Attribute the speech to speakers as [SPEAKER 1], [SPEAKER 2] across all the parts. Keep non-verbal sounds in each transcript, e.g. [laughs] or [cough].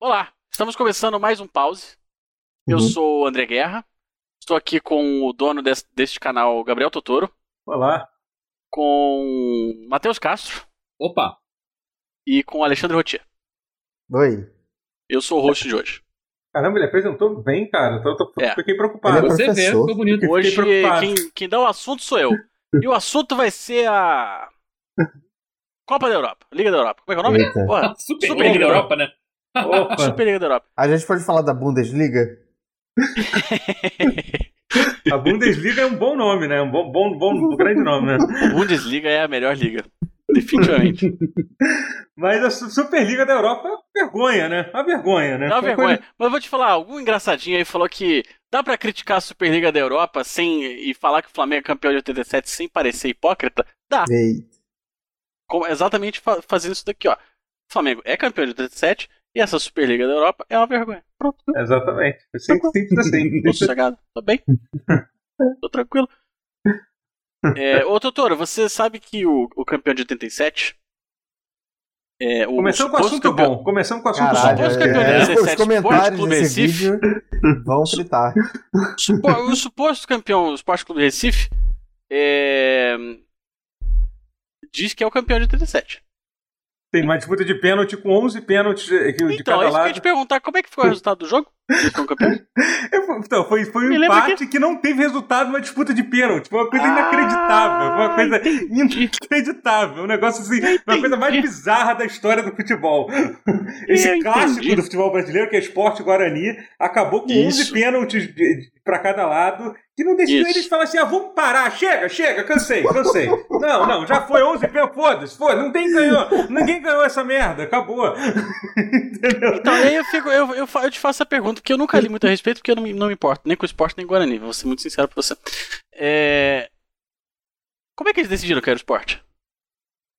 [SPEAKER 1] Olá, estamos começando mais um Pause. Eu
[SPEAKER 2] Uhum.
[SPEAKER 1] sou o André Guerra, estou aqui com o dono des- deste canal, Gabriel Totoro,
[SPEAKER 2] Olá.
[SPEAKER 1] com Matheus Castro
[SPEAKER 3] Opa!
[SPEAKER 1] e com Alexandre Rotier.
[SPEAKER 2] Oi.
[SPEAKER 1] Eu sou o host de hoje.
[SPEAKER 4] Caramba, ele apresentou bem, cara. Eu tô- tô-
[SPEAKER 1] É.
[SPEAKER 4] Fiquei preocupado.
[SPEAKER 2] Ele é
[SPEAKER 3] Você vê,
[SPEAKER 2] professor.
[SPEAKER 3] ficou bonito.
[SPEAKER 1] Hoje
[SPEAKER 4] preocupado.
[SPEAKER 1] quem, quem dá o assunto sou eu. E o assunto vai ser a Copa da Europa, Liga da Europa. Como é que é o nome?
[SPEAKER 2] Eita.
[SPEAKER 1] Porra,
[SPEAKER 3] Super,
[SPEAKER 1] Super
[SPEAKER 3] Liga da
[SPEAKER 1] Liga.
[SPEAKER 3] Europa, né?
[SPEAKER 4] Opa,
[SPEAKER 1] Superliga da Europa.
[SPEAKER 2] A gente pode falar da Bundesliga?
[SPEAKER 4] a Bundesliga é um bom nome, né? Um bom, bom, bom, um grande nome, né?
[SPEAKER 1] Bundesliga é a melhor liga. Definitivamente.
[SPEAKER 4] Mas a Su- Superliga da Europa é uma vergonha, né? Uma vergonha, né?
[SPEAKER 1] Dá É uma
[SPEAKER 4] [laughs] Foi
[SPEAKER 1] vergonha. Mas eu vou te falar, algum engraçadinho aí falou que dá pra criticar a Superliga da Europa sem e falar que o Flamengo é campeão de 87 sem parecer hipócrita? Dá.
[SPEAKER 2] Ei,
[SPEAKER 1] Com- exatamente fa- fazendo isso daqui, ó. O Flamengo é campeão de 87 e essa Superliga da Europa é uma vergonha. Pronto,
[SPEAKER 4] coisa- Exatamente. Foi sim-
[SPEAKER 2] [laughs]
[SPEAKER 4] Simples assim.
[SPEAKER 1] tô sossegado, tô bem.
[SPEAKER 4] [laughs]
[SPEAKER 1] Tô tranquilo. É, ô, Totoro, você sabe que o, o campeão de 87 é o
[SPEAKER 4] Começamos com
[SPEAKER 1] suposto
[SPEAKER 4] assunto
[SPEAKER 1] campeão-
[SPEAKER 4] bom. Começamos com assunto
[SPEAKER 2] caralho.
[SPEAKER 4] bom.
[SPEAKER 1] suposto campeão de
[SPEAKER 2] é,
[SPEAKER 1] 17
[SPEAKER 2] os comentários
[SPEAKER 1] Sport Clube
[SPEAKER 2] desse
[SPEAKER 1] Recife.
[SPEAKER 2] vídeo vão fritar.
[SPEAKER 1] Supo- o suposto campeão do Esporte Clube Recife é, diz que é o campeão de 37.
[SPEAKER 4] Tem uma disputa de pênalti com 11 pênaltis de, de
[SPEAKER 1] Então, é
[SPEAKER 4] cada
[SPEAKER 1] isso que eu ia te
[SPEAKER 4] lado.
[SPEAKER 1] perguntar. Como é que ficou o resultado do jogo? Eles foram
[SPEAKER 4] [laughs]
[SPEAKER 1] campeões?
[SPEAKER 4] É, Então, foi, foi um
[SPEAKER 1] Me lembra Ah,
[SPEAKER 4] empate que... não teve resultado numa disputa de pênalti. Foi uma coisa inacreditável. Foi uma coisa inacreditável. Um negócio assim, uma coisa mais
[SPEAKER 1] entendi.
[SPEAKER 4] bizarra da história do futebol. Esse
[SPEAKER 1] Eu
[SPEAKER 4] clássico
[SPEAKER 1] entendi.
[SPEAKER 4] do futebol brasileiro, que é Esporte Guarani, acabou com
[SPEAKER 1] Isso.
[SPEAKER 4] 11 pênaltis de- de- pra cada lado, que não deixou
[SPEAKER 1] Isso.
[SPEAKER 4] eles falar assim: ah, vamos parar, chega, chega, cansei, cansei. não, não, já foi 11 pênaltis, foda-se, foi, não tem ganhou, ninguém ganhou essa merda, acabou. Entendeu?
[SPEAKER 1] Então, aí eu, fico, eu, eu, fa- eu te faço a pergunta, porque eu nunca li muito a respeito, porque eu não, me- não me importo, nem com o esporte, nem com o Guarani. Vou ser muito sincero pra você. É, Como é que eles decidiram que era o esporte?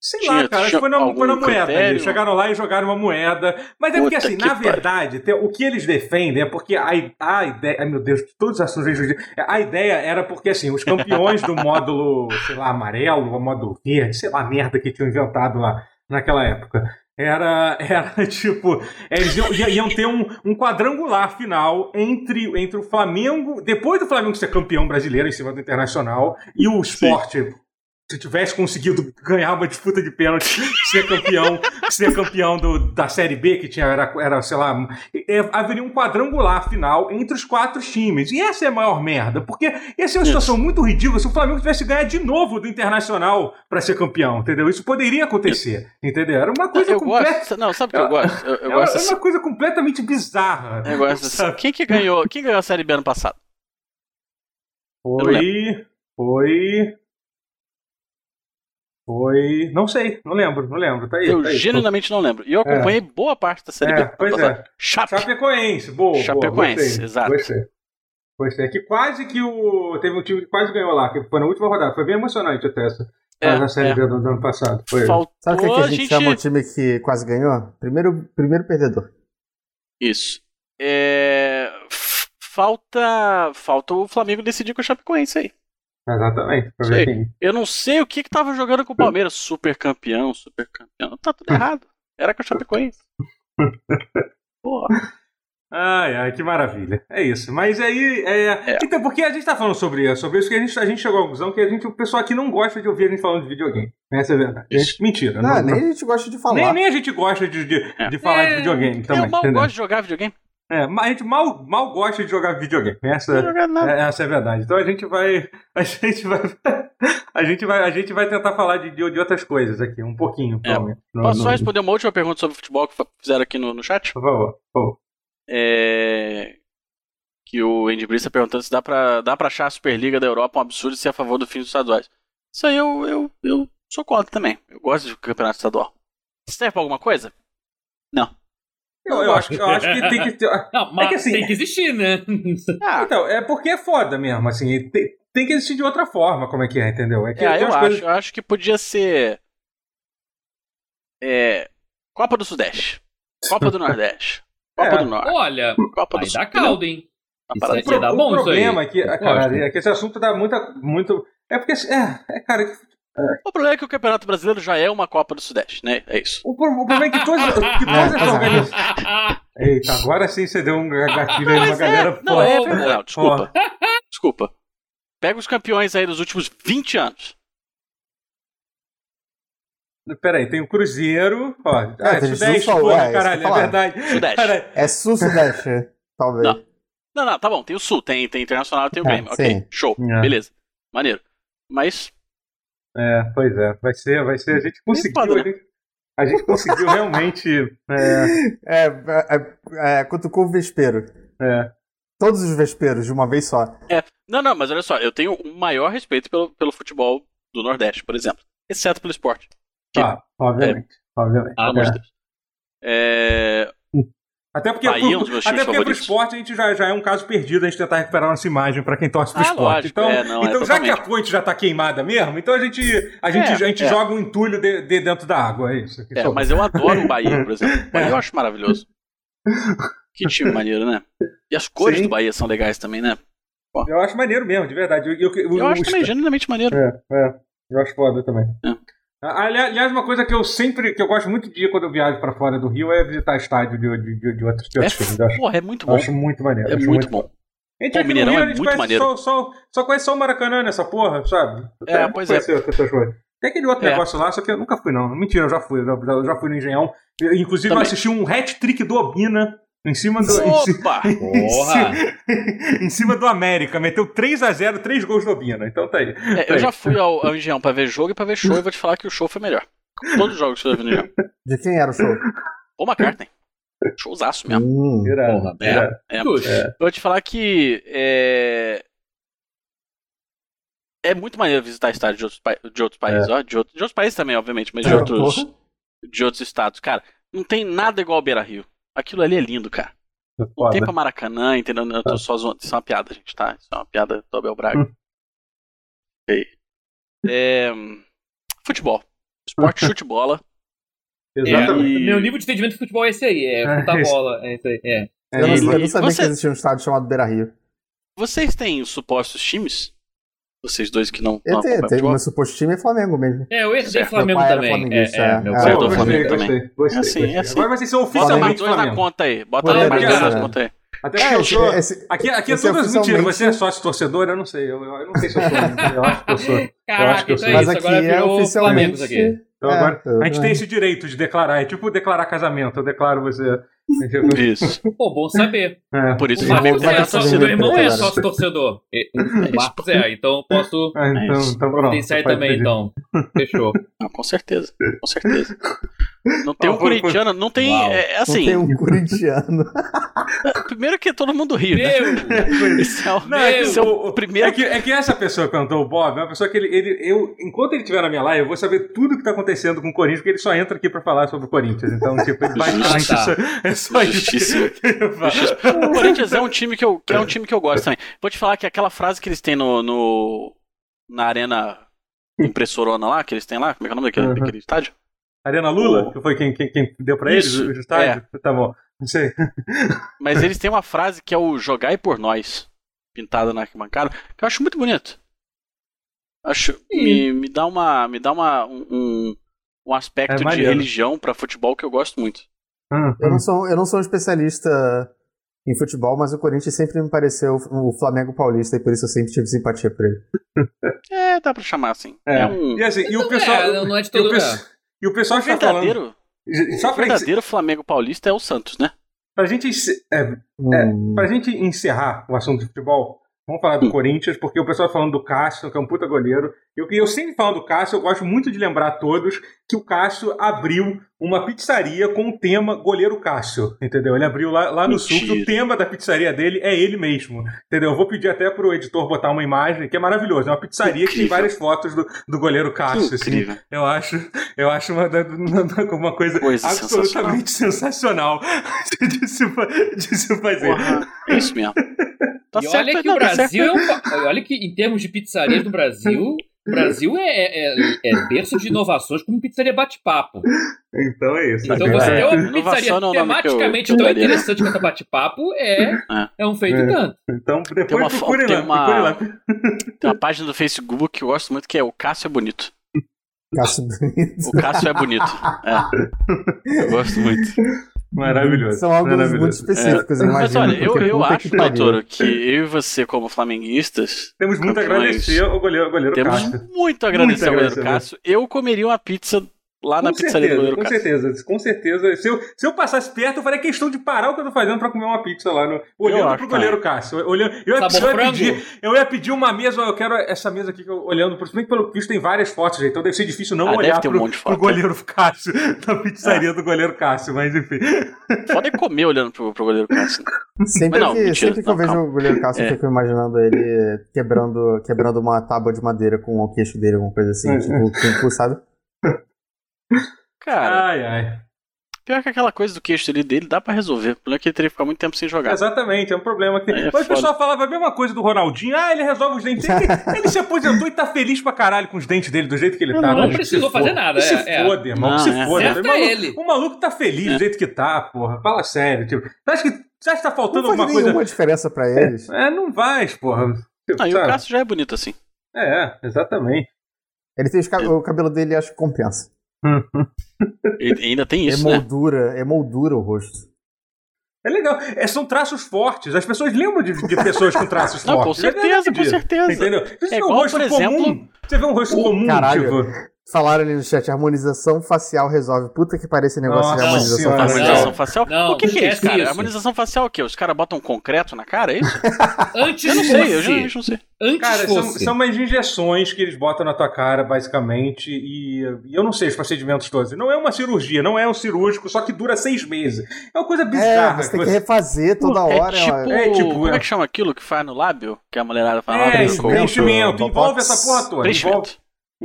[SPEAKER 4] Sei
[SPEAKER 1] Tinha-
[SPEAKER 4] lá, cara, acho
[SPEAKER 1] tinha
[SPEAKER 4] que foi na, foi na
[SPEAKER 1] algum
[SPEAKER 4] moeda.
[SPEAKER 1] critério?
[SPEAKER 4] Eles chegaram lá e jogaram uma moeda. Mas é porque,
[SPEAKER 1] Puta
[SPEAKER 4] assim,
[SPEAKER 1] que
[SPEAKER 4] na
[SPEAKER 1] pariu.
[SPEAKER 4] verdade, tem- o que eles defendem é porque a, i- a ideia. Ai, meu Deus, todos os assuntos. eles- A ideia era porque, assim, os campeões do módulo, [laughs] sei lá, amarelo, ou módulo verde, sei lá, a merda que tinham inventado lá naquela época. Era, [laughs] era tipo, eles iam, ia- iam ter um, um quadrangular final entre, entre o Flamengo, depois do Flamengo ser campeão brasileiro em cima do Internacional, e o esporte se tivesse conseguido ganhar uma disputa de pênalti, ser campeão, ser campeão do- da Série B, que tinha, era, era sei lá, é, haveria um quadrangular final entre os quatro times. E essa é a maior merda, porque essa é uma situação muito ridícula se o Flamengo tivesse ganhar de novo do Internacional para ser campeão, entendeu? Isso poderia acontecer, entendeu? Era uma coisa
[SPEAKER 1] eu
[SPEAKER 4] completa.
[SPEAKER 1] gosto. Não, sabe o que eu
[SPEAKER 4] Eu-
[SPEAKER 1] gosto? Eu, eu
[SPEAKER 4] Era,
[SPEAKER 1] gosto
[SPEAKER 4] era
[SPEAKER 1] assim.
[SPEAKER 4] uma coisa completamente bizarra.
[SPEAKER 1] Eu gosto assim.
[SPEAKER 4] sabe?
[SPEAKER 1] Quem que ganhou? Quem ganhou a Série B ano passado? eu
[SPEAKER 4] Foi. Foi. Foi. Não sei, não lembro, não lembro. Tá aí.
[SPEAKER 1] Eu
[SPEAKER 4] tá aí.
[SPEAKER 1] genuinamente não lembro. E eu acompanhei boa parte da Série
[SPEAKER 4] É,
[SPEAKER 1] B.
[SPEAKER 4] pois
[SPEAKER 1] passada.
[SPEAKER 4] é.
[SPEAKER 1] Chape.
[SPEAKER 4] Chapecoense, boa.
[SPEAKER 1] Chapecoense,
[SPEAKER 4] boa, gostei,
[SPEAKER 1] exato.
[SPEAKER 4] Gostei. Gostei. É Que quase que o. Teve um time que quase ganhou lá, que foi na última rodada. Foi bem emocionante até essa.
[SPEAKER 1] É,
[SPEAKER 4] na série
[SPEAKER 1] é.
[SPEAKER 4] B do, do ano passado. Foi.
[SPEAKER 1] Faltou
[SPEAKER 2] Sabe o que, é que a
[SPEAKER 1] a
[SPEAKER 2] gente, chama o time que quase ganhou? Primeiro, primeiro perdedor.
[SPEAKER 1] Isso. É, f- Falta. Falta o Flamengo decidir com a Chapecoense aí.
[SPEAKER 4] Exatamente. Foi
[SPEAKER 1] Sei.
[SPEAKER 4] bem assim.
[SPEAKER 1] Eu não sei o que que tava jogando com o Palmeiras. Super campeão, super campeão. Tá tudo errado. Era com a
[SPEAKER 4] [laughs]
[SPEAKER 1] Chapecoense. Porra.
[SPEAKER 4] Ai, ai, que maravilha. É isso. Mas aí. É...
[SPEAKER 1] É.
[SPEAKER 4] Então, porque a gente tá falando sobre isso, sobre isso, que a gente, a gente chegou à conclusão que a gente, o pessoal aqui não gosta de ouvir a gente falando de videogame. Essa é a verdade. A gente-
[SPEAKER 1] Isso.
[SPEAKER 4] mentira.
[SPEAKER 2] Não, Ah, nem a gente gosta de falar.
[SPEAKER 4] nem, nem a gente gosta de, de, de falar de
[SPEAKER 1] É,
[SPEAKER 4] videogame também.
[SPEAKER 1] eu mal
[SPEAKER 4] entendeu?
[SPEAKER 1] gosto de jogar videogame.
[SPEAKER 4] É, mas a gente mal, mal gosta de jogar videogame. Essa,
[SPEAKER 1] Não jogar nada.
[SPEAKER 4] É, essa é a verdade. Então a gente vai. A gente vai. A gente vai, a gente vai tentar falar de, de, de outras coisas aqui, um pouquinho, pelo
[SPEAKER 1] É.
[SPEAKER 4] menos. Não-
[SPEAKER 1] Posso só
[SPEAKER 4] não-
[SPEAKER 1] responder uma última pergunta sobre futebol que fa- fizeram aqui no, no chat?
[SPEAKER 4] Por favor, por favor.
[SPEAKER 1] É, Que o Andy Brice tá perguntando se dá pra, dá pra achar a Superliga da Europa um absurdo e ser a favor do fim dos estaduais. Isso aí eu, eu, eu sou contra também. Eu gosto de campeonato estadual. Serve pra alguma coisa?
[SPEAKER 4] Eu, eu acho, que- eu acho que tem que ter.
[SPEAKER 3] [laughs] Não, mas
[SPEAKER 4] É que assim-
[SPEAKER 3] tem que
[SPEAKER 4] [laughs]
[SPEAKER 3] existir, né?
[SPEAKER 1] Ah,
[SPEAKER 4] Então, é porque é foda mesmo, assim. Tem, tem que existir de outra forma, como é que é, entendeu? É que
[SPEAKER 1] é,
[SPEAKER 4] tem
[SPEAKER 1] eu
[SPEAKER 4] umas
[SPEAKER 1] acho.
[SPEAKER 4] coisas-
[SPEAKER 1] Eu acho que podia ser. É, Copa do Sudeste. Copa do
[SPEAKER 4] [laughs]
[SPEAKER 1] Nordeste. Copa
[SPEAKER 4] É.
[SPEAKER 1] do Norte.
[SPEAKER 3] Olha,
[SPEAKER 1] Copa
[SPEAKER 3] vai
[SPEAKER 1] do
[SPEAKER 3] dar
[SPEAKER 1] Sul.
[SPEAKER 3] caldo, hein?
[SPEAKER 1] Uma
[SPEAKER 3] Isso
[SPEAKER 1] parada
[SPEAKER 3] aí Ia dar bom
[SPEAKER 4] o
[SPEAKER 3] isso aí.
[SPEAKER 4] problema é que,
[SPEAKER 3] Eu
[SPEAKER 4] cara,
[SPEAKER 3] gosto.
[SPEAKER 4] é que esse assunto dá muita. Muito, é porque. assim, É, é, cara,
[SPEAKER 1] O problema é que o Campeonato Brasileiro já é uma Copa do Sudeste, né? É isso.
[SPEAKER 4] o, pro- o problema é que todas, que todas
[SPEAKER 2] É,
[SPEAKER 4] as
[SPEAKER 2] pois é.
[SPEAKER 3] Ah,
[SPEAKER 4] organizações. Eita, agora sim você deu um gatilho aí numa galera
[SPEAKER 1] Não,
[SPEAKER 4] foda.
[SPEAKER 1] é verdade. Não, desculpa.
[SPEAKER 4] [laughs]
[SPEAKER 1] Desculpa. Pega os campeões aí dos últimos 20 anos.
[SPEAKER 4] Peraí, tem o Cruzeiro. Ó,
[SPEAKER 2] É,
[SPEAKER 4] ah,
[SPEAKER 2] tem
[SPEAKER 4] Sudeste,
[SPEAKER 2] Sudeste,
[SPEAKER 4] porra,
[SPEAKER 2] é, isso
[SPEAKER 4] caralho,
[SPEAKER 2] que eu
[SPEAKER 4] é
[SPEAKER 2] ia
[SPEAKER 4] verdade. [laughs]
[SPEAKER 1] Sudeste.
[SPEAKER 4] Cara,
[SPEAKER 2] É sul sudeste, talvez.
[SPEAKER 1] Não. Não, não, tá bom. Tem o Sul, tem, tem Internacional, tem o
[SPEAKER 2] Ah,
[SPEAKER 1] Grêmio.
[SPEAKER 2] sim.
[SPEAKER 1] ok, show.
[SPEAKER 4] É.
[SPEAKER 1] Beleza. Maneiro. Mas
[SPEAKER 4] É, pois é, vai ser, vai ser. A gente conseguiu.
[SPEAKER 1] foda, né?
[SPEAKER 4] a, gente, a
[SPEAKER 1] [laughs]
[SPEAKER 4] gente conseguiu realmente. É,
[SPEAKER 2] É, é, é, é, cutucou o vespeiro.
[SPEAKER 4] é.
[SPEAKER 2] Todos os vespeiros, de uma vez só.
[SPEAKER 1] Não, não, mas olha só, eu tenho o maior respeito pelo, pelo futebol do Nordeste, por exemplo. Exceto pelo esporte. Tipo,
[SPEAKER 4] Tá, obviamente. obviamente.
[SPEAKER 1] Pelo amor de
[SPEAKER 4] É.
[SPEAKER 1] Deus. É,
[SPEAKER 4] Até porque,
[SPEAKER 1] Bahia é um
[SPEAKER 4] pro,
[SPEAKER 1] dos meus
[SPEAKER 4] até
[SPEAKER 1] times
[SPEAKER 4] porque pro
[SPEAKER 1] favoritos.
[SPEAKER 4] esporte a gente já, já é um caso perdido a gente tentar recuperar nossa imagem pra quem torce pro
[SPEAKER 1] Ah,
[SPEAKER 4] esporte.
[SPEAKER 1] lógico,
[SPEAKER 4] então,
[SPEAKER 1] é, não, é,
[SPEAKER 4] então já que a
[SPEAKER 1] totalmente.
[SPEAKER 4] ponte já tá queimada mesmo, então a gente, a gente, a gente
[SPEAKER 1] é.
[SPEAKER 4] joga um entulho de, de dentro da água, é isso.
[SPEAKER 1] É, mas eu adoro o Bahia, por
[SPEAKER 4] [laughs]
[SPEAKER 1] exemplo. O Bahia eu acho maravilhoso. Que time maneiro, né? E as cores
[SPEAKER 4] Sim.
[SPEAKER 1] do Bahia são legais também, né?
[SPEAKER 4] Eu acho maneiro mesmo, de verdade. Eu, eu,
[SPEAKER 1] Eu
[SPEAKER 4] o-
[SPEAKER 1] acho
[SPEAKER 4] o-
[SPEAKER 1] também genuinamente maneiro.
[SPEAKER 4] É, é. Eu acho foda também.
[SPEAKER 1] É.
[SPEAKER 4] Ah, ali- Aliás, uma coisa que eu sempre, que eu gosto muito de ir quando eu viajo pra fora do Rio é visitar estádio de, de, de, de outros, de
[SPEAKER 1] É,
[SPEAKER 4] outros times. Eu acho,
[SPEAKER 1] porra, é muito
[SPEAKER 4] eu
[SPEAKER 1] bom.
[SPEAKER 4] acho muito maneiro.
[SPEAKER 1] É
[SPEAKER 4] acho
[SPEAKER 1] muito bom.
[SPEAKER 4] A gente
[SPEAKER 1] Pô,
[SPEAKER 4] aqui no
[SPEAKER 1] Mineirão
[SPEAKER 4] Rio,
[SPEAKER 1] é
[SPEAKER 4] a gente
[SPEAKER 1] muito
[SPEAKER 4] conhece
[SPEAKER 1] maneiro.
[SPEAKER 4] Só, só, só conhece só o Maracanã nessa porra, sabe?
[SPEAKER 1] É, pois é.
[SPEAKER 4] conhecer outras coisas. Tem aquele outro
[SPEAKER 1] É.
[SPEAKER 4] negócio lá, só que eu nunca fui, não. Mentira, eu já fui, eu já, já- já fui no Engenhão. Eu, inclusive, eu
[SPEAKER 1] Também.
[SPEAKER 4] assisti um hat-trick do Obina em cima do.
[SPEAKER 1] é.
[SPEAKER 4] Em, ci- [laughs]
[SPEAKER 1] Opa! [laughs]
[SPEAKER 3] Porra!
[SPEAKER 4] em cima do América. Meteu 3x0, 3 gols do Obina. Então tá aí.
[SPEAKER 1] É, eu já fui ao, ao Engenhão pra ver jogo e pra ver show e vou te falar que o show foi melhor. Todos os jogos que eu vi no Engenhão.
[SPEAKER 2] De quem era o show?
[SPEAKER 1] Ou McCartney. Showzaço mesmo.
[SPEAKER 2] Hum.
[SPEAKER 4] Irado,
[SPEAKER 3] Porra,
[SPEAKER 1] É,
[SPEAKER 4] irado.
[SPEAKER 1] é.
[SPEAKER 3] Puxa.
[SPEAKER 1] Eu vou te falar que é. É muito maneiro visitar estádios de outros, pa- de outros países, ó. De, outro- de outros países também, obviamente, mas de
[SPEAKER 2] Ah,
[SPEAKER 1] outros.
[SPEAKER 2] porra.
[SPEAKER 1] de outros estados. Cara, não tem nada igual ao Beira Rio. Aquilo ali é lindo, cara. Não tem
[SPEAKER 4] Foda.
[SPEAKER 1] pra Maracanã, entendeu? Eu tô só zoando. Isso é uma piada, gente, tá? Isso é uma piada do Abel Braga. Ok. É, hum, Futebol. Esporte, chute, bola.
[SPEAKER 4] Exatamente.
[SPEAKER 1] E-
[SPEAKER 3] Meu nível de entendimento de futebol é esse aí, é
[SPEAKER 4] É,
[SPEAKER 3] chutar
[SPEAKER 4] esse-
[SPEAKER 3] bola, é isso aí. É.
[SPEAKER 2] Eu não, eu não
[SPEAKER 1] E
[SPEAKER 2] sabia
[SPEAKER 1] você-
[SPEAKER 2] que existia um estádio chamado Beira Rio.
[SPEAKER 1] Vocês têm supostos times? Vocês dois que não.
[SPEAKER 2] Eu
[SPEAKER 1] não
[SPEAKER 2] tenho,
[SPEAKER 1] acompanham Tipo,
[SPEAKER 2] eu tenho
[SPEAKER 1] futebol?
[SPEAKER 2] meu suposto time é Flamengo mesmo.
[SPEAKER 3] É, eu herdei
[SPEAKER 1] Certo,
[SPEAKER 3] Flamengo
[SPEAKER 2] meu pai era
[SPEAKER 3] também. É,
[SPEAKER 2] flamenguista, é. Ah,
[SPEAKER 3] é, meu pai
[SPEAKER 1] eu
[SPEAKER 3] era
[SPEAKER 1] tô
[SPEAKER 4] gostei,
[SPEAKER 1] Flamengo
[SPEAKER 4] gostei, Gostei,
[SPEAKER 1] É assim,
[SPEAKER 4] gostei.
[SPEAKER 1] é assim.
[SPEAKER 4] Agora vocês são
[SPEAKER 1] Bota
[SPEAKER 2] Flamengo.
[SPEAKER 1] mais
[SPEAKER 4] oficialmente
[SPEAKER 1] dois na
[SPEAKER 4] Flamengo.
[SPEAKER 1] conta aí. Bota
[SPEAKER 2] Olha,
[SPEAKER 1] mais dois
[SPEAKER 4] cara.
[SPEAKER 1] na conta aí.
[SPEAKER 4] Até
[SPEAKER 2] É,
[SPEAKER 4] porque eu
[SPEAKER 2] esse-
[SPEAKER 4] sou...
[SPEAKER 2] esse-
[SPEAKER 4] Aqui, aqui é
[SPEAKER 2] esse é
[SPEAKER 4] tudo mentira.
[SPEAKER 2] oficialmente-
[SPEAKER 4] Você é sócio torcedor? Eu não sei. Eu, eu não sei se eu sou. Eu acho que eu sou. acho
[SPEAKER 3] Caraca,
[SPEAKER 4] que eu
[SPEAKER 3] então
[SPEAKER 4] sou.
[SPEAKER 3] é
[SPEAKER 2] mas
[SPEAKER 3] isso,
[SPEAKER 2] aqui
[SPEAKER 3] agora
[SPEAKER 2] é
[SPEAKER 3] virou Flamengo isso
[SPEAKER 2] oficialmente.
[SPEAKER 3] aqui.
[SPEAKER 4] Então
[SPEAKER 2] É,
[SPEAKER 4] agora,
[SPEAKER 2] tudo
[SPEAKER 4] a gente
[SPEAKER 2] bem.
[SPEAKER 4] tem esse direito de declarar. É tipo declarar casamento. Eu declaro você.
[SPEAKER 1] [laughs] Isso.
[SPEAKER 3] Pô, bom saber.
[SPEAKER 4] É.
[SPEAKER 1] Por isso
[SPEAKER 3] O
[SPEAKER 1] o
[SPEAKER 2] Vai-
[SPEAKER 1] Flamengo
[SPEAKER 3] Marcos
[SPEAKER 1] tem
[SPEAKER 2] vai
[SPEAKER 3] é
[SPEAKER 1] a
[SPEAKER 2] fazer
[SPEAKER 3] sócio,
[SPEAKER 1] torcida.
[SPEAKER 3] meu
[SPEAKER 2] um
[SPEAKER 3] irmão é
[SPEAKER 2] empresário.
[SPEAKER 3] sócio torcedor. E- O Marcos é, então posso
[SPEAKER 4] Ah, então,
[SPEAKER 1] isso.
[SPEAKER 4] então pronto.
[SPEAKER 3] providenciar aí
[SPEAKER 4] Pode
[SPEAKER 3] também,
[SPEAKER 4] pedir.
[SPEAKER 3] então. Fechou.
[SPEAKER 1] Ah, com certeza. Com certeza. Não tem
[SPEAKER 4] Ah,
[SPEAKER 1] um
[SPEAKER 4] foi- foi-
[SPEAKER 1] corintiano, não tem.
[SPEAKER 3] Uau.
[SPEAKER 1] É, é
[SPEAKER 2] Não
[SPEAKER 1] assim,
[SPEAKER 2] tem um corintiano.
[SPEAKER 1] primeiro que todo mundo ri, né?
[SPEAKER 3] Meu!
[SPEAKER 1] Esse é o,
[SPEAKER 4] Não, é que
[SPEAKER 1] esse é
[SPEAKER 4] o-
[SPEAKER 1] o
[SPEAKER 4] o-
[SPEAKER 1] primeiro.
[SPEAKER 4] É que, é que essa pessoa que perguntou, o Bob, é uma pessoa que ele, ele- Eu, enquanto ele estiver na minha live, eu vou saber tudo o que tá acontecendo com o Corinthians, porque ele só entra aqui pra falar sobre o Corinthians. Então, tipo, ele basicamente
[SPEAKER 3] Justa.
[SPEAKER 4] só, é [laughs] só isso. que
[SPEAKER 1] Justíssimo.
[SPEAKER 4] ele fala.
[SPEAKER 1] O Corinthians é um time que eu, que é um time que eu gosto também. Vou te falar que aquela frase que eles têm no, no- na arena impressorona lá, que eles têm lá, como é que é o nome daquele,
[SPEAKER 4] Uhum.
[SPEAKER 1] daquele estádio?
[SPEAKER 4] Arena Lula, que foi quem, quem, quem deu pra eles
[SPEAKER 1] Isso,
[SPEAKER 4] o estádio? Tá bom. Não sei.
[SPEAKER 1] Mas eles têm uma frase que é o jogar e por nós, pintada na arquibancada, que eu acho muito bonito. Acho me, me dá uma me dá uma um- um, um
[SPEAKER 4] É
[SPEAKER 1] aspecto de
[SPEAKER 4] maneiro.
[SPEAKER 1] religião pra futebol que eu gosto muito.
[SPEAKER 4] Hum,
[SPEAKER 2] Eu não sou, eu não sou um especialista em futebol, mas o Corinthians sempre me pareceu o Flamengo paulista e por isso eu sempre tive simpatia por ele.
[SPEAKER 1] É, dá pra chamar assim. É,
[SPEAKER 4] É.
[SPEAKER 1] um
[SPEAKER 4] E assim, e o
[SPEAKER 3] Não
[SPEAKER 4] pessoal.
[SPEAKER 3] é, não- não é de
[SPEAKER 4] e, o
[SPEAKER 3] todo
[SPEAKER 4] pessoal-
[SPEAKER 3] lugar.
[SPEAKER 4] e o pessoal está falando.
[SPEAKER 1] verdadeiro,
[SPEAKER 4] Só
[SPEAKER 1] o
[SPEAKER 4] pra, encer-
[SPEAKER 1] verdadeiro Flamengo paulista é o Santos, né?
[SPEAKER 4] pra gente encer- é,
[SPEAKER 2] Hum.
[SPEAKER 4] Pra gente encerrar o assunto de futebol, vamos falar do Corinthians, porque o pessoal falando do Cássio, que é um puta goleiro. E eu, eu sempre falo do Cássio, eu gosto muito de lembrar a todos que o Cássio abriu uma pizzaria com o tema Goleiro Cássio, entendeu? Ele abriu lá, lá no sul, que o
[SPEAKER 1] Mentira.
[SPEAKER 4] tema da pizzaria dele é ele mesmo, entendeu? Eu vou pedir até pro editor botar uma imagem, que é maravilhoso. É uma pizzaria que tem
[SPEAKER 1] Incrível.
[SPEAKER 4] várias fotos do, do goleiro Cássio, assim.
[SPEAKER 1] Incrível.
[SPEAKER 4] Eu acho, eu acho uma, uma- uma coisa,
[SPEAKER 1] Coisa
[SPEAKER 4] absolutamente sensacional [laughs] de se, fa- de se fazer.
[SPEAKER 1] Porra, é isso mesmo. Tá
[SPEAKER 3] e
[SPEAKER 1] certo,
[SPEAKER 3] olha que
[SPEAKER 1] não,
[SPEAKER 3] o
[SPEAKER 1] tá certo.
[SPEAKER 3] Brasil é um. pa- Olha que em termos de pizzaria do Brasil, o Brasil é, é, é- é berço de inovações como pizzaria bate-papo.
[SPEAKER 4] Então é isso.
[SPEAKER 3] Então
[SPEAKER 2] bem.
[SPEAKER 3] você ter
[SPEAKER 1] É,
[SPEAKER 3] uma
[SPEAKER 1] inovação
[SPEAKER 3] pizzaria
[SPEAKER 1] não é o nome que eu-
[SPEAKER 3] tematicamente
[SPEAKER 1] que eu
[SPEAKER 3] tão
[SPEAKER 1] daria.
[SPEAKER 3] interessante quanto a bate-papo é,
[SPEAKER 1] É.
[SPEAKER 3] é um feito
[SPEAKER 4] É.
[SPEAKER 3] e tanto.
[SPEAKER 4] Então
[SPEAKER 1] Tem
[SPEAKER 4] depois
[SPEAKER 1] uma, fo-
[SPEAKER 4] procurem
[SPEAKER 1] tem,
[SPEAKER 4] lá,
[SPEAKER 1] uma,
[SPEAKER 4] procurem lá.
[SPEAKER 1] tem uma página do Facebook que eu gosto muito que é O Cássio é Bonito.
[SPEAKER 2] [laughs] Cássio Brito.
[SPEAKER 1] O Cássio é Bonito. É. Eu gosto muito.
[SPEAKER 4] Maravilhoso.
[SPEAKER 2] São algo
[SPEAKER 4] maravilhoso.
[SPEAKER 2] muito específicos, eu
[SPEAKER 1] É. Mas
[SPEAKER 2] imagino.
[SPEAKER 1] olha, eu,
[SPEAKER 2] porque
[SPEAKER 1] eu
[SPEAKER 2] puta
[SPEAKER 1] acho,
[SPEAKER 2] que pariu.
[SPEAKER 1] Totoro, que né? eu e você, como flamenguistas,
[SPEAKER 4] Temos muito a agradecer ao goleiro, ao goleiro
[SPEAKER 1] temos
[SPEAKER 4] Castro.
[SPEAKER 1] muito a agradecer ao goleiro
[SPEAKER 4] agradecer.
[SPEAKER 1] Cássio. Eu comeria uma pizza lá na
[SPEAKER 4] com
[SPEAKER 1] pizzaria do
[SPEAKER 4] certeza,
[SPEAKER 1] goleiro
[SPEAKER 4] com
[SPEAKER 1] Cássio.
[SPEAKER 4] certeza, com certeza. Se eu, se eu passasse perto, eu faria questão de parar o que eu tô fazendo pra comer uma pizza lá. No, olhando
[SPEAKER 1] acho
[SPEAKER 4] pro
[SPEAKER 1] que
[SPEAKER 4] goleiro Cássio. Olhando, eu, ia,
[SPEAKER 3] Sabor
[SPEAKER 4] eu ia
[SPEAKER 3] frango?
[SPEAKER 4] pedir, eu ia pedir uma mesa, eu quero essa mesa aqui que eu, olhando pro. Se bem que pelo visto tem várias fotos, gente, então deve ser difícil não
[SPEAKER 1] Ah, deve
[SPEAKER 4] olhar
[SPEAKER 1] ter um
[SPEAKER 4] pro,
[SPEAKER 1] monte de
[SPEAKER 4] pro
[SPEAKER 1] foto.
[SPEAKER 4] goleiro Cássio, [laughs] da pizzaria do goleiro Cássio, mas enfim.
[SPEAKER 1] Foda é comer olhando pro, pro goleiro Cássio. né?
[SPEAKER 2] Sempre,
[SPEAKER 1] Não,
[SPEAKER 2] que,
[SPEAKER 1] mentira,
[SPEAKER 2] sempre que eu
[SPEAKER 1] não,
[SPEAKER 2] vejo
[SPEAKER 1] calma.
[SPEAKER 2] o goleiro Cássio,
[SPEAKER 1] É.
[SPEAKER 2] eu fico imaginando ele quebrando, quebrando uma tábua de madeira com o queixo dele, alguma coisa assim,
[SPEAKER 4] É.
[SPEAKER 2] tipo, com- com- sabe?
[SPEAKER 1] Cara,
[SPEAKER 4] Ai, ai.
[SPEAKER 1] pior que aquela coisa do queixo ali dele dá pra resolver. O problema é que ele teria que ficar muito tempo sem jogar.
[SPEAKER 4] Exatamente, é um problema que tem.
[SPEAKER 1] É
[SPEAKER 4] Mas o
[SPEAKER 1] foda.
[SPEAKER 4] pessoal falava a mesma coisa do Ronaldinho. Ah, ele resolve os dentes.
[SPEAKER 1] [laughs]
[SPEAKER 4] Ele, ele se aposentou e tá feliz pra caralho com os dentes dele, do jeito que ele tá.
[SPEAKER 3] Não
[SPEAKER 4] Que
[SPEAKER 3] precisou
[SPEAKER 4] se
[SPEAKER 3] fazer
[SPEAKER 4] foda.
[SPEAKER 3] nada,
[SPEAKER 4] Que se
[SPEAKER 3] é, é.
[SPEAKER 4] foda, irmão. que
[SPEAKER 1] Não,
[SPEAKER 4] se
[SPEAKER 1] é.
[SPEAKER 4] foda.
[SPEAKER 3] Certo
[SPEAKER 4] O maluco-
[SPEAKER 3] é ele.
[SPEAKER 4] O maluco tá feliz do jeito que tá, porra. Fala sério, tipo. Você acha que, você acha que tá faltando
[SPEAKER 2] não
[SPEAKER 4] alguma
[SPEAKER 2] faz
[SPEAKER 4] coisa?
[SPEAKER 2] nenhuma diferença pra eles.
[SPEAKER 4] É, não vai, porra. Tipo,
[SPEAKER 1] Ah, e o
[SPEAKER 4] sabe?
[SPEAKER 1] Cássio já é bonito assim.
[SPEAKER 4] É, exatamente.
[SPEAKER 2] Ele tem os
[SPEAKER 4] É.
[SPEAKER 2] cab- o cabelo dele, acho que compensa. É
[SPEAKER 1] Ele ainda tem isso, né?
[SPEAKER 2] emoldura, emoldura o rosto.
[SPEAKER 4] É legal. É, são traços fortes. As pessoas lembram de, de pessoas com traços
[SPEAKER 1] Não, com
[SPEAKER 4] fortes. É
[SPEAKER 1] certeza, com
[SPEAKER 4] verdade.
[SPEAKER 1] certeza.
[SPEAKER 4] Entendeu? Você vê
[SPEAKER 1] É
[SPEAKER 4] um
[SPEAKER 1] igual,
[SPEAKER 4] rosto
[SPEAKER 1] por
[SPEAKER 4] comum.
[SPEAKER 1] exemplo,
[SPEAKER 4] Você vê um rosto comum,
[SPEAKER 2] caralho.
[SPEAKER 4] tipo.
[SPEAKER 2] Falaram ali no chat, harmonização facial resolve. Puta que pariu esse negócio
[SPEAKER 4] Nossa
[SPEAKER 2] de harmonização
[SPEAKER 4] senhora,
[SPEAKER 2] facial.
[SPEAKER 1] Harmonização
[SPEAKER 3] Não,
[SPEAKER 1] facial?
[SPEAKER 3] não,
[SPEAKER 1] o que, que é isso,
[SPEAKER 3] esquece
[SPEAKER 1] cara?
[SPEAKER 3] isso.
[SPEAKER 1] Harmonização facial é o quê? Os caras botam concreto na cara, é isso?
[SPEAKER 3] Antes
[SPEAKER 1] Eu não
[SPEAKER 3] fosse.
[SPEAKER 1] sei, eu realmente não sei.
[SPEAKER 3] Antes
[SPEAKER 4] Cara, são,
[SPEAKER 3] fosse.
[SPEAKER 4] são umas injeções que eles botam na tua cara, basicamente, e, e eu não sei os procedimentos todos. Não é uma cirurgia, não é um cirúrgico, só que dura seis meses. É uma coisa
[SPEAKER 2] É,
[SPEAKER 4] bizarra.
[SPEAKER 2] você tem
[SPEAKER 4] que
[SPEAKER 2] que
[SPEAKER 4] você-
[SPEAKER 2] refazer toda hora.
[SPEAKER 1] é, tipo,
[SPEAKER 4] é tipo,
[SPEAKER 1] Como
[SPEAKER 4] é.
[SPEAKER 1] é que chama aquilo que faz no lábio? Que a mulherada fala "Ah,
[SPEAKER 4] É,
[SPEAKER 1] lábio
[SPEAKER 4] preenchimento,
[SPEAKER 1] com
[SPEAKER 2] preenchimento,
[SPEAKER 4] envolve
[SPEAKER 2] botox,
[SPEAKER 4] essa porra toda.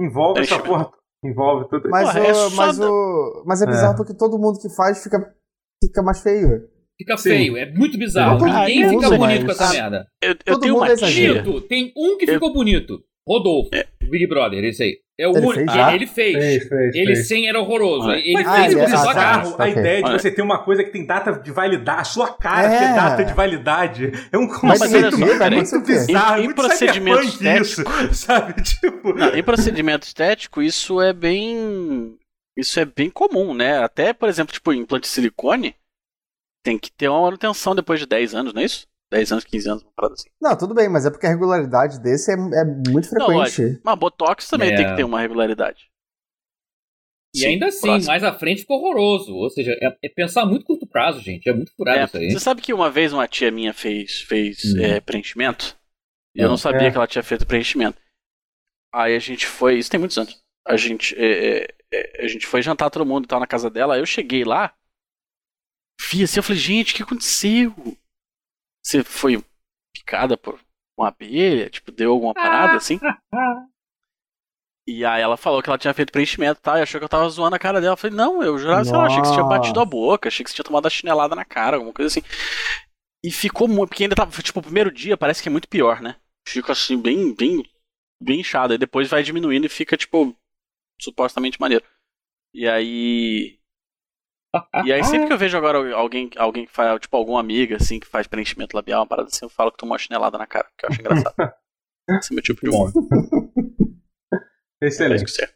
[SPEAKER 4] Envolve,
[SPEAKER 1] preenchimento.
[SPEAKER 4] envolve essa
[SPEAKER 1] Preenchimento.
[SPEAKER 4] porra toda. Envolve tudo.
[SPEAKER 2] Mas,
[SPEAKER 1] Porra,
[SPEAKER 2] o-
[SPEAKER 1] é só
[SPEAKER 2] mas,
[SPEAKER 1] da-
[SPEAKER 2] o- mas é
[SPEAKER 4] É.
[SPEAKER 2] bizarro porque todo mundo que faz fica, fica mais feio.
[SPEAKER 3] Fica
[SPEAKER 4] Sim.
[SPEAKER 3] feio, é muito bizarro.
[SPEAKER 2] Ah,
[SPEAKER 3] Ninguém
[SPEAKER 2] eu
[SPEAKER 3] fica
[SPEAKER 2] uso,
[SPEAKER 3] bonito com
[SPEAKER 2] mas-
[SPEAKER 3] essa merda.
[SPEAKER 1] Eu, eu
[SPEAKER 2] Todo
[SPEAKER 1] tenho
[SPEAKER 2] mundo
[SPEAKER 1] uma
[SPEAKER 2] é exagero.
[SPEAKER 1] tia.
[SPEAKER 3] Bonito, tem um que
[SPEAKER 1] Eu- É.
[SPEAKER 3] ficou bonito. Rodolfo, Big Brother, esse aí. É o
[SPEAKER 2] Ele
[SPEAKER 3] único.
[SPEAKER 2] fez?
[SPEAKER 3] ele-
[SPEAKER 1] Ah.
[SPEAKER 3] Ele fez.
[SPEAKER 4] Fez, fez,
[SPEAKER 3] Ele
[SPEAKER 4] fez.
[SPEAKER 3] sem era horroroso.
[SPEAKER 1] Ah.
[SPEAKER 3] Ele
[SPEAKER 4] Mas é
[SPEAKER 3] fez
[SPEAKER 2] ele-
[SPEAKER 3] você
[SPEAKER 2] ah,
[SPEAKER 3] só
[SPEAKER 2] tá.
[SPEAKER 3] carro.
[SPEAKER 4] bizarro a
[SPEAKER 2] ok.
[SPEAKER 4] ideia de
[SPEAKER 1] Olha.
[SPEAKER 4] você ter uma coisa que tem data de validade, a sua cara
[SPEAKER 2] É.
[SPEAKER 4] tem data de validade. É um
[SPEAKER 1] olha
[SPEAKER 2] Mas
[SPEAKER 4] conceito
[SPEAKER 1] só,
[SPEAKER 4] muito,
[SPEAKER 1] peraí.
[SPEAKER 4] muito bizarro,
[SPEAKER 1] Em- em
[SPEAKER 4] muito
[SPEAKER 1] procedimento
[SPEAKER 4] cyberpunk isso, [laughs] sabe? Tipo,
[SPEAKER 1] Não, em procedimento estético, isso é bem. Isso é bem comum, né? Até, por exemplo, tipo, implante de silicone tem que ter uma manutenção depois de 10 anos, não é isso? 10 anos, 15 anos, uma parada assim.
[SPEAKER 2] Não, tudo bem, mas é porque a regularidade desse é, é muito
[SPEAKER 1] Não,
[SPEAKER 2] frequente.
[SPEAKER 1] Mas Botox também
[SPEAKER 3] É.
[SPEAKER 1] tem que ter uma regularidade.
[SPEAKER 3] E
[SPEAKER 1] Sim,
[SPEAKER 3] ainda assim,
[SPEAKER 1] próximo.
[SPEAKER 3] mais à frente ficou horroroso. Ou seja, é, é pensar muito curto prazo, gente. É muito furado
[SPEAKER 1] É,
[SPEAKER 3] isso aí.
[SPEAKER 1] você sabe que uma vez uma tia minha fez, fez
[SPEAKER 3] Hum.
[SPEAKER 1] é, preenchimento? E eu
[SPEAKER 3] Hum,
[SPEAKER 1] não sabia
[SPEAKER 4] é.
[SPEAKER 1] que ela tinha feito preenchimento. Aí a gente foi. Isso tem muitos anos. A gente, é, é, é, a gente foi jantar todo mundo e tal na casa dela. Aí eu cheguei lá, vi assim, eu falei, gente, o que aconteceu? Você foi picada por uma abelha? Tipo, deu alguma parada assim? E aí ela falou que ela tinha feito preenchimento e tal, e achou que eu tava zoando a cara dela. Eu falei, não, eu jurava, sei lá, achei que você tinha batido a boca, achei que você tinha tomado a chinelada na cara, alguma coisa assim. E ficou muito, porque ainda tava, tipo, o primeiro dia parece que é muito pior, né? Fica assim, bem, bem, bem inchado, aí depois vai diminuindo e fica, tipo, supostamente maneiro. E aí, e
[SPEAKER 3] Ah,
[SPEAKER 1] aí sempre que eu vejo agora alguém, alguém que faz, tipo, alguma amiga, assim, que faz preenchimento labial, uma parada assim, eu falo que tomou uma chinelada na cara, que eu acho engraçado. Esse é meu tipo de humor. é isso
[SPEAKER 4] Excelente.
[SPEAKER 1] que serve.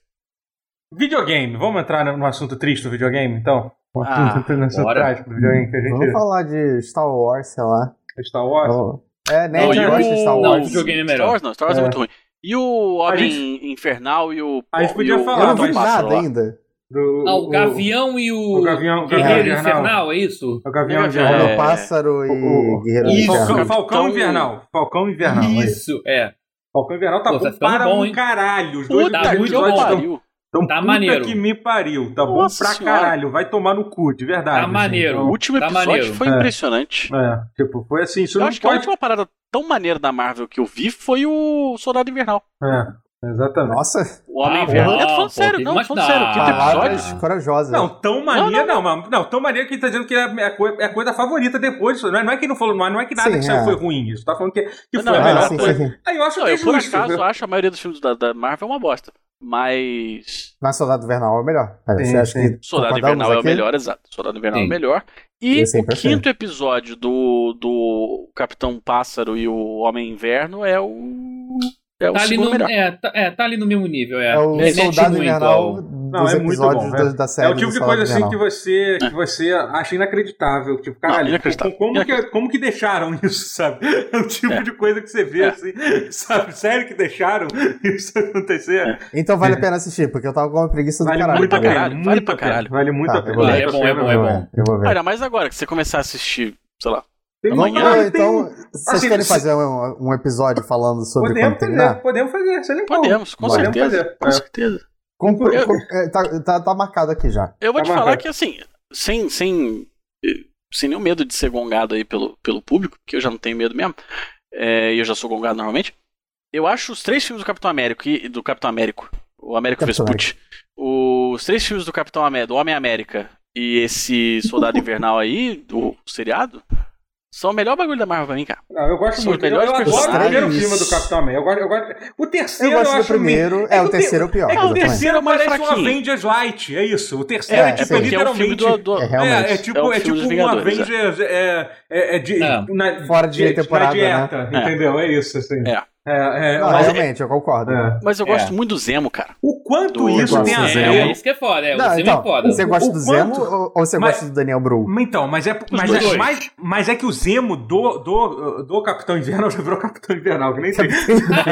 [SPEAKER 4] Videogame, vamos entrar no no assunto triste do videogame, então? Um
[SPEAKER 1] Ah,
[SPEAKER 4] assunto no assunto
[SPEAKER 3] bora.
[SPEAKER 4] trágico do videogame que a
[SPEAKER 2] Vamos
[SPEAKER 4] gente.
[SPEAKER 2] falar de Star Wars, sei lá.
[SPEAKER 4] Star Wars.
[SPEAKER 2] Vamos- É, né?
[SPEAKER 1] Não,
[SPEAKER 2] a gente
[SPEAKER 1] e
[SPEAKER 2] gosta de
[SPEAKER 1] o-
[SPEAKER 2] Star
[SPEAKER 3] Não, o
[SPEAKER 2] Wars.
[SPEAKER 3] videogame é
[SPEAKER 1] Star
[SPEAKER 3] melhor.
[SPEAKER 1] Wars não, Star Wars é,
[SPEAKER 4] É.
[SPEAKER 1] muito ruim. E o
[SPEAKER 4] A
[SPEAKER 1] Homem
[SPEAKER 4] gente-
[SPEAKER 1] Infernal e o...
[SPEAKER 4] A gente
[SPEAKER 1] e
[SPEAKER 4] podia
[SPEAKER 1] o-
[SPEAKER 4] falar,
[SPEAKER 2] Eu não
[SPEAKER 1] e o
[SPEAKER 2] vi
[SPEAKER 4] mas-
[SPEAKER 1] pássaro
[SPEAKER 2] nada
[SPEAKER 1] Ah, lá.
[SPEAKER 2] ainda.
[SPEAKER 4] Do,
[SPEAKER 3] Ah, o Gavião e o,
[SPEAKER 4] o Gavião- o
[SPEAKER 3] Guerreiro
[SPEAKER 4] Gavião Invernal.
[SPEAKER 3] Infernal, é isso?
[SPEAKER 4] O, o Gavião
[SPEAKER 1] É,
[SPEAKER 4] Invernal.
[SPEAKER 2] Homem Pássaro
[SPEAKER 4] O-
[SPEAKER 2] e
[SPEAKER 4] o-
[SPEAKER 2] Guerreiro
[SPEAKER 4] o
[SPEAKER 2] do
[SPEAKER 4] Falcão,
[SPEAKER 2] Inferno.
[SPEAKER 4] Falcão
[SPEAKER 1] Capitão-
[SPEAKER 4] Invernal. Falcão Invernal. é isso.
[SPEAKER 3] Isso, é.
[SPEAKER 4] Falcão Invernal tá
[SPEAKER 3] Pô, tá
[SPEAKER 4] bom
[SPEAKER 3] ficando
[SPEAKER 4] para
[SPEAKER 3] bom,
[SPEAKER 4] um
[SPEAKER 3] hein?
[SPEAKER 4] caralho. Os dois
[SPEAKER 1] Puta
[SPEAKER 4] últimos
[SPEAKER 1] que
[SPEAKER 4] episódios estão
[SPEAKER 1] pariu.
[SPEAKER 4] tão
[SPEAKER 3] Tá
[SPEAKER 4] puta
[SPEAKER 3] maneiro.
[SPEAKER 4] que me pariu. Tá bom
[SPEAKER 1] Nossa
[SPEAKER 4] pra
[SPEAKER 1] senhora.
[SPEAKER 4] caralho. Vai tomar no cu, de verdade.
[SPEAKER 3] Tá maneiro.
[SPEAKER 1] O
[SPEAKER 4] Então,
[SPEAKER 1] último
[SPEAKER 3] Tá
[SPEAKER 1] episódio
[SPEAKER 3] maneiro.
[SPEAKER 1] foi
[SPEAKER 4] É.
[SPEAKER 1] impressionante.
[SPEAKER 4] é, tipo, foi assim. Isso
[SPEAKER 1] Eu
[SPEAKER 4] não
[SPEAKER 3] é
[SPEAKER 1] acho que a
[SPEAKER 3] um
[SPEAKER 4] pode.
[SPEAKER 1] última parada tão maneira da Marvel que eu vi foi o Soldado Invernal.
[SPEAKER 4] É, exatamente.
[SPEAKER 2] Nossa,
[SPEAKER 1] O Homem
[SPEAKER 3] Ah,
[SPEAKER 1] Invernal.
[SPEAKER 3] não,
[SPEAKER 1] É, falando
[SPEAKER 3] pô,
[SPEAKER 1] sério,
[SPEAKER 3] teve
[SPEAKER 1] não,
[SPEAKER 3] mais-
[SPEAKER 1] falando sério.
[SPEAKER 3] Ah,
[SPEAKER 1] Quinto episódio... é
[SPEAKER 2] palavras corajosas.
[SPEAKER 4] Não, tão mania não, mas- não, tão mania que ele tá dizendo que é a, coi- é a coisa favorita depois. Não é, não é que não falou, não é, não é que nada
[SPEAKER 2] Sim,
[SPEAKER 4] que
[SPEAKER 2] é.
[SPEAKER 4] saiu foi ruim isso. Tá falando que, que
[SPEAKER 1] Não,
[SPEAKER 4] foi
[SPEAKER 1] não,
[SPEAKER 4] a
[SPEAKER 1] é
[SPEAKER 4] melhor
[SPEAKER 1] sim,
[SPEAKER 4] coisa.
[SPEAKER 2] sim.
[SPEAKER 4] Aí eu acho
[SPEAKER 1] Não,
[SPEAKER 4] que é
[SPEAKER 1] eu por
[SPEAKER 4] justo.
[SPEAKER 1] acaso
[SPEAKER 4] viu?
[SPEAKER 1] acho a maioria dos filmes da, da Marvel uma bosta. Mas.
[SPEAKER 2] Mas Soldado Invernal é o melhor. Cara,
[SPEAKER 4] Sim,
[SPEAKER 2] você acha
[SPEAKER 4] sim.
[SPEAKER 2] que
[SPEAKER 1] Soldado
[SPEAKER 2] concordamos
[SPEAKER 1] Invernal é o
[SPEAKER 2] aqui?
[SPEAKER 1] melhor, exato. Soldado Invernal é
[SPEAKER 3] Sim.
[SPEAKER 1] o melhor. E
[SPEAKER 2] Esse é
[SPEAKER 1] o
[SPEAKER 2] impressionante.
[SPEAKER 1] quinto episódio do, do Capitão Pássaro e o Homem Inverno é o. É o
[SPEAKER 3] Tá ali,
[SPEAKER 1] segundo
[SPEAKER 3] no,
[SPEAKER 1] melhor.
[SPEAKER 3] é, tá, é, tá ali no mesmo nível, é.
[SPEAKER 2] É o
[SPEAKER 3] Mete
[SPEAKER 2] Soldado
[SPEAKER 3] muito
[SPEAKER 2] Invernal
[SPEAKER 3] ao-
[SPEAKER 4] Não,
[SPEAKER 2] dos
[SPEAKER 4] é muito
[SPEAKER 2] episódios
[SPEAKER 4] bom,
[SPEAKER 2] da-
[SPEAKER 4] velho.
[SPEAKER 2] da
[SPEAKER 4] É
[SPEAKER 2] série.
[SPEAKER 4] o tipo
[SPEAKER 2] do
[SPEAKER 4] de
[SPEAKER 2] Salado
[SPEAKER 4] coisa assim
[SPEAKER 2] Jornal.
[SPEAKER 4] que você, que você acha inacreditável. Tipo, caralho,
[SPEAKER 1] É. inacreditável.
[SPEAKER 4] Como, como que, como que deixaram isso, sabe? É o tipo
[SPEAKER 1] É.
[SPEAKER 4] de coisa que você vê
[SPEAKER 1] É.
[SPEAKER 4] assim, sabe? Sério que deixaram isso acontecer?
[SPEAKER 1] É.
[SPEAKER 2] Então vale a pena assistir, porque eu tava com uma preguiça do caralho.
[SPEAKER 1] muito
[SPEAKER 2] também.
[SPEAKER 1] a pena. caralho, vale pra caralho.
[SPEAKER 4] Vale muito
[SPEAKER 2] Tá,
[SPEAKER 4] a
[SPEAKER 2] eu
[SPEAKER 4] pena.
[SPEAKER 2] vou
[SPEAKER 3] Ah,
[SPEAKER 2] ver.
[SPEAKER 3] é bom, é bom, é
[SPEAKER 2] Eu vou
[SPEAKER 3] bom.
[SPEAKER 2] ver, Eu vou ver.
[SPEAKER 1] Ainda mais agora que você começar a assistir, sei lá.
[SPEAKER 4] Tem
[SPEAKER 1] Amanhã?
[SPEAKER 4] uma-
[SPEAKER 2] Ah,
[SPEAKER 4] tem-
[SPEAKER 2] então, vocês
[SPEAKER 4] assim,
[SPEAKER 2] querem
[SPEAKER 4] se-
[SPEAKER 2] fazer um, um episódio falando sobre né?
[SPEAKER 4] Podemos
[SPEAKER 2] quando terminar?
[SPEAKER 4] fazer, podemos fazer, isso é legal.
[SPEAKER 1] Podemos, com
[SPEAKER 4] Podemos
[SPEAKER 1] certeza.
[SPEAKER 4] fazer,
[SPEAKER 1] Com
[SPEAKER 4] é.
[SPEAKER 1] certeza.
[SPEAKER 2] Com- com-
[SPEAKER 1] Eu-
[SPEAKER 2] é, tá, tá- tá marcado aqui já.
[SPEAKER 1] Eu vou
[SPEAKER 4] Tá
[SPEAKER 1] te falar
[SPEAKER 4] marcado.
[SPEAKER 1] que assim, sem, sem, eh, sem nenhum medo de ser gongado aí pelo, pelo público, porque eu já não tenho medo mesmo. É, e eu já sou gongado normalmente. Eu acho os três filmes do Capitão Américo e do Capitão Américo, o Américo
[SPEAKER 2] Capitão
[SPEAKER 1] Vespucci, os três filmes do Capitão América, do Homem América e esse Soldado Invernal aí, o seriado, são o melhor bagulho da Marvel pra mim, cara.
[SPEAKER 4] Não, eu gosto
[SPEAKER 1] São
[SPEAKER 4] muito.
[SPEAKER 1] os melhores
[SPEAKER 4] eu adoro o
[SPEAKER 2] personagens.
[SPEAKER 4] primeiro filme do Capitão América. Eu gosto, eu gosto- O
[SPEAKER 2] Eu
[SPEAKER 4] terceiro eu,
[SPEAKER 2] gosto do
[SPEAKER 4] acho
[SPEAKER 2] primeiro,
[SPEAKER 4] que
[SPEAKER 2] é, o
[SPEAKER 4] o
[SPEAKER 2] terceiro é o pior.
[SPEAKER 4] É que o
[SPEAKER 2] exatamente.
[SPEAKER 4] terceiro
[SPEAKER 1] É mais
[SPEAKER 4] parece um
[SPEAKER 1] fraquinho.
[SPEAKER 4] Avengers Light, é isso. O terceiro é,
[SPEAKER 2] É,
[SPEAKER 4] tipo
[SPEAKER 2] sim.
[SPEAKER 1] Que é um filme
[SPEAKER 4] literalmente.
[SPEAKER 1] do, do-
[SPEAKER 2] É, realmente.
[SPEAKER 4] É, é
[SPEAKER 1] É
[SPEAKER 4] tipo,
[SPEAKER 1] um filme
[SPEAKER 4] é tipo
[SPEAKER 1] dos
[SPEAKER 4] um
[SPEAKER 1] Vingadores,
[SPEAKER 4] Avengers é, é, é de,
[SPEAKER 3] Não.
[SPEAKER 4] na,
[SPEAKER 2] Fora de temporada,
[SPEAKER 4] na dieta,
[SPEAKER 1] né?
[SPEAKER 4] entendeu? É isso, assim.
[SPEAKER 1] É.
[SPEAKER 4] É, é,
[SPEAKER 2] Não,
[SPEAKER 4] mas-
[SPEAKER 2] realmente, eu concordo.
[SPEAKER 4] é.
[SPEAKER 1] Mas eu
[SPEAKER 3] É.
[SPEAKER 1] gosto muito do Zemo, cara.
[SPEAKER 4] O quanto
[SPEAKER 1] Do-
[SPEAKER 4] isso
[SPEAKER 2] do
[SPEAKER 4] tem a
[SPEAKER 1] Zemo.
[SPEAKER 3] É,
[SPEAKER 4] ver...
[SPEAKER 3] isso que é foda, é. O
[SPEAKER 2] Não,
[SPEAKER 3] Zemo
[SPEAKER 2] então,
[SPEAKER 3] é foda. [laughs]
[SPEAKER 2] você gosta
[SPEAKER 4] O
[SPEAKER 2] do Zemo
[SPEAKER 4] quanto-
[SPEAKER 2] ou, ou você
[SPEAKER 4] Mas-
[SPEAKER 2] gosta do Daniel Bru?
[SPEAKER 4] Então, mas é, mas,
[SPEAKER 1] dois.
[SPEAKER 4] é mas, mas é que o Zemo do, do, do Capitão Invernal [laughs] já virou Capitão Invernal, que nem sei.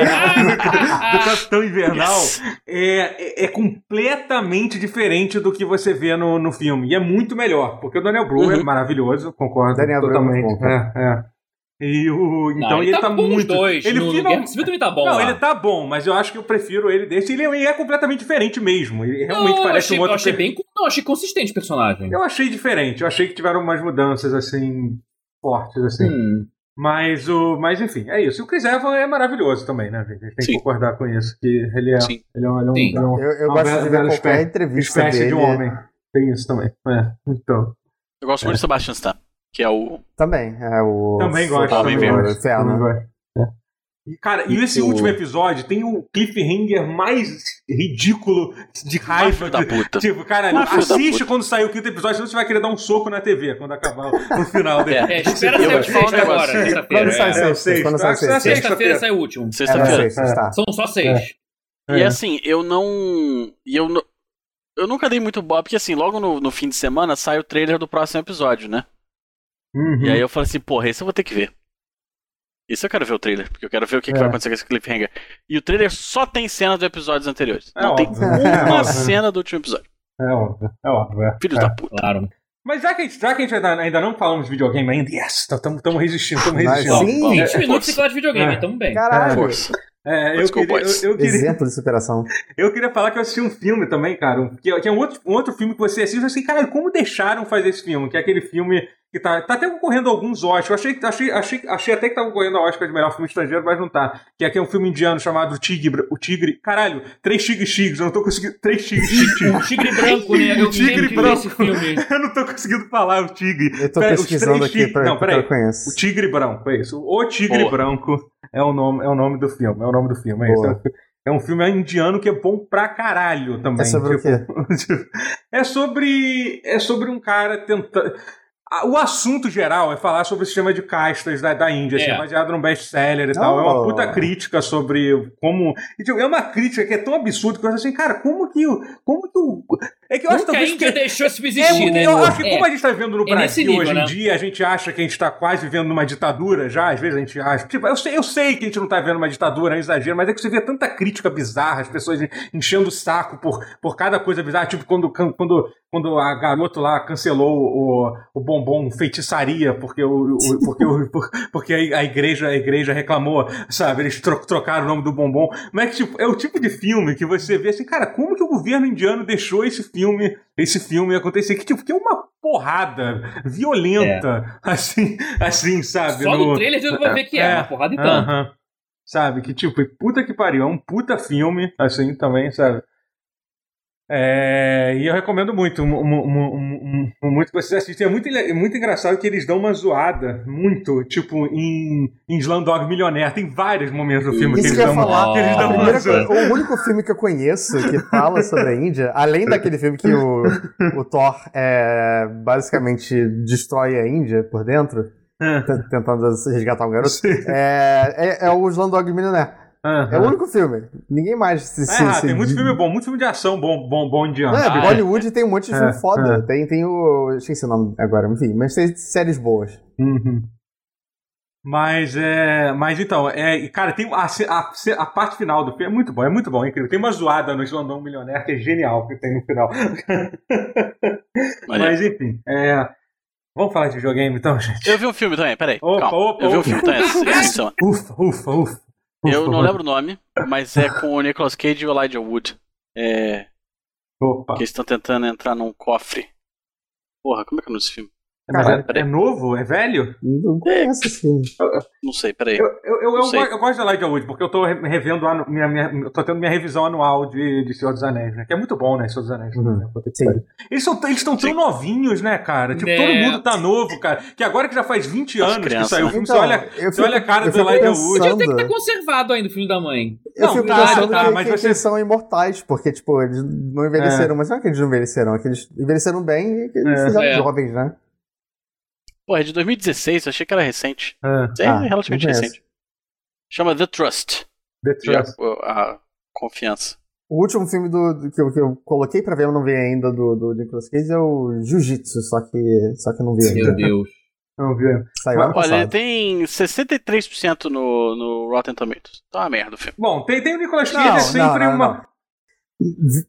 [SPEAKER 1] Ah.
[SPEAKER 4] do Capitão Invernal
[SPEAKER 1] Yes.
[SPEAKER 4] é, é, é completamente diferente do que você vê no, no filme. E é muito melhor, porque o Daniel Blue é
[SPEAKER 1] Uhum.
[SPEAKER 4] maravilhoso, concordo
[SPEAKER 2] Daniel Blue é muito bom,
[SPEAKER 4] totalmente.
[SPEAKER 2] cara.
[SPEAKER 4] é, é. E o. Então
[SPEAKER 3] Não,
[SPEAKER 4] ele, tá,
[SPEAKER 3] bom nos
[SPEAKER 4] muito.
[SPEAKER 3] Dois.
[SPEAKER 4] ele
[SPEAKER 3] no, no
[SPEAKER 4] final-
[SPEAKER 3] Guerra Civil também tá bom.
[SPEAKER 4] Não,
[SPEAKER 3] lá.
[SPEAKER 4] ele tá bom, mas eu acho que eu prefiro ele desse. Ele, ele é completamente diferente mesmo. Ele realmente
[SPEAKER 3] Não, eu
[SPEAKER 4] parece
[SPEAKER 3] achei,
[SPEAKER 4] um outro.
[SPEAKER 3] eu achei
[SPEAKER 4] per-
[SPEAKER 3] bem. Não, eu achei consistente o personagem.
[SPEAKER 4] Eu achei diferente, eu achei que tiveram umas mudanças assim. Fortes, assim.
[SPEAKER 3] Hum.
[SPEAKER 4] Mas, o, mas, enfim, é isso. E o Chris Evans é maravilhoso também, né, gente? A gente tem
[SPEAKER 1] Sim.
[SPEAKER 4] que concordar com isso, que ele é,
[SPEAKER 1] Sim.
[SPEAKER 4] ele é, um- ele é um-
[SPEAKER 3] Sim.
[SPEAKER 4] ele é um,
[SPEAKER 2] Eu, eu
[SPEAKER 4] uma
[SPEAKER 2] gosto
[SPEAKER 4] bela-
[SPEAKER 2] de ver
[SPEAKER 4] bela
[SPEAKER 2] qualquer
[SPEAKER 4] espé-
[SPEAKER 2] entrevista
[SPEAKER 4] espécie
[SPEAKER 2] dele.
[SPEAKER 4] de homem. é Tem isso também. É, então.
[SPEAKER 1] Eu gosto muito do Sebastian Stan, que é o.
[SPEAKER 2] Também, é o...
[SPEAKER 4] Também gosto,
[SPEAKER 2] Soldado
[SPEAKER 1] também
[SPEAKER 2] do
[SPEAKER 4] gosto.
[SPEAKER 2] Inferno.
[SPEAKER 4] Vai. É. E, cara, e esse
[SPEAKER 3] o-
[SPEAKER 4] último episódio tem o cliffhanger mais ridículo de
[SPEAKER 1] Ai,
[SPEAKER 4] raiva.
[SPEAKER 1] filho da
[SPEAKER 4] que-
[SPEAKER 1] puta.
[SPEAKER 4] Tipo, cara,
[SPEAKER 1] Mas filho da
[SPEAKER 4] assiste
[SPEAKER 1] puta.
[SPEAKER 4] quando sair o quinto episódio, senão você vai querer dar um soco na TV quando acabar o o final dele. Tipo,
[SPEAKER 3] É, espera
[SPEAKER 1] Eu
[SPEAKER 4] [laughs]
[SPEAKER 3] sair
[SPEAKER 1] vou
[SPEAKER 3] o
[SPEAKER 1] te falar um
[SPEAKER 3] sexto agora,
[SPEAKER 1] negócio.
[SPEAKER 3] sexta-feira.
[SPEAKER 2] Quando sai
[SPEAKER 3] é.
[SPEAKER 2] o sexto?
[SPEAKER 4] sexta.
[SPEAKER 2] Quando sai o
[SPEAKER 4] Ah,
[SPEAKER 2] sexto?
[SPEAKER 4] sexta-
[SPEAKER 3] Sexta-feira sai o último.
[SPEAKER 2] É, na
[SPEAKER 1] Sexta-feira.
[SPEAKER 2] sexta, tá.
[SPEAKER 3] São só seis.
[SPEAKER 1] E
[SPEAKER 4] É.
[SPEAKER 1] assim, eu não. E eu, nu- eu nunca dei muito bola, porque assim, logo no, no fim de semana sai o trailer do próximo episódio, né?
[SPEAKER 4] Uhum.
[SPEAKER 1] E aí eu falei assim, porra, esse eu vou ter que ver. Esse eu quero ver o trailer, porque eu quero ver o que, que
[SPEAKER 4] É.
[SPEAKER 1] vai acontecer com esse cliffhanger. E o trailer só tem cenas dos episódios anteriores.
[SPEAKER 4] É
[SPEAKER 1] não tem
[SPEAKER 4] óbvio, [laughs] é
[SPEAKER 1] uma
[SPEAKER 4] óbvio.
[SPEAKER 1] cena do último episódio.
[SPEAKER 4] É óbvio, é óbvio. é.
[SPEAKER 1] Filhos
[SPEAKER 4] É.
[SPEAKER 1] da puta.
[SPEAKER 3] Claro.
[SPEAKER 4] Mas já que, a gente- já que a gente ainda, ainda não falamos de videogame ainda, yes, estamos resistindo, estamos
[SPEAKER 2] Mas
[SPEAKER 4] resistindo.
[SPEAKER 2] sim.
[SPEAKER 1] Vamos,
[SPEAKER 3] 20
[SPEAKER 1] vamos,
[SPEAKER 3] minutos e
[SPEAKER 1] força,
[SPEAKER 3] falar de videogame,
[SPEAKER 4] É.
[SPEAKER 3] tamo bem.
[SPEAKER 2] Caralho,
[SPEAKER 1] força.
[SPEAKER 4] É, eu,
[SPEAKER 1] Let's go,
[SPEAKER 4] queria,
[SPEAKER 1] boys.
[SPEAKER 4] eu, eu queria-
[SPEAKER 2] exemplo de superação.
[SPEAKER 4] eu queria falar que eu assisti um filme também, cara, um- que, que é um outro, um outro filme que você assiste, assim, cara, como deixaram fazer esse filme? Que é aquele filme que tá, tá até concorrendo a alguns Oscars, eu achei, achei, achei, achei até que tava concorrendo a Oscar de melhor filme estrangeiro, mas não tá. Que aqui é um filme indiano chamado Tigre, o Tigre, caralho, Três Tigres Tigres, eu não tô conseguindo, Três Tigres Tigres, [laughs]
[SPEAKER 3] O Tigre Branco, né? Eu
[SPEAKER 4] O Tigre
[SPEAKER 3] lembro de ver
[SPEAKER 4] Branco.
[SPEAKER 3] esse filme.
[SPEAKER 4] eu não tô conseguindo falar o Tigre.
[SPEAKER 2] Eu tô
[SPEAKER 4] Pera, os
[SPEAKER 2] pesquisando
[SPEAKER 4] três
[SPEAKER 2] aqui
[SPEAKER 4] chi-
[SPEAKER 2] pra,
[SPEAKER 4] Não,
[SPEAKER 2] porque
[SPEAKER 4] peraí.
[SPEAKER 2] eu conheço.
[SPEAKER 4] O Tigre Branco, é isso. O Tigre
[SPEAKER 1] Boa.
[SPEAKER 4] Branco é o, nome, é o nome do filme. É o nome do filme, é isso.
[SPEAKER 2] Boa.
[SPEAKER 4] É um filme indiano que é bom pra caralho também.
[SPEAKER 2] É sobre o
[SPEAKER 4] tipo,
[SPEAKER 2] quê?
[SPEAKER 4] [laughs] é sobre. É sobre um cara tentando. Ah, O assunto geral é falar sobre o sistema de castas da, da Índia,
[SPEAKER 3] É.
[SPEAKER 4] assim, é baseado num best-seller e tal. É uma
[SPEAKER 2] Oh.
[SPEAKER 4] puta crítica sobre como. e, tipo, É uma crítica que é tão absurda que eu acho assim, cara, como que. o- Como que o. É que eu acho
[SPEAKER 3] Nunca a
[SPEAKER 4] talvez que
[SPEAKER 3] Índia deixou isso
[SPEAKER 4] é,
[SPEAKER 3] existir,
[SPEAKER 4] eu
[SPEAKER 3] né?
[SPEAKER 4] acho que
[SPEAKER 3] É.
[SPEAKER 4] como a gente tá vivendo no
[SPEAKER 3] É nesse
[SPEAKER 4] Brasil
[SPEAKER 3] nível,
[SPEAKER 4] hoje em
[SPEAKER 3] né?
[SPEAKER 4] dia, a gente acha que a gente tá quase vivendo numa ditadura já, às vezes a gente acha. Tipo, eu sei, eu sei que a gente não tá vendo uma ditadura, é um exagero, mas é que você vê tanta crítica bizarra, as pessoas enchendo o saco por, por cada coisa bizarra. Tipo, quando, quando, quando a garoto lá cancelou o, o bombom feitiçaria, porque, o, o- porque,
[SPEAKER 3] [laughs]
[SPEAKER 4] o, por- porque a a igreja, a igreja reclamou, sabe? Eles tro- trocaram o nome do bombom. Mas tipo, é o tipo de filme que você vê assim, cara, como que o governo indiano deixou esse filme, esse filme acontecer? Que tipo, que é uma porrada violenta,
[SPEAKER 2] É.
[SPEAKER 4] assim, assim, sabe?
[SPEAKER 3] Só
[SPEAKER 4] no-
[SPEAKER 3] no trailer você vai ver que é,
[SPEAKER 4] É.
[SPEAKER 3] uma porrada e tanto.
[SPEAKER 4] Aham. Sabe, que tipo, puta que pariu, é um puta filme, assim, também, sabe? É, e eu recomendo muito, mu- mu- mu- mu- mu- muito que vocês assistem. É muito, é muito engraçado que eles dão uma zoada, muito, tipo, em, em Slumdog Millionaire. Tem vários momentos do filme que
[SPEAKER 2] Isso
[SPEAKER 4] eles
[SPEAKER 2] que eu
[SPEAKER 4] dão
[SPEAKER 2] ia
[SPEAKER 4] uma Ah,
[SPEAKER 2] falar.
[SPEAKER 4] que eles
[SPEAKER 2] A
[SPEAKER 4] dão uma
[SPEAKER 2] primeira coisa-
[SPEAKER 4] zoada.
[SPEAKER 2] o único filme que eu conheço que fala sobre a Índia, além daquele filme que o, o Thor é, basicamente destrói a Índia por dentro,
[SPEAKER 4] É. [laughs]
[SPEAKER 2] t- tentando resgatar um garoto, é, é, é o Slumdog Millionaire.
[SPEAKER 4] Aham.
[SPEAKER 2] É assim, o único filme. Ninguém mais se.
[SPEAKER 4] Tá
[SPEAKER 2] se-
[SPEAKER 4] errado,
[SPEAKER 2] se-
[SPEAKER 4] Ah. tem muito filme bom, muito filme de ação bom, bom, bom indiano.
[SPEAKER 2] É,
[SPEAKER 1] Ah,
[SPEAKER 2] Hollywood tem um monte de filme
[SPEAKER 4] É,
[SPEAKER 2] foda. Tem, tem o. Esqueci o nome agora, enfim. Mas tem séries boas.
[SPEAKER 4] Uhum. Mas é. Mas então, é. e, Cara, tem a, ce- a, ce- a parte final do filme é muito bom, é muito bom, é incrível. Tem uma zoada no Islandão Milionário que é genial que tem no final.
[SPEAKER 1] Olha.
[SPEAKER 4] Mas enfim, é. Vamos falar de videogame então, [laughs] gente.
[SPEAKER 1] Eu vi um filme também, peraí.
[SPEAKER 4] Opa,
[SPEAKER 1] calma.
[SPEAKER 4] opa,
[SPEAKER 1] eu vi um
[SPEAKER 4] opa.
[SPEAKER 1] filme também essa essa
[SPEAKER 4] [laughs]
[SPEAKER 1] semana.
[SPEAKER 4] Ufa, ufa, ufa.
[SPEAKER 1] Eu
[SPEAKER 4] Ufa,
[SPEAKER 1] não lembro o nome, mas é com o Nicolas Cage e o Elijah Wood. É,
[SPEAKER 4] Opa.
[SPEAKER 1] que eles estão tentando entrar num cofre. Porra, como é que é o nome desse filme?
[SPEAKER 4] Mas
[SPEAKER 2] Caralho.
[SPEAKER 4] é, é novo? É velho?
[SPEAKER 2] Não conheço esse filme.
[SPEAKER 1] Não sei, peraí.
[SPEAKER 4] Eu, eu, eu,
[SPEAKER 1] Não
[SPEAKER 4] eu,
[SPEAKER 1] sei.
[SPEAKER 4] go- eu gosto da Elijah Wood, porque eu tô re- revendo a, minha, minha, eu tô tendo minha revisão anual de, de Senhor dos Anéis, né? Que é muito bom, né? Senhor dos Anéis.
[SPEAKER 2] Uhum.
[SPEAKER 4] Né? Puta que
[SPEAKER 2] Sim.
[SPEAKER 4] pariu. Eles estão eles tão tão
[SPEAKER 1] Sim.
[SPEAKER 4] novinhos, né, cara? Tipo,
[SPEAKER 3] Né.
[SPEAKER 4] todo mundo tá novo, cara. Que agora que já faz 20
[SPEAKER 1] As
[SPEAKER 4] anos
[SPEAKER 1] crianças,
[SPEAKER 4] que saiu o
[SPEAKER 1] né?
[SPEAKER 4] filme, você olha.
[SPEAKER 2] Então, eu
[SPEAKER 4] olha a cara
[SPEAKER 2] eu
[SPEAKER 4] do
[SPEAKER 2] fico
[SPEAKER 4] Elijah
[SPEAKER 2] pensando-
[SPEAKER 4] Wood.
[SPEAKER 3] Podia ter que tá conservado ainda o filho da mãe.
[SPEAKER 2] Eu
[SPEAKER 4] Não,
[SPEAKER 2] fico
[SPEAKER 4] tá,
[SPEAKER 2] pensando
[SPEAKER 4] tá,
[SPEAKER 2] que,
[SPEAKER 4] mas
[SPEAKER 2] que-
[SPEAKER 4] você-
[SPEAKER 2] que eles são imortais, porque, tipo, eles não envelheceram, mas não é que eles não envelheceram, é que eles envelheceram bem e que eles
[SPEAKER 4] É.
[SPEAKER 2] fizeram
[SPEAKER 3] É.
[SPEAKER 2] jovens, né?
[SPEAKER 1] Porra, é de 2016, eu achei que era recente.
[SPEAKER 4] Ah,
[SPEAKER 1] Isso aí É
[SPEAKER 2] Ah,
[SPEAKER 1] relativamente
[SPEAKER 2] não conheço.
[SPEAKER 1] recente. Chama The Trust.
[SPEAKER 4] The
[SPEAKER 1] Já,
[SPEAKER 4] Trust.
[SPEAKER 1] a, a confiança.
[SPEAKER 2] O último filme do, do- que, eu, que eu coloquei pra ver, eu não vi ainda, do, do Nicolas Cage, é o Jiu-Jitsu, só que, só que eu não vi ainda.
[SPEAKER 3] Meu Deus.
[SPEAKER 4] Não, viu?
[SPEAKER 2] Saiu ano
[SPEAKER 1] Olha, ele
[SPEAKER 2] passado.
[SPEAKER 1] tem 63% no, no Rotten Tomatoes. Tá uma merda o filme.
[SPEAKER 4] Bom, tem, tem o Nicolas
[SPEAKER 2] Não,
[SPEAKER 4] Cage, é sempre
[SPEAKER 2] não, não,
[SPEAKER 4] uma.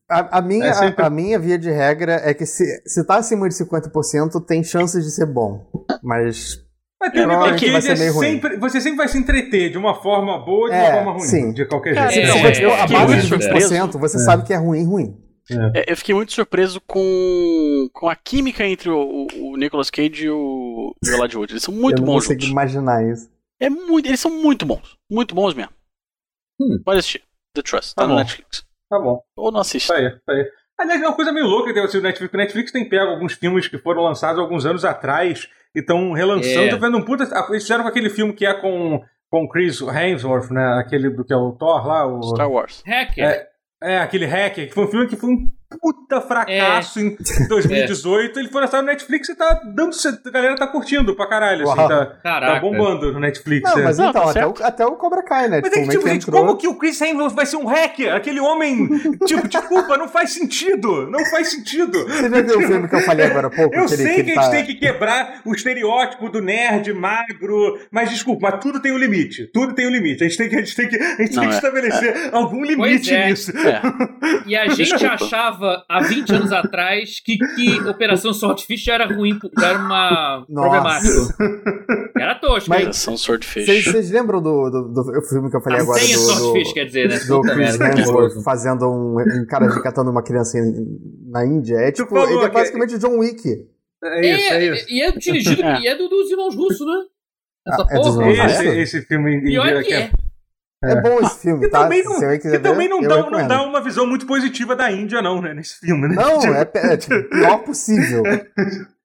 [SPEAKER 2] A, a minha,
[SPEAKER 4] É sempre-
[SPEAKER 2] a, a minha via de regra é que se, se tá acima de 50%, tem chances de ser bom. Mas.
[SPEAKER 4] Mas tem o Nicolas
[SPEAKER 2] Provavelmente
[SPEAKER 4] Cage,
[SPEAKER 2] vai ser
[SPEAKER 4] é
[SPEAKER 2] meio ruim.
[SPEAKER 4] sempre, você sempre vai se entreter de uma forma boa ou de uma
[SPEAKER 2] É,
[SPEAKER 4] forma ruim.
[SPEAKER 2] sim.
[SPEAKER 4] De qualquer
[SPEAKER 1] Cara,
[SPEAKER 4] jeito.
[SPEAKER 2] Se
[SPEAKER 3] É,
[SPEAKER 2] é,
[SPEAKER 3] é,
[SPEAKER 2] abaixo
[SPEAKER 3] é,
[SPEAKER 2] de 20%, você
[SPEAKER 4] é.
[SPEAKER 3] né?
[SPEAKER 2] sabe que é ruim, ruim.
[SPEAKER 1] É, eu fiquei muito surpreso com, com a química entre o, o- o Nicolas Cage e o, e o Elijah Wood. Eles são muito
[SPEAKER 2] eu não
[SPEAKER 1] bons
[SPEAKER 2] consigo
[SPEAKER 1] juntos.
[SPEAKER 2] imaginar isso.
[SPEAKER 1] É muito, eles são muito bons. Muito bons mesmo.
[SPEAKER 3] Hum.
[SPEAKER 1] Pode assistir. The Trust. Tá
[SPEAKER 4] Tá
[SPEAKER 1] no
[SPEAKER 4] bom.
[SPEAKER 1] Netflix.
[SPEAKER 4] Tá bom.
[SPEAKER 1] Ou não assiste.
[SPEAKER 4] Tá aí, tá aí. Aliás, é uma coisa meio louca que tem acontecido no Netflix, porque o Netflix tem pego alguns filmes que foram lançados alguns anos atrás e estão relançando,
[SPEAKER 3] É.
[SPEAKER 4] estão fazendo um puta. ah, Eles fizeram com aquele filme que é com, com Chris Hemsworth, né? Aquele do que é o Thor lá, o.
[SPEAKER 1] Star Wars.
[SPEAKER 3] Hacker.
[SPEAKER 4] É. É, aquele hacker, que foi um filme que foi um puta fracasso em 2018. Ele foi lançado no Netflix e tá dando. A galera tá curtindo pra caralho, assim,
[SPEAKER 2] Uau.
[SPEAKER 4] tá,
[SPEAKER 3] Caraca.
[SPEAKER 4] tá bombando no Netflix.
[SPEAKER 2] Não,
[SPEAKER 4] é.
[SPEAKER 2] mas
[SPEAKER 1] Não,
[SPEAKER 2] então,
[SPEAKER 1] tá
[SPEAKER 2] até, o, até o Cobra Kai, né?
[SPEAKER 4] Mas é que,
[SPEAKER 2] meio
[SPEAKER 4] tipo, gente,
[SPEAKER 2] entrou-
[SPEAKER 4] como que o Chris Hemsworth vai ser um hacker? Aquele homem. tipo, desculpa, não faz sentido. Não faz sentido.
[SPEAKER 2] Você já viu o filme que eu falei agora há pouco?
[SPEAKER 4] Eu
[SPEAKER 2] que ele-
[SPEAKER 4] sei que,
[SPEAKER 2] ele
[SPEAKER 4] a gente
[SPEAKER 2] tá-
[SPEAKER 4] tem que quebrar o estereótipo do nerd magro, mas desculpa, mas tudo tem um limite. Tudo tem um limite. A gente tem que, a gente tem que, a gente
[SPEAKER 1] Não,
[SPEAKER 4] tem que
[SPEAKER 1] é,
[SPEAKER 4] estabelecer algum
[SPEAKER 3] Pois
[SPEAKER 4] limite
[SPEAKER 3] é.
[SPEAKER 4] nisso.
[SPEAKER 1] É.
[SPEAKER 3] E
[SPEAKER 4] [laughs]
[SPEAKER 3] a gente
[SPEAKER 1] Desculpa.
[SPEAKER 3] achava há 20 anos atrás que, que Operação Swordfish era ruim, era uma
[SPEAKER 2] Nossa.
[SPEAKER 3] problemática.
[SPEAKER 4] [laughs]
[SPEAKER 3] Era tosco,
[SPEAKER 2] Mas-
[SPEAKER 3] hein?
[SPEAKER 1] São
[SPEAKER 2] Vocês,
[SPEAKER 1] Swordfish.
[SPEAKER 2] vocês lembram do, do, do filme que eu falei agora?
[SPEAKER 3] Sem Swordfish,
[SPEAKER 2] Do,
[SPEAKER 3] quer dizer, né?
[SPEAKER 2] do, do
[SPEAKER 3] Puta
[SPEAKER 2] Chris
[SPEAKER 3] merda, que
[SPEAKER 2] Hemsworth
[SPEAKER 3] horroroso.
[SPEAKER 2] fazendo um, um cara catando uma criança em- na Índia? É tipo,
[SPEAKER 4] falou
[SPEAKER 2] ele é
[SPEAKER 4] que-
[SPEAKER 2] basicamente o John Wick.
[SPEAKER 4] É isso, é isso.
[SPEAKER 3] E é dirigido,
[SPEAKER 1] É.
[SPEAKER 3] e é do, dos irmãos russos, né? Essa
[SPEAKER 2] Ah, é dos
[SPEAKER 3] porra.
[SPEAKER 2] irmãos russos.
[SPEAKER 4] Esse, esse filme
[SPEAKER 3] Pior
[SPEAKER 4] indiano
[SPEAKER 3] que
[SPEAKER 4] que
[SPEAKER 3] é. [laughs]
[SPEAKER 2] É, bom
[SPEAKER 4] [laughs]
[SPEAKER 2] esse filme,
[SPEAKER 4] Que
[SPEAKER 2] tá?
[SPEAKER 4] também não,
[SPEAKER 2] Se alguém quiser
[SPEAKER 4] que também
[SPEAKER 2] ver,
[SPEAKER 4] não
[SPEAKER 2] eu
[SPEAKER 4] dá, não
[SPEAKER 2] recomendo.
[SPEAKER 4] dá um uma visão muito positiva da Índia, não, né? Nesse filme, né?
[SPEAKER 2] Não,
[SPEAKER 4] [laughs]
[SPEAKER 2] é, pe- é, tipo, pior possível.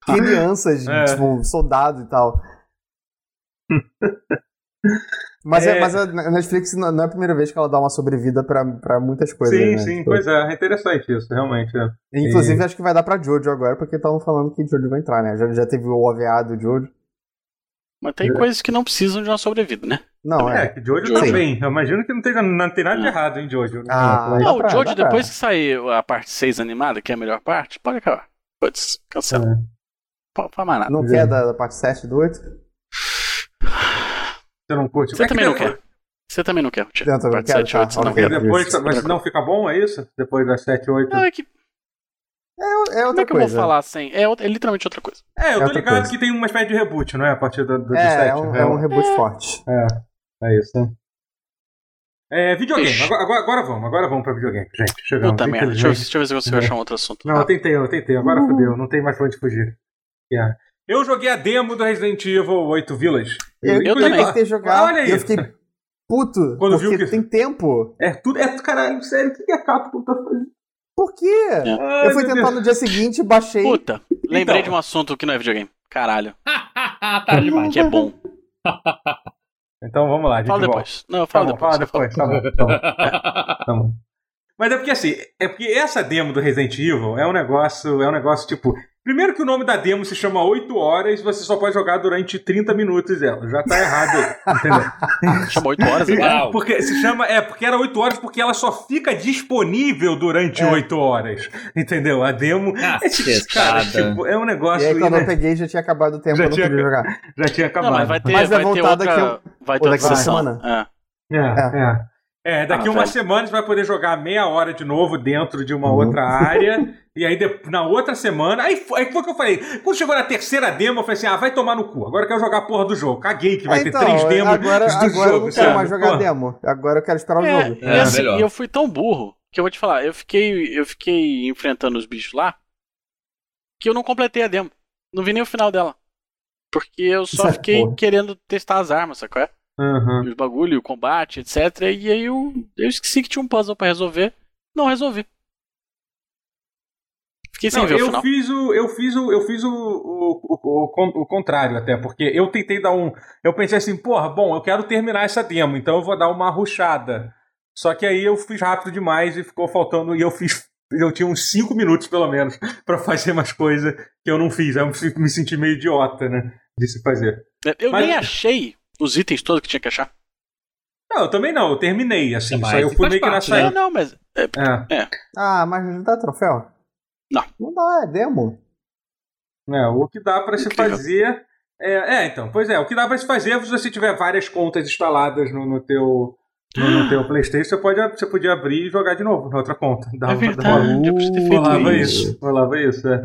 [SPEAKER 2] Crianças,
[SPEAKER 4] É.
[SPEAKER 2] tipo, soldado e
[SPEAKER 4] [laughs]
[SPEAKER 2] tal. Mas, é.
[SPEAKER 4] É.
[SPEAKER 2] mas a Netflix não não é a primeira vez que ela dá uma sobrevida pra, pra muitas coisas.
[SPEAKER 4] sim,
[SPEAKER 2] né?
[SPEAKER 4] sim,
[SPEAKER 2] Tipo,
[SPEAKER 4] pois é. É interessante isso, realmente. é.
[SPEAKER 2] Inclusive, acho que vai dar pra Jojo agora, porque estavam falando que Jojo vai entrar, né? Já, já teve o OVA do Jojo.
[SPEAKER 1] Mas
[SPEAKER 2] É.
[SPEAKER 1] tem coisas que não precisam de uma sobrevida, né?
[SPEAKER 2] Não,
[SPEAKER 4] É,
[SPEAKER 2] é.
[SPEAKER 4] que Jojo
[SPEAKER 1] Jojo.
[SPEAKER 4] tá bem. Eu imagino que não, esteja, não tem nada de
[SPEAKER 1] Ah.
[SPEAKER 4] errado em Jojo. né?
[SPEAKER 2] Ah,
[SPEAKER 4] Mas-
[SPEAKER 2] dá
[SPEAKER 1] Não, o
[SPEAKER 2] pra-
[SPEAKER 1] George,
[SPEAKER 2] dá pra.
[SPEAKER 1] depois que sair a parte 6 animada, que é a melhor parte, pode acabar. Putz, cancela.
[SPEAKER 4] É.
[SPEAKER 1] Não faz mais nada.
[SPEAKER 2] Não quer da, da parte 7 do 8?
[SPEAKER 4] Você não curte.
[SPEAKER 1] Você
[SPEAKER 4] É que
[SPEAKER 1] também não
[SPEAKER 4] depois-
[SPEAKER 1] quer. Você também não quer, Tio.
[SPEAKER 2] Eu também
[SPEAKER 1] Parte
[SPEAKER 2] quero,
[SPEAKER 1] 7, 8, você
[SPEAKER 2] tá,
[SPEAKER 1] não
[SPEAKER 2] ok.
[SPEAKER 1] quer.
[SPEAKER 4] Porque depois,
[SPEAKER 1] Isso.
[SPEAKER 4] mas não fica bom, é isso? Depois das 7, 8.
[SPEAKER 1] Não, é que,
[SPEAKER 2] É, é
[SPEAKER 1] como
[SPEAKER 2] outra
[SPEAKER 1] é que eu vou
[SPEAKER 2] coisa.
[SPEAKER 1] falar sem. É, outra- é literalmente outra coisa.
[SPEAKER 4] É, eu
[SPEAKER 2] É
[SPEAKER 4] tô
[SPEAKER 2] outra
[SPEAKER 4] ligado
[SPEAKER 2] coisa.
[SPEAKER 4] que tem uma espécie de reboot, não é? A partir do, do, do
[SPEAKER 2] É,
[SPEAKER 4] set,
[SPEAKER 2] é um,
[SPEAKER 4] né?
[SPEAKER 2] é um reboot forte.
[SPEAKER 4] É, é isso, né? É, videogame.
[SPEAKER 1] Ixi.
[SPEAKER 4] Agora, agora, agora vamos, agora vamos pra videogame, gente. Chegamos,
[SPEAKER 1] Puta merda. Deixa eu,
[SPEAKER 4] infelizmente.
[SPEAKER 1] deixa eu ver se eu consigo achar um outro assunto.
[SPEAKER 4] Não, eu
[SPEAKER 1] Ah,
[SPEAKER 4] tentei, eu tentei. Agora
[SPEAKER 2] Uhum.
[SPEAKER 4] fodeu, não tem mais pra onde fugir. Yeah. Eu joguei a demo do Resident Evil 8 Village.
[SPEAKER 2] Eu,
[SPEAKER 1] Eu
[SPEAKER 2] também.
[SPEAKER 1] também.
[SPEAKER 2] ter jogado,
[SPEAKER 4] Olha aí.
[SPEAKER 2] eu fiquei puto,
[SPEAKER 4] Quando viu
[SPEAKER 2] porque
[SPEAKER 4] que-
[SPEAKER 2] tem tempo.
[SPEAKER 4] É tudo. É, caralho, sério, o que que a Capcom tá fazendo?
[SPEAKER 2] Por quê?
[SPEAKER 4] Ai,
[SPEAKER 2] Eu fui
[SPEAKER 4] meu
[SPEAKER 2] tentar no dia seguinte, baixei.
[SPEAKER 1] Puta, lembrei
[SPEAKER 4] Então.
[SPEAKER 1] de um assunto que não é videogame. Caralho,
[SPEAKER 3] tá demais.
[SPEAKER 1] que é
[SPEAKER 2] [laughs]
[SPEAKER 1] bom.
[SPEAKER 4] Deus. Então vamos lá, gente.
[SPEAKER 1] Fala
[SPEAKER 4] volta.
[SPEAKER 1] depois. Não,
[SPEAKER 4] Tá
[SPEAKER 1] fala
[SPEAKER 4] bom,
[SPEAKER 1] depois.
[SPEAKER 4] fala depois. Tá bom, tá bom. Tá bom. Mas é porque assim, é porque essa demo do Resident Evil é um negócio, é um negócio tipo, Primeiro que o nome da demo se chama 8 horas, você só pode jogar durante 30 minutos dela. Já tá errado
[SPEAKER 1] [laughs]
[SPEAKER 4] aí, entendeu?
[SPEAKER 1] Chamou 8 horas agora.
[SPEAKER 2] [laughs]
[SPEAKER 3] [laughs] Uau.
[SPEAKER 4] Porque se chama, é, porque era 8 horas porque ela só fica disponível durante
[SPEAKER 2] É.
[SPEAKER 4] 8 horas. Entendeu? A demo. É, tipo, cara,
[SPEAKER 3] Cacetada.
[SPEAKER 4] tipo, é um
[SPEAKER 2] E
[SPEAKER 4] negócio.
[SPEAKER 2] aí, quando
[SPEAKER 4] né?
[SPEAKER 2] eu peguei, já tinha acabado o tempo,
[SPEAKER 4] Já
[SPEAKER 2] eu não
[SPEAKER 4] tinha
[SPEAKER 2] podia jogar.
[SPEAKER 4] Já tinha
[SPEAKER 1] Não,
[SPEAKER 4] acabado.
[SPEAKER 1] mas vai ter,
[SPEAKER 2] Mas é
[SPEAKER 1] vai ter
[SPEAKER 2] voltar
[SPEAKER 1] outra, vai ter outra
[SPEAKER 2] ou daqui a
[SPEAKER 1] sessão.
[SPEAKER 2] semana.
[SPEAKER 4] É, é. É, daqui
[SPEAKER 1] Ah,
[SPEAKER 4] uma
[SPEAKER 1] velho.
[SPEAKER 4] semana você vai poder jogar meia hora de novo dentro de uma
[SPEAKER 2] Uhum.
[SPEAKER 4] outra área. E aí, de- na outra semana. Aí foi, aí foi o que eu falei. Quando chegou na terceira demo, eu falei assim: ah, vai tomar no cu. Agora eu quero jogar a porra do jogo. Caguei que vai
[SPEAKER 2] É,
[SPEAKER 4] ter três
[SPEAKER 2] eu-
[SPEAKER 4] demos
[SPEAKER 2] agora,
[SPEAKER 4] do
[SPEAKER 2] agora
[SPEAKER 4] jogo.
[SPEAKER 2] eu não quero
[SPEAKER 4] sabe?
[SPEAKER 2] mais jogar
[SPEAKER 4] Porra.
[SPEAKER 2] demo. Agora eu quero esperar o
[SPEAKER 1] É,
[SPEAKER 2] jogo.
[SPEAKER 1] e
[SPEAKER 3] É,
[SPEAKER 1] assim,
[SPEAKER 3] melhor.
[SPEAKER 1] e eu fui tão burro que eu vou te falar, eu fiquei, eu fiquei enfrentando os bichos lá que eu não completei a demo. Não vi nem o final dela. Porque eu só
[SPEAKER 2] Isso é
[SPEAKER 1] fiquei
[SPEAKER 2] porra.
[SPEAKER 1] querendo testar as armas, sacou? é?
[SPEAKER 4] Aham.
[SPEAKER 1] Os bagulho, o combate, etc. E aí eu, eu esqueci que tinha um puzzle pra resolver. Não resolvi. Fiquei sem
[SPEAKER 4] Não,
[SPEAKER 1] ver o
[SPEAKER 4] eu
[SPEAKER 1] final.
[SPEAKER 4] fiz o eu fiz o eu fiz o, o, o, o con- o contrário até porque eu tentei dar um eu pensei assim porra bom eu quero terminar essa demo então eu vou dar uma ruchada só que aí eu fiz rápido demais e ficou faltando e eu fiz eu tinha uns 5 minutos pelo menos [laughs] pra fazer umas coisas que eu não fiz aí eu me- me senti meio idiota né de se fazer
[SPEAKER 1] Eu
[SPEAKER 4] Mas-
[SPEAKER 1] nem achei os itens todos que tinha que achar.
[SPEAKER 4] não eu também não eu terminei assim
[SPEAKER 3] É, Mas
[SPEAKER 4] só eu
[SPEAKER 3] faz
[SPEAKER 4] fui meio que na
[SPEAKER 3] parte, né?
[SPEAKER 1] É,
[SPEAKER 4] saída
[SPEAKER 1] não, mas. é,
[SPEAKER 4] é,
[SPEAKER 2] Ah, mas dá troféu?
[SPEAKER 1] Não.
[SPEAKER 2] Não dá, é demo.
[SPEAKER 4] é, o que dá pra se
[SPEAKER 1] Incrível.
[SPEAKER 4] fazer é, é, então, pois é, o que dá pra se fazer é se você tiver várias contas instaladas no, no teu no, no teu PlayStation, você, pode, você podia abrir e jogar de novo na outra conta. Dava,
[SPEAKER 1] é verdade, eu preciso ter
[SPEAKER 2] Olá,
[SPEAKER 1] feito
[SPEAKER 4] rolava
[SPEAKER 2] vai.
[SPEAKER 1] isso.
[SPEAKER 4] isso. Rolava isso. É.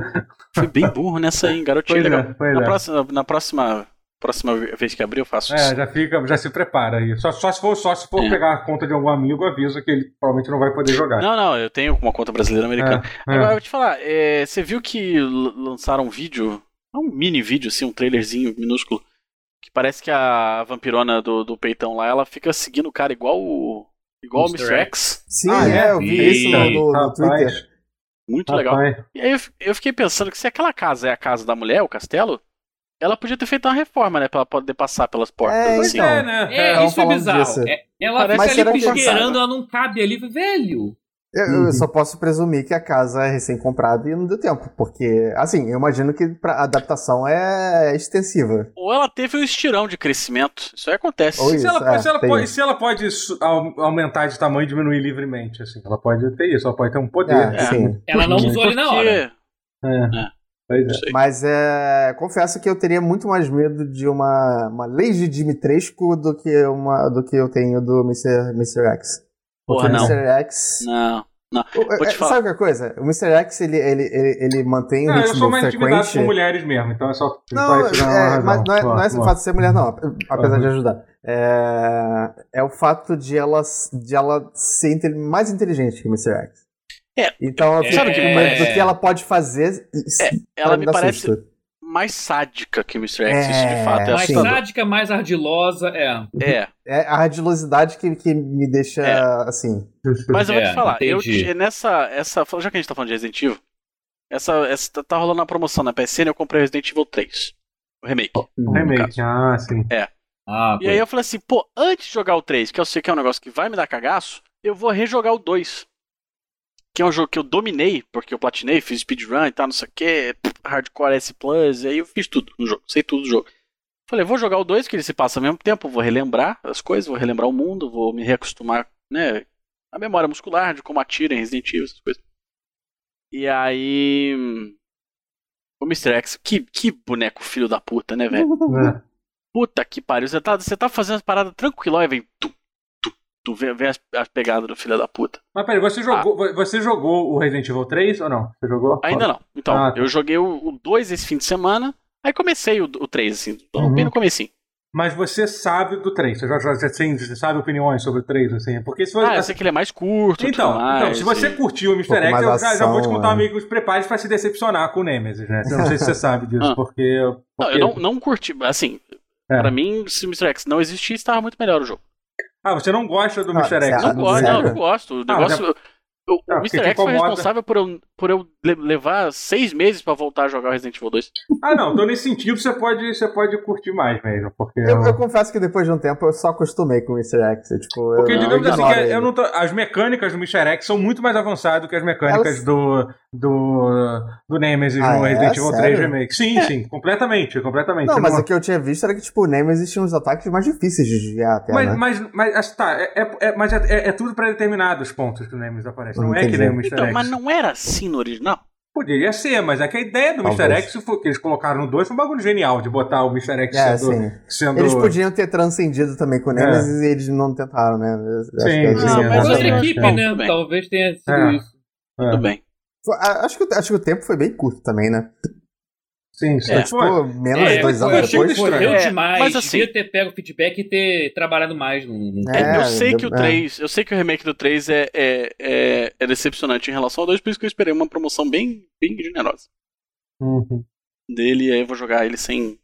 [SPEAKER 1] Fui bem burro nessa aí, hein, garotinho.
[SPEAKER 4] Pois
[SPEAKER 1] legal.
[SPEAKER 4] é, pois
[SPEAKER 1] Na
[SPEAKER 4] é.
[SPEAKER 1] próxima, na próxima, próxima vez que abrir, eu faço
[SPEAKER 4] É,
[SPEAKER 1] isso.
[SPEAKER 4] já, fica, já se prepara aí. Só, só se for, só se for
[SPEAKER 1] É.
[SPEAKER 4] pegar a conta de algum amigo, avisa que ele provavelmente não vai poder jogar.
[SPEAKER 1] Não, não, eu tenho uma conta brasileira americana.
[SPEAKER 4] É, é.
[SPEAKER 1] Agora, eu vou te falar, é, você viu que l- lançaram um vídeo, um mini vídeo, assim, um trailerzinho minúsculo, que parece que a vampirona do, do peitão lá, ela fica seguindo o cara igual o. Igual o
[SPEAKER 3] Mr.
[SPEAKER 1] Mr. X.
[SPEAKER 2] Sim,
[SPEAKER 4] Ah,
[SPEAKER 2] é,
[SPEAKER 4] é?
[SPEAKER 2] eu vi isso no, no- no
[SPEAKER 4] Rapaz,
[SPEAKER 2] Twitter.
[SPEAKER 1] Muito legal.
[SPEAKER 4] rapaz. É,
[SPEAKER 1] E aí eu, fi- eu fiquei pensando que se aquela casa é a casa da mulher, o castelo, ela podia ter feito uma reforma, né? Pra ela poder passar pelas portas. assim.
[SPEAKER 2] É,
[SPEAKER 4] Pois é, né?
[SPEAKER 3] [laughs] É,
[SPEAKER 2] Então,
[SPEAKER 3] isso foi
[SPEAKER 2] falando
[SPEAKER 3] bizarro.
[SPEAKER 2] disso.
[SPEAKER 3] É, ela
[SPEAKER 1] Parece
[SPEAKER 3] fica
[SPEAKER 2] que
[SPEAKER 3] ali
[SPEAKER 2] era
[SPEAKER 3] esperando,
[SPEAKER 1] pensado.
[SPEAKER 3] ela não cabe ali. Velho,
[SPEAKER 2] Eu, eu
[SPEAKER 4] Uhum.
[SPEAKER 2] só posso presumir que a casa é recém-comprada e não deu tempo, porque, assim, eu imagino que pra- a adaptação é extensiva.
[SPEAKER 1] Ou ela teve um estirão de crescimento. Isso aí acontece.
[SPEAKER 2] Ou
[SPEAKER 4] Se ela,
[SPEAKER 2] Isso,
[SPEAKER 4] pode-
[SPEAKER 2] é,
[SPEAKER 4] se, ela
[SPEAKER 2] tem
[SPEAKER 4] pode,
[SPEAKER 2] isso.
[SPEAKER 4] se ela pode su- au- aumentar de tamanho e diminuir livremente, assim, ela pode ter isso, ela pode ter um poder.
[SPEAKER 2] É,
[SPEAKER 1] É.
[SPEAKER 2] sim.
[SPEAKER 3] ela não usou ali na
[SPEAKER 1] Porque-
[SPEAKER 3] hora.
[SPEAKER 4] É.
[SPEAKER 1] É.
[SPEAKER 4] Pois
[SPEAKER 1] Não
[SPEAKER 4] é.
[SPEAKER 1] sei.
[SPEAKER 2] Mas é, confesso que eu teria muito mais medo de uma, uma lei de Dimitrescu do que, uma, do que eu tenho do Mr. Mr. X.
[SPEAKER 1] Porra,
[SPEAKER 2] o
[SPEAKER 1] Ah, não.
[SPEAKER 2] Mr. X.
[SPEAKER 1] Não.
[SPEAKER 2] O- é,
[SPEAKER 1] te falar.
[SPEAKER 2] Sabe que coisa? O Mr. X ele, ele, ele, ele mantém um
[SPEAKER 4] Não, eu sou
[SPEAKER 2] ritmo
[SPEAKER 4] mais intimidado
[SPEAKER 2] frequente.
[SPEAKER 4] com mulheres mesmo, então é só.
[SPEAKER 2] Não,
[SPEAKER 4] só isso dá uma
[SPEAKER 2] é,
[SPEAKER 4] razão.
[SPEAKER 2] mas não é, não é esse
[SPEAKER 4] Boa,
[SPEAKER 2] fato de ser mulher, não, ap- apesar
[SPEAKER 4] Uhum.
[SPEAKER 2] de ajudar. É, é o fato de ela, de ela ser inte- mais inteligente que o Mr. X.
[SPEAKER 1] É.
[SPEAKER 2] Então eu
[SPEAKER 3] É.
[SPEAKER 2] fico com medo do que ela pode fazer. e- pra
[SPEAKER 1] Ela me
[SPEAKER 2] dar
[SPEAKER 1] parece
[SPEAKER 2] susto.
[SPEAKER 1] mais sádica que Mr. X,
[SPEAKER 2] É,
[SPEAKER 1] isso de fato é
[SPEAKER 2] mais
[SPEAKER 3] Mais
[SPEAKER 2] assustador.
[SPEAKER 1] assustador.
[SPEAKER 3] sádica, mais ardilosa. É.
[SPEAKER 1] É,
[SPEAKER 2] É a radilosidade que, que me deixa assim.
[SPEAKER 4] boa.
[SPEAKER 1] mas eu vou
[SPEAKER 3] É,
[SPEAKER 1] te falar, eu
[SPEAKER 3] entendi.
[SPEAKER 1] te- nessa, essa, já que a gente tá falando de Resident Evil, essa, essa tá- tá rolando uma promoção na PSN, eu comprei Resident Evil 3, o remake. no
[SPEAKER 4] Remake,
[SPEAKER 1] caso.
[SPEAKER 4] ah, sim.
[SPEAKER 3] Ah,
[SPEAKER 1] E aí eu falei assim, pô, antes de jogar o 3, que eu sei que é um negócio que vai me dar cagaço, eu vou rejogar o 2. Que é um jogo que eu dominei, porque eu platinei, fiz speedrun e tal, não sei o que, hardcore S Plus, e aí eu fiz tudo no jogo, sei tudo do jogo. Falei, vou jogar o 2, que ele se passa ao mesmo tempo, vou relembrar as coisas, vou relembrar o mundo, vou me reacostumar, né? A memória muscular de como atira em Resident Evil, essas coisas. E aí. hum, O Mr. X, que, que boneco filho da puta, né,
[SPEAKER 2] [laughs]
[SPEAKER 1] velho?
[SPEAKER 4] É.
[SPEAKER 1] Puta que pariu, você tá, você tá fazendo as paradas tranquilo, aí vem tu, tu, tu, vem, vem as, as pegadas do filho da puta.
[SPEAKER 4] Mas peraí, você jogou, vo- você jogou o Resident Evil 3 ou não? Você jogou?
[SPEAKER 1] Ah. Ainda não. Então,
[SPEAKER 4] Ah, tá.
[SPEAKER 1] eu joguei o 2 esse fim de semana, aí comecei o 3, assim,
[SPEAKER 4] Uhum.
[SPEAKER 1] bem no comecinho.
[SPEAKER 4] Mas você sabe do 3, você já, já, já tem- você sabe opiniões sobre o 3, assim. Porque se você.
[SPEAKER 1] Ah, eu sei que ele é mais curto, e
[SPEAKER 4] Então,
[SPEAKER 1] tudo mais,
[SPEAKER 4] então, se você
[SPEAKER 1] e-
[SPEAKER 4] curtiu o Mr.
[SPEAKER 2] Um pouco
[SPEAKER 4] X,
[SPEAKER 2] mais
[SPEAKER 4] eu já, já vou um te
[SPEAKER 2] ação,
[SPEAKER 4] contar,
[SPEAKER 2] é.
[SPEAKER 4] amigos, prepare-se pra se decepcionar com o Nemesis, né? Eu não sei se
[SPEAKER 2] [laughs]
[SPEAKER 4] você sabe disso,
[SPEAKER 1] Ah.
[SPEAKER 4] porque.
[SPEAKER 1] Não,
[SPEAKER 4] porque-
[SPEAKER 1] eu não, não curti, assim,
[SPEAKER 4] É.
[SPEAKER 1] pra mim, se o Mr. X não existisse, estava muito melhor o jogo.
[SPEAKER 4] Ah, você não gosta do
[SPEAKER 2] Ah,
[SPEAKER 4] Mr. X? né?
[SPEAKER 2] sério?
[SPEAKER 1] Não
[SPEAKER 2] Ah,
[SPEAKER 1] gosto,
[SPEAKER 2] sério?
[SPEAKER 1] não, eu gosto. O
[SPEAKER 4] Ah,
[SPEAKER 1] negócio. o- o
[SPEAKER 4] Ah, porque
[SPEAKER 1] Mr. X foi
[SPEAKER 4] incomoda.
[SPEAKER 1] responsável por eu, por eu le- levar seis meses pra voltar a jogar o Resident Evil 2.
[SPEAKER 4] Ah, não. Então, nesse sentido, você pode, você pode curtir mais mesmo. Porque,
[SPEAKER 2] Eu, eu confesso que depois de um tempo eu só acostumei com o Mr. X. eu, Tipo,
[SPEAKER 4] porque
[SPEAKER 2] eu,
[SPEAKER 1] não,
[SPEAKER 4] digamos assim,
[SPEAKER 2] ignoro
[SPEAKER 4] que
[SPEAKER 2] ele.
[SPEAKER 4] eu não tô- as mecânicas do Mr. X são muito mais avançadas do que as mecânicas
[SPEAKER 2] Elas-
[SPEAKER 4] do, do, do Nemesis
[SPEAKER 2] Ah,
[SPEAKER 4] no
[SPEAKER 2] é?
[SPEAKER 4] Resident Evil 3
[SPEAKER 2] Sério?
[SPEAKER 4] Remake. Sim, sim, completamente, completamente.
[SPEAKER 2] Não,
[SPEAKER 4] Você
[SPEAKER 2] mas o que eu tinha visto era que, tipo, o Nemesis tinha uns ataques mais difíceis de desviar até,
[SPEAKER 4] Mas,
[SPEAKER 2] né?
[SPEAKER 4] mas, mas, assim, tá, é, é- é- mas é, é- é tudo pré-determinado os pontos que o Nemesis aparece. Não é que
[SPEAKER 2] Entendi.
[SPEAKER 4] nem o Mr.
[SPEAKER 1] Então,
[SPEAKER 4] X.
[SPEAKER 1] mas não era assim no original?
[SPEAKER 4] Poderia ser, mas é que a ideia do Mr.
[SPEAKER 2] Talvez.
[SPEAKER 4] X foi- que eles colocaram no 2 foi um bagulho genial de botar o Mr. X
[SPEAKER 2] É,
[SPEAKER 4] sendo.
[SPEAKER 2] sim.
[SPEAKER 4] sendo-
[SPEAKER 2] Eles podiam ter transcendido também com o Nemesis e eles não tentaram, né? Eu Acho
[SPEAKER 4] Sim,
[SPEAKER 2] que é
[SPEAKER 4] sim.
[SPEAKER 2] isso
[SPEAKER 4] Ah,
[SPEAKER 1] mas
[SPEAKER 2] que aconteceu,
[SPEAKER 3] outra
[SPEAKER 1] eu
[SPEAKER 2] né?
[SPEAKER 1] acho
[SPEAKER 3] equipe,
[SPEAKER 1] que-
[SPEAKER 3] né?
[SPEAKER 1] Tudo bem.
[SPEAKER 3] Talvez tenha sido
[SPEAKER 4] É.
[SPEAKER 3] isso.
[SPEAKER 4] É,
[SPEAKER 1] Tudo bem.
[SPEAKER 2] Foi- a- Acho que, acho que o tempo foi bem curto também, né?
[SPEAKER 4] Sim, sim.
[SPEAKER 1] É.
[SPEAKER 4] Foi.
[SPEAKER 2] Pô, menos
[SPEAKER 3] É,
[SPEAKER 2] de dois
[SPEAKER 4] foi-
[SPEAKER 2] anos
[SPEAKER 4] achei que
[SPEAKER 2] depois.
[SPEAKER 4] isso-
[SPEAKER 3] Correu
[SPEAKER 1] É,
[SPEAKER 3] demais.
[SPEAKER 1] mas assim-
[SPEAKER 3] Devia ter pego o feedback e ter trabalhado mais no. no-
[SPEAKER 2] É,
[SPEAKER 1] eu sei que o
[SPEAKER 2] é.
[SPEAKER 1] 3, eu sei que o remake do 3 é, é, é, é decepcionante em relação ao 2, por isso que eu esperei uma promoção bem, bem generosa
[SPEAKER 4] Uhum.
[SPEAKER 1] dele, e aí eu vou jogar ele sem,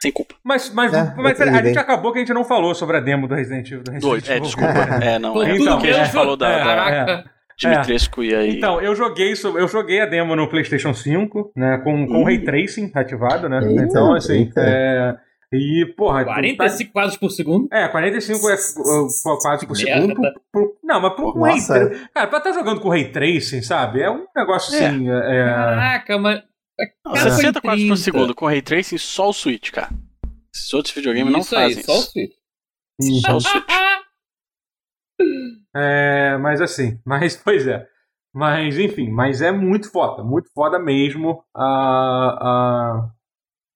[SPEAKER 1] sem culpa.
[SPEAKER 4] Mas, mas,
[SPEAKER 2] É,
[SPEAKER 4] mas peraí, a
[SPEAKER 2] entendi.
[SPEAKER 4] gente acabou que a gente não falou sobre a demo do Resident Evil. Do Resident
[SPEAKER 1] Dois, é,
[SPEAKER 4] Evil.
[SPEAKER 1] desculpa. É, não,
[SPEAKER 3] Pô,
[SPEAKER 1] é
[SPEAKER 4] tudo
[SPEAKER 1] porque a
[SPEAKER 4] bem.
[SPEAKER 1] gente falou da,
[SPEAKER 4] Então, É,
[SPEAKER 1] da
[SPEAKER 3] Caraca.
[SPEAKER 1] Dimitrescu e aí.
[SPEAKER 4] [laughs] Então, eu joguei, so- eu joguei a demo no PlayStation 5, né? Com, com
[SPEAKER 1] Hum.
[SPEAKER 4] Ray Tracing ativado, né?
[SPEAKER 2] Eita,
[SPEAKER 4] então, assim.
[SPEAKER 2] eita.
[SPEAKER 4] é, e, porra. tu tá-
[SPEAKER 3] 45 quadros por segundo.
[SPEAKER 4] É, 45 é uh, quase por
[SPEAKER 3] Que
[SPEAKER 1] tá
[SPEAKER 3] merda.
[SPEAKER 4] segundo. Por, por- não, mas por, com Ray
[SPEAKER 2] Nossa.
[SPEAKER 4] Tracing. Cara, pra estar jogando com Ray Tracing, sabe? É um negócio
[SPEAKER 1] É.
[SPEAKER 4] assim. É,
[SPEAKER 3] Caraca, mas.
[SPEAKER 1] Não,
[SPEAKER 3] Cara,
[SPEAKER 1] 60
[SPEAKER 3] foi
[SPEAKER 1] quadros por
[SPEAKER 3] 30.
[SPEAKER 1] segundo com Ray Tracing, só o Switch, cara. Esses outros videogames não
[SPEAKER 3] isso aí,
[SPEAKER 1] fazem
[SPEAKER 3] só o
[SPEAKER 1] isso.
[SPEAKER 3] Switch. [laughs]
[SPEAKER 1] Só o Switch.
[SPEAKER 4] é, mas assim, [laughs] mas pois é. Mas enfim, mas é muito foda, muito foda mesmo a, a,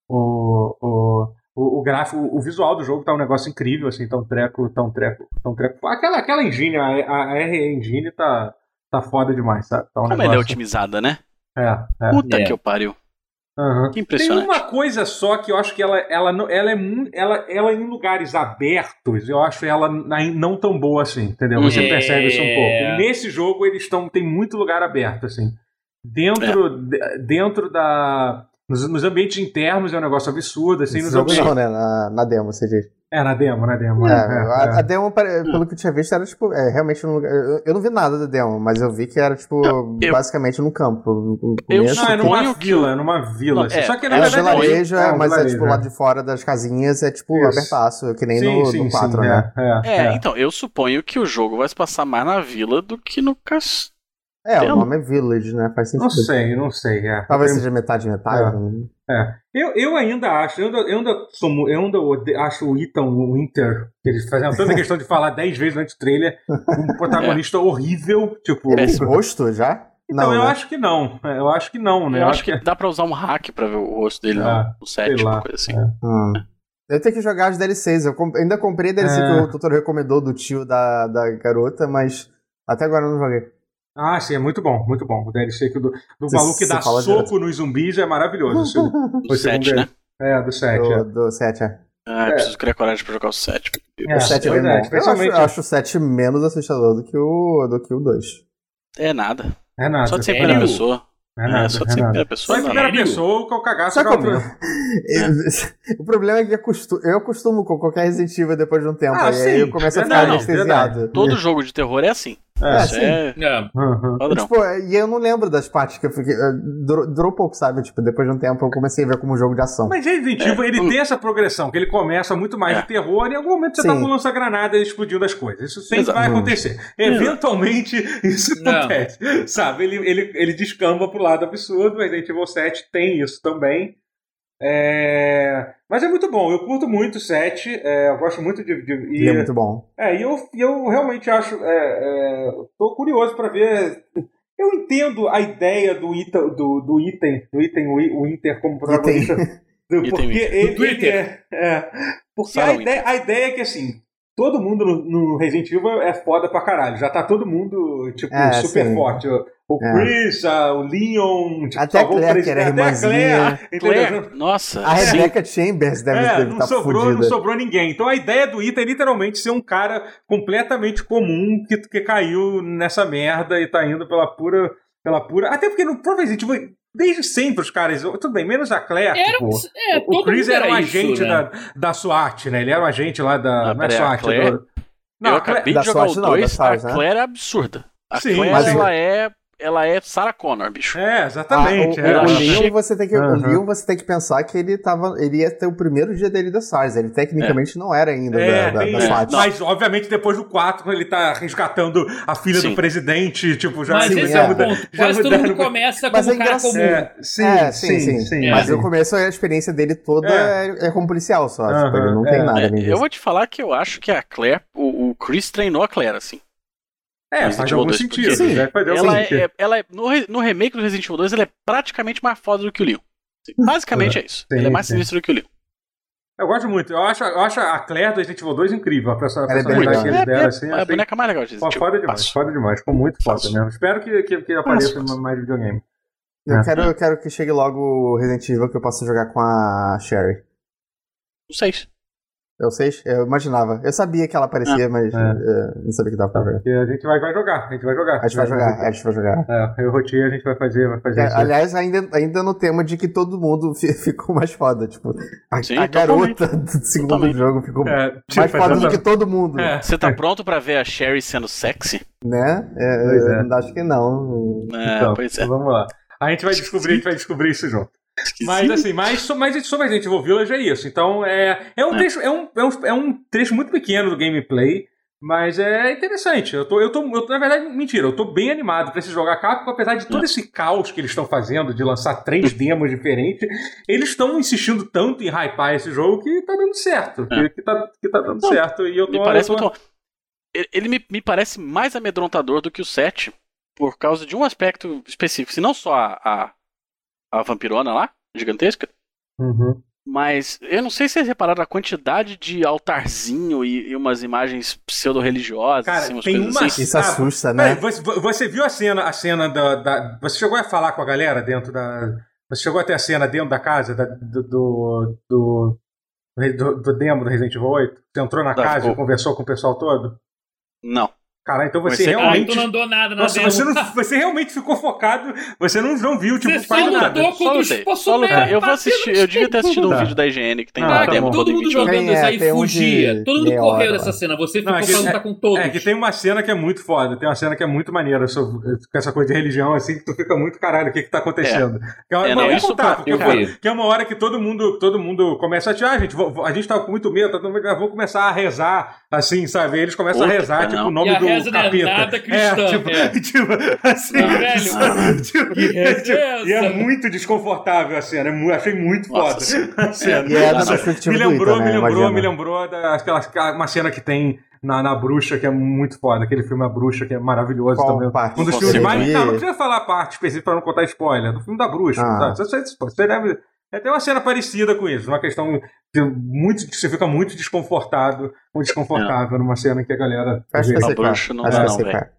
[SPEAKER 4] o, o, o, o gráfico, o visual do jogo tá um negócio incrível, assim, tão treco, tão treco, tão treco. Aquela, aquela engine, a, a R Engine tá, tá foda demais, sabe? Tá um
[SPEAKER 1] Como ela é
[SPEAKER 4] negócio,
[SPEAKER 1] otimizada, né?
[SPEAKER 4] é, é.
[SPEAKER 1] Puta
[SPEAKER 3] É.
[SPEAKER 1] que eu pariu.
[SPEAKER 4] Aham.
[SPEAKER 1] Que
[SPEAKER 4] Tem
[SPEAKER 1] impressionante.
[SPEAKER 4] uma coisa só que eu acho que ela, ela, não- ela é mu- ela, ela em lugares abertos, eu acho ela na- não tão boa assim, entendeu? Você
[SPEAKER 3] É.
[SPEAKER 4] percebe isso um pouco. Nesse jogo eles estão tem muito lugar aberto assim. Dentro
[SPEAKER 1] É.
[SPEAKER 4] de- dentro da nos, nos ambientes internos é um negócio absurdo, assim,
[SPEAKER 2] Esse
[SPEAKER 4] nos
[SPEAKER 2] jogo
[SPEAKER 4] ambientes...
[SPEAKER 2] não, né? Na, na demo, você diz.
[SPEAKER 4] É, na demo, na demo.
[SPEAKER 2] É,
[SPEAKER 4] é,
[SPEAKER 2] a,
[SPEAKER 4] é,
[SPEAKER 2] a demo, pare- pelo que eu tinha visto, era tipo, é, realmente um lugar. Eu, eu não vi nada da demo, mas eu vi que era, tipo,
[SPEAKER 1] eu-
[SPEAKER 2] basicamente num campo. O- o
[SPEAKER 4] é.
[SPEAKER 2] começo,
[SPEAKER 4] Não, é
[SPEAKER 2] tudo.
[SPEAKER 4] numa
[SPEAKER 1] Suponho que-
[SPEAKER 4] vila, é numa vila.
[SPEAKER 1] Não,
[SPEAKER 4] assim.
[SPEAKER 1] é,
[SPEAKER 4] Só que
[SPEAKER 2] tipo,
[SPEAKER 4] na
[SPEAKER 2] É um
[SPEAKER 4] verdade
[SPEAKER 2] vilarejo, é,
[SPEAKER 4] um
[SPEAKER 2] mas é
[SPEAKER 4] vilarejo,
[SPEAKER 2] tipo lá de fora das casinhas, é tipo
[SPEAKER 4] Isso.
[SPEAKER 2] abertaço, que nem
[SPEAKER 4] Sim,
[SPEAKER 2] no,
[SPEAKER 4] sim,
[SPEAKER 2] no 4,
[SPEAKER 4] sim,
[SPEAKER 2] né?
[SPEAKER 4] É, é,
[SPEAKER 1] É,
[SPEAKER 4] é.
[SPEAKER 1] então, eu suponho que o jogo vai se passar mais na vila do que no castelo.
[SPEAKER 2] É,
[SPEAKER 1] Tem
[SPEAKER 2] o
[SPEAKER 1] um-
[SPEAKER 2] nome é Village, né? Faz sentido.
[SPEAKER 4] Não sei, não sei. É.
[SPEAKER 2] Talvez seja metade, metade.
[SPEAKER 4] É.
[SPEAKER 2] né?
[SPEAKER 4] Eu, eu ainda acho, eu ainda, eu ainda, sou mu- eu ainda ode- acho o Ethan Winter, que eles fazem tanta questão de falar 10 vezes durante o trailer, um protagonista horrível, tipo.
[SPEAKER 2] Ele tem rosto já?
[SPEAKER 4] Então
[SPEAKER 2] não,
[SPEAKER 4] eu
[SPEAKER 2] né?
[SPEAKER 4] acho que não. Eu acho que não, né?
[SPEAKER 1] Eu acho que dá pra usar um hack pra ver o rosto dele
[SPEAKER 4] Ah,
[SPEAKER 1] no, no set,
[SPEAKER 4] sei
[SPEAKER 1] tipo,
[SPEAKER 4] lá.
[SPEAKER 1] coisa assim.
[SPEAKER 2] Hum. Eu tenho que jogar as DLCs. Eu comp- ainda comprei a DLC
[SPEAKER 4] É.
[SPEAKER 2] que o doutor recomendou do tio da, da garota, mas até agora eu não joguei.
[SPEAKER 4] Ah, sim, é muito bom, muito bom. O DLC que do, do
[SPEAKER 2] Você-
[SPEAKER 4] maluco que
[SPEAKER 2] você
[SPEAKER 4] dá
[SPEAKER 2] fala
[SPEAKER 4] soco
[SPEAKER 2] direto.
[SPEAKER 4] nos zumbis é maravilhoso. Assim.
[SPEAKER 1] No set, né?
[SPEAKER 4] É, do 7.
[SPEAKER 2] Do, do 7, é.
[SPEAKER 1] Ah, eu preciso criar coragem pra jogar o set.
[SPEAKER 4] É,
[SPEAKER 2] O 7 é bem
[SPEAKER 4] pois é,
[SPEAKER 2] bom. Eu acho,
[SPEAKER 4] especialmente-
[SPEAKER 2] eu acho o 7 menos assustador do que o, do que o 2.
[SPEAKER 1] É nada.
[SPEAKER 4] É nada.
[SPEAKER 1] Só de ser
[SPEAKER 4] é
[SPEAKER 1] primeira
[SPEAKER 4] nada,
[SPEAKER 1] pessoa.
[SPEAKER 4] É nada.
[SPEAKER 1] É, só de
[SPEAKER 4] é
[SPEAKER 1] ser
[SPEAKER 4] nada.
[SPEAKER 1] primeira
[SPEAKER 4] Só
[SPEAKER 1] pessoa.
[SPEAKER 4] em
[SPEAKER 1] não.
[SPEAKER 4] primeira pessoa que eu cagaço
[SPEAKER 2] Sabe
[SPEAKER 4] já
[SPEAKER 2] qual é o
[SPEAKER 4] ouviu.
[SPEAKER 2] problema? [laughs] o problema é que acostu- eu acostumo com qualquer Resident Evil depois de um tempo.
[SPEAKER 4] Ah,
[SPEAKER 2] e aí
[SPEAKER 4] sim,
[SPEAKER 2] eu começo a
[SPEAKER 4] verdade,
[SPEAKER 2] ficar anestesiado.
[SPEAKER 1] Todo jogo de terror é assim.
[SPEAKER 2] É,
[SPEAKER 1] Isso
[SPEAKER 2] sim.
[SPEAKER 1] é
[SPEAKER 3] É.
[SPEAKER 4] Uhum.
[SPEAKER 1] padrão.
[SPEAKER 2] Tipo, e eu não lembro das partes que eu fiquei. eh, Durou, durou pouco, sabe? Tipo, depois de um tempo eu comecei a ver como um jogo de ação.
[SPEAKER 4] Mas Resident Evil, ele
[SPEAKER 1] Hum.
[SPEAKER 4] tem essa progressão, que ele começa muito mais
[SPEAKER 1] É.
[SPEAKER 4] de terror e em algum momento você
[SPEAKER 2] Sim.
[SPEAKER 4] tá com lança-granada e explodindo as coisas. Isso sempre
[SPEAKER 1] Exato.
[SPEAKER 4] vai acontecer. Eventualmente, [laughs] isso
[SPEAKER 3] Não.
[SPEAKER 4] acontece. Sabe? Ele, ele, ele descamba pro lado absurdo, mas Resident Evil 7 tem isso também. É, Mas é muito bom, eu curto muito o 7, é, eu gosto muito de. de-
[SPEAKER 2] E
[SPEAKER 4] e,
[SPEAKER 2] é muito bom.
[SPEAKER 4] é, e eu, e eu realmente acho. É, é, tô curioso pra ver. Eu entendo a ideia do item, do, do item, do item Wi- o Inter como protagonista. Do-
[SPEAKER 1] Item
[SPEAKER 4] Porque
[SPEAKER 1] Winter.
[SPEAKER 4] ele,
[SPEAKER 3] Do Twitter.
[SPEAKER 4] ele é. é, porque
[SPEAKER 1] Sarah
[SPEAKER 4] a ideia, a ideia é que assim, todo mundo no, no Resident Evil é foda pra caralho. Já tá todo mundo, tipo,
[SPEAKER 2] É,
[SPEAKER 4] super
[SPEAKER 2] sim.
[SPEAKER 4] forte. O, o
[SPEAKER 2] É.
[SPEAKER 4] Chris, a- o Leon, tipo,
[SPEAKER 2] Até a
[SPEAKER 4] salvou o
[SPEAKER 2] Claire, que
[SPEAKER 4] presidente,
[SPEAKER 2] era
[SPEAKER 4] até a Claire, entendeu?
[SPEAKER 1] Claire, nossa,
[SPEAKER 2] A
[SPEAKER 1] sim.
[SPEAKER 2] Rebecca Chambers deve, tá
[SPEAKER 4] É,
[SPEAKER 2] deve
[SPEAKER 4] não
[SPEAKER 2] estar
[SPEAKER 4] sobrou,
[SPEAKER 2] fodida.
[SPEAKER 4] não sobrou ninguém. Então a ideia do Ita é literalmente ser um cara completamente comum que, que caiu nessa merda e tá indo pela pura. Pela pura. Até porque no próprio Resident Evil, desde sempre os caras. Tudo bem, menos a Claire.
[SPEAKER 3] Era
[SPEAKER 4] tipo,
[SPEAKER 3] um, é, todo
[SPEAKER 4] o Chris
[SPEAKER 3] mundo
[SPEAKER 4] era um
[SPEAKER 3] isso,
[SPEAKER 4] agente
[SPEAKER 3] né?
[SPEAKER 4] da, da SWAT, né? Ele era um agente lá da.
[SPEAKER 1] Ah,
[SPEAKER 4] não é
[SPEAKER 1] peraí, a
[SPEAKER 4] SWAT.
[SPEAKER 1] Claire-
[SPEAKER 4] do- Não,
[SPEAKER 1] eu
[SPEAKER 4] a Claire-
[SPEAKER 1] acabei
[SPEAKER 2] Da
[SPEAKER 1] de jogar
[SPEAKER 2] sorte
[SPEAKER 1] o
[SPEAKER 2] não, da
[SPEAKER 1] 2, a
[SPEAKER 2] sorte, né?
[SPEAKER 1] Claire é absurda. A
[SPEAKER 4] Sim,
[SPEAKER 1] Claire,
[SPEAKER 2] mas-
[SPEAKER 1] ela é, ela é Sarah Connor, bicho.
[SPEAKER 4] É, exatamente.
[SPEAKER 2] Ah, o,
[SPEAKER 4] é.
[SPEAKER 2] o,
[SPEAKER 1] ela
[SPEAKER 2] Leon,
[SPEAKER 1] chega-
[SPEAKER 2] você tem que, o
[SPEAKER 4] Aham.
[SPEAKER 2] Leon, você tem que pensar que ele, tava, ele ia ter o primeiro dia dele da SARS. Ele tecnicamente não era ainda
[SPEAKER 4] É,
[SPEAKER 2] da, da,
[SPEAKER 4] tem
[SPEAKER 2] da
[SPEAKER 4] isso.
[SPEAKER 2] SWAT.
[SPEAKER 4] mas obviamente depois do 4, quando ele tá resgatando a filha
[SPEAKER 1] Sim.
[SPEAKER 4] do presidente, tipo, já
[SPEAKER 3] Mas
[SPEAKER 4] se
[SPEAKER 3] esse
[SPEAKER 2] já
[SPEAKER 3] é o
[SPEAKER 2] muda-
[SPEAKER 3] ponto.
[SPEAKER 4] já
[SPEAKER 3] Quase todo
[SPEAKER 4] mudaram-
[SPEAKER 3] mundo começa
[SPEAKER 2] Mas
[SPEAKER 3] como
[SPEAKER 2] é
[SPEAKER 3] um cara
[SPEAKER 2] engraçado.
[SPEAKER 3] comum.
[SPEAKER 4] É, sim,
[SPEAKER 2] É,
[SPEAKER 4] sim, sim,
[SPEAKER 2] Mas
[SPEAKER 4] sim.
[SPEAKER 2] no começo a experiência dele toda
[SPEAKER 4] É.
[SPEAKER 2] é, é como policial só. tipo,
[SPEAKER 4] Aham,
[SPEAKER 2] ele não
[SPEAKER 4] é.
[SPEAKER 2] tem nada.
[SPEAKER 1] É,
[SPEAKER 2] além disso.
[SPEAKER 1] eu vou te falar que eu acho que a Claire, o, o Chris treinou a Claire, assim.
[SPEAKER 4] É,
[SPEAKER 1] Resident
[SPEAKER 4] faz
[SPEAKER 1] Evil
[SPEAKER 4] algum
[SPEAKER 1] 2,
[SPEAKER 4] sentido.
[SPEAKER 2] porque-
[SPEAKER 4] né? Faz algum
[SPEAKER 1] Ela é,
[SPEAKER 4] sentido.
[SPEAKER 1] é- ela é- no, re- no remake do Resident Evil 2, ela é praticamente mais foda do que o Leon. Assim, Basicamente é isso.
[SPEAKER 4] Sim,
[SPEAKER 1] Ela é mais
[SPEAKER 4] sim.
[SPEAKER 1] sinistra do que o Leon.
[SPEAKER 4] Eu gosto muito. Eu acho, eu acho a Claire do Resident Evil 2 incrível. A perso- a
[SPEAKER 2] Ela é bem legal.
[SPEAKER 4] personalidade que eles
[SPEAKER 1] É,
[SPEAKER 4] deram,
[SPEAKER 1] é-
[SPEAKER 4] assim,
[SPEAKER 1] é
[SPEAKER 4] eu
[SPEAKER 1] a
[SPEAKER 4] achei
[SPEAKER 1] boneca mais legal de
[SPEAKER 4] Pô,
[SPEAKER 1] Resident Evil.
[SPEAKER 4] foda demais,
[SPEAKER 1] Fácil.
[SPEAKER 4] foda demais. Ficou muito foda
[SPEAKER 1] Fácil.
[SPEAKER 4] mesmo. Espero que, que, que apareça
[SPEAKER 1] Fácil.
[SPEAKER 4] mais videogame. É.
[SPEAKER 2] Eu quero, eu quero que chegue logo o Resident Evil que eu possa jogar com a Sherry.
[SPEAKER 1] Não sei.
[SPEAKER 2] Eu sei, eu imaginava. Eu sabia que ela aparecia, mas
[SPEAKER 4] É.
[SPEAKER 2] eh, não sabia que dava pra jogar.
[SPEAKER 4] Porque a gente vai, vai jogar, a gente vai jogar.
[SPEAKER 2] A gente vai jogar, a gente vai jogar.
[SPEAKER 4] É, eu e o Rotier a gente vai fazer, vai fazer.
[SPEAKER 2] É,
[SPEAKER 4] isso.
[SPEAKER 2] aliás, ainda, ainda no tema de que todo mundo fi- [laughs] ficou mais foda. Tipo, a,
[SPEAKER 1] Sim,
[SPEAKER 2] a
[SPEAKER 1] totalmente.
[SPEAKER 2] garota do segundo
[SPEAKER 1] Totalmente.
[SPEAKER 2] jogo ficou
[SPEAKER 4] É,
[SPEAKER 2] mais
[SPEAKER 4] tipo,
[SPEAKER 2] foda do que
[SPEAKER 4] exatamente.
[SPEAKER 2] todo mundo,
[SPEAKER 4] É.
[SPEAKER 1] Você tá pronto pra ver a Sherry sendo sexy?
[SPEAKER 2] né? É,
[SPEAKER 4] Pois é.
[SPEAKER 2] eu Acho que não.
[SPEAKER 1] É,
[SPEAKER 4] Então,
[SPEAKER 1] pois é.
[SPEAKER 4] Vamos lá. A gente vai descobrir, a gente vai descobrir isso junto. Mas assim, mas, so- mas sobre a gente Evil Village é isso. Então é, é, um
[SPEAKER 1] É.
[SPEAKER 4] trecho, é, um, é, um, é um trecho muito pequeno do gameplay, mas é interessante. Eu tô, eu tô, eu tô- na verdade, mentira, eu tô bem animado pra esse jogo. A Capcom, apesar de
[SPEAKER 1] É.
[SPEAKER 4] todo esse caos que eles estão fazendo, de lançar três demos diferentes, eles estão insistindo tanto em hypar esse jogo que tá dando certo.
[SPEAKER 1] É.
[SPEAKER 4] Que, que tá, que tá dando
[SPEAKER 1] Não,
[SPEAKER 4] certo. E eu tô,
[SPEAKER 1] Me parece
[SPEAKER 4] eu tô-
[SPEAKER 1] muito bom. Ele- Ele me, me parece mais amedrontador do que o 7, por causa de um aspecto específico. Se não só a, a, a vampirona lá, gigantesca,
[SPEAKER 4] Uhum.
[SPEAKER 1] mas eu não sei se vocês repararam a quantidade de altarzinho e, e umas imagens pseudo-religiosas.
[SPEAKER 4] Cara,
[SPEAKER 1] umas
[SPEAKER 4] tem
[SPEAKER 1] coisas
[SPEAKER 4] uma-
[SPEAKER 1] assim.
[SPEAKER 2] Isso
[SPEAKER 4] Ah,
[SPEAKER 2] assusta,
[SPEAKER 4] Peraí,
[SPEAKER 2] né?
[SPEAKER 4] você, você viu a cena, a cena da, da- Você chegou a falar com a galera dentro da. Você chegou até a cena dentro da casa da- do, do, do, do- do demo do Resident Evil 8? Você entrou na
[SPEAKER 1] Tá,
[SPEAKER 4] casa
[SPEAKER 1] ficou.
[SPEAKER 4] e conversou com o pessoal todo?
[SPEAKER 1] Não.
[SPEAKER 4] Cara, então você
[SPEAKER 1] Comecei-
[SPEAKER 3] Ah, então
[SPEAKER 4] realmente.
[SPEAKER 3] não andou nada na tá-
[SPEAKER 4] Nossa, [laughs]
[SPEAKER 3] demo.
[SPEAKER 4] você, não- você realmente ficou focado, você não, não viu, tipo,
[SPEAKER 3] Você
[SPEAKER 4] quase
[SPEAKER 3] só
[SPEAKER 4] nada.
[SPEAKER 3] lutou
[SPEAKER 1] Só
[SPEAKER 3] contra os
[SPEAKER 1] lutei,
[SPEAKER 3] possuídos.
[SPEAKER 1] só lutei. Eu vou assistir, eu devia ter assistido um
[SPEAKER 4] Tá.
[SPEAKER 1] vídeo da IGN que tem
[SPEAKER 4] tipo Ah,
[SPEAKER 1] lá
[SPEAKER 4] tá
[SPEAKER 1] demo
[SPEAKER 4] bom.
[SPEAKER 1] toda
[SPEAKER 3] todo
[SPEAKER 1] em
[SPEAKER 3] mundo
[SPEAKER 1] 20 horas.
[SPEAKER 2] Tem, é,
[SPEAKER 3] jogando isso aí
[SPEAKER 2] tem um de
[SPEAKER 3] fugia. todo mundo
[SPEAKER 2] meia
[SPEAKER 3] correu
[SPEAKER 2] hora,
[SPEAKER 3] dessa
[SPEAKER 2] lá.
[SPEAKER 3] cena. Você ficou
[SPEAKER 4] Não, é que-
[SPEAKER 3] falando que tá com todos.
[SPEAKER 4] É, que tem uma cena que é muito foda, tem uma cena que é muito maneira sobre, com essa coisa de religião, assim, que tu fica muito caralho, o que que tá acontecendo? Que É,
[SPEAKER 1] É,
[SPEAKER 4] uma- mas
[SPEAKER 1] não,
[SPEAKER 4] vou
[SPEAKER 1] isso
[SPEAKER 4] contar,
[SPEAKER 1] pra-
[SPEAKER 4] porque,
[SPEAKER 3] eu
[SPEAKER 4] pô, [laughs]
[SPEAKER 3] vi.
[SPEAKER 4] que é uma hora que todo mundo, todo mundo começa a tirar, ah, gente, vou- vou- a gente tá com muito medo, tá todo mundo, vamos começar a rezar, assim, sabe? Eles começam
[SPEAKER 1] Puta,
[SPEAKER 4] a rezar, tipo,
[SPEAKER 1] não.
[SPEAKER 4] o nome
[SPEAKER 3] E a
[SPEAKER 4] do
[SPEAKER 3] reza não é
[SPEAKER 4] capeta.
[SPEAKER 3] nada cristã,
[SPEAKER 4] tipo,
[SPEAKER 3] é.
[SPEAKER 4] [laughs] tipo, assim,
[SPEAKER 3] Não, velho.
[SPEAKER 4] sabe? [laughs] Tipo,
[SPEAKER 3] Que
[SPEAKER 4] é,
[SPEAKER 3] reza
[SPEAKER 4] tipo,
[SPEAKER 3] é
[SPEAKER 4] e é
[SPEAKER 3] essa?
[SPEAKER 4] muito desconfortável a cena, é mu- achei muito
[SPEAKER 1] Nossa,
[SPEAKER 4] foda
[SPEAKER 1] sim.
[SPEAKER 4] a cena.
[SPEAKER 2] E é da
[SPEAKER 1] Nossa,
[SPEAKER 2] perspectiva
[SPEAKER 4] Me
[SPEAKER 2] do
[SPEAKER 4] lembrou,
[SPEAKER 2] Ethan, né?
[SPEAKER 4] me lembrou,
[SPEAKER 2] Imagina.
[SPEAKER 4] me lembrou daquela uma cena que tem na, na Bruxa, que é muito foda. Aquele filme A Bruxa, que é maravilhoso
[SPEAKER 2] Qual
[SPEAKER 4] também.
[SPEAKER 2] parte
[SPEAKER 4] um dos
[SPEAKER 1] você
[SPEAKER 4] filmes mais.
[SPEAKER 2] diria?
[SPEAKER 4] Não, não precisa falar a parte específica pra não contar spoiler. Do filme da Bruxa,
[SPEAKER 2] Ah.
[SPEAKER 4] sabe? Você, você, você deve. é, Tem uma cena parecida com isso, uma questão de muito. que Você fica muito desconfortado ou
[SPEAKER 1] É.
[SPEAKER 4] desconfortável numa cena que a galera.
[SPEAKER 2] Acho que eu
[SPEAKER 1] A
[SPEAKER 2] sei qual. Acho
[SPEAKER 1] bruxa
[SPEAKER 2] que
[SPEAKER 1] não dá,
[SPEAKER 2] eu
[SPEAKER 1] não,
[SPEAKER 2] sei
[SPEAKER 1] velho.
[SPEAKER 2] qual.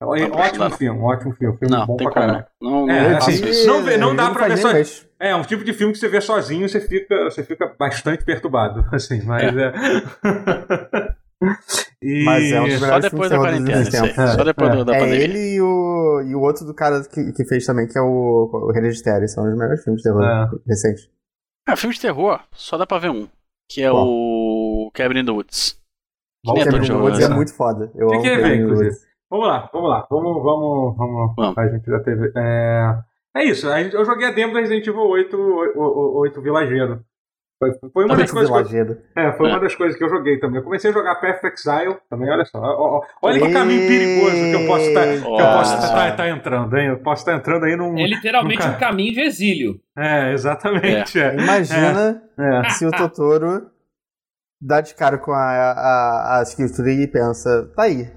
[SPEAKER 4] É,
[SPEAKER 1] Bruxa não dá,
[SPEAKER 4] ótimo
[SPEAKER 1] não.
[SPEAKER 4] filme, ótimo filme. filme
[SPEAKER 1] Não,
[SPEAKER 4] bom
[SPEAKER 1] tem
[SPEAKER 4] pra
[SPEAKER 1] como. né?
[SPEAKER 4] caralho.
[SPEAKER 1] Não, não,
[SPEAKER 4] É,
[SPEAKER 1] não faço
[SPEAKER 4] assim,
[SPEAKER 1] isso.
[SPEAKER 4] não vê- não dá
[SPEAKER 2] Ele
[SPEAKER 4] pra
[SPEAKER 2] faz
[SPEAKER 4] ver só-
[SPEAKER 2] nem isso.
[SPEAKER 4] É, um tipo de filme que você vê sozinho, você fica, você fica bastante perturbado, [laughs] assim, mas é. E-
[SPEAKER 2] Mas é um dos
[SPEAKER 1] Só
[SPEAKER 2] melhores
[SPEAKER 1] depois da
[SPEAKER 2] filmes de terror dos
[SPEAKER 1] quarentena,
[SPEAKER 2] últimos
[SPEAKER 1] isso aí.
[SPEAKER 2] tempos.
[SPEAKER 1] Só depois
[SPEAKER 4] É.
[SPEAKER 1] do- da
[SPEAKER 2] É
[SPEAKER 1] pandemia.
[SPEAKER 2] ele e o, e o outro do cara que, que fez também, que é o, o Hereditário. São os melhores filmes de terror
[SPEAKER 4] É.
[SPEAKER 2] recentes.
[SPEAKER 1] Ah, filme de terror, só dá pra ver um. Que é
[SPEAKER 2] Qual?
[SPEAKER 1] o Cabin in the Woods.
[SPEAKER 4] Bom,
[SPEAKER 1] Que
[SPEAKER 2] O
[SPEAKER 1] nem é
[SPEAKER 2] Kevin
[SPEAKER 1] terror,
[SPEAKER 2] do Woods é
[SPEAKER 1] né?
[SPEAKER 2] muito foda. Eu
[SPEAKER 4] Tem
[SPEAKER 2] amo
[SPEAKER 4] que
[SPEAKER 2] Kevin
[SPEAKER 4] ver,
[SPEAKER 2] do
[SPEAKER 4] inclusive.
[SPEAKER 2] Woods.
[SPEAKER 4] Vamos lá, vamos lá, vamos, vamos, vamos.
[SPEAKER 1] Vamos.
[SPEAKER 4] A gente já teve. É, é isso, a gente- eu joguei a demo do Resident Evil 8, o- o- o- 8 Vilageiro. Foi, foi uma
[SPEAKER 1] Também
[SPEAKER 2] Muito
[SPEAKER 4] das coisas que eu
[SPEAKER 2] vilageiro.
[SPEAKER 4] É, foi uma das coisas que eu joguei também. Eu comecei a jogar Path of Exile também, olha só. Ó, ó, Olha que caminho perigoso que eu posso estar que eu posso
[SPEAKER 1] Olha
[SPEAKER 4] tá,
[SPEAKER 1] só.
[SPEAKER 4] tá entrando, hein? Eu posso estar entrando aí num.
[SPEAKER 3] É literalmente
[SPEAKER 4] Nunca-
[SPEAKER 3] um caminho de exílio.
[SPEAKER 4] É, exatamente. É.
[SPEAKER 2] Imagina
[SPEAKER 4] é.
[SPEAKER 2] se o Totoro dá de cara com a, a, a Skill Tree e pensa, tá aí.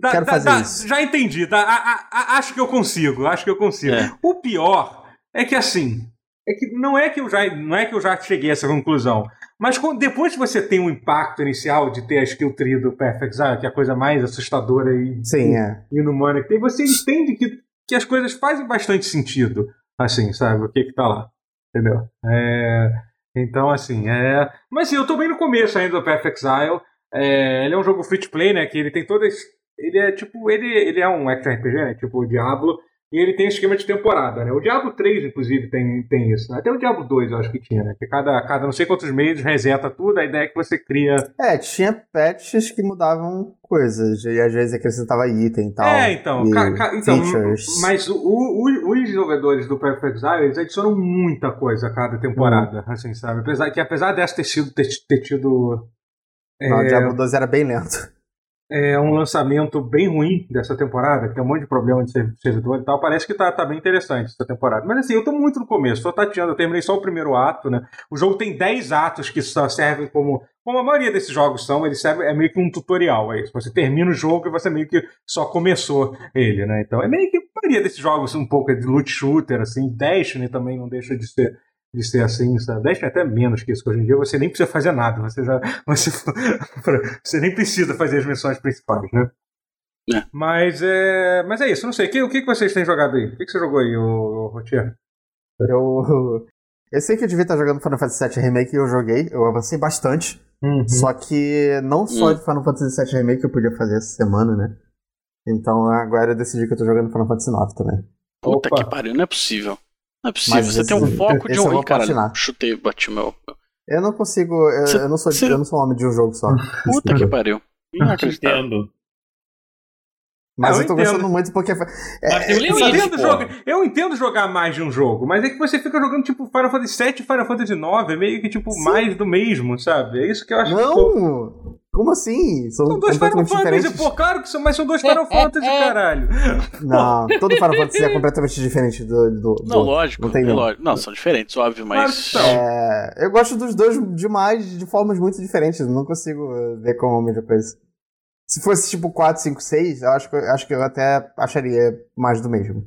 [SPEAKER 4] Dá-
[SPEAKER 2] Quero
[SPEAKER 4] dá-
[SPEAKER 2] fazer
[SPEAKER 4] dá-
[SPEAKER 2] isso.
[SPEAKER 4] Já entendi. dá- a- a- a- acho que eu consigo. Acho que eu consigo.
[SPEAKER 1] É.
[SPEAKER 4] O pior é que assim. É que não é que eu já não é que eu já cheguei a essa conclusão. Mas quando- depois que você tem o impacto inicial de ter a skill tree do Perfect Zero, que é a coisa mais assustadora e
[SPEAKER 2] Sim, é.
[SPEAKER 4] inumana que tem, você entende que, que as coisas fazem bastante sentido. Assim, sabe? O que que tá lá. Entendeu? É, então, assim, é. Mas assim, eu tô bem no começo ainda do Path Exile. É, ele é um jogo free to play, né? Que ele tem todas. Ele é tipo. Ele, ele é um action RPG, né? Tipo o Diablo. E ele tem esquema de temporada, né? O Diablo 3, inclusive, tem, tem isso. né? Até o Diablo 2 eu acho que tinha, né? Que cada, cada não sei quantos meses reseta tudo, a ideia é que você cria.
[SPEAKER 2] É, tinha patches que mudavam coisas, e às vezes acrescentava item e tal.
[SPEAKER 4] é, então,
[SPEAKER 2] e
[SPEAKER 4] ca- ca- então
[SPEAKER 2] features.
[SPEAKER 4] mas o- o- o- os desenvolvedores do Perfect Exile, eles adicionam muita coisa a cada temporada, assim, sabe? Apesar, que apesar dessa ter sido ter, ter tido
[SPEAKER 2] Não, o Diablo 2 era bem lento. [laughs]
[SPEAKER 4] é, um lançamento bem ruim dessa temporada, que tem um monte de problema de serv- servidor e tal, parece que tá, tá bem interessante essa temporada. Mas assim, eu tô muito no começo, tô tateando, eu terminei só o primeiro ato, né? O jogo tem 10 atos que só servem como. Como a maioria desses jogos são, ele serve, é meio que um tutorial, é isso. Você termina o jogo e você meio que só começou ele, né? Então é meio que a maioria desses jogos um pouco é de loot shooter, assim. Destiny também não deixa de ser, de ser assim, sabe? Destiny é até menos que isso, que hoje em dia você nem precisa fazer nada, você já. [laughs] Você, você nem precisa fazer as missões principais, né?
[SPEAKER 1] É.
[SPEAKER 4] Mas é. Mas é isso, não sei. O que, o que que vocês têm jogado aí? O que, que você jogou aí, ô, ô Rotier?
[SPEAKER 2] Eu. Eu sei que eu devia estar jogando Final Fantasy VII Remake e eu joguei, eu avancei bastante.
[SPEAKER 4] Uhum.
[SPEAKER 2] Só que não só
[SPEAKER 1] Hum.
[SPEAKER 2] de Final Fantasy VII Remake eu podia fazer essa semana, né? Então agora eu decidi que eu tô jogando Final Fantasy IX também.
[SPEAKER 1] Puta
[SPEAKER 4] Opa.
[SPEAKER 1] que pariu, não é possível. Não é possível.
[SPEAKER 2] Mas
[SPEAKER 1] você tem um
[SPEAKER 2] esse-
[SPEAKER 1] foco de
[SPEAKER 2] esse eu
[SPEAKER 1] um.
[SPEAKER 2] vou
[SPEAKER 1] Ih, caralho,
[SPEAKER 2] platinar.
[SPEAKER 1] chutei, bati
[SPEAKER 2] [laughs]
[SPEAKER 1] meu.
[SPEAKER 2] Eu não consigo. Eu,
[SPEAKER 1] Cê-
[SPEAKER 2] eu não, sou,
[SPEAKER 1] cê-
[SPEAKER 2] eu não sou um homem de um jogo
[SPEAKER 4] Hum.
[SPEAKER 2] só.
[SPEAKER 1] Puta que
[SPEAKER 2] Desculpa.
[SPEAKER 1] pariu. Inacreditável.
[SPEAKER 3] Nintendo.
[SPEAKER 2] Mas
[SPEAKER 4] Ah, eu
[SPEAKER 2] eu tô
[SPEAKER 4] entendo.
[SPEAKER 2] gostando muito porque.
[SPEAKER 4] [laughs]
[SPEAKER 3] Mas tem um o
[SPEAKER 4] Eu,
[SPEAKER 3] Leonid,
[SPEAKER 4] entendo
[SPEAKER 3] porra.
[SPEAKER 4] É, jogo- eu entendo jogar mais de um jogo, mas é que você fica jogando tipo Final Fantasy VII e Final Fantasy IX, é meio que tipo
[SPEAKER 2] Sim.
[SPEAKER 4] mais do mesmo, sabe? É isso que eu acho que. pô,
[SPEAKER 2] Não! Como assim? São,
[SPEAKER 4] São dois Final
[SPEAKER 2] completamente
[SPEAKER 4] Fantasy,
[SPEAKER 2] diferentes.
[SPEAKER 4] pô, claro que são, mas são dois Final Fantasy, caralho.
[SPEAKER 2] Não, todo Final Fantasy é completamente diferente do. do, do
[SPEAKER 1] Não, lógico.
[SPEAKER 2] Não tem
[SPEAKER 1] é
[SPEAKER 2] não.
[SPEAKER 1] lógico. Não, são diferentes, óbvio,
[SPEAKER 4] Claro que
[SPEAKER 1] mas.
[SPEAKER 4] são.
[SPEAKER 2] É, eu gosto dos dois demais de formas muito diferentes. Não consigo eh, ver como a mesma coisa. Se fosse tipo 4, 5, 6, eu acho que, acho que eu até acharia mais do mesmo.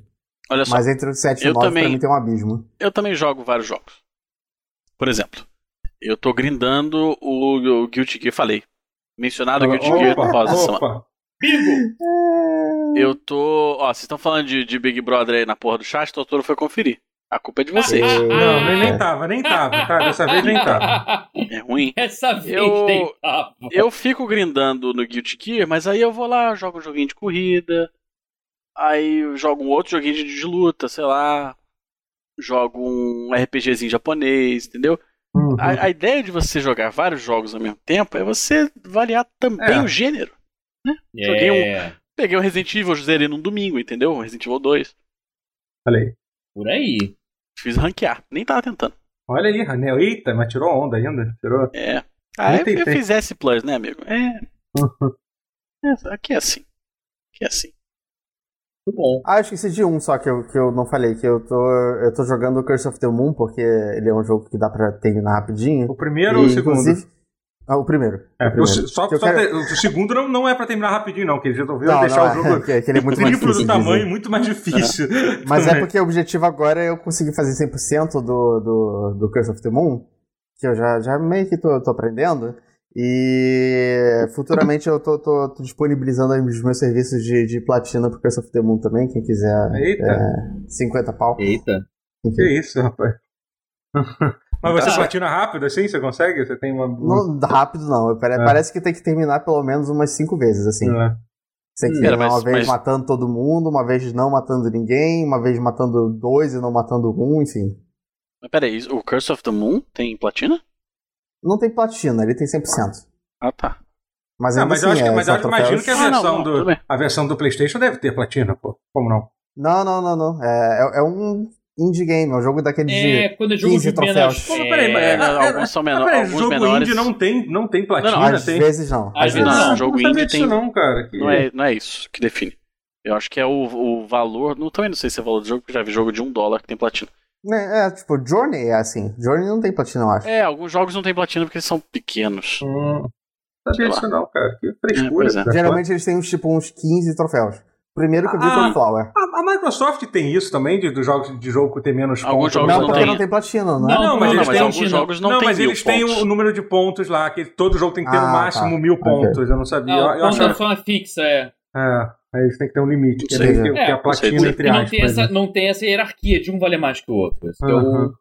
[SPEAKER 1] Olha só,
[SPEAKER 2] Mas entre o 7 e
[SPEAKER 1] Eu
[SPEAKER 2] o 9,
[SPEAKER 1] também.
[SPEAKER 2] pra mim tem um abismo.
[SPEAKER 1] eu também jogo vários jogos. Por exemplo, eu tô grindando o, o Guilty Gear, falei. Mencionado o Guilty Gear no pause dessa semana.
[SPEAKER 4] opa.
[SPEAKER 3] Bingo!
[SPEAKER 2] É,
[SPEAKER 1] Eu tô. Ó, vocês estão falando de, de Big Brother aí na porra do chat, o Totoro foi conferir. A culpa é de
[SPEAKER 3] Ah,
[SPEAKER 1] vocês.
[SPEAKER 4] Não, nem, nem
[SPEAKER 2] É.
[SPEAKER 4] tava, nem tava, tá? Dessa vez nem tava.
[SPEAKER 3] ah.
[SPEAKER 1] É ruim.
[SPEAKER 3] Essa vez
[SPEAKER 1] Eu-
[SPEAKER 3] tem papo.
[SPEAKER 1] Eu fico grindando no Guilty Gear, mas aí eu vou lá, jogo um joguinho de corrida. Aí eu jogo um outro joguinho de, de luta, sei lá. Jogo um RPGzinho japonês, entendeu?
[SPEAKER 2] Uhum.
[SPEAKER 4] Uhum.
[SPEAKER 1] A, a ideia de você jogar vários jogos ao mesmo tempo é você variar também
[SPEAKER 4] É.
[SPEAKER 1] o gênero. joguei
[SPEAKER 3] É,
[SPEAKER 1] Peguei um Resident Evil, eu zerei num domingo, entendeu? Um Resident Evil 2.
[SPEAKER 4] Falei.
[SPEAKER 3] por aí.
[SPEAKER 1] Fiz ranquear, nem tava tentando.
[SPEAKER 4] Olha aí, Ranel. Eita, mas tirou onda ainda? Tirou.
[SPEAKER 1] É. Ah,
[SPEAKER 4] Nem
[SPEAKER 1] eu, eu
[SPEAKER 4] tentei. Uhum.
[SPEAKER 1] fiz S Plus, né, amigo? É. é, Aqui é assim. Aqui é assim.
[SPEAKER 3] Muito bom.
[SPEAKER 2] Ah, eu esqueci de um só que eu, que eu não falei, que eu tô, eu tô jogando Curse of the Moon, porque ele é um jogo que dá pra terminar rapidinho.
[SPEAKER 4] O primeiro ou o
[SPEAKER 2] E,
[SPEAKER 4] um segundo?
[SPEAKER 2] inclusive- Ah, o primeiro.
[SPEAKER 4] É,
[SPEAKER 2] o
[SPEAKER 4] o,
[SPEAKER 2] primeiro.
[SPEAKER 4] se- só,
[SPEAKER 2] Eu
[SPEAKER 4] só
[SPEAKER 2] quero-
[SPEAKER 4] te- o segundo não, não é pra terminar rapidinho, não, que eles resolveram
[SPEAKER 2] Não,
[SPEAKER 4] deixar
[SPEAKER 2] não,
[SPEAKER 4] o jogo
[SPEAKER 2] que, que ele é [laughs] muito mais
[SPEAKER 4] triplo
[SPEAKER 2] difícil
[SPEAKER 4] do
[SPEAKER 2] de dizer.
[SPEAKER 4] tamanho, muito
[SPEAKER 2] [laughs]
[SPEAKER 4] mais difícil.
[SPEAKER 2] Mas é
[SPEAKER 4] também.
[SPEAKER 2] porque o objetivo agora é eu conseguir fazer 100% do, do, do Curse of the Moon, que eu já, já meio que tô, tô aprendendo. E futuramente eu tô, tô- tô disponibilizando aí os meus serviços de, de platina pro Curse of the Moon também, quem quiser
[SPEAKER 4] Eita,
[SPEAKER 2] 50 pau.
[SPEAKER 3] Eita.
[SPEAKER 2] enfim.
[SPEAKER 4] que isso,
[SPEAKER 2] [laughs]
[SPEAKER 4] rapaz. Mas você
[SPEAKER 1] Tá.
[SPEAKER 4] platina rápido assim? Você consegue? Você tem uma.
[SPEAKER 2] Não, rápido não, pare-
[SPEAKER 4] É.
[SPEAKER 2] parece que tem que terminar pelo menos umas 5 vezes, assim.
[SPEAKER 4] É.
[SPEAKER 2] Você tem que
[SPEAKER 1] Cara,
[SPEAKER 2] terminar
[SPEAKER 1] mas-
[SPEAKER 2] uma vez
[SPEAKER 1] mas-
[SPEAKER 2] matando todo mundo, uma vez não matando ninguém, uma vez matando dois e não matando um, enfim.
[SPEAKER 1] Mas peraí, o Curse of the Moon tem platina?
[SPEAKER 2] Não tem platina, ele tem 100%.
[SPEAKER 1] Ah, tá.
[SPEAKER 2] Mas,
[SPEAKER 4] Ah,
[SPEAKER 2] ainda
[SPEAKER 4] mas eu
[SPEAKER 2] assim,
[SPEAKER 4] acho que-
[SPEAKER 2] é,
[SPEAKER 4] mas
[SPEAKER 2] são
[SPEAKER 4] eu acho que imagino
[SPEAKER 2] troféus-
[SPEAKER 4] que a
[SPEAKER 1] Ah, não,
[SPEAKER 4] versão,
[SPEAKER 1] não,
[SPEAKER 4] do,
[SPEAKER 1] tudo bem.
[SPEAKER 4] a versão do PlayStation deve ter platina, pô. Como não?
[SPEAKER 2] Não, não, não, não. É, é- é um indie game, é um jogo daquele
[SPEAKER 3] É,
[SPEAKER 2] de.
[SPEAKER 3] quando eu jogo
[SPEAKER 2] 15
[SPEAKER 3] de menos.
[SPEAKER 2] troféus.
[SPEAKER 4] Pô, mas peraí, mas-
[SPEAKER 1] É,
[SPEAKER 3] é,
[SPEAKER 1] não, alguns são menor-
[SPEAKER 4] Ah, peraí,
[SPEAKER 1] alguns
[SPEAKER 4] jogo
[SPEAKER 1] menores.
[SPEAKER 4] indie não tem, não tem platina,
[SPEAKER 1] Não,
[SPEAKER 2] Às
[SPEAKER 4] tem.
[SPEAKER 2] vezes não.
[SPEAKER 3] Às vezes não.
[SPEAKER 4] Ah,
[SPEAKER 1] Jogo
[SPEAKER 4] não sabia
[SPEAKER 1] indie
[SPEAKER 4] disso
[SPEAKER 1] tem-
[SPEAKER 4] não, cara. que-
[SPEAKER 1] Não é, não é isso que define. Eu acho que é o, o valor. Não, também não sei se é o valor do jogo, porque eu já vi jogo de um dólar que tem platina.
[SPEAKER 2] É, é, tipo, Journey é assim. Journey não tem platina, eu acho.
[SPEAKER 1] É, alguns jogos não tem platina porque eles são pequenos.
[SPEAKER 4] Hum,
[SPEAKER 1] Sei
[SPEAKER 4] sabia
[SPEAKER 1] lá.
[SPEAKER 4] disso não, cara. Que
[SPEAKER 1] É,
[SPEAKER 4] frescura.
[SPEAKER 1] pois é.
[SPEAKER 4] cara.
[SPEAKER 2] Geralmente eles têm uns, tipo, uns 15 troféus. Primeiro que eu vi foi
[SPEAKER 4] Ah.
[SPEAKER 2] o Flower.
[SPEAKER 4] A, a Microsoft tem isso também, de, dos jogos de jogo que tem menos
[SPEAKER 1] Alguns
[SPEAKER 4] pontos.
[SPEAKER 1] jogos
[SPEAKER 2] Não,
[SPEAKER 1] não
[SPEAKER 2] porque
[SPEAKER 1] tem.
[SPEAKER 2] não tem platina, não é?
[SPEAKER 4] Não, mas
[SPEAKER 1] não,
[SPEAKER 4] eles
[SPEAKER 1] mas
[SPEAKER 4] têm um
[SPEAKER 1] alguns jogos não,
[SPEAKER 4] Não,
[SPEAKER 1] tem
[SPEAKER 4] mas
[SPEAKER 1] mil
[SPEAKER 4] eles têm um-
[SPEAKER 1] pontos.
[SPEAKER 4] o número de pontos lá, que todo jogo tem que ter no
[SPEAKER 2] Ah,
[SPEAKER 4] máximo
[SPEAKER 2] tá.
[SPEAKER 4] mil pontos. Eu não sabia.
[SPEAKER 3] Não,
[SPEAKER 4] eu, eu
[SPEAKER 3] quando a
[SPEAKER 4] achava.
[SPEAKER 3] fã fixa, é.
[SPEAKER 4] É, aí eles têm que ter um limite, que é,
[SPEAKER 1] Não sei.
[SPEAKER 4] meio que-
[SPEAKER 3] É,
[SPEAKER 4] que é
[SPEAKER 1] não
[SPEAKER 4] a
[SPEAKER 1] sei
[SPEAKER 4] platina
[SPEAKER 1] dizer.
[SPEAKER 4] entre
[SPEAKER 3] E não
[SPEAKER 4] aspas.
[SPEAKER 3] tem, essa,
[SPEAKER 4] né?
[SPEAKER 3] não tem essa hierarquia de um valer mais que o outro. Esse é o-
[SPEAKER 4] Aham.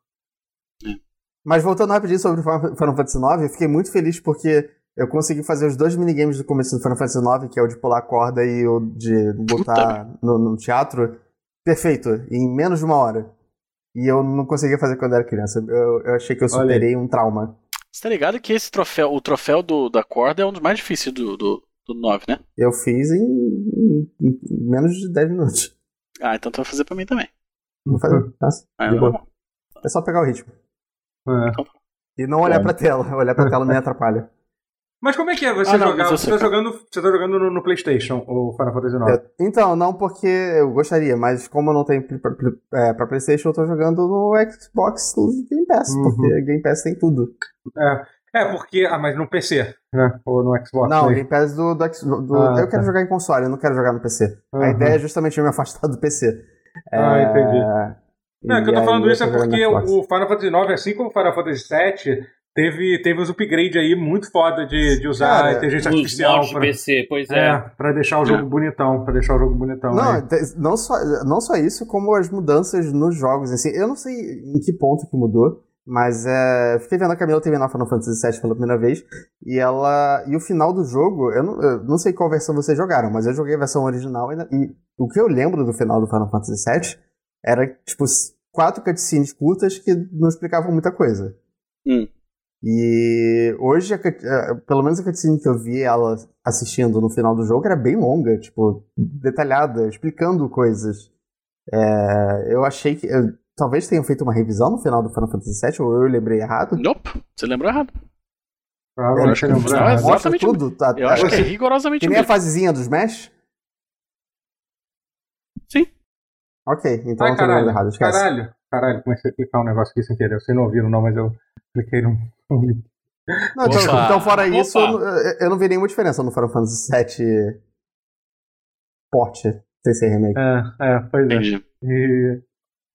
[SPEAKER 2] Mas voltando rapidinho sobre Final Final Fantasy IX, eu fiquei muito feliz porque eu consegui fazer os dois minigames do começo do Final Fantasy IX, que é o de pular corda e o de lutar no, no teatro. perfeito em menos de uma hora. E eu não conseguia fazer quando era criança. Eu, eu achei que eu
[SPEAKER 4] Olha aí.
[SPEAKER 2] superei um trauma.
[SPEAKER 1] Você tá ligado que esse troféu, o troféu do, da corda é um dos mais difíceis do, do, do 9, né?
[SPEAKER 2] Eu fiz em, em- em menos de 10 minutos.
[SPEAKER 1] Ah, então tu vai fazer pra mim também.
[SPEAKER 2] Vou
[SPEAKER 4] [laughs]
[SPEAKER 2] fazer. Nossa,
[SPEAKER 1] Ah,
[SPEAKER 2] de
[SPEAKER 1] não.
[SPEAKER 2] boa. É só pegar o ritmo.
[SPEAKER 4] É.
[SPEAKER 2] E não olhar pra tela. Olhar pra tela me atrapalha.
[SPEAKER 4] Mas como é que é você
[SPEAKER 1] Ah, não,
[SPEAKER 4] jogar?
[SPEAKER 1] mas eu
[SPEAKER 4] Você
[SPEAKER 1] sei,
[SPEAKER 4] tá,
[SPEAKER 1] cara.
[SPEAKER 4] jogando, você tá jogando no, no PlayStation ou Final Fantasy IX?
[SPEAKER 2] Eu- então, não porque eu gostaria, mas como eu não tenho pl- pl- pl- é, pra PlayStation, eu tô jogando no Xbox Game Pass.
[SPEAKER 4] Uhum.
[SPEAKER 2] Porque Game Pass tem tudo.
[SPEAKER 4] É. é, porque. Ah, mas no PC, né? Ou no Xbox.
[SPEAKER 2] Não,
[SPEAKER 4] né?
[SPEAKER 2] Game Pass do. do, X- do-
[SPEAKER 4] Ah,
[SPEAKER 2] eu quero jogar em console, eu não quero jogar no PC.
[SPEAKER 4] Uhum.
[SPEAKER 2] A ideia é justamente eu me afastar do PC.
[SPEAKER 4] Ah,
[SPEAKER 2] É,
[SPEAKER 4] entendi. Não, o que eu tô
[SPEAKER 2] e
[SPEAKER 4] falando
[SPEAKER 2] aí
[SPEAKER 4] isso é
[SPEAKER 2] tô jogando
[SPEAKER 4] porque
[SPEAKER 2] no Xbox.
[SPEAKER 4] o Final Fantasy IX, assim como o Final Fantasy VII, teve, teve uns upgrades aí muito foda de, de usar
[SPEAKER 2] Cara,
[SPEAKER 4] a inteligência é
[SPEAKER 3] Os
[SPEAKER 4] artificial né?
[SPEAKER 3] mods de
[SPEAKER 4] pra,
[SPEAKER 3] PC, pois é.
[SPEAKER 4] é, pra deixar o jogo bonitão. Pra deixar o jogo bonitão. né?
[SPEAKER 2] Não, te- não só, não só isso, como as mudanças nos jogos. Assim, eu não sei em que ponto que mudou, mas é, eu fiquei vendo a Camila terminar Final Fantasy VII pela primeira vez, e ela. E o final do jogo, eu não, eu não sei qual versão vocês jogaram, mas eu joguei a versão original e, e o que eu lembro do final do Final Fantasy VII era, tipo, s- quatro cutscenes curtas que não explicavam muita coisa.
[SPEAKER 1] Hum.
[SPEAKER 2] E hoje, a cut- eh, pelo menos a cutscene que eu vi ela assistindo no final do jogo era bem longa, tipo, detalhada, explicando coisas. É, eu achei que. eu- talvez tenham feito uma revisão no final do Final Fantasy VII, ou eu lembrei errado.
[SPEAKER 1] Nope, você lembrou errado.
[SPEAKER 2] eu
[SPEAKER 4] Provavelmente
[SPEAKER 2] acho que
[SPEAKER 4] não
[SPEAKER 2] no
[SPEAKER 1] final
[SPEAKER 4] lembra.
[SPEAKER 1] é
[SPEAKER 4] Ah,
[SPEAKER 1] exato.
[SPEAKER 2] Mostra
[SPEAKER 1] Exatamente.
[SPEAKER 2] tudo. Tá,
[SPEAKER 1] Eu acho
[SPEAKER 2] tá-
[SPEAKER 1] que é rigorosamente
[SPEAKER 2] que
[SPEAKER 1] o
[SPEAKER 2] nem a
[SPEAKER 1] mesmo.
[SPEAKER 2] fasezinha dos Smash?
[SPEAKER 1] Sim.
[SPEAKER 2] Ok, então eu tô
[SPEAKER 4] caralho,
[SPEAKER 2] lembrando errado, esquece.
[SPEAKER 4] caralho, caralho, comecei a clicar um negócio aqui sem querer. Vocês não ouviram, não, mas eu [laughs] cliquei num. num link.
[SPEAKER 2] Não, então,
[SPEAKER 1] Opa.
[SPEAKER 2] então fora
[SPEAKER 3] Opa.
[SPEAKER 2] isso, eu, não- eu- eu não vi nenhuma diferença no Final Fantasy VII Porte TC Remake.
[SPEAKER 4] É, é, pois
[SPEAKER 2] né?
[SPEAKER 4] é.
[SPEAKER 1] Entendi.
[SPEAKER 4] E-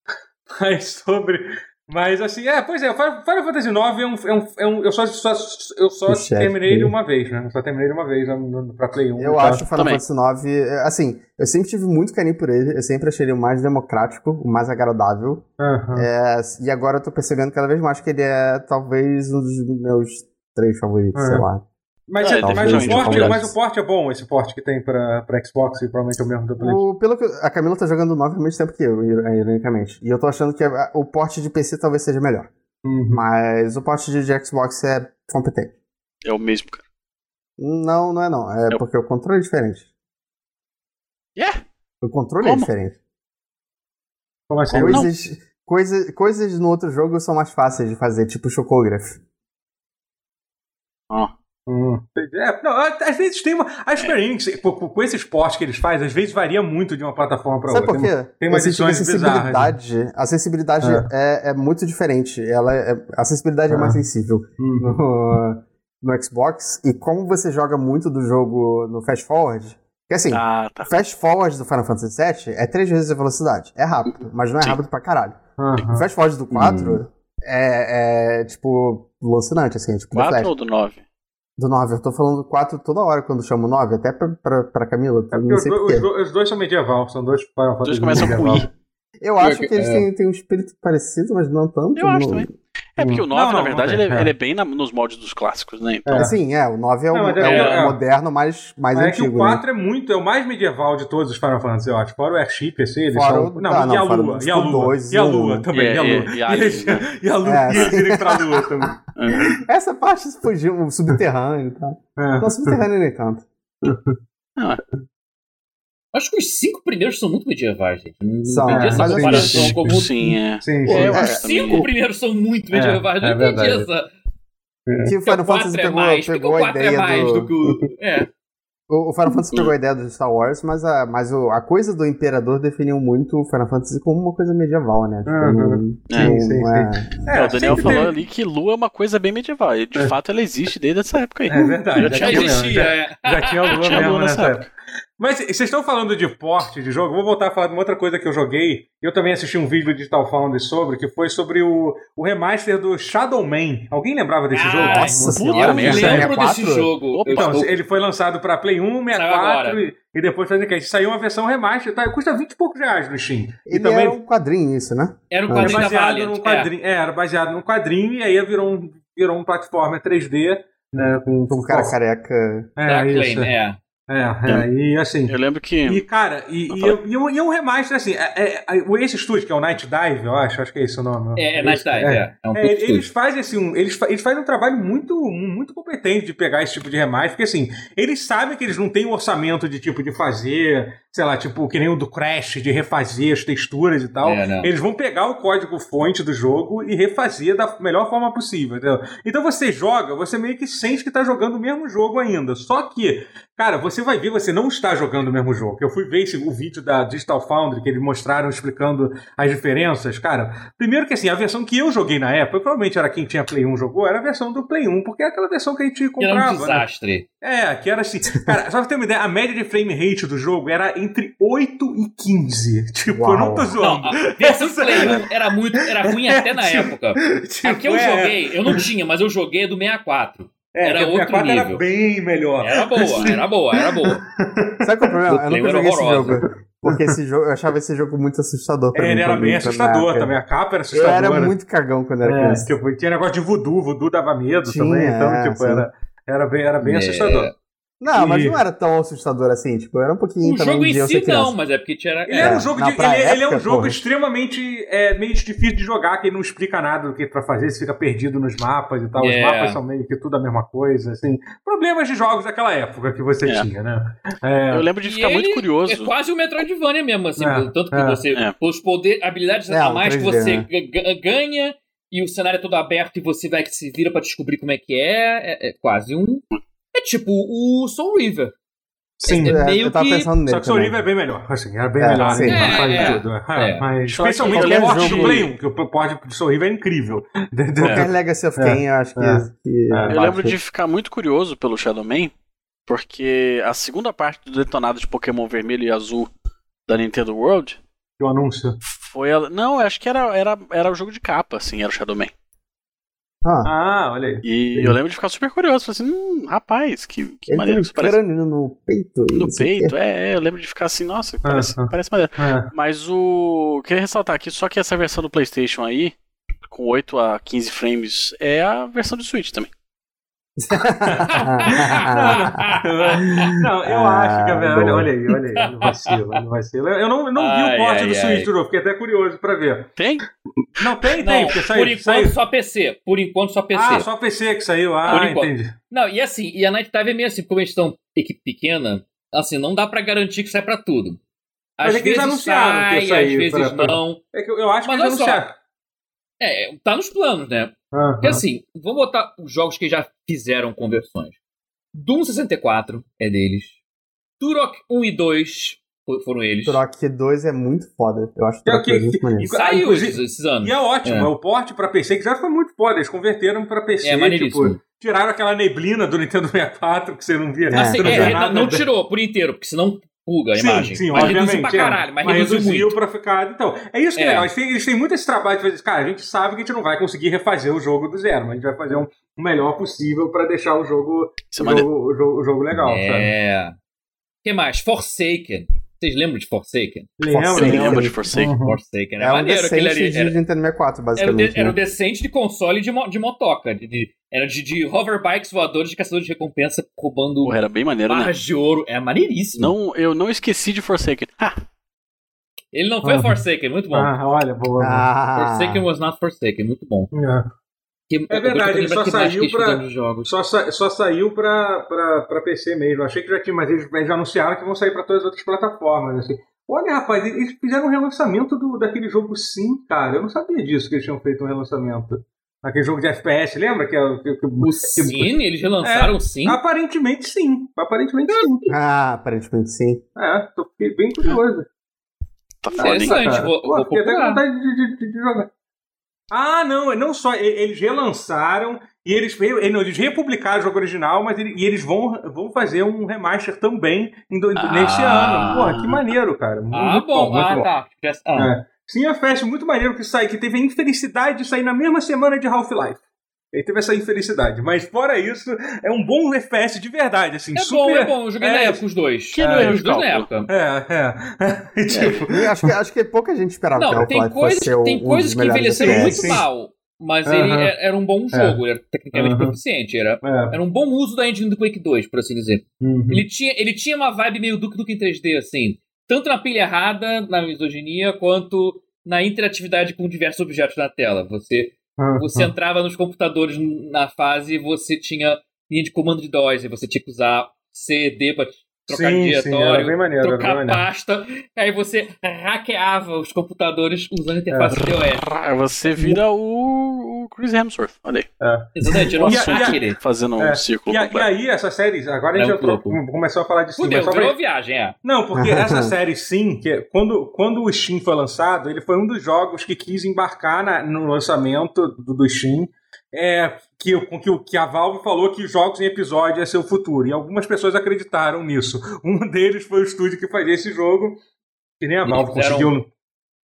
[SPEAKER 4] [laughs] Mas sobre. Mas assim, é, pois é, Final Final Fantasy IX é um. É um, é um eu só, só- eu só
[SPEAKER 2] O chefe.
[SPEAKER 4] terminei ele uma vez, né? Eu só terminei ele uma vez no- no- pra Play então. 1.
[SPEAKER 2] Eu
[SPEAKER 4] e
[SPEAKER 2] acho o Final
[SPEAKER 1] Também.
[SPEAKER 2] Fantasy IX, é, assim, eu sempre tive muito carinho por ele, eu sempre achei ele o mais democrático, o mais agradável,
[SPEAKER 4] Tal. Aham.
[SPEAKER 2] é, e agora eu tô percebendo cada vez mais que ele é talvez um dos meus três favoritos,
[SPEAKER 4] É.
[SPEAKER 2] sei lá.
[SPEAKER 4] Mas,
[SPEAKER 1] É,
[SPEAKER 4] mas
[SPEAKER 1] talvez,
[SPEAKER 4] o porte,
[SPEAKER 2] talvez.
[SPEAKER 4] mas o porte é bom, esse porte que tem pra, pra Xbox e provavelmente é o mesmo do Play.
[SPEAKER 2] O- pelo que eu- a Camila tá jogando 9 ao mesmo tempo que eu, ir- é, ironicamente, e eu tô achando que a- o porte de PC talvez seja melhor,
[SPEAKER 4] Uhum.
[SPEAKER 2] mas o porte de, de Xbox é competente.
[SPEAKER 1] É o mesmo, cara.
[SPEAKER 2] Não, não é não. É
[SPEAKER 1] Eu-
[SPEAKER 2] porque o controle é diferente.
[SPEAKER 1] Yeah.
[SPEAKER 2] O controle é
[SPEAKER 1] Como?
[SPEAKER 2] diferente.
[SPEAKER 4] Como assim?
[SPEAKER 1] Não.
[SPEAKER 2] Coisas, coisa, coisas no outro jogo são mais fáceis de fazer, tipo chocograph.
[SPEAKER 1] Ó.
[SPEAKER 4] Hum. É, não, às vezes tem uma. A experiência, com- com com esse esporte que eles fazem, às vezes varia muito de uma plataforma pra
[SPEAKER 2] Sabe
[SPEAKER 4] outra.
[SPEAKER 2] por quê?
[SPEAKER 4] tem umas
[SPEAKER 2] Esse tipo de
[SPEAKER 4] edições bizarras, né? Ah.
[SPEAKER 2] acessibilidade, a acessibilidade é. É, muito diferente. Ela é, a acessibilidade é. mais
[SPEAKER 4] É.
[SPEAKER 2] sensível
[SPEAKER 4] Hum.
[SPEAKER 2] no, no Xbox. E como você joga muito do jogo no Fast Forward, que assim,
[SPEAKER 1] Ah, tá.
[SPEAKER 2] Fast Forward do Final Fantasy VII é três vezes a velocidade. É rápido, mas não é
[SPEAKER 1] Sim.
[SPEAKER 2] rápido pra caralho. O
[SPEAKER 4] Aham.
[SPEAKER 2] Fast Forward do 4
[SPEAKER 4] Uhum.
[SPEAKER 2] é, é, tipo, alucinante, assim, tipo, do
[SPEAKER 1] 4
[SPEAKER 2] Flash.
[SPEAKER 1] ou do 9?
[SPEAKER 2] Do 9, eu tô falando 4 toda hora quando chamo 9, até pra, pra, pra Camila,
[SPEAKER 4] É
[SPEAKER 2] eu
[SPEAKER 4] porque
[SPEAKER 2] não
[SPEAKER 4] os,
[SPEAKER 2] sei
[SPEAKER 4] do-
[SPEAKER 2] porquê.
[SPEAKER 4] os do- os dois são medieval, são dois Final
[SPEAKER 1] Os dois
[SPEAKER 4] Fantasy
[SPEAKER 1] começam com
[SPEAKER 4] medieval.
[SPEAKER 1] I.
[SPEAKER 2] Eu acho
[SPEAKER 3] É,
[SPEAKER 2] que eles
[SPEAKER 3] é.
[SPEAKER 2] têm, têm um espírito parecido, mas não tanto.
[SPEAKER 1] Eu acho
[SPEAKER 2] não-
[SPEAKER 1] também. É porque o 9,
[SPEAKER 4] Não, não,
[SPEAKER 1] na verdade,
[SPEAKER 4] não tem,
[SPEAKER 1] ele,
[SPEAKER 4] é.
[SPEAKER 1] ele é bem na- nos moldes dos clássicos, né? Então,
[SPEAKER 4] É.
[SPEAKER 2] Assim, é, o 9 é o,
[SPEAKER 4] Não, mas
[SPEAKER 2] é
[SPEAKER 1] é-
[SPEAKER 2] o
[SPEAKER 1] é-
[SPEAKER 2] moderno, mas mais
[SPEAKER 4] Mas é que
[SPEAKER 2] antigo.
[SPEAKER 4] o
[SPEAKER 2] né?
[SPEAKER 4] 4 é muito, é o mais medieval de todos os Final Fantasy, eu acho. Fora o Airship, esse, eles
[SPEAKER 2] Fora
[SPEAKER 4] são...
[SPEAKER 2] o-
[SPEAKER 4] Não,
[SPEAKER 2] ah,
[SPEAKER 4] e a
[SPEAKER 2] não, fora
[SPEAKER 4] Lua,
[SPEAKER 2] do-
[SPEAKER 4] e a
[SPEAKER 2] do
[SPEAKER 4] Lua,
[SPEAKER 2] dois,
[SPEAKER 4] e a
[SPEAKER 2] um,
[SPEAKER 4] Lua
[SPEAKER 2] né?
[SPEAKER 4] também,
[SPEAKER 1] E-
[SPEAKER 4] [laughs] e a
[SPEAKER 1] É, e-
[SPEAKER 4] Lua.
[SPEAKER 1] e a Alice, né?
[SPEAKER 4] E a Lua,
[SPEAKER 2] É.
[SPEAKER 4] e eles [laughs] irem pra Lua
[SPEAKER 2] [laughs]
[SPEAKER 4] também.
[SPEAKER 1] é.
[SPEAKER 2] Essa parte fugiu, o subterrâneo e tal.
[SPEAKER 4] É.
[SPEAKER 2] Não, subterrâneo nem tanto.
[SPEAKER 3] Acho que os cinco primeiros são muito medievais, gente. Não
[SPEAKER 2] São,
[SPEAKER 3] entendi
[SPEAKER 4] é,
[SPEAKER 3] essa
[SPEAKER 4] mas eu
[SPEAKER 2] assim,
[SPEAKER 3] comparação
[SPEAKER 4] acho
[SPEAKER 3] como.
[SPEAKER 1] Sim, é.
[SPEAKER 4] Sim,
[SPEAKER 3] Pô,
[SPEAKER 4] sim.
[SPEAKER 2] É,
[SPEAKER 3] os
[SPEAKER 2] eu acho
[SPEAKER 3] cinco
[SPEAKER 2] também.
[SPEAKER 3] primeiros são muito
[SPEAKER 4] É,
[SPEAKER 3] medievais, não
[SPEAKER 4] é
[SPEAKER 3] entendi
[SPEAKER 4] verdade.
[SPEAKER 3] essa.
[SPEAKER 2] Que o Final
[SPEAKER 3] o quatro
[SPEAKER 2] Fantasy
[SPEAKER 3] é
[SPEAKER 2] pegou,
[SPEAKER 3] mais,
[SPEAKER 2] pegou
[SPEAKER 3] porque
[SPEAKER 2] a
[SPEAKER 3] o 4 é
[SPEAKER 2] ideia
[SPEAKER 3] mais
[SPEAKER 2] do...
[SPEAKER 3] do que o. É.
[SPEAKER 2] O o Final Fantasy
[SPEAKER 1] Hum.
[SPEAKER 2] pegou a ideia do Star Wars, mas, a, mas o- a coisa do Imperador definiu muito o Final Fantasy como uma coisa medieval, né? Tipo,
[SPEAKER 4] Uhum.
[SPEAKER 2] não-
[SPEAKER 1] Sim,
[SPEAKER 2] não
[SPEAKER 4] sim,
[SPEAKER 2] é-
[SPEAKER 1] É, o Daniel
[SPEAKER 4] sempre
[SPEAKER 1] falou
[SPEAKER 4] teve-
[SPEAKER 1] ali que Lua é uma coisa bem medieval. E de
[SPEAKER 4] É.
[SPEAKER 1] fato ela existe desde essa época aí.
[SPEAKER 4] É verdade,
[SPEAKER 1] Já
[SPEAKER 4] já
[SPEAKER 1] tinha
[SPEAKER 3] Já
[SPEAKER 4] tinha
[SPEAKER 1] existido.
[SPEAKER 3] existia, é.
[SPEAKER 4] Já tinha a Lua
[SPEAKER 1] Tinha
[SPEAKER 4] mesmo
[SPEAKER 1] Lua
[SPEAKER 4] nessa
[SPEAKER 1] nessa
[SPEAKER 4] época. Mas vocês estão falando de porte de jogo, vou voltar a falar de uma outra coisa que eu joguei. Eu também assisti um vídeo do Digital Foundry sobre, que foi sobre o, o remaster do Shadow Man. Alguém lembrava desse
[SPEAKER 3] Ah,
[SPEAKER 4] jogo?
[SPEAKER 3] Nossa
[SPEAKER 2] Nossa
[SPEAKER 1] senhora,
[SPEAKER 2] senhora,
[SPEAKER 3] Eu
[SPEAKER 1] Era mesmo?
[SPEAKER 3] lembro
[SPEAKER 2] 64?
[SPEAKER 3] desse jogo.
[SPEAKER 1] Opa.
[SPEAKER 3] Eu-
[SPEAKER 4] Então,
[SPEAKER 3] eu-
[SPEAKER 4] ele foi lançado pra Play 1, 64
[SPEAKER 3] agora.
[SPEAKER 4] e, e depois pra Dreamcast. Saiu uma versão remaster, tá? Custa 20 e poucos reais no Steam. E
[SPEAKER 2] Ele
[SPEAKER 4] também
[SPEAKER 2] era um quadrinho isso, né?
[SPEAKER 3] Era um
[SPEAKER 2] É
[SPEAKER 4] era
[SPEAKER 3] quadrinho da
[SPEAKER 4] baseado
[SPEAKER 3] Valiant.
[SPEAKER 4] num quadrinho. É, era baseado num quadrinho e aí virou um, virou um platformer 3D, né? Com,
[SPEAKER 2] Com um cara careca.
[SPEAKER 4] É,
[SPEAKER 3] É, da
[SPEAKER 4] isso.
[SPEAKER 3] Acclaim, é.
[SPEAKER 4] É, é, e assim.
[SPEAKER 1] Eu lembro que.
[SPEAKER 4] E, cara, e, e, eu- e um- e um remaster, assim, é- é- é- esse estúdio, que é o Night Dive, eu acho, acho que é esse o nome.
[SPEAKER 3] É, é Night Dive, é. É, um
[SPEAKER 4] É,
[SPEAKER 3] puto
[SPEAKER 4] eles
[SPEAKER 3] estúdio.
[SPEAKER 4] fazem assim, um- eles, fa- eles fazem um trabalho muito, muito competente de pegar esse tipo de remaster, porque assim, eles sabem que eles não têm um orçamento de tipo de fazer, sei lá, tipo, que nem o do Crash, de refazer as texturas e tal.
[SPEAKER 3] É, não.
[SPEAKER 4] Eles vão pegar o código fonte do jogo e refazer da melhor forma possível, entendeu? Então você joga, você meio que sente que tá jogando o mesmo jogo ainda. Só que, cara, você vai ver, você não está jogando o mesmo jogo. Eu fui ver esse, o vídeo da Digital Foundry que eles mostraram explicando as diferenças. Cara, primeiro que assim, a versão que eu joguei na época, provavelmente era quem tinha Play 1 jogou, era a versão do Play 1, porque é aquela versão que a gente
[SPEAKER 3] Que Era um
[SPEAKER 4] comprava, né?
[SPEAKER 3] desastre.
[SPEAKER 4] É, que era assim. Cara, só pra ter uma ideia, a média de frame rate do jogo era entre 8 e 15. Tipo, eu não É, tipo, tô
[SPEAKER 2] Uau.
[SPEAKER 4] zoando.
[SPEAKER 3] Não, a
[SPEAKER 4] [laughs]
[SPEAKER 3] versão Play 1 era muito, era ruim até na época.
[SPEAKER 4] Tipo,
[SPEAKER 3] A que eu joguei, eu não tinha, mas eu joguei do 64.
[SPEAKER 4] É,
[SPEAKER 3] Era
[SPEAKER 4] que a
[SPEAKER 3] outro
[SPEAKER 4] 64
[SPEAKER 3] nível.
[SPEAKER 4] era bem melhor.
[SPEAKER 3] Era boa, era boa,
[SPEAKER 4] [laughs]
[SPEAKER 3] era boa.
[SPEAKER 2] Sabe qual é o problema? Eu
[SPEAKER 3] Play
[SPEAKER 2] nunca
[SPEAKER 3] era
[SPEAKER 2] joguei esse
[SPEAKER 3] horrorosa.
[SPEAKER 2] jogo. Porque esse jogo, eu achava esse jogo muito assustador pra
[SPEAKER 4] É,
[SPEAKER 2] mim.
[SPEAKER 4] ele era
[SPEAKER 2] quando-
[SPEAKER 4] bem
[SPEAKER 2] quando na
[SPEAKER 4] assustador
[SPEAKER 2] época.
[SPEAKER 4] também. A capa era
[SPEAKER 2] Eu
[SPEAKER 4] assustadora.
[SPEAKER 2] era muito cagão quando era
[SPEAKER 4] É,
[SPEAKER 2] criança.
[SPEAKER 4] tipo, tinha negócio de voodoo, voodoo dava medo
[SPEAKER 2] Tinha,
[SPEAKER 4] também. Então,
[SPEAKER 2] é,
[SPEAKER 4] tipo,
[SPEAKER 2] sim.
[SPEAKER 4] era, era bem, era bem
[SPEAKER 3] É.
[SPEAKER 4] assustador.
[SPEAKER 2] Não, mas
[SPEAKER 4] E-
[SPEAKER 2] não era tão assustador assim, tipo, era um pouquinho
[SPEAKER 3] O
[SPEAKER 2] também
[SPEAKER 3] jogo em
[SPEAKER 2] de eu
[SPEAKER 3] si
[SPEAKER 2] ser criança.
[SPEAKER 3] não, mas é porque tinha.
[SPEAKER 4] Ele, era
[SPEAKER 2] É,
[SPEAKER 4] um jogo
[SPEAKER 2] na
[SPEAKER 4] de-
[SPEAKER 2] pra
[SPEAKER 4] ele- ele é um
[SPEAKER 2] época,
[SPEAKER 4] jogo
[SPEAKER 2] porra.
[SPEAKER 4] extremamente é, meio difícil de jogar, que ele não explica nada do que pra fazer, você fica perdido nos mapas e tal.
[SPEAKER 3] É.
[SPEAKER 4] Os mapas são meio que tudo a mesma coisa, assim. Problemas de jogos daquela época que você
[SPEAKER 1] É.
[SPEAKER 4] tinha, né? É,
[SPEAKER 1] Eu lembro de
[SPEAKER 3] E
[SPEAKER 1] ficar muito
[SPEAKER 3] ele
[SPEAKER 1] curioso.
[SPEAKER 3] É quase o Metroidvania mesmo, assim.
[SPEAKER 4] É,
[SPEAKER 3] tanto que
[SPEAKER 4] é.
[SPEAKER 3] você.
[SPEAKER 1] É.
[SPEAKER 3] Os poder, habilidades
[SPEAKER 2] É,
[SPEAKER 3] a
[SPEAKER 2] um
[SPEAKER 3] mais que
[SPEAKER 2] 3D,
[SPEAKER 3] você
[SPEAKER 2] né?
[SPEAKER 3] ga- ga- ganha e o cenário é todo aberto e você vai que se vira pra descobrir como é que é. É, é quase um. É tipo o Soul River.
[SPEAKER 4] sim.
[SPEAKER 3] é
[SPEAKER 2] É,
[SPEAKER 3] meio
[SPEAKER 2] eu tava
[SPEAKER 3] que-
[SPEAKER 2] pensando nele
[SPEAKER 4] Só que o Soul
[SPEAKER 2] também.
[SPEAKER 4] River é bem melhor, assim, era bem
[SPEAKER 2] É,
[SPEAKER 4] melhor
[SPEAKER 2] sim.
[SPEAKER 4] em
[SPEAKER 3] É,
[SPEAKER 4] quase
[SPEAKER 3] é.
[SPEAKER 4] tudo. é. É,
[SPEAKER 3] É.
[SPEAKER 4] Mas,
[SPEAKER 1] Só que
[SPEAKER 4] especialmente o
[SPEAKER 2] qualquer
[SPEAKER 4] porte do
[SPEAKER 2] jogo-
[SPEAKER 4] Play 1, que o porte do Soul River é incrível. [laughs]
[SPEAKER 2] Qualquer Legacy of
[SPEAKER 4] É.
[SPEAKER 2] Kain, eu acho que...
[SPEAKER 4] É.
[SPEAKER 2] que-
[SPEAKER 4] É.
[SPEAKER 1] Eu lembro de ficar muito curioso pelo Shadow Man, porque a segunda parte do detonado de Pokémon vermelho e azul da Nintendo World
[SPEAKER 4] O anúncio.
[SPEAKER 1] foi. A... Não, eu acho que era, era, era o jogo de capa, assim, era o Shadow Man.
[SPEAKER 2] Ah,
[SPEAKER 4] Ah, olha aí.
[SPEAKER 1] E
[SPEAKER 4] Sim. É
[SPEAKER 1] eu lembro de ficar super curioso, falei assim, hum, rapaz, que, que
[SPEAKER 2] ele tem
[SPEAKER 1] maneiro
[SPEAKER 2] um
[SPEAKER 1] que isso parece.
[SPEAKER 2] crânio no peito. e
[SPEAKER 1] No
[SPEAKER 2] não sei [laughs] o quê.
[SPEAKER 1] peito, é, é, eu lembro de ficar assim, nossa, parece,
[SPEAKER 4] ah.
[SPEAKER 1] parece maneiro.
[SPEAKER 4] É.
[SPEAKER 1] Mas o. Queria ressaltar aqui, só que essa versão do PlayStation aí, com 8 a 15 frames, é a versão do Switch também.
[SPEAKER 4] não, eu
[SPEAKER 2] Ah,
[SPEAKER 4] acho que a verdade.
[SPEAKER 2] boa.
[SPEAKER 4] Olha aí, olha aí. Olha o vacilo, olha o vacilo. Eu não, eu não vi
[SPEAKER 3] Ai,
[SPEAKER 4] o porte
[SPEAKER 3] ai,
[SPEAKER 4] do
[SPEAKER 3] ai.
[SPEAKER 4] Switch de novo, fiquei até curioso pra ver.
[SPEAKER 1] Tem?
[SPEAKER 4] Não, tem, tem,
[SPEAKER 3] Não,
[SPEAKER 4] porque
[SPEAKER 3] por
[SPEAKER 4] saiu.
[SPEAKER 3] enquanto
[SPEAKER 4] saiu.
[SPEAKER 3] só PC. Por enquanto só PC.
[SPEAKER 4] Ah, só PC que saiu.
[SPEAKER 3] Por
[SPEAKER 4] Ah,
[SPEAKER 3] enquanto.
[SPEAKER 4] entendi.
[SPEAKER 3] Não, e assim, e a Night Dive é meio assim, como eles estão equipe pequena, assim, não dá pra garantir que sai pra tudo. Às
[SPEAKER 4] Mas é que eles
[SPEAKER 3] vezes
[SPEAKER 4] anunciaram que
[SPEAKER 3] sai,
[SPEAKER 4] ia sair
[SPEAKER 3] às vezes
[SPEAKER 4] pra- pra-
[SPEAKER 3] não.
[SPEAKER 4] É que eu, eu acho
[SPEAKER 3] Mas
[SPEAKER 4] que eles
[SPEAKER 3] olha só.
[SPEAKER 4] anunciaram.
[SPEAKER 3] É, tá nos planos, né?
[SPEAKER 4] Ah,
[SPEAKER 3] Porque assim, vamos botar os jogos que já fizeram conversões. Doom 64 é deles. Turok 1 e 2 fo- foram eles.
[SPEAKER 2] Turok 2 é muito foda. Eu acho que Turok
[SPEAKER 4] Que-
[SPEAKER 2] 2 é muito maneiro.
[SPEAKER 3] Saiu
[SPEAKER 4] Inclusive-
[SPEAKER 3] esses, esses anos.
[SPEAKER 4] E é ótimo,
[SPEAKER 3] É.
[SPEAKER 4] é. o porte pra PC que já foi muito foda. Eles converteram pra PC.
[SPEAKER 3] É maneiríssimo.
[SPEAKER 4] tipo, tiraram aquela neblina do Nintendo 64 que você não via.
[SPEAKER 2] É.
[SPEAKER 3] Assim,
[SPEAKER 4] você não
[SPEAKER 3] é,
[SPEAKER 4] via
[SPEAKER 3] é,
[SPEAKER 4] nada.
[SPEAKER 3] não tirou por inteiro, porque senão buga a
[SPEAKER 4] Sim,
[SPEAKER 3] imagem.
[SPEAKER 4] sim,
[SPEAKER 3] mas reduziu
[SPEAKER 4] obviamente,
[SPEAKER 3] pra
[SPEAKER 4] é.
[SPEAKER 3] caralho, mas, reduziu muito.
[SPEAKER 4] pra ficar. Então, é isso que é,
[SPEAKER 3] É.
[SPEAKER 4] legal. Eles têm, eles têm muito esse trabalho de fazer. Cara, a gente sabe que a gente não vai conseguir refazer o jogo do zero, mas a gente vai fazer um, o melhor possível pra deixar o jogo,
[SPEAKER 1] Isso
[SPEAKER 4] o
[SPEAKER 1] é maneiro.
[SPEAKER 4] jogo, o jogo, o jogo legal, sabe?
[SPEAKER 3] É. O que mais? Forsaken. Vocês lembram de Forsaken?
[SPEAKER 4] Lembra?
[SPEAKER 2] Sim,
[SPEAKER 4] lembra?
[SPEAKER 1] Lembra de Forsaken?
[SPEAKER 4] Uhum.
[SPEAKER 3] Forsaken era
[SPEAKER 2] É um
[SPEAKER 3] maneiro. Aquele
[SPEAKER 2] decente
[SPEAKER 3] ali
[SPEAKER 2] de
[SPEAKER 3] era,
[SPEAKER 2] Nintendo 64,
[SPEAKER 3] era o de-
[SPEAKER 2] basicamente.
[SPEAKER 3] era o
[SPEAKER 2] né?
[SPEAKER 3] decente de console de, mo- de motoca. De, de- era de, de hoverbikes voadores de caçadores de recompensa roubando
[SPEAKER 1] Porra, era bem maneiro, né?
[SPEAKER 3] barras de ouro. É maneiríssimo.
[SPEAKER 1] Não, eu não esqueci de Forsaken. Ah,
[SPEAKER 3] Ele não foi
[SPEAKER 4] Ah.
[SPEAKER 3] Forsaken, muito bom.
[SPEAKER 4] Ah, olha, boa.
[SPEAKER 2] Ah,
[SPEAKER 3] Forsaken was not Forsaken, muito bom.
[SPEAKER 4] É.
[SPEAKER 3] Que- eu-
[SPEAKER 4] verdade,
[SPEAKER 3] eu tô
[SPEAKER 4] ele
[SPEAKER 3] lembrando
[SPEAKER 4] só
[SPEAKER 3] que mais
[SPEAKER 4] saiu
[SPEAKER 3] que eles
[SPEAKER 4] pra-
[SPEAKER 3] fizeram de jogos.
[SPEAKER 4] Só, sa- só saiu pra, pra, pra PC mesmo. Achei que já tinha, mas eles, eles anunciaram que vão sair pra todas as outras plataformas. Assim. Olha, rapaz, eles fizeram um relançamento do, daquele jogo Sim, cara. Eu não sabia disso que eles tinham feito um relançamento. Aquele jogo de FPS, lembra? Que, é- que, que,
[SPEAKER 3] O
[SPEAKER 4] que-
[SPEAKER 3] Sim, eles relançaram o Sim.
[SPEAKER 4] Aparentemente sim. Aparentemente sim.
[SPEAKER 2] Ah, aparentemente sim.
[SPEAKER 4] É, tô fiquei bem curioso.
[SPEAKER 1] tá foda, hein?
[SPEAKER 3] Interessante,
[SPEAKER 4] Cara,
[SPEAKER 3] vou,
[SPEAKER 4] pô,
[SPEAKER 3] vou
[SPEAKER 4] fiquei até com
[SPEAKER 3] procurar.
[SPEAKER 4] vontade de, de- de- de jogar. Ah, não, não só. e- Eles relançaram e eles, re- e não, eles republicaram o jogo original, mas ele- e eles vão, vão fazer um remaster também em do-
[SPEAKER 3] Ah.
[SPEAKER 4] nesse ano. Porra, que maneiro, cara. Muito
[SPEAKER 3] Ah, bom.
[SPEAKER 4] muito
[SPEAKER 3] Ah, tá. Ah,
[SPEAKER 4] É. Sim, a festa muito maneiro que sai, que teve a infelicidade de sair na mesma semana de Half-Life. Ele teve essa infelicidade. Mas fora isso, é um bom FPS de verdade, assim.
[SPEAKER 3] É
[SPEAKER 4] super...
[SPEAKER 3] bom, é bom. Eu joguei na
[SPEAKER 4] é,
[SPEAKER 3] época os dois.
[SPEAKER 1] Que
[SPEAKER 3] Eu
[SPEAKER 1] não
[SPEAKER 3] joguei
[SPEAKER 1] é
[SPEAKER 3] os dois na
[SPEAKER 1] cálculo.
[SPEAKER 3] época.
[SPEAKER 4] É, [laughs] é. tipo,
[SPEAKER 2] E acho, que, acho que pouca gente esperava que
[SPEAKER 3] Não,
[SPEAKER 2] Half-Life
[SPEAKER 3] tem
[SPEAKER 2] fosse
[SPEAKER 3] coisas,
[SPEAKER 2] ser um,
[SPEAKER 3] tem
[SPEAKER 2] um dos
[SPEAKER 3] coisas que
[SPEAKER 2] melhores
[SPEAKER 3] envelheceram
[SPEAKER 2] FPS.
[SPEAKER 3] muito mal. Mas ele
[SPEAKER 4] Aham.
[SPEAKER 3] era, era um bom jogo, ele era tecnicamente
[SPEAKER 4] Aham.
[SPEAKER 3] proficiente. Era,
[SPEAKER 4] É.
[SPEAKER 3] era um bom uso da engine do Quake 2, por assim dizer.
[SPEAKER 4] Uhum.
[SPEAKER 3] Ele tinha, ele tinha uma vibe meio Duke Nukem 3D, assim. Tanto na pilha errada, na misoginia, quanto na interatividade com diversos objetos na tela. Você,
[SPEAKER 4] Uhum.
[SPEAKER 3] você entrava nos computadores na fase e você tinha linha de comando de DOS, e você tinha que usar C, e D pra trocar
[SPEAKER 4] sim,
[SPEAKER 3] diretório,
[SPEAKER 4] sim, era bem maneiro, era bem
[SPEAKER 3] trocar
[SPEAKER 4] maneiro.
[SPEAKER 3] pasta. Aí você hackeava os computadores usando a interface
[SPEAKER 4] É.
[SPEAKER 3] DOS.
[SPEAKER 1] Rá, Você vira o, o Chris Hemsworth. Olha aí.
[SPEAKER 4] É.
[SPEAKER 3] Exatamente, era um
[SPEAKER 1] Um
[SPEAKER 4] E a- e a-
[SPEAKER 3] hacker.
[SPEAKER 1] Fazendo um
[SPEAKER 4] É.
[SPEAKER 1] círculo
[SPEAKER 4] E, a- e
[SPEAKER 1] completo.
[SPEAKER 4] aí, essa série, agora a
[SPEAKER 3] É
[SPEAKER 4] gente
[SPEAKER 3] um
[SPEAKER 4] entrou-
[SPEAKER 3] pouco.
[SPEAKER 4] começou a falar de Steam.
[SPEAKER 3] Fudeu,
[SPEAKER 4] mas só pra-
[SPEAKER 3] virou viagem, é.
[SPEAKER 4] Não,
[SPEAKER 3] [laughs]
[SPEAKER 4] porque essa série sim, que é- quando, quando o Steam foi lançado, ele foi um dos jogos que quis embarcar na- no lançamento do, do Steam. É, que, com que, o- que a Valve falou que jogos em episódio ia ser o futuro. E algumas pessoas acreditaram nisso. [laughs] Um deles foi o estúdio que fazia esse jogo, que nem a
[SPEAKER 3] Eles
[SPEAKER 4] Valve
[SPEAKER 3] fizeram-
[SPEAKER 4] conseguiu.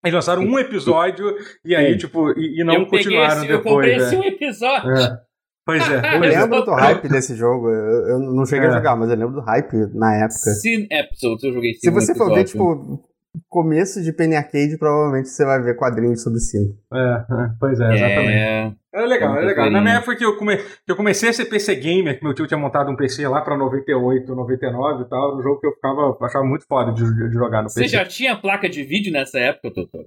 [SPEAKER 4] Eles lançaram um episódio e aí,
[SPEAKER 3] Sim.
[SPEAKER 4] tipo, e, e não
[SPEAKER 3] eu peguei
[SPEAKER 4] continuaram
[SPEAKER 3] esse, eu comprei
[SPEAKER 4] depois.
[SPEAKER 3] esse
[SPEAKER 4] né?
[SPEAKER 3] um episódio.
[SPEAKER 4] É. Pois é,
[SPEAKER 2] Eu
[SPEAKER 4] pois é.
[SPEAKER 2] lembro do hype desse jogo. Eu, eu não cheguei
[SPEAKER 4] É.
[SPEAKER 2] a jogar, mas eu lembro do hype na época.
[SPEAKER 3] Sin Episodes, eu joguei um
[SPEAKER 2] Se
[SPEAKER 3] Sin
[SPEAKER 2] você for ver,
[SPEAKER 3] Episodes.
[SPEAKER 2] tipo, começo de Penny Arcade, provavelmente você vai ver quadrinhos sobre cinto.
[SPEAKER 4] É, é, pois é, exatamente.
[SPEAKER 3] É,
[SPEAKER 4] Era legal, era
[SPEAKER 3] Muito
[SPEAKER 4] legal. Na
[SPEAKER 3] bem.
[SPEAKER 4] minha época que eu, come- que eu comecei a ser PC gamer, que meu tio tinha montado um PC lá pra 98, 99 e tal, era um jogo que eu ficava, achava muito foda de, de jogar no
[SPEAKER 3] Você
[SPEAKER 4] PC.
[SPEAKER 3] já tinha placa de vídeo nessa época, doutor?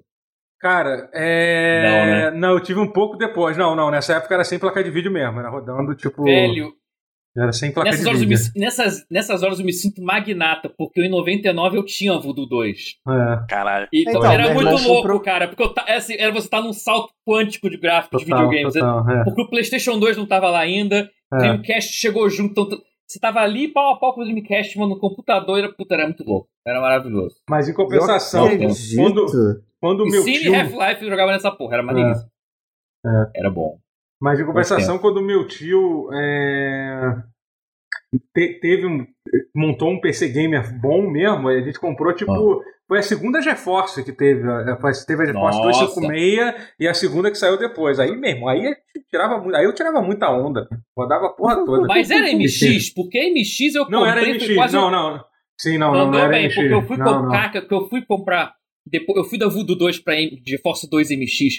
[SPEAKER 4] Cara,
[SPEAKER 3] né?
[SPEAKER 4] é... Não, eu tive um pouco depois. Não, não, nessa época era sem placa de vídeo mesmo, era rodando tipo...
[SPEAKER 3] Velho,
[SPEAKER 4] Era sem placa
[SPEAKER 3] nessas
[SPEAKER 4] de
[SPEAKER 3] horas, eu me,
[SPEAKER 4] vídeo.
[SPEAKER 3] nessas, nessas horas eu me sinto magnata, porque eu, em 99 eu tinha a Voodoo 2.
[SPEAKER 4] É,
[SPEAKER 1] Caralho.
[SPEAKER 3] E
[SPEAKER 2] Então,
[SPEAKER 3] era
[SPEAKER 2] meu
[SPEAKER 3] muito
[SPEAKER 2] irmão
[SPEAKER 3] louco,
[SPEAKER 2] comprou-
[SPEAKER 3] cara, porque eu ta- é assim, era você tá num salto quântico de gráfico de
[SPEAKER 4] total,
[SPEAKER 3] videogames. né?
[SPEAKER 4] total, é,
[SPEAKER 3] Porque o PlayStation 2 não tava lá ainda, o
[SPEAKER 4] é.
[SPEAKER 3] Dreamcast chegou junto. Então, t- você tava ali pau a pau com o Dreamcast, mano, no computador, era, puta, era muito louco. Era maravilhoso.
[SPEAKER 4] Mas em
[SPEAKER 2] Eu
[SPEAKER 4] compensação,
[SPEAKER 2] acredito.
[SPEAKER 4] quando, quando
[SPEAKER 3] E
[SPEAKER 4] meu
[SPEAKER 3] Cine é
[SPEAKER 4] tio... É.
[SPEAKER 3] Half-Life eu jogava nessa porra, era uma delícia. Era bom.
[SPEAKER 4] Mas em compensação, quando meu tio é, te- teve um- montou um PC gamer bom mesmo, a gente comprou tipo. Foi a segunda GeForce que teve. a- a- Teve a GeForce
[SPEAKER 3] Nossa.
[SPEAKER 4] 256 e a segunda que saiu depois. Aí mesmo, aí eu tirava, mu- aí eu tirava muita onda. Rodava a porra toda.
[SPEAKER 3] Mas era MX, porque MX eu
[SPEAKER 4] Não era
[SPEAKER 3] comprei, foi
[SPEAKER 4] MX,
[SPEAKER 3] quase um
[SPEAKER 4] não, não. Sim, não, não,
[SPEAKER 3] Mandou
[SPEAKER 4] não era
[SPEAKER 3] é bem,
[SPEAKER 4] MX.
[SPEAKER 3] porque eu fui
[SPEAKER 4] não, não.
[SPEAKER 3] comprar, que eu fui comprar. Depois, eu fui da Voodoo 2 pra M- de Force 2 MX.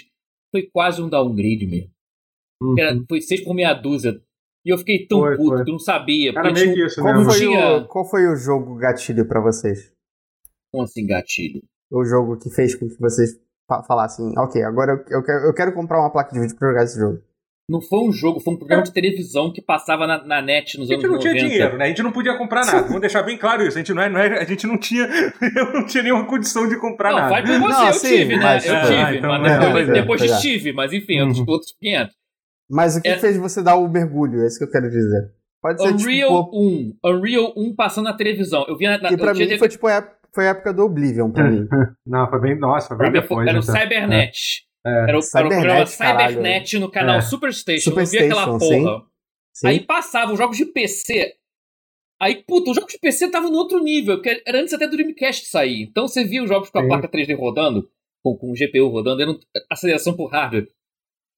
[SPEAKER 3] Foi quase um downgrade mesmo.
[SPEAKER 4] Uhum.
[SPEAKER 3] Era, foi 6 por meia dúzia. E eu fiquei tão
[SPEAKER 4] Foi,
[SPEAKER 3] puto
[SPEAKER 4] foi.
[SPEAKER 3] que eu não sabia.
[SPEAKER 4] Era
[SPEAKER 3] porque
[SPEAKER 4] meio
[SPEAKER 3] tinha um
[SPEAKER 4] que isso
[SPEAKER 2] Qual
[SPEAKER 4] mesmo.
[SPEAKER 2] foi,
[SPEAKER 3] Tinha-
[SPEAKER 2] o, qual foi o jogo gatilho pra vocês?
[SPEAKER 3] um assim gatilho.
[SPEAKER 2] O jogo que fez com que vocês fa- falassem, ok, agora eu, eu quero, eu quero comprar uma placa de vídeo pra jogar esse jogo.
[SPEAKER 3] Não foi um jogo, foi um programa de televisão que passava na, na net nos
[SPEAKER 4] A gente
[SPEAKER 3] anos
[SPEAKER 4] não
[SPEAKER 3] 90.
[SPEAKER 4] tinha dinheiro, né? A gente não podia comprar nada. Vamos deixar bem claro isso. A gente não, é, não é- a gente não tinha, [laughs] eu não tinha nenhuma condição de comprar
[SPEAKER 3] Não,
[SPEAKER 4] nada.
[SPEAKER 3] vai por você,
[SPEAKER 2] Não,
[SPEAKER 3] eu
[SPEAKER 2] sim,
[SPEAKER 3] tive, né?
[SPEAKER 2] mas-
[SPEAKER 3] Eu
[SPEAKER 4] Ah,
[SPEAKER 3] tive,
[SPEAKER 4] então,
[SPEAKER 3] mas
[SPEAKER 4] né,
[SPEAKER 3] depois,
[SPEAKER 2] pois é,
[SPEAKER 3] depois
[SPEAKER 2] pois é.
[SPEAKER 3] tive, mas enfim,
[SPEAKER 4] Uhum.
[SPEAKER 3] outros, outros 500.
[SPEAKER 2] Mas o que
[SPEAKER 3] É-
[SPEAKER 2] fez você dar o mergulho? É isso que eu quero dizer. Pode ser tipo,
[SPEAKER 3] Unreal
[SPEAKER 2] pô,
[SPEAKER 3] 1, Unreal 1 passando na televisão. Eu via na, na
[SPEAKER 2] que pra
[SPEAKER 3] eu tinha
[SPEAKER 2] mim foi tipo a ép- foi a época do Oblivion pra mim.
[SPEAKER 4] Não, foi bem. Nossa, foi bem
[SPEAKER 3] Era
[SPEAKER 4] depois.
[SPEAKER 3] era um o
[SPEAKER 4] então.
[SPEAKER 3] Cybernet.
[SPEAKER 4] É.
[SPEAKER 3] Era o, era o
[SPEAKER 2] Cybernet,
[SPEAKER 3] programa
[SPEAKER 2] caralho.
[SPEAKER 3] Cybernet no canal
[SPEAKER 4] É.
[SPEAKER 3] Superstation. eu via aquela
[SPEAKER 2] Superstation,
[SPEAKER 3] porra.
[SPEAKER 2] Sim.
[SPEAKER 3] Aí passava os jogos de PC. Aí, puta, os jogos de PC estavam no outro nível, porque era antes até do Dreamcast sair. Então você via os jogos com a
[SPEAKER 4] Sim.
[SPEAKER 3] placa 3D rodando, com, com o GPU rodando, era um- aceleração por hardware.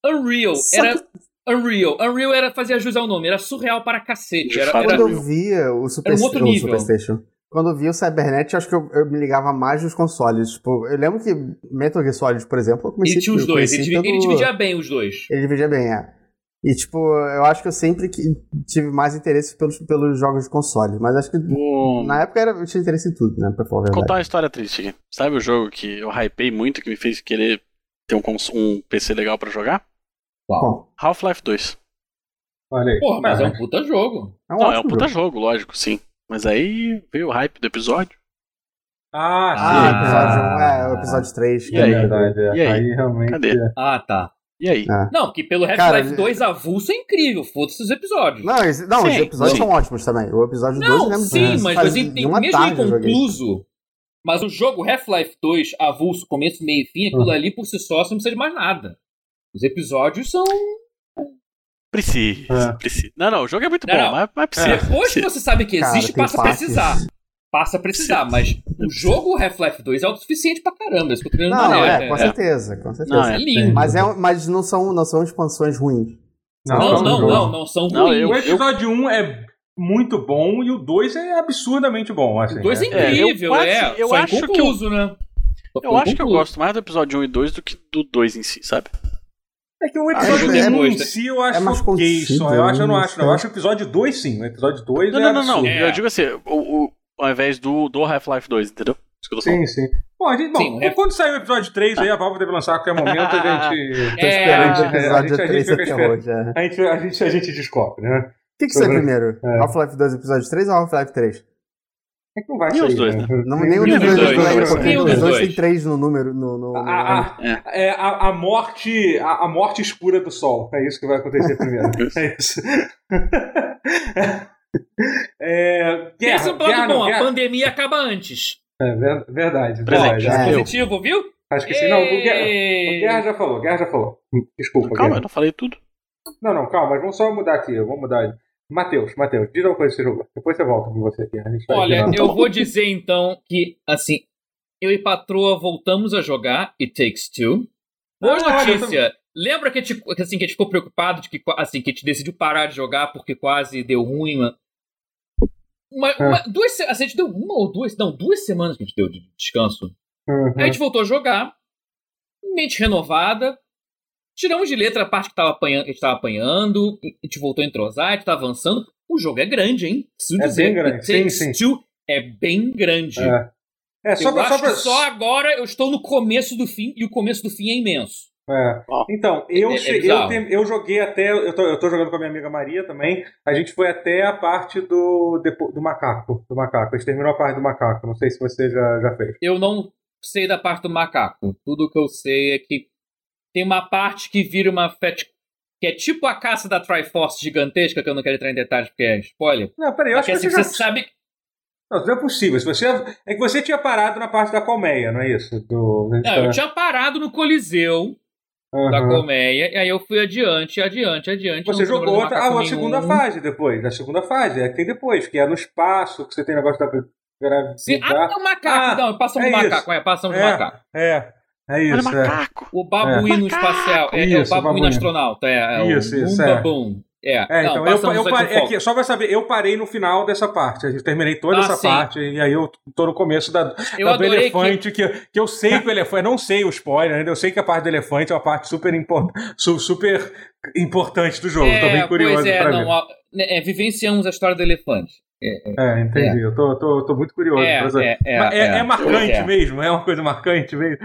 [SPEAKER 3] Unreal,
[SPEAKER 2] Só
[SPEAKER 3] era. Unreal. Unreal era, fazia jus ao nome, era surreal para cacete.
[SPEAKER 1] De
[SPEAKER 3] Era,
[SPEAKER 1] fato,
[SPEAKER 3] era-
[SPEAKER 2] Quando eu via o Super,
[SPEAKER 3] Era um outro
[SPEAKER 2] o
[SPEAKER 3] nível.
[SPEAKER 2] Super Station, quando eu via o Cybernet, eu acho que eu, eu me ligava mais nos consoles. Tipo, eu lembro que Metal Gear Solid, por exemplo, eu comecei
[SPEAKER 3] ele tinha os
[SPEAKER 2] eu
[SPEAKER 3] dois,
[SPEAKER 2] conheci
[SPEAKER 3] ele, divi-
[SPEAKER 2] pelo-
[SPEAKER 3] ele dividia bem os dois.
[SPEAKER 2] Ele dividia bem, é. E, tipo, eu acho que eu sempre que tive mais interesse pelos, pelos jogos de console. Mas acho que
[SPEAKER 1] Vou
[SPEAKER 2] na época era, eu tinha interesse em tudo, né? Pra falar a
[SPEAKER 1] contar
[SPEAKER 2] verdade.
[SPEAKER 1] uma história triste aqui. Sabe o jogo que eu hypei muito, que me fez querer ter um, cons- um PC legal pra jogar?
[SPEAKER 2] Bom,
[SPEAKER 1] Half-Life 2.
[SPEAKER 4] Olha aí.
[SPEAKER 3] Porra, mas é
[SPEAKER 4] Ah,
[SPEAKER 3] um puta jogo.
[SPEAKER 2] é um
[SPEAKER 1] Não, é um
[SPEAKER 2] ótimo
[SPEAKER 1] puta
[SPEAKER 2] jogo.
[SPEAKER 1] jogo, lógico, sim. Mas aí veio o hype do episódio.
[SPEAKER 4] Ah, sim.
[SPEAKER 2] Ah, episódio,
[SPEAKER 3] Ah.
[SPEAKER 2] é, o episódio 3.
[SPEAKER 1] E aí?
[SPEAKER 4] É verdade, é.
[SPEAKER 1] E aí?
[SPEAKER 4] Aí realmente.
[SPEAKER 1] Cadê?
[SPEAKER 4] é.
[SPEAKER 3] Ah, tá.
[SPEAKER 1] E aí?
[SPEAKER 2] é.
[SPEAKER 3] Não, que pelo
[SPEAKER 2] Cara,
[SPEAKER 3] Half-Life 2 avulso é incrível, foda-se os episódios.
[SPEAKER 2] Não, esse- não os
[SPEAKER 1] Sim,
[SPEAKER 2] episódios
[SPEAKER 1] sim.
[SPEAKER 2] são ótimos também. O episódio 2 eu
[SPEAKER 3] Não,
[SPEAKER 2] lembro
[SPEAKER 3] sim, mas, mas
[SPEAKER 2] fazia
[SPEAKER 3] em-
[SPEAKER 2] né? uma
[SPEAKER 3] mesmo
[SPEAKER 2] tarde eu joguei.
[SPEAKER 3] inconcluso, mas o jogo Half-Life 2, avulso, começo, meio e fim, aquilo
[SPEAKER 2] Ah.
[SPEAKER 3] ali por si só, você não precisa de mais nada. Os episódios são.
[SPEAKER 1] Precisa,
[SPEAKER 4] É.
[SPEAKER 1] precisa. Não, não, o jogo é muito
[SPEAKER 3] Não,
[SPEAKER 1] bom,
[SPEAKER 3] não.
[SPEAKER 1] mas, mas precisa.
[SPEAKER 3] Depois que
[SPEAKER 1] precisa.
[SPEAKER 3] você sabe que
[SPEAKER 2] Cara,
[SPEAKER 3] existe,
[SPEAKER 2] tem
[SPEAKER 3] passa a
[SPEAKER 2] partes-
[SPEAKER 3] precisar. Passa a precisar, mas
[SPEAKER 2] [laughs]
[SPEAKER 3] o jogo Half-Life 2 é autossuficiente pra caramba. Isso que eu tô querendo
[SPEAKER 2] Não,
[SPEAKER 3] dizer,
[SPEAKER 2] é,
[SPEAKER 3] né?
[SPEAKER 2] com certeza, com certeza.
[SPEAKER 1] Não,
[SPEAKER 3] É
[SPEAKER 1] é.
[SPEAKER 3] lindo.
[SPEAKER 2] Mas, é, um- mas não, são, não são expansões ruins.
[SPEAKER 3] Não, não,
[SPEAKER 4] não.
[SPEAKER 3] não, não são
[SPEAKER 1] Não,
[SPEAKER 3] ruins.
[SPEAKER 1] eu-
[SPEAKER 4] O episódio 1 um é muito bom e o 2 é absurdamente bom. Assim,
[SPEAKER 3] O 2 é
[SPEAKER 1] É, eu
[SPEAKER 3] incrível,
[SPEAKER 1] quase-
[SPEAKER 3] é.
[SPEAKER 1] eu
[SPEAKER 3] Só
[SPEAKER 1] acho que eu-
[SPEAKER 3] inconcluso, né? Só
[SPEAKER 1] Eu acho que eu
[SPEAKER 3] inconcluso.
[SPEAKER 1] um gosto mais do episódio 1 e 2 do que do 2 em si, sabe?
[SPEAKER 4] É que o episódio
[SPEAKER 3] Ah, é,
[SPEAKER 4] 1 em
[SPEAKER 3] é,
[SPEAKER 4] si eu
[SPEAKER 2] é
[SPEAKER 4] acho
[SPEAKER 2] mais
[SPEAKER 4] ok
[SPEAKER 2] contido,
[SPEAKER 4] só. Eu acho, eu não
[SPEAKER 2] não
[SPEAKER 4] acho,
[SPEAKER 2] sei.
[SPEAKER 4] não. Eu acho o episódio 2 sim. O episódio 2
[SPEAKER 1] Não,
[SPEAKER 4] é
[SPEAKER 1] não, não, não.
[SPEAKER 4] absurdo.
[SPEAKER 3] É.
[SPEAKER 1] Eu digo assim, o, o- ao invés do, do Half-Life 2, entendeu? Isso que eu tô falando.
[SPEAKER 4] Sim, sim. Bom, a gente, bom
[SPEAKER 3] Sim, é-
[SPEAKER 4] quando sair o episódio 3 aí, a Valve deve lançar a qualquer momento, a
[SPEAKER 3] [laughs]
[SPEAKER 4] gente...
[SPEAKER 2] Tô
[SPEAKER 3] É,
[SPEAKER 2] esperando o
[SPEAKER 4] a gente-
[SPEAKER 2] episódio
[SPEAKER 4] a gente
[SPEAKER 2] 3
[SPEAKER 4] fica
[SPEAKER 2] até hoje. é. O
[SPEAKER 4] A gente, a, gente, a gente descobre, né?
[SPEAKER 2] que, que sai primeiro?
[SPEAKER 4] É.
[SPEAKER 2] Half-Life 2, episódio 3 ou Half-Life 3?
[SPEAKER 4] É que não vai
[SPEAKER 1] E
[SPEAKER 4] sair,
[SPEAKER 1] os dois, né?
[SPEAKER 2] Não, nem o
[SPEAKER 1] Nem
[SPEAKER 2] dos
[SPEAKER 1] dos
[SPEAKER 2] dois,
[SPEAKER 1] dois,
[SPEAKER 2] não vai,
[SPEAKER 1] dois,
[SPEAKER 2] porque
[SPEAKER 1] nem
[SPEAKER 3] os
[SPEAKER 2] os dois
[SPEAKER 3] dois.
[SPEAKER 2] tem 3 no número. No, no, no,
[SPEAKER 4] Ah, A, a, é, a, a morte a, a morte escura do sol é isso que vai acontecer
[SPEAKER 3] [laughs]
[SPEAKER 4] primeiro é isso [laughs] é, guerra,
[SPEAKER 3] Esse é um plano
[SPEAKER 4] guerra, não,
[SPEAKER 3] bom, a
[SPEAKER 4] guerra.
[SPEAKER 3] pandemia acaba antes.
[SPEAKER 4] É, ver- verdade
[SPEAKER 1] Presente.
[SPEAKER 4] Bom, já-
[SPEAKER 2] É.
[SPEAKER 3] Positivo, viu?
[SPEAKER 4] acho que sim não, o guerra, o
[SPEAKER 3] Ê!
[SPEAKER 4] guerra já falou guerra já falou desculpa
[SPEAKER 1] Calma, eu
[SPEAKER 4] Guerra.
[SPEAKER 1] não falei tudo.
[SPEAKER 4] não não calma mas vamos só mudar aqui vamos mudar Matheus, Matheus, diz uma coisa que você jogou. Depois você volta com você aqui. A gente vai
[SPEAKER 3] Olha,
[SPEAKER 4] girando.
[SPEAKER 3] eu vou dizer então que, assim, eu e Patroa voltamos a jogar It Takes Two. Boa
[SPEAKER 4] Ah, olha,
[SPEAKER 3] notícia! Lembra que a, gente, que, assim, que a gente ficou preocupado de que, qua- assim, que a gente decidiu parar de jogar porque quase deu ruim, mano? Uma,
[SPEAKER 4] Ah.
[SPEAKER 3] uma- duas, se- assim, a gente deu uma ou duas, não, duas semanas que a gente deu de descanso.
[SPEAKER 4] Uhum.
[SPEAKER 3] Aí a gente voltou a jogar, mente renovada, tiramos de letra a parte que, tava apanhando, que a gente tava apanhando, a gente voltou a entrosar, a gente tá avançando. O jogo é grande, hein? Preciso
[SPEAKER 4] É
[SPEAKER 3] dizer,
[SPEAKER 4] bem grande,
[SPEAKER 3] It Takes
[SPEAKER 4] sim,
[SPEAKER 3] Two é bem grande.
[SPEAKER 4] É, é só,
[SPEAKER 3] eu
[SPEAKER 4] pra,
[SPEAKER 3] acho
[SPEAKER 4] só pra.
[SPEAKER 3] que só agora eu estou no começo do fim, e o começo do fim é imenso.
[SPEAKER 4] É.
[SPEAKER 1] Ó.
[SPEAKER 4] Então, eu,
[SPEAKER 3] É- é
[SPEAKER 4] che- eu,
[SPEAKER 3] bizarro.
[SPEAKER 4] te- eu joguei até. Eu tô, eu tô jogando com a minha amiga Maria também. A gente foi até a parte do, depo- do macaco. Do macaco. A gente terminou a parte do macaco. Não sei se você já, já fez.
[SPEAKER 3] Eu não sei da parte do macaco. Tudo que eu sei é que tem uma parte que vira uma fat... que é tipo a caça da Triforce gigantesca, que eu não quero entrar em detalhes porque é spoiler.
[SPEAKER 4] Não, peraí, eu
[SPEAKER 3] Mas
[SPEAKER 4] acho
[SPEAKER 3] que
[SPEAKER 4] que
[SPEAKER 3] assim,
[SPEAKER 4] você
[SPEAKER 3] você
[SPEAKER 4] já.
[SPEAKER 3] sabe
[SPEAKER 4] Não, não é possível. Se você... É que você tinha parado na parte da colmeia, não é isso? Do...
[SPEAKER 3] Não, eu tinha parado no Coliseu
[SPEAKER 4] Então- Aham.
[SPEAKER 3] da colmeia, e aí eu fui adiante, adiante, adiante.
[SPEAKER 4] Você
[SPEAKER 3] não tô
[SPEAKER 4] jogou
[SPEAKER 3] lembrando
[SPEAKER 4] outra,
[SPEAKER 3] do
[SPEAKER 4] ah,
[SPEAKER 3] macaco
[SPEAKER 4] a segunda
[SPEAKER 3] nenhum.
[SPEAKER 4] fase depois. A segunda fase, é que tem depois, que é no espaço, que você tem negócio da gravidade.
[SPEAKER 3] Sim, Ah, é o macaco,
[SPEAKER 4] Ah,
[SPEAKER 3] não, passamos
[SPEAKER 4] é
[SPEAKER 3] do
[SPEAKER 4] isso.
[SPEAKER 3] macaco, é, passamos do macaco.
[SPEAKER 4] é, é
[SPEAKER 1] Olha o
[SPEAKER 4] isso. é.
[SPEAKER 1] macaco.
[SPEAKER 3] O babuíno espacial, é, é
[SPEAKER 4] Isso,
[SPEAKER 3] o babuíno
[SPEAKER 4] babuíno.
[SPEAKER 3] astronauta, é, é
[SPEAKER 4] Isso,
[SPEAKER 3] o
[SPEAKER 4] isso,
[SPEAKER 3] um
[SPEAKER 4] é.
[SPEAKER 3] babum. É,
[SPEAKER 4] É,
[SPEAKER 3] não,
[SPEAKER 4] então, eu,
[SPEAKER 3] passamos
[SPEAKER 4] eu
[SPEAKER 3] aqui
[SPEAKER 4] parei,
[SPEAKER 3] com
[SPEAKER 4] é que, só pra saber, eu parei no final dessa parte. Eu terminei toda
[SPEAKER 3] Ah,
[SPEAKER 4] essa
[SPEAKER 3] sim.
[SPEAKER 4] parte e aí eu tô no começo da,
[SPEAKER 3] Eu
[SPEAKER 4] da é do
[SPEAKER 3] adorei que-
[SPEAKER 4] elefante, que... Que, eu sei que o elefante. Eu não sei o spoiler, ainda eu sei que a parte do elefante é uma parte super, impor- su- super importante do jogo. tô bem curioso
[SPEAKER 3] pois é,
[SPEAKER 4] pra
[SPEAKER 3] não,
[SPEAKER 4] ver.
[SPEAKER 3] ó, né, é, vivenciamos a história do elefante.
[SPEAKER 4] É, entendi. Eu tô, tô, tô muito curioso.
[SPEAKER 3] É,
[SPEAKER 4] pra saber.
[SPEAKER 3] é, é,
[SPEAKER 4] Mas é, é marcante
[SPEAKER 3] Pois é.
[SPEAKER 4] mesmo, é uma coisa marcante mesmo.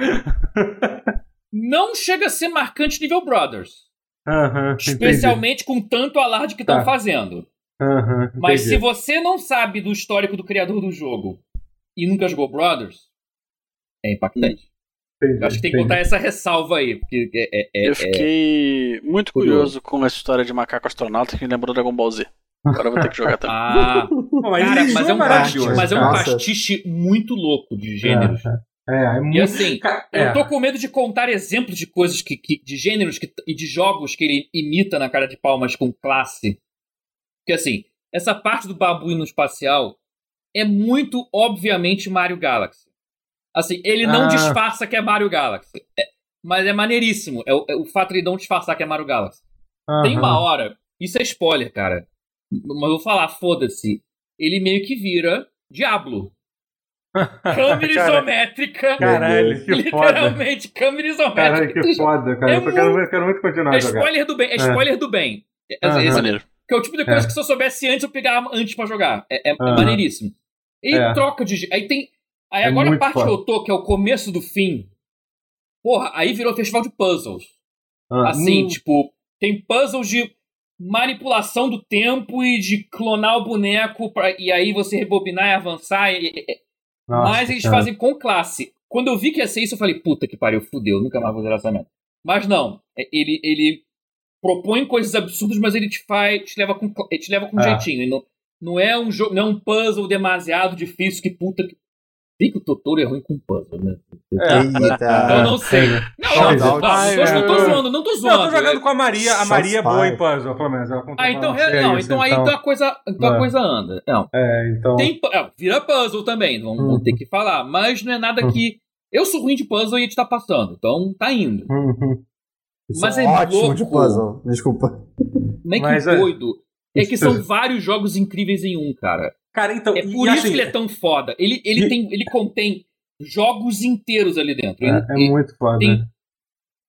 [SPEAKER 3] Não chega a ser marcante nível Brothers.
[SPEAKER 4] Aham, entendi.
[SPEAKER 3] Especialmente com tanto alarde que estão
[SPEAKER 4] Tá.
[SPEAKER 3] fazendo.
[SPEAKER 4] Aham,
[SPEAKER 3] Mas
[SPEAKER 4] entendi.
[SPEAKER 3] se você não sabe do histórico do criador do jogo e nunca jogou Brothers, é impactante.
[SPEAKER 4] entendi,
[SPEAKER 3] Eu acho que tem que
[SPEAKER 4] entendi.
[SPEAKER 3] botar essa ressalva aí. Porque é, é- é-
[SPEAKER 1] Eu fiquei muito curioso
[SPEAKER 3] curioso.
[SPEAKER 1] com essa história de macaco astronauta que me lembrou Dragon Ball Z. Agora eu vou ter que jogar também.
[SPEAKER 3] Ah,
[SPEAKER 4] Bom, aí [laughs]
[SPEAKER 3] cara,
[SPEAKER 4] isso
[SPEAKER 3] mas é um,
[SPEAKER 4] maravilhoso,
[SPEAKER 3] pastiche, mas é um
[SPEAKER 4] cara.
[SPEAKER 2] Nossa.
[SPEAKER 3] pastiche muito louco de gêneros.
[SPEAKER 4] É, é
[SPEAKER 3] E
[SPEAKER 4] muito.
[SPEAKER 3] assim,
[SPEAKER 4] Ca-
[SPEAKER 3] eu
[SPEAKER 4] é.
[SPEAKER 3] tô com medo de contar exemplos de coisas que, que- de gêneros que- e de jogos que ele imita na cara de palmas com classe. Porque assim, essa parte do babuíno espacial é muito obviamente Mario Galaxy. Assim, ele não
[SPEAKER 4] Ah.
[SPEAKER 3] disfarça que é Mario Galaxy. É- mas é maneiríssimo. É, o- é o fato de ele não disfarçar que é Mario Galaxy. Tem
[SPEAKER 4] Aham.
[SPEAKER 3] uma hora, isso é spoiler, cara. Mas eu vou falar, foda-se. Ele meio que vira
[SPEAKER 4] [laughs]
[SPEAKER 3] Diablo. Câmera
[SPEAKER 4] Cara,
[SPEAKER 3] isométrica.
[SPEAKER 4] Caralho, que foda.
[SPEAKER 3] Literalmente, câmera isométrica.
[SPEAKER 4] Caralho, que foda, cara.
[SPEAKER 3] É
[SPEAKER 4] eu, só quero, eu quero muito continuar
[SPEAKER 3] É
[SPEAKER 4] a jogar.
[SPEAKER 3] spoiler do bem, é spoiler do bem. É,
[SPEAKER 4] Aham.
[SPEAKER 3] esse-
[SPEAKER 1] Maneiro.
[SPEAKER 3] que é o tipo de coisa
[SPEAKER 4] É.
[SPEAKER 3] que se eu soubesse antes, eu pegava antes pra jogar. É, é- é
[SPEAKER 4] Aham.
[SPEAKER 3] maneiríssimo. E
[SPEAKER 4] É.
[SPEAKER 3] troca de. gê- Aí tem. Aí
[SPEAKER 4] É
[SPEAKER 3] agora a
[SPEAKER 4] muito
[SPEAKER 3] parte
[SPEAKER 4] foda.
[SPEAKER 3] que eu tô, que é o começo do fim. Porra, aí virou festival de puzzles.
[SPEAKER 4] Ah,
[SPEAKER 3] Assim,
[SPEAKER 4] hum,
[SPEAKER 3] tipo, tem puzzles de manipulação do tempo e de clonar o boneco pra, e aí você rebobinar e avançar. e- e-
[SPEAKER 4] nossa,
[SPEAKER 3] mas eles
[SPEAKER 4] cara.
[SPEAKER 3] fazem com classe. Quando eu vi que ia ser isso, eu falei, puta que pariu, fudeu, nunca mais vou zerar essa merda. Mas não, é- ele, ele propõe coisas absurdas, mas ele te faz, te leva com, cla- ele te leva com um
[SPEAKER 4] É.
[SPEAKER 3] jeitinho. Ele não, não é um jogo, não é um puzzle demasiado difícil que puta que. Sei que o Totoro é ruim com puzzle, né? Então, Eu
[SPEAKER 2] Eita.
[SPEAKER 3] não sei. Não, não,
[SPEAKER 4] Shoutout.
[SPEAKER 3] não,
[SPEAKER 1] Ai,
[SPEAKER 3] não, não tô
[SPEAKER 4] eu-
[SPEAKER 3] zoando, não tô
[SPEAKER 4] é. Não, eu
[SPEAKER 3] zoando. é.
[SPEAKER 4] tô jogando com a Maria. A
[SPEAKER 2] Shots
[SPEAKER 4] Maria é boa em
[SPEAKER 2] fired.
[SPEAKER 4] puzzle, pelo menos. Ela contou
[SPEAKER 3] Ah,
[SPEAKER 4] pra
[SPEAKER 3] então,
[SPEAKER 4] você,
[SPEAKER 3] re- não,
[SPEAKER 4] É isso,
[SPEAKER 3] então aí então a coisa, então
[SPEAKER 4] É.
[SPEAKER 3] a coisa anda. Não.
[SPEAKER 4] É, então.
[SPEAKER 3] Tem, pu- é, vira puzzle também, vamos, vamos
[SPEAKER 4] Uhum.
[SPEAKER 3] ter que falar. Mas não é nada que. Eu sou ruim de puzzle e a gente tá passando, então tá indo.
[SPEAKER 4] [laughs] Uhum.
[SPEAKER 3] Mas é
[SPEAKER 2] ótimo
[SPEAKER 3] louco.
[SPEAKER 2] de puzzle. Desculpa.
[SPEAKER 3] Meio
[SPEAKER 4] Mas
[SPEAKER 3] que
[SPEAKER 4] é-
[SPEAKER 3] doido. É
[SPEAKER 4] [laughs]
[SPEAKER 3] que são vários jogos incríveis em um, cara.
[SPEAKER 4] Cara, então.
[SPEAKER 3] É
[SPEAKER 4] e-
[SPEAKER 3] por
[SPEAKER 4] e
[SPEAKER 3] isso
[SPEAKER 4] assim,
[SPEAKER 3] que ele é tão foda. Ele, ele,
[SPEAKER 4] e-
[SPEAKER 3] tem, ele contém jogos inteiros ali dentro.
[SPEAKER 4] é,
[SPEAKER 3] Ele-
[SPEAKER 4] é muito foda.
[SPEAKER 3] tem-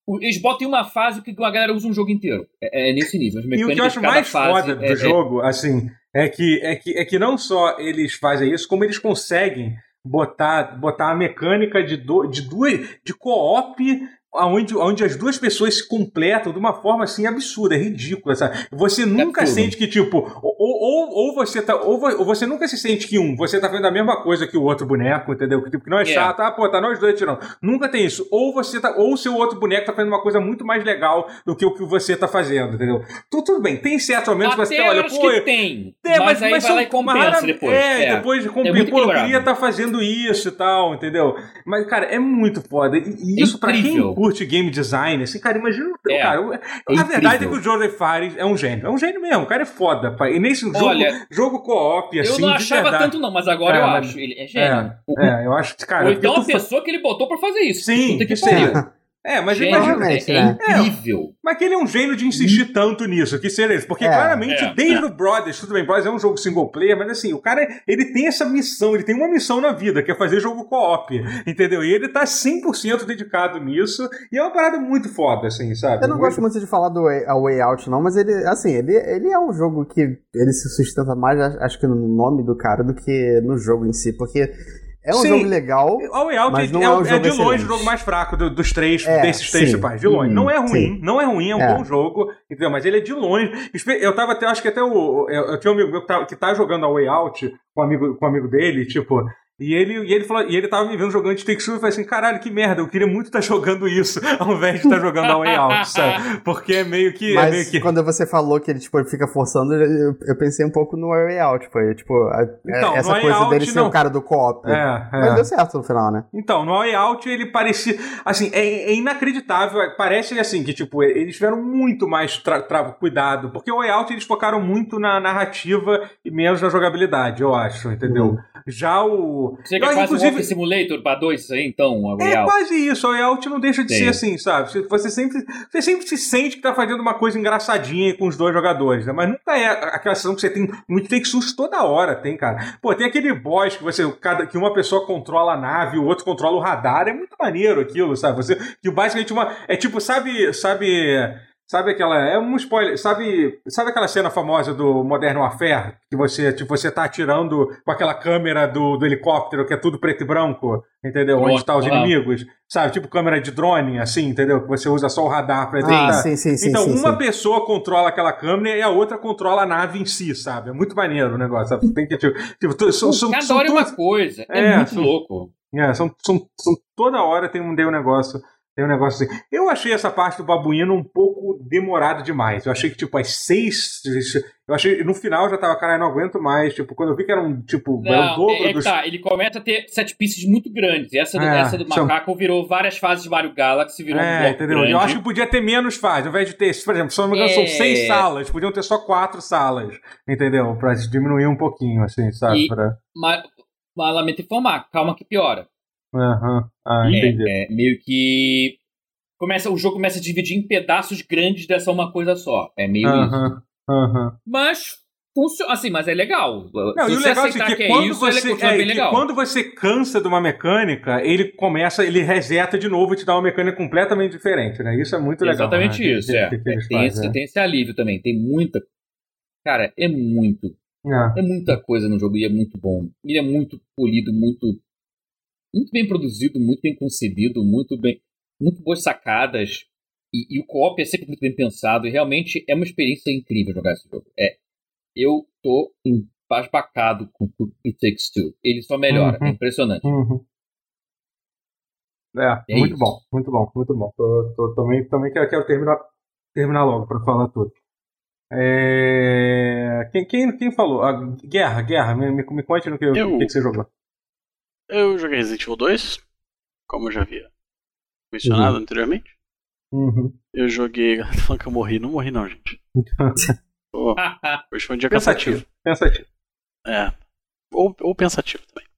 [SPEAKER 3] o- Eles botam em uma fase que a galera usa um jogo inteiro. É, é nesse nível. As
[SPEAKER 4] E o
[SPEAKER 3] mecânicas
[SPEAKER 4] que eu acho
[SPEAKER 3] de cada
[SPEAKER 4] mais
[SPEAKER 3] fase
[SPEAKER 4] foda do
[SPEAKER 3] é- é-
[SPEAKER 4] jogo, assim, é que, é, que, é que não só eles fazem isso, como eles conseguem botar, botar a mecânica de, do, de duas de co-op onde, onde as duas pessoas se completam de uma forma assim absurda, é ridícula, sabe? Você nunca
[SPEAKER 3] É tudo.
[SPEAKER 4] sente que, tipo, ou, ou, ou você tá. Ou, vo- ou você nunca se sente que um, você tá fazendo a mesma coisa que o outro boneco, entendeu? Que, tipo, que não é
[SPEAKER 3] É.
[SPEAKER 4] chato, ah, pô, tá nós dois tirando. Nunca tem isso. Ou você tá. Ou o seu outro boneco tá fazendo uma coisa muito mais legal do que o que você tá fazendo, entendeu? Tu- tudo bem, tem certos momentos que você
[SPEAKER 3] é Até
[SPEAKER 4] tá, olha,
[SPEAKER 3] eu acho
[SPEAKER 4] pô,
[SPEAKER 3] que tem.
[SPEAKER 4] é,
[SPEAKER 3] mas, aí vai
[SPEAKER 4] são-
[SPEAKER 3] lá e compensa
[SPEAKER 4] rara-
[SPEAKER 3] depois.
[SPEAKER 4] É,
[SPEAKER 3] É.
[SPEAKER 4] depois de
[SPEAKER 3] muito
[SPEAKER 4] compensa. Pô, eu
[SPEAKER 3] equilibrado.
[SPEAKER 4] queria estar fazendo isso e tal, entendeu? Mas, cara, é muito foda. E, e
[SPEAKER 3] É
[SPEAKER 4] isso, pra quem
[SPEAKER 3] incrível.
[SPEAKER 4] curte game design, assim, cara, imagina. o
[SPEAKER 3] É.
[SPEAKER 4] Cara, o- a verdade é
[SPEAKER 3] incrível.
[SPEAKER 4] que o Jordan Fares é um gênio. É um gênio mesmo. O cara é foda. Pai. E nesse jogo,
[SPEAKER 3] Olha,
[SPEAKER 4] jogo co-op, assim,
[SPEAKER 3] eu não
[SPEAKER 4] de
[SPEAKER 3] achava
[SPEAKER 4] verdade.
[SPEAKER 3] tanto, não, mas agora
[SPEAKER 4] É,
[SPEAKER 3] eu
[SPEAKER 4] mas-
[SPEAKER 3] acho. Ele é gênio.
[SPEAKER 4] É, é, eu acho que, cara.
[SPEAKER 3] Ou então
[SPEAKER 4] porque
[SPEAKER 3] a
[SPEAKER 4] tu fa-
[SPEAKER 3] pessoa que ele botou pra fazer isso.
[SPEAKER 4] Sim,
[SPEAKER 3] Puta que
[SPEAKER 4] sim.
[SPEAKER 3] pariu.
[SPEAKER 4] É, mas
[SPEAKER 3] Gênio,
[SPEAKER 4] imagina.
[SPEAKER 2] Provavelmente,
[SPEAKER 3] é, é
[SPEAKER 2] né?
[SPEAKER 3] incrível.
[SPEAKER 4] Mas que ele é um gênio de insistir tanto nisso, que seria isso. Porque
[SPEAKER 2] Hum. É.
[SPEAKER 4] claramente,
[SPEAKER 3] É,
[SPEAKER 4] desde o Brothers, tudo bem, Brothers é um jogo single player, mas assim, o cara, ele tem essa missão, ele tem uma missão na vida, que é fazer jogo co-op, entendeu? E ele tá 100% dedicado nisso, e é uma parada muito foda, assim, sabe?
[SPEAKER 2] Eu não gosto muito de falar do Way, a Way Out, não, mas ele, assim, ele, ele é um jogo que ele se sustenta mais, a- acho que no nome do cara, do que no jogo em si, porque é um
[SPEAKER 4] Sim.
[SPEAKER 2] jogo legal.
[SPEAKER 4] O Way Out
[SPEAKER 2] Mas
[SPEAKER 4] é,
[SPEAKER 2] não
[SPEAKER 4] é
[SPEAKER 2] é um
[SPEAKER 4] o- é
[SPEAKER 2] jogo
[SPEAKER 4] de longe
[SPEAKER 2] excelente.
[SPEAKER 4] o jogo mais fraco do- dos três,
[SPEAKER 2] É,
[SPEAKER 4] desses três
[SPEAKER 2] sim.
[SPEAKER 4] principais, de longe.
[SPEAKER 3] Hum,
[SPEAKER 4] não é ruim,
[SPEAKER 2] sim.
[SPEAKER 4] não é ruim, é um
[SPEAKER 2] É.
[SPEAKER 4] bom jogo, entendeu? Mas ele é de longe. Espe- Eu tava até, acho que até o. Eu, eu tinha um amigo meu que tá, que tá jogando a Way Out com um amigo, com um amigo dele, tipo. E ele, e ele falou, e ele tava me vendo jogando de take two e falei assim, caralho, que merda, eu queria muito estar jogando isso, [laughs] ao invés de estar jogando a Way Out, sabe? Porque é meio que. é meio
[SPEAKER 2] Mas
[SPEAKER 4] que...
[SPEAKER 2] quando você falou que ele, tipo, ele fica forçando, eu, eu pensei um pouco no Way Out, foi, tipo, a-
[SPEAKER 4] Então,
[SPEAKER 2] essa
[SPEAKER 4] no Way
[SPEAKER 2] coisa
[SPEAKER 4] Out,
[SPEAKER 2] dele ser
[SPEAKER 4] não.
[SPEAKER 2] o cara do co-op.
[SPEAKER 4] É, é.
[SPEAKER 2] Mas deu certo no final, né?
[SPEAKER 4] Então, no Way Out ele parecia. Assim, é, é inacreditável. Parece assim que, tipo, eles tiveram muito mais tra- tra- cuidado. Porque o Way Out eles focaram muito na narrativa e menos na jogabilidade, eu acho, entendeu?
[SPEAKER 2] Uhum.
[SPEAKER 4] Já o.
[SPEAKER 3] Você quer
[SPEAKER 4] Não,
[SPEAKER 3] quase
[SPEAKER 4] inclusive-
[SPEAKER 3] um Walking Simulator pra dois isso aí, então, a
[SPEAKER 4] É
[SPEAKER 3] real.
[SPEAKER 4] quase isso, o layout não deixa de
[SPEAKER 3] Sim.
[SPEAKER 4] ser assim, sabe? Você- Você sempre, você sempre se sente que tá fazendo uma coisa engraçadinha com os dois jogadores, né? Mas nunca é aquela sensação que você tem muito take susto toda hora, tem, cara. Pô, tem aquele boss que você, cada, que uma pessoa controla a nave, o outro controla o radar, é muito maneiro aquilo, sabe? Você, que basicamente uma, é tipo, sabe, sabe, Sabe aquela. É um spoiler. Sabe, sabe aquela cena famosa do Modern Warfare? Que você, tipo, você tá atirando com aquela câmera do, do helicóptero, que é tudo preto e branco, entendeu? Onde
[SPEAKER 3] Nossa,
[SPEAKER 4] tá os
[SPEAKER 3] claro.
[SPEAKER 4] inimigos. Sabe? Tipo câmera de drone, assim, entendeu? Que você usa só o radar pra
[SPEAKER 2] Ah,
[SPEAKER 4] detectar.
[SPEAKER 2] sim, sim, sim.
[SPEAKER 4] então,
[SPEAKER 2] sim,
[SPEAKER 4] uma
[SPEAKER 2] sim.
[SPEAKER 4] pessoa controla aquela câmera e a outra controla a nave em si, sabe? É muito maneiro o negócio. Sabe? Tem que, tipo, tipo, tu- são, são,
[SPEAKER 3] Cada
[SPEAKER 4] são
[SPEAKER 3] hora é
[SPEAKER 4] todas-
[SPEAKER 3] uma coisa. É,
[SPEAKER 4] É,
[SPEAKER 3] muito
[SPEAKER 4] são-
[SPEAKER 3] louco.
[SPEAKER 4] é, são, são, são- toda hora tem um, tem um negócio. Tem um negócio assim. Eu achei essa parte do babuíno um pouco demorado demais. Eu achei que, tipo, às seis. Eu achei. No final eu já tava, caralho, não aguento mais. Tipo, quando eu vi que era um, tipo, era o
[SPEAKER 3] Não,
[SPEAKER 4] dobro
[SPEAKER 3] é, é que
[SPEAKER 4] dos.
[SPEAKER 3] tá, ele começa a ter sete pieces muito grandes. Essa do,
[SPEAKER 4] É,
[SPEAKER 3] essa do
[SPEAKER 4] são-
[SPEAKER 3] macaco virou várias fases de Mario Galaxy, virou um
[SPEAKER 4] É,
[SPEAKER 3] bloco
[SPEAKER 4] entendeu?
[SPEAKER 3] grande.
[SPEAKER 4] Eu acho que podia ter menos fases. Ao invés de ter, por exemplo, se eu não me engano, são
[SPEAKER 3] É.
[SPEAKER 4] seis salas, podiam ter só quatro salas, entendeu? Pra diminuir um pouquinho, assim, sabe?
[SPEAKER 3] E-
[SPEAKER 4] Pra...
[SPEAKER 3] Mas, mas lamento informar, calma que piora.
[SPEAKER 4] Aham. Ah, entendi.
[SPEAKER 3] É, meio que. Começa, o jogo começa a dividir em pedaços grandes dessa uma coisa só. É meio isso.
[SPEAKER 4] Aham. Aham.
[SPEAKER 3] Mas funciona. Assim, mas é legal.
[SPEAKER 4] Não,
[SPEAKER 3] Se
[SPEAKER 4] e o
[SPEAKER 3] você
[SPEAKER 4] legal é que,
[SPEAKER 3] aceitar que é
[SPEAKER 4] quando
[SPEAKER 3] isso, ele
[SPEAKER 4] você
[SPEAKER 3] continua
[SPEAKER 4] é,
[SPEAKER 3] bem
[SPEAKER 4] que
[SPEAKER 3] legal.
[SPEAKER 4] quando você cansa de uma mecânica, ele começa, ele reseta de novo e te dá uma mecânica completamente diferente, né? Isso é muito legal.
[SPEAKER 3] Exatamente
[SPEAKER 4] né?
[SPEAKER 3] isso,
[SPEAKER 4] Que-
[SPEAKER 3] é.
[SPEAKER 4] que- que
[SPEAKER 3] É,
[SPEAKER 4] eles
[SPEAKER 3] tem,
[SPEAKER 4] fazem,
[SPEAKER 3] esse,
[SPEAKER 4] né?
[SPEAKER 3] tem esse alívio também. Tem muita. Cara, é muito.
[SPEAKER 4] né?
[SPEAKER 3] É muita coisa no jogo e é muito bom. Ele é muito polido, muito. Muito bem produzido, muito bem concebido, muito bem. Muito boas sacadas. E, e o co-op é sempre muito bem pensado. E realmente é uma experiência incrível jogar esse jogo. É. Eu tô embasbacado com o It Takes Two. Ele só melhora.
[SPEAKER 4] Uhum.
[SPEAKER 3] É impressionante.
[SPEAKER 4] É. Uhum. É,
[SPEAKER 3] É
[SPEAKER 4] muito
[SPEAKER 3] isso.
[SPEAKER 4] bom, muito bom, muito bom. Tô, tô- também também quero, quero terminar, terminar logo pra falar tudo. É, Quem, quem, quem falou? A guerra, guerra, me, me, me conte no que, o
[SPEAKER 1] Eu.
[SPEAKER 4] que, que você jogou.
[SPEAKER 1] Eu joguei Resident Evil 2, como eu já havia mencionado anteriormente.
[SPEAKER 4] Uhum.
[SPEAKER 1] Eu joguei. [laughs] Tá falando que eu morri. Não morri, não, gente. Pô,
[SPEAKER 3] Ah,
[SPEAKER 1] hoje foi um dia cansativo.
[SPEAKER 4] Pensativo, pensativo.
[SPEAKER 1] É. Ou, ou pensativo também.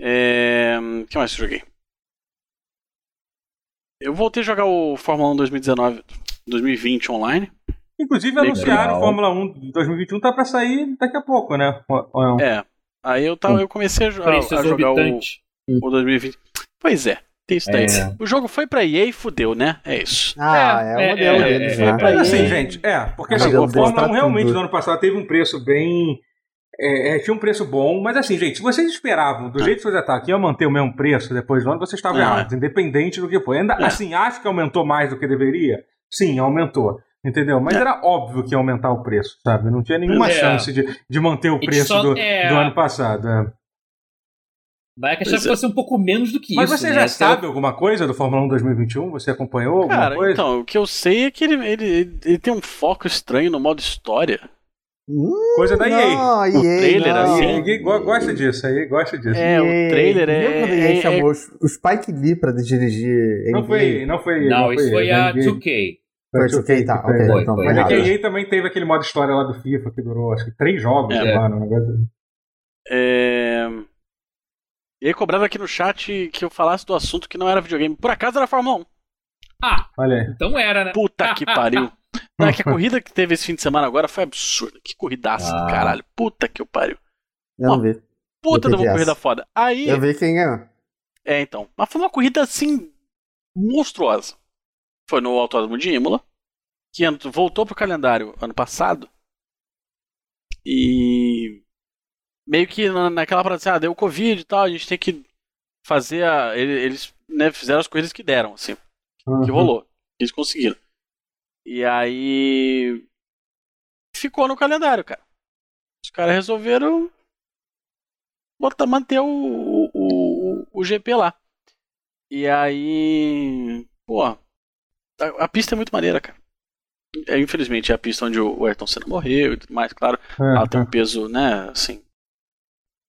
[SPEAKER 1] É, O que mais que eu joguei? Eu voltei a jogar o Fórmula 1 2019, 2020 online.
[SPEAKER 4] Inclusive
[SPEAKER 1] Legal.
[SPEAKER 4] anunciaram a Fórmula 1 de 2021 tá pra sair daqui a pouco, né? Ou- ou não?
[SPEAKER 1] É. Aí eu, tava, eu comecei a, jo- a-
[SPEAKER 3] Preço
[SPEAKER 1] a jogar o,
[SPEAKER 3] exorbitante.
[SPEAKER 1] o 2020. Pois é. Tem isso daí.
[SPEAKER 3] É.
[SPEAKER 1] O jogo foi pra EA e fudeu, né? É isso.
[SPEAKER 2] Ah, é,
[SPEAKER 3] é,
[SPEAKER 2] o modelo
[SPEAKER 3] é,
[SPEAKER 2] deles,
[SPEAKER 3] é,
[SPEAKER 2] né?
[SPEAKER 3] é,
[SPEAKER 4] Mas
[SPEAKER 3] Aí-
[SPEAKER 4] assim, gente, é, porque assim,
[SPEAKER 2] Mas eu
[SPEAKER 4] a Fórmula
[SPEAKER 2] devo
[SPEAKER 4] 1 realmente
[SPEAKER 2] tudo.
[SPEAKER 4] no ano passado teve um preço bem. é, é, tinha um preço bom, mas assim, gente, se vocês esperavam, do jeito que vocês ataques, ia manter o mesmo preço depois do ano, vocês estavam
[SPEAKER 1] É.
[SPEAKER 4] errados, independente do que foi. Ainda,
[SPEAKER 1] É.
[SPEAKER 4] Assim, acho que aumentou mais do que deveria? Sim, aumentou. Entendeu? Mas
[SPEAKER 1] É.
[SPEAKER 4] era óbvio que ia aumentar o preço, sabe? Não tinha nenhuma
[SPEAKER 3] É.
[SPEAKER 4] chance de, de manter o
[SPEAKER 3] que
[SPEAKER 4] preço
[SPEAKER 3] só-
[SPEAKER 4] do,
[SPEAKER 3] é.
[SPEAKER 4] do ano passado. é.
[SPEAKER 3] Vai que a
[SPEAKER 1] Pois é.
[SPEAKER 3] chance fosse um pouco menos do que
[SPEAKER 4] Mas
[SPEAKER 3] isso.
[SPEAKER 4] você
[SPEAKER 3] né?
[SPEAKER 4] já
[SPEAKER 3] Até
[SPEAKER 4] sabe alguma coisa do Fórmula 1 2021? Você acompanhou alguma
[SPEAKER 1] Cara,
[SPEAKER 4] coisa?
[SPEAKER 1] então, o que eu sei é que ele, ele, ele- ele tem um foco estranho no modo história.
[SPEAKER 2] Hum,
[SPEAKER 4] coisa da EA.
[SPEAKER 2] não, EA,
[SPEAKER 1] trailer,
[SPEAKER 2] não.
[SPEAKER 1] assim,
[SPEAKER 4] EA go- gosta disso, aí gosta disso.
[SPEAKER 1] É, o trailer é-
[SPEAKER 2] Lembra quando a EA
[SPEAKER 1] é-
[SPEAKER 2] chamou os- o Spike Lee pra dirigir
[SPEAKER 4] Não
[SPEAKER 2] NBA?
[SPEAKER 4] foi, não foi. né?
[SPEAKER 3] Não, isso foi a
[SPEAKER 4] ninguém.
[SPEAKER 3] 2K.
[SPEAKER 2] Foi 2K, tá, ok.
[SPEAKER 3] Foi,
[SPEAKER 2] então, foi
[SPEAKER 3] foi.
[SPEAKER 4] Mas é que a
[SPEAKER 2] errado.
[SPEAKER 4] EA também teve aquele modo história lá do FIFA que durou acho que três jogos,
[SPEAKER 1] É.
[SPEAKER 4] sei lá, um negócio.
[SPEAKER 1] É... E aí cobraram aqui no chat que eu falasse do assunto que não era videogame. Por acaso era Fórmula 1.
[SPEAKER 3] Ah,
[SPEAKER 4] Olha aí.
[SPEAKER 3] então era, né?
[SPEAKER 1] Puta que pariu. Não, é que a corrida que teve esse fim de semana agora foi absurda. Que corridaça do
[SPEAKER 3] Ah.
[SPEAKER 1] caralho. Puta que eu pariu.
[SPEAKER 2] Eu não vi.
[SPEAKER 1] Puta de
[SPEAKER 2] Eu
[SPEAKER 1] uma
[SPEAKER 2] perdi
[SPEAKER 1] corrida
[SPEAKER 2] essa.
[SPEAKER 1] foda. Aí,
[SPEAKER 2] Eu vi quem ganhou.
[SPEAKER 1] é então. Mas foi uma corrida assim. monstruosa. Foi no Autódromo de Imola. Que ent- voltou pro calendário ano passado. E. Meio que na- naquela parada assim, ah, deu Covid e tal, a gente tem que fazer a. ele- Eles né, fizeram as corridas que deram, assim. que
[SPEAKER 4] Uhum.
[SPEAKER 1] rolou. Eles conseguiram. E aí. Ficou no calendário, cara. Os caras resolveram botar, manter o, o, o, o GP lá. E aí. Pô. A, a pista é muito maneira, cara. É, infelizmente é a pista onde o Ayrton Senna morreu e tudo mais, claro.
[SPEAKER 4] Uhum.
[SPEAKER 1] Ela tem um peso, né? Assim.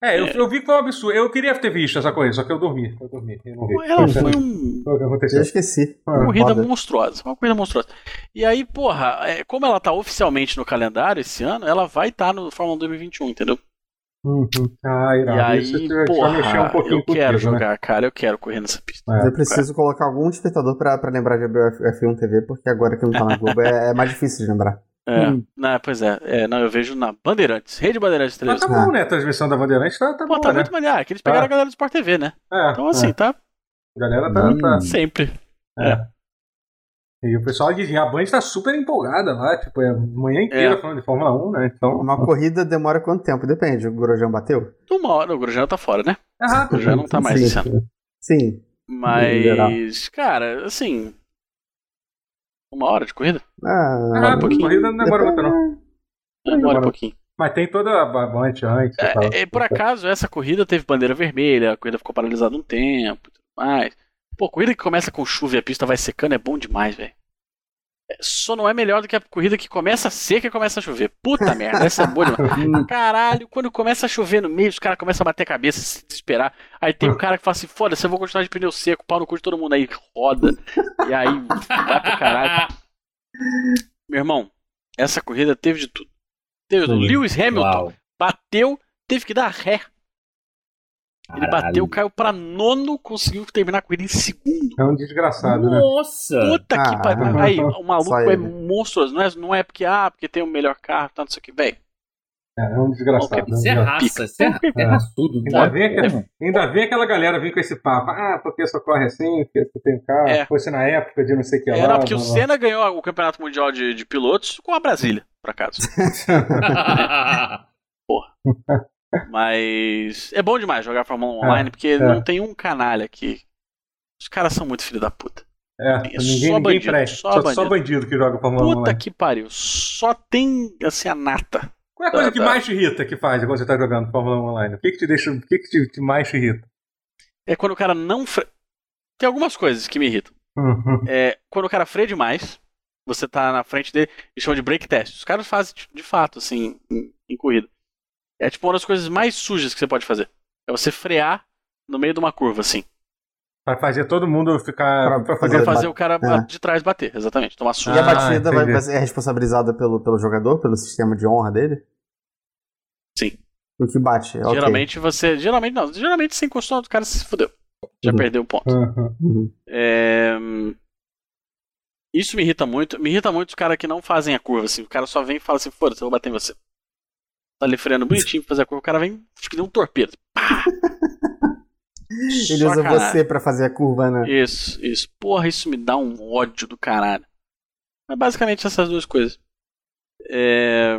[SPEAKER 4] É, eu, eu vi que foi um absurdo. Eu queria ter visto essa coisa, só que eu dormi. Eu dormi, eu não vi.
[SPEAKER 1] Ela foi um.
[SPEAKER 4] Foi o que aconteceu.
[SPEAKER 2] Eu esqueci.
[SPEAKER 4] Uma
[SPEAKER 1] Uma corrida
[SPEAKER 2] Foda.
[SPEAKER 1] monstruosa, uma corrida monstruosa. E aí, porra, é, como ela tá oficialmente no calendário esse ano, ela vai estar no Fórmula 2021, entendeu?
[SPEAKER 4] Uhum. Ah,
[SPEAKER 1] e
[SPEAKER 4] irado. Isso
[SPEAKER 1] aí,
[SPEAKER 4] só mexeu
[SPEAKER 1] porra,
[SPEAKER 4] um pouquinho
[SPEAKER 1] eu
[SPEAKER 4] com o
[SPEAKER 1] quero
[SPEAKER 4] peso, né? É.
[SPEAKER 1] jogar, cara, eu quero correr nessa pista.
[SPEAKER 2] Eu preciso colocar algum despertador pra, pra lembrar de abrir o F1 TV, um porque agora que não tá na Globo é, é mais difícil de lembrar.
[SPEAKER 1] É,
[SPEAKER 3] Hum.
[SPEAKER 1] não, pois é, é, não, eu vejo na Bandeirantes, Rede Bandeirantes
[SPEAKER 4] Mas
[SPEAKER 1] 13.
[SPEAKER 4] tá bom, né? A transmissão da Bandeirante tá, tá
[SPEAKER 1] Ah. Pô,
[SPEAKER 4] boa,
[SPEAKER 1] tá
[SPEAKER 4] né?
[SPEAKER 1] muito maneiro, que eles pegaram
[SPEAKER 4] Tá.
[SPEAKER 1] a galera do Sport TV, né?
[SPEAKER 4] É,
[SPEAKER 1] Então, assim,
[SPEAKER 4] é.
[SPEAKER 1] tá
[SPEAKER 4] A galera tá... tá-
[SPEAKER 1] sempre.
[SPEAKER 4] E o pessoal de a Band tá super empolgada lá, tipo, é a manhã inteira
[SPEAKER 1] É.
[SPEAKER 4] falando de Fórmula 1, né? Então... [laughs]
[SPEAKER 2] Uma corrida demora quanto tempo? Depende. O Gorojan bateu?
[SPEAKER 1] Uma hora, o Grosjean tá fora, né?
[SPEAKER 4] É rápido.
[SPEAKER 1] Já não tá mais
[SPEAKER 2] Sim.
[SPEAKER 1] esse ano.
[SPEAKER 2] Sim. Liberar.
[SPEAKER 1] Mas, cara, assim. Uma hora de corrida?
[SPEAKER 4] É
[SPEAKER 2] Ah,
[SPEAKER 1] um
[SPEAKER 4] rápido,
[SPEAKER 1] pouquinho.
[SPEAKER 4] corrida não demora muito, não.
[SPEAKER 1] Uma hora e
[SPEAKER 4] Demora.
[SPEAKER 1] pouquinho.
[SPEAKER 4] Mas tem toda a babante antes. e tal.
[SPEAKER 1] É, é, por acaso, essa corrida teve bandeira vermelha, a corrida ficou paralisada um tempo e tudo mais. Pô, corrida que começa com chuva e a pista vai secando é bom demais, velho. É, Só não é melhor do que a corrida que começa seca e começa a chover. Puta merda, essa é boa
[SPEAKER 4] [laughs]
[SPEAKER 1] demais. Caralho, quando começa a chover no meio, os caras começam a bater a cabeça, se desesperar. Aí tem um cara que fala assim: foda-se, eu vou continuar de pneu seco, pau no cu de todo mundo aí, roda. E aí vai pro caralho.
[SPEAKER 3] [laughs]
[SPEAKER 1] Meu irmão, essa corrida teve de tudo. Teve de tudo. Lewis Hamilton
[SPEAKER 3] Uau,
[SPEAKER 1] bateu, teve que dar ré. Ele
[SPEAKER 3] caralho.
[SPEAKER 1] bateu, caiu pra nono, conseguiu terminar a corrida em segundo.
[SPEAKER 4] É um desgraçado, né?
[SPEAKER 3] Nossa!
[SPEAKER 1] Puta
[SPEAKER 2] Ah,
[SPEAKER 1] que pariu. Aí, o maluco
[SPEAKER 2] só
[SPEAKER 1] é
[SPEAKER 2] ele.
[SPEAKER 1] monstruoso. Não é, não é porque, ah, porque tem o melhor carro, tanto isso aqui. Véi,
[SPEAKER 4] É é um desgraçado.
[SPEAKER 1] Ok,
[SPEAKER 4] é um
[SPEAKER 3] Isso
[SPEAKER 4] desgraçado.
[SPEAKER 3] é
[SPEAKER 1] pica.
[SPEAKER 3] raça, isso é, é raçudo.
[SPEAKER 4] Ainda
[SPEAKER 3] né?
[SPEAKER 4] bem, que, ainda bem aquela galera vir com esse papo. Ah, porque só corre assim, porque você tem um carro.
[SPEAKER 1] É.
[SPEAKER 4] Fosse na época de não sei o que lá.
[SPEAKER 1] é, não, porque o
[SPEAKER 4] blá, blá.
[SPEAKER 1] Senna ganhou o Campeonato Mundial de, de Pilotos com a Brasília, por
[SPEAKER 2] [laughs]
[SPEAKER 1] acaso. Mas é bom demais jogar Fórmula 1 online, porque
[SPEAKER 2] é.
[SPEAKER 1] não tem um canalha aqui. Os caras são muito filho da puta.
[SPEAKER 4] [laughs] É,
[SPEAKER 1] É
[SPEAKER 4] ninguém,
[SPEAKER 1] só
[SPEAKER 4] ninguém
[SPEAKER 1] bandido,
[SPEAKER 4] presta.
[SPEAKER 1] só
[SPEAKER 4] Só, só
[SPEAKER 1] bandido.
[SPEAKER 4] bandido. que joga um pra
[SPEAKER 2] um
[SPEAKER 4] mão.
[SPEAKER 2] é.
[SPEAKER 1] Puta que pariu. Só tem, assim, a nata.
[SPEAKER 4] Qual é a coisa
[SPEAKER 1] tá,
[SPEAKER 4] que
[SPEAKER 1] tá.
[SPEAKER 4] mais te irrita que faz quando você tá jogando Fórmula 1 online? O que que te deixa, o que que te, te mais te irrita?
[SPEAKER 1] É quando o cara não. fre- Tem algumas coisas que me irritam. é, quando o cara freia demais, você tá na frente dele e chama de break test. Os caras fazem de- de fato, assim, em, em corrida. É tipo uma das coisas mais sujas que você pode fazer. É você frear no meio de uma curva, assim.
[SPEAKER 4] Pra fazer todo mundo ficar.
[SPEAKER 2] Pra-
[SPEAKER 4] pra
[SPEAKER 1] Pra
[SPEAKER 4] fazer.
[SPEAKER 1] fazer o cara
[SPEAKER 2] É.
[SPEAKER 1] de trás bater, exatamente. Tomar susto.
[SPEAKER 2] E a
[SPEAKER 4] Ah,
[SPEAKER 2] batida vai,
[SPEAKER 4] entendi.
[SPEAKER 2] vai ser é responsabilizada pelo, pelo jogador, pelo sistema de honra dele?
[SPEAKER 1] Sim.
[SPEAKER 2] O que bate, ok.
[SPEAKER 1] Geralmente você. Geralmente não. Geralmente você encostou, o cara se fudeu. Já
[SPEAKER 2] Uhum.
[SPEAKER 1] perdeu o ponto.
[SPEAKER 4] Uhum.
[SPEAKER 1] [laughs]
[SPEAKER 2] Uhum.
[SPEAKER 1] É, hum, Isso me irrita muito. Me irrita muito os caras que não fazem a curva, assim. O cara só vem e fala assim, foda-se, eu vou bater em você. tipo, Tá ali freando bonitinho pra fazer a curva, o cara vem, acho que deu um torpedo. Pá!
[SPEAKER 2] Ele usa
[SPEAKER 1] Sacanagem.
[SPEAKER 2] você pra fazer a curva, né?
[SPEAKER 1] Isso, isso. Porra, isso me dá um ódio do caralho. Mas basicamente essas duas coisas. É...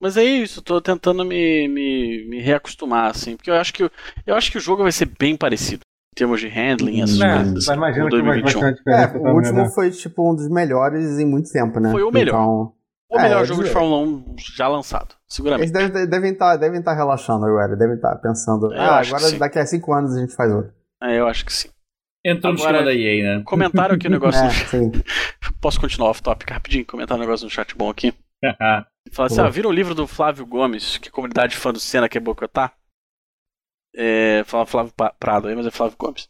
[SPEAKER 1] Mas é isso, eu tô tentando me, me, me reacostumar, assim. Porque eu acho, que, o- eu acho que o jogo vai ser bem parecido. Em termos de handling, essas
[SPEAKER 4] É,
[SPEAKER 1] coisas.
[SPEAKER 4] mas imagina
[SPEAKER 1] no
[SPEAKER 4] que vai, vai
[SPEAKER 1] 2021.
[SPEAKER 4] ter uma diferença
[SPEAKER 2] É, o
[SPEAKER 4] também,
[SPEAKER 2] último
[SPEAKER 4] né?
[SPEAKER 2] foi, tipo, um dos melhores em muito tempo, né?
[SPEAKER 1] Foi o melhor.
[SPEAKER 2] Então,
[SPEAKER 1] O
[SPEAKER 2] É,
[SPEAKER 1] melhor
[SPEAKER 2] eu
[SPEAKER 1] jogo de
[SPEAKER 2] diria.
[SPEAKER 1] Fórmula 1 já lançado, seguramente.
[SPEAKER 2] eles devem devem estar devem tá relaxando agora, devem estar pensando.
[SPEAKER 1] Eu
[SPEAKER 2] ah,
[SPEAKER 1] acho que sim.
[SPEAKER 2] agora daqui a cinco anos a gente faz outro.
[SPEAKER 1] É, eu acho que sim.
[SPEAKER 3] [laughs] Entrou no
[SPEAKER 1] Agora-
[SPEAKER 3] esquema da EA, né? [laughs]
[SPEAKER 1] Comentaram
[SPEAKER 4] [laughs]
[SPEAKER 1] aqui o negócio.
[SPEAKER 2] É,
[SPEAKER 1] no-
[SPEAKER 2] sim.
[SPEAKER 1] Posso continuar off topic rapidinho? Comentar um negócio no chat bom aqui. Fala assim,
[SPEAKER 2] Boa.
[SPEAKER 1] ah, viram o livro do Flávio Gomes, que a comunidade fã do Senna quer boicotar? É, fala Flávio Pa- Prado aí, mas é Flávio Gomes.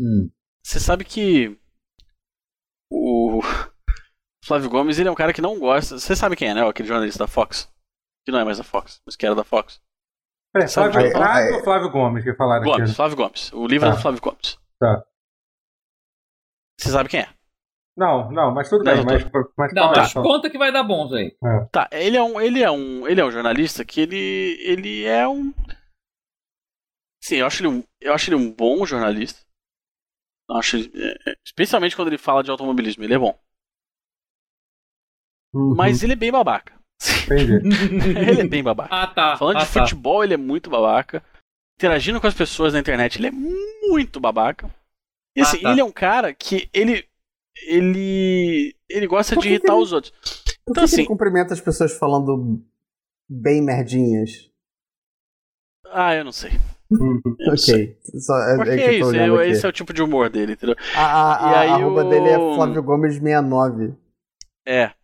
[SPEAKER 3] Hum.
[SPEAKER 1] Você sabe que o [laughs] Flávio Gomes, ele é um cara que não gosta... Você sabe quem é, né? Aquele jornalista da Fox. Que não é mais da Fox, mas que era da Fox.
[SPEAKER 4] Peraí,
[SPEAKER 1] Sabe-
[SPEAKER 4] Flávio
[SPEAKER 2] Aí-
[SPEAKER 4] Prado ou Flávio Gomes que falaram aqui?
[SPEAKER 1] Gomes, Flávio Gomes. O livro é
[SPEAKER 4] Tá.
[SPEAKER 1] do Flávio Gomes.
[SPEAKER 4] Tá.
[SPEAKER 1] Você sabe quem é?
[SPEAKER 4] Não, não, mas tudo
[SPEAKER 1] Não,
[SPEAKER 4] bem.
[SPEAKER 1] não
[SPEAKER 4] Mas, mas
[SPEAKER 3] Não,
[SPEAKER 4] calma aí,
[SPEAKER 3] mas
[SPEAKER 4] calma.
[SPEAKER 3] conta que vai dar bons
[SPEAKER 1] [laughs]
[SPEAKER 3] aí.
[SPEAKER 1] Tá, ele é um, ele é um, ele é um jornalista que ele, ele é um, sim, eu acho ele um, eu acho ele um bom jornalista. Eu acho ele- é, é, especialmente quando ele fala de automobilismo, ele é bom.
[SPEAKER 4] Uhum,
[SPEAKER 1] Mas ele é bem
[SPEAKER 2] [laughs]
[SPEAKER 1] babaca.
[SPEAKER 4] Entendi.
[SPEAKER 1] ele é bem babaca.
[SPEAKER 3] ah, tá.
[SPEAKER 1] Falando
[SPEAKER 3] ah,
[SPEAKER 1] de
[SPEAKER 3] tá.
[SPEAKER 1] futebol, ele é muito babaca. Interagindo com as pessoas na internet, ele é muito babaca. E assim,
[SPEAKER 3] Ah, tá.
[SPEAKER 1] ele é um cara que ele, ele, ele gosta
[SPEAKER 2] Por
[SPEAKER 1] de
[SPEAKER 2] que que
[SPEAKER 1] irritar
[SPEAKER 2] ele-
[SPEAKER 1] os outros.
[SPEAKER 2] Por
[SPEAKER 1] Então,
[SPEAKER 2] que, que
[SPEAKER 1] assim-
[SPEAKER 2] ele cumprimenta as pessoas falando bem merdinhas?
[SPEAKER 1] Ah, eu não sei.
[SPEAKER 4] Uhum.
[SPEAKER 1] Eu não sei.
[SPEAKER 2] ok. Só, é,
[SPEAKER 1] Porque
[SPEAKER 2] é que
[SPEAKER 1] é
[SPEAKER 2] eu tô
[SPEAKER 1] isso,
[SPEAKER 2] olhando
[SPEAKER 1] eu-
[SPEAKER 2] aqui.
[SPEAKER 1] esse é o tipo de humor dele, entendeu?
[SPEAKER 2] A, a,
[SPEAKER 1] E
[SPEAKER 2] a
[SPEAKER 1] aí
[SPEAKER 2] arroba
[SPEAKER 1] o-
[SPEAKER 2] dele é Flávio Gomes 69.
[SPEAKER 1] É,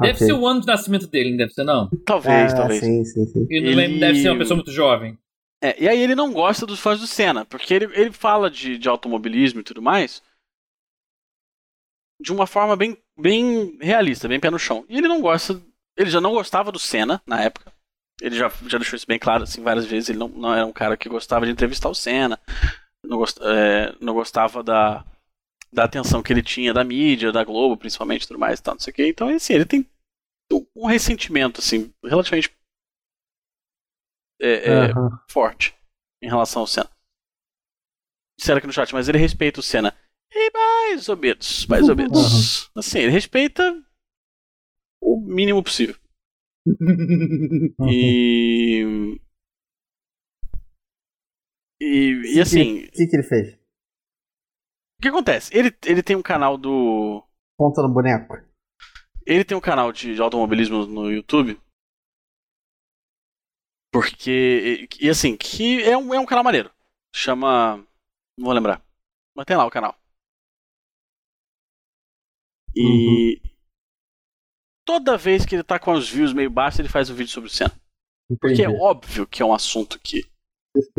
[SPEAKER 3] Deve
[SPEAKER 2] Ok.
[SPEAKER 3] ser o ano de nascimento dele, não deve ser, não?
[SPEAKER 1] talvez,
[SPEAKER 2] ah,
[SPEAKER 1] talvez.
[SPEAKER 2] Sim, sim, sim.
[SPEAKER 3] E não
[SPEAKER 1] Ele-
[SPEAKER 3] lembro, deve ser uma pessoa muito jovem.
[SPEAKER 1] É, e aí ele não gosta dos fãs do Senna, porque ele, ele fala de, de automobilismo e tudo mais de uma forma bem, bem realista, bem pé no chão. E ele não gosta, ele já não gostava do Senna na época. Ele já, já deixou isso bem claro assim, várias vezes. Ele não, não era um cara que gostava de entrevistar o Senna, não, gost- é, não gostava da, da atenção que ele tinha da mídia, da Globo, principalmente, e tudo mais, e tal, não sei o quê. Então, assim, ele tem um- um ressentimento assim, relativamente é, é,
[SPEAKER 4] Uhum.
[SPEAKER 1] forte em relação ao Senna. Disseram aqui no chat, mas ele respeita o Senna. E mais ou menos, mais ou menos. Assim, ele respeita o mínimo possível. E. E, e assim,
[SPEAKER 2] O que, que ele fez?
[SPEAKER 1] o que acontece? Ele, ele tem um canal do.
[SPEAKER 2] Ponta no boneco.
[SPEAKER 1] Ele tem um canal de, de automobilismo no YouTube. Porque. E, e assim, que é um, é um canal maneiro. Chama. Não vou lembrar. Mas tem lá o canal. E. Toda vez que ele tá com os views meio baixos, ele faz um vídeo sobre o Senna. Porque
[SPEAKER 4] Entendi.
[SPEAKER 1] é óbvio que é um assunto que.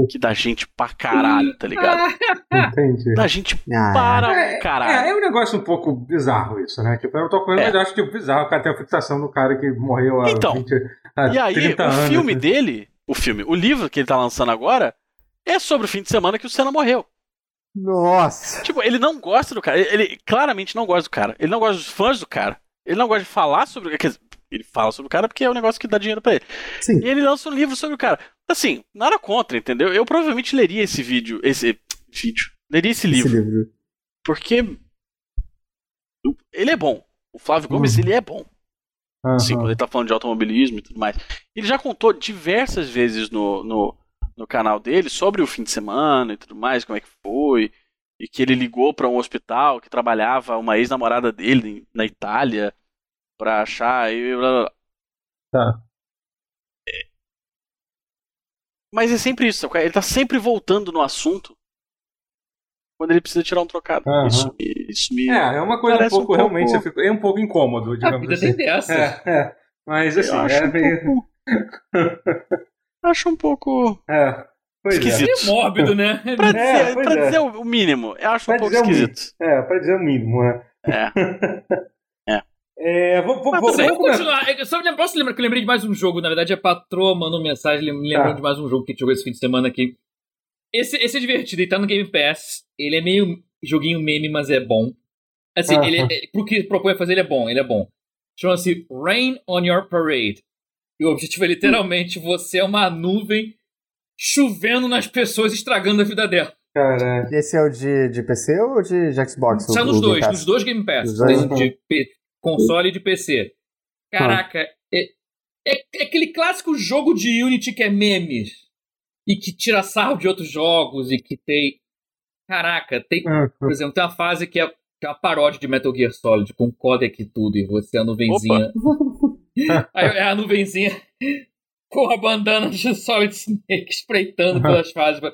[SPEAKER 1] Que dá gente pra caralho, tá ligado?
[SPEAKER 4] Entendi.
[SPEAKER 1] Dá gente
[SPEAKER 2] Ah,
[SPEAKER 1] para
[SPEAKER 4] É,
[SPEAKER 1] um caralho.
[SPEAKER 4] Ah. É, é um negócio um pouco bizarro isso, né? Tipo, eu tô correndo,
[SPEAKER 1] É.
[SPEAKER 4] mas eu acho que é bizarro. O cara tem a fixação do cara que morreu há
[SPEAKER 1] Então,
[SPEAKER 4] 20, há
[SPEAKER 1] E aí,
[SPEAKER 4] 30
[SPEAKER 1] o
[SPEAKER 4] anos. né?
[SPEAKER 1] filme dele, o filme, o livro que ele tá lançando agora, é sobre o fim de semana que o Senna morreu.
[SPEAKER 2] Nossa!
[SPEAKER 1] Tipo, ele não gosta do cara. Ele, ele claramente não gosta do cara. Ele não gosta dos fãs do cara. Ele não gosta de falar sobre o. Quer dizer, ele fala sobre o cara porque é um negócio que dá dinheiro pra ele.
[SPEAKER 2] Sim.
[SPEAKER 1] E ele lança um livro sobre o cara. Assim, nada contra, entendeu? Eu provavelmente leria esse vídeo. Esse. Vídeo. Leria esse livro.
[SPEAKER 2] Esse livro.
[SPEAKER 1] Porque. Ele é bom. O Flávio Gomes, ele é bom.
[SPEAKER 4] Aham.
[SPEAKER 1] Sim, quando ele tá falando de automobilismo e tudo mais. Ele já contou diversas vezes no, no, no canal dele sobre o fim de semana e tudo mais, como é que foi. E que ele ligou pra um hospital que trabalhava uma ex-namorada dele na Itália pra achar. E blá, blá, blá.
[SPEAKER 4] Tá.
[SPEAKER 1] É. Mas é sempre isso, sabe? ele tá sempre voltando no assunto quando ele precisa tirar um trocado.
[SPEAKER 4] Aham.
[SPEAKER 1] Isso, me- isso me.
[SPEAKER 4] É, é uma coisa um
[SPEAKER 1] Parece um
[SPEAKER 4] pouco,
[SPEAKER 1] pouco-
[SPEAKER 4] realmente, você fica- é um pouco incômodo,
[SPEAKER 1] Ah,
[SPEAKER 3] A
[SPEAKER 4] digamos
[SPEAKER 3] vida
[SPEAKER 4] assim.
[SPEAKER 3] tem dessas.
[SPEAKER 4] É, é. Mas
[SPEAKER 1] eu
[SPEAKER 4] assim,
[SPEAKER 1] acho
[SPEAKER 4] é
[SPEAKER 1] um
[SPEAKER 4] meio.
[SPEAKER 1] pouco. [laughs] Acho um pouco.
[SPEAKER 4] É. Pois
[SPEAKER 1] Esquisito.
[SPEAKER 3] É mórbido, né?
[SPEAKER 1] Pra
[SPEAKER 4] É,
[SPEAKER 1] dizer,
[SPEAKER 4] pois
[SPEAKER 1] pra
[SPEAKER 4] é.
[SPEAKER 1] dizer o o mínimo, eu acho um
[SPEAKER 4] Pra
[SPEAKER 1] pouco
[SPEAKER 4] dizer o mínimo.
[SPEAKER 1] esquisito.
[SPEAKER 4] é. É, pra dizer o mínimo, é.
[SPEAKER 1] É.
[SPEAKER 4] [laughs] É, vou, vou,
[SPEAKER 1] Mas
[SPEAKER 4] vou,
[SPEAKER 1] tudo bem,
[SPEAKER 4] vou
[SPEAKER 3] Vamos
[SPEAKER 4] começar.
[SPEAKER 3] continuar. Eu só me lembro, posso lembrar que eu lembrei de mais um jogo. Na verdade, a patroa mandou mensagem lem- me lembrando
[SPEAKER 4] Ah.
[SPEAKER 3] de mais um jogo que a gente jogou esse fim de semana aqui. Esse, esse é divertido, ele tá no Game Pass. Ele é meio joguinho meme, mas é bom. Assim,
[SPEAKER 4] Ah.
[SPEAKER 3] ele, é- pro que propõe fazer, ele é bom, ele é bom. Chama-se Rain on Your Parade. E o objetivo é literalmente você é uma nuvem chovendo nas pessoas, estragando a vida dela.
[SPEAKER 4] Caralho.
[SPEAKER 2] Esse é o de, de PC ou de, de Xbox?
[SPEAKER 3] Saiu
[SPEAKER 2] o-
[SPEAKER 3] nos
[SPEAKER 2] o
[SPEAKER 3] dois,
[SPEAKER 2] Game
[SPEAKER 3] nos dois Game Pass.
[SPEAKER 2] Os dois,
[SPEAKER 3] tem
[SPEAKER 2] tá.
[SPEAKER 3] de P- console e de PC. Caraca, é, é- é aquele clássico jogo de Unity que é memes. E que tira sarro de outros jogos e que tem. Caraca, tem.
[SPEAKER 4] Ah,
[SPEAKER 3] Por exemplo, tem uma fase que é, que é uma paródia de Metal Gear Solid, com codec e tudo, e você é a nuvenzinha. [laughs] Aí é a nuvenzinha com a bandana de Solid Snake espreitando pelas fases pra,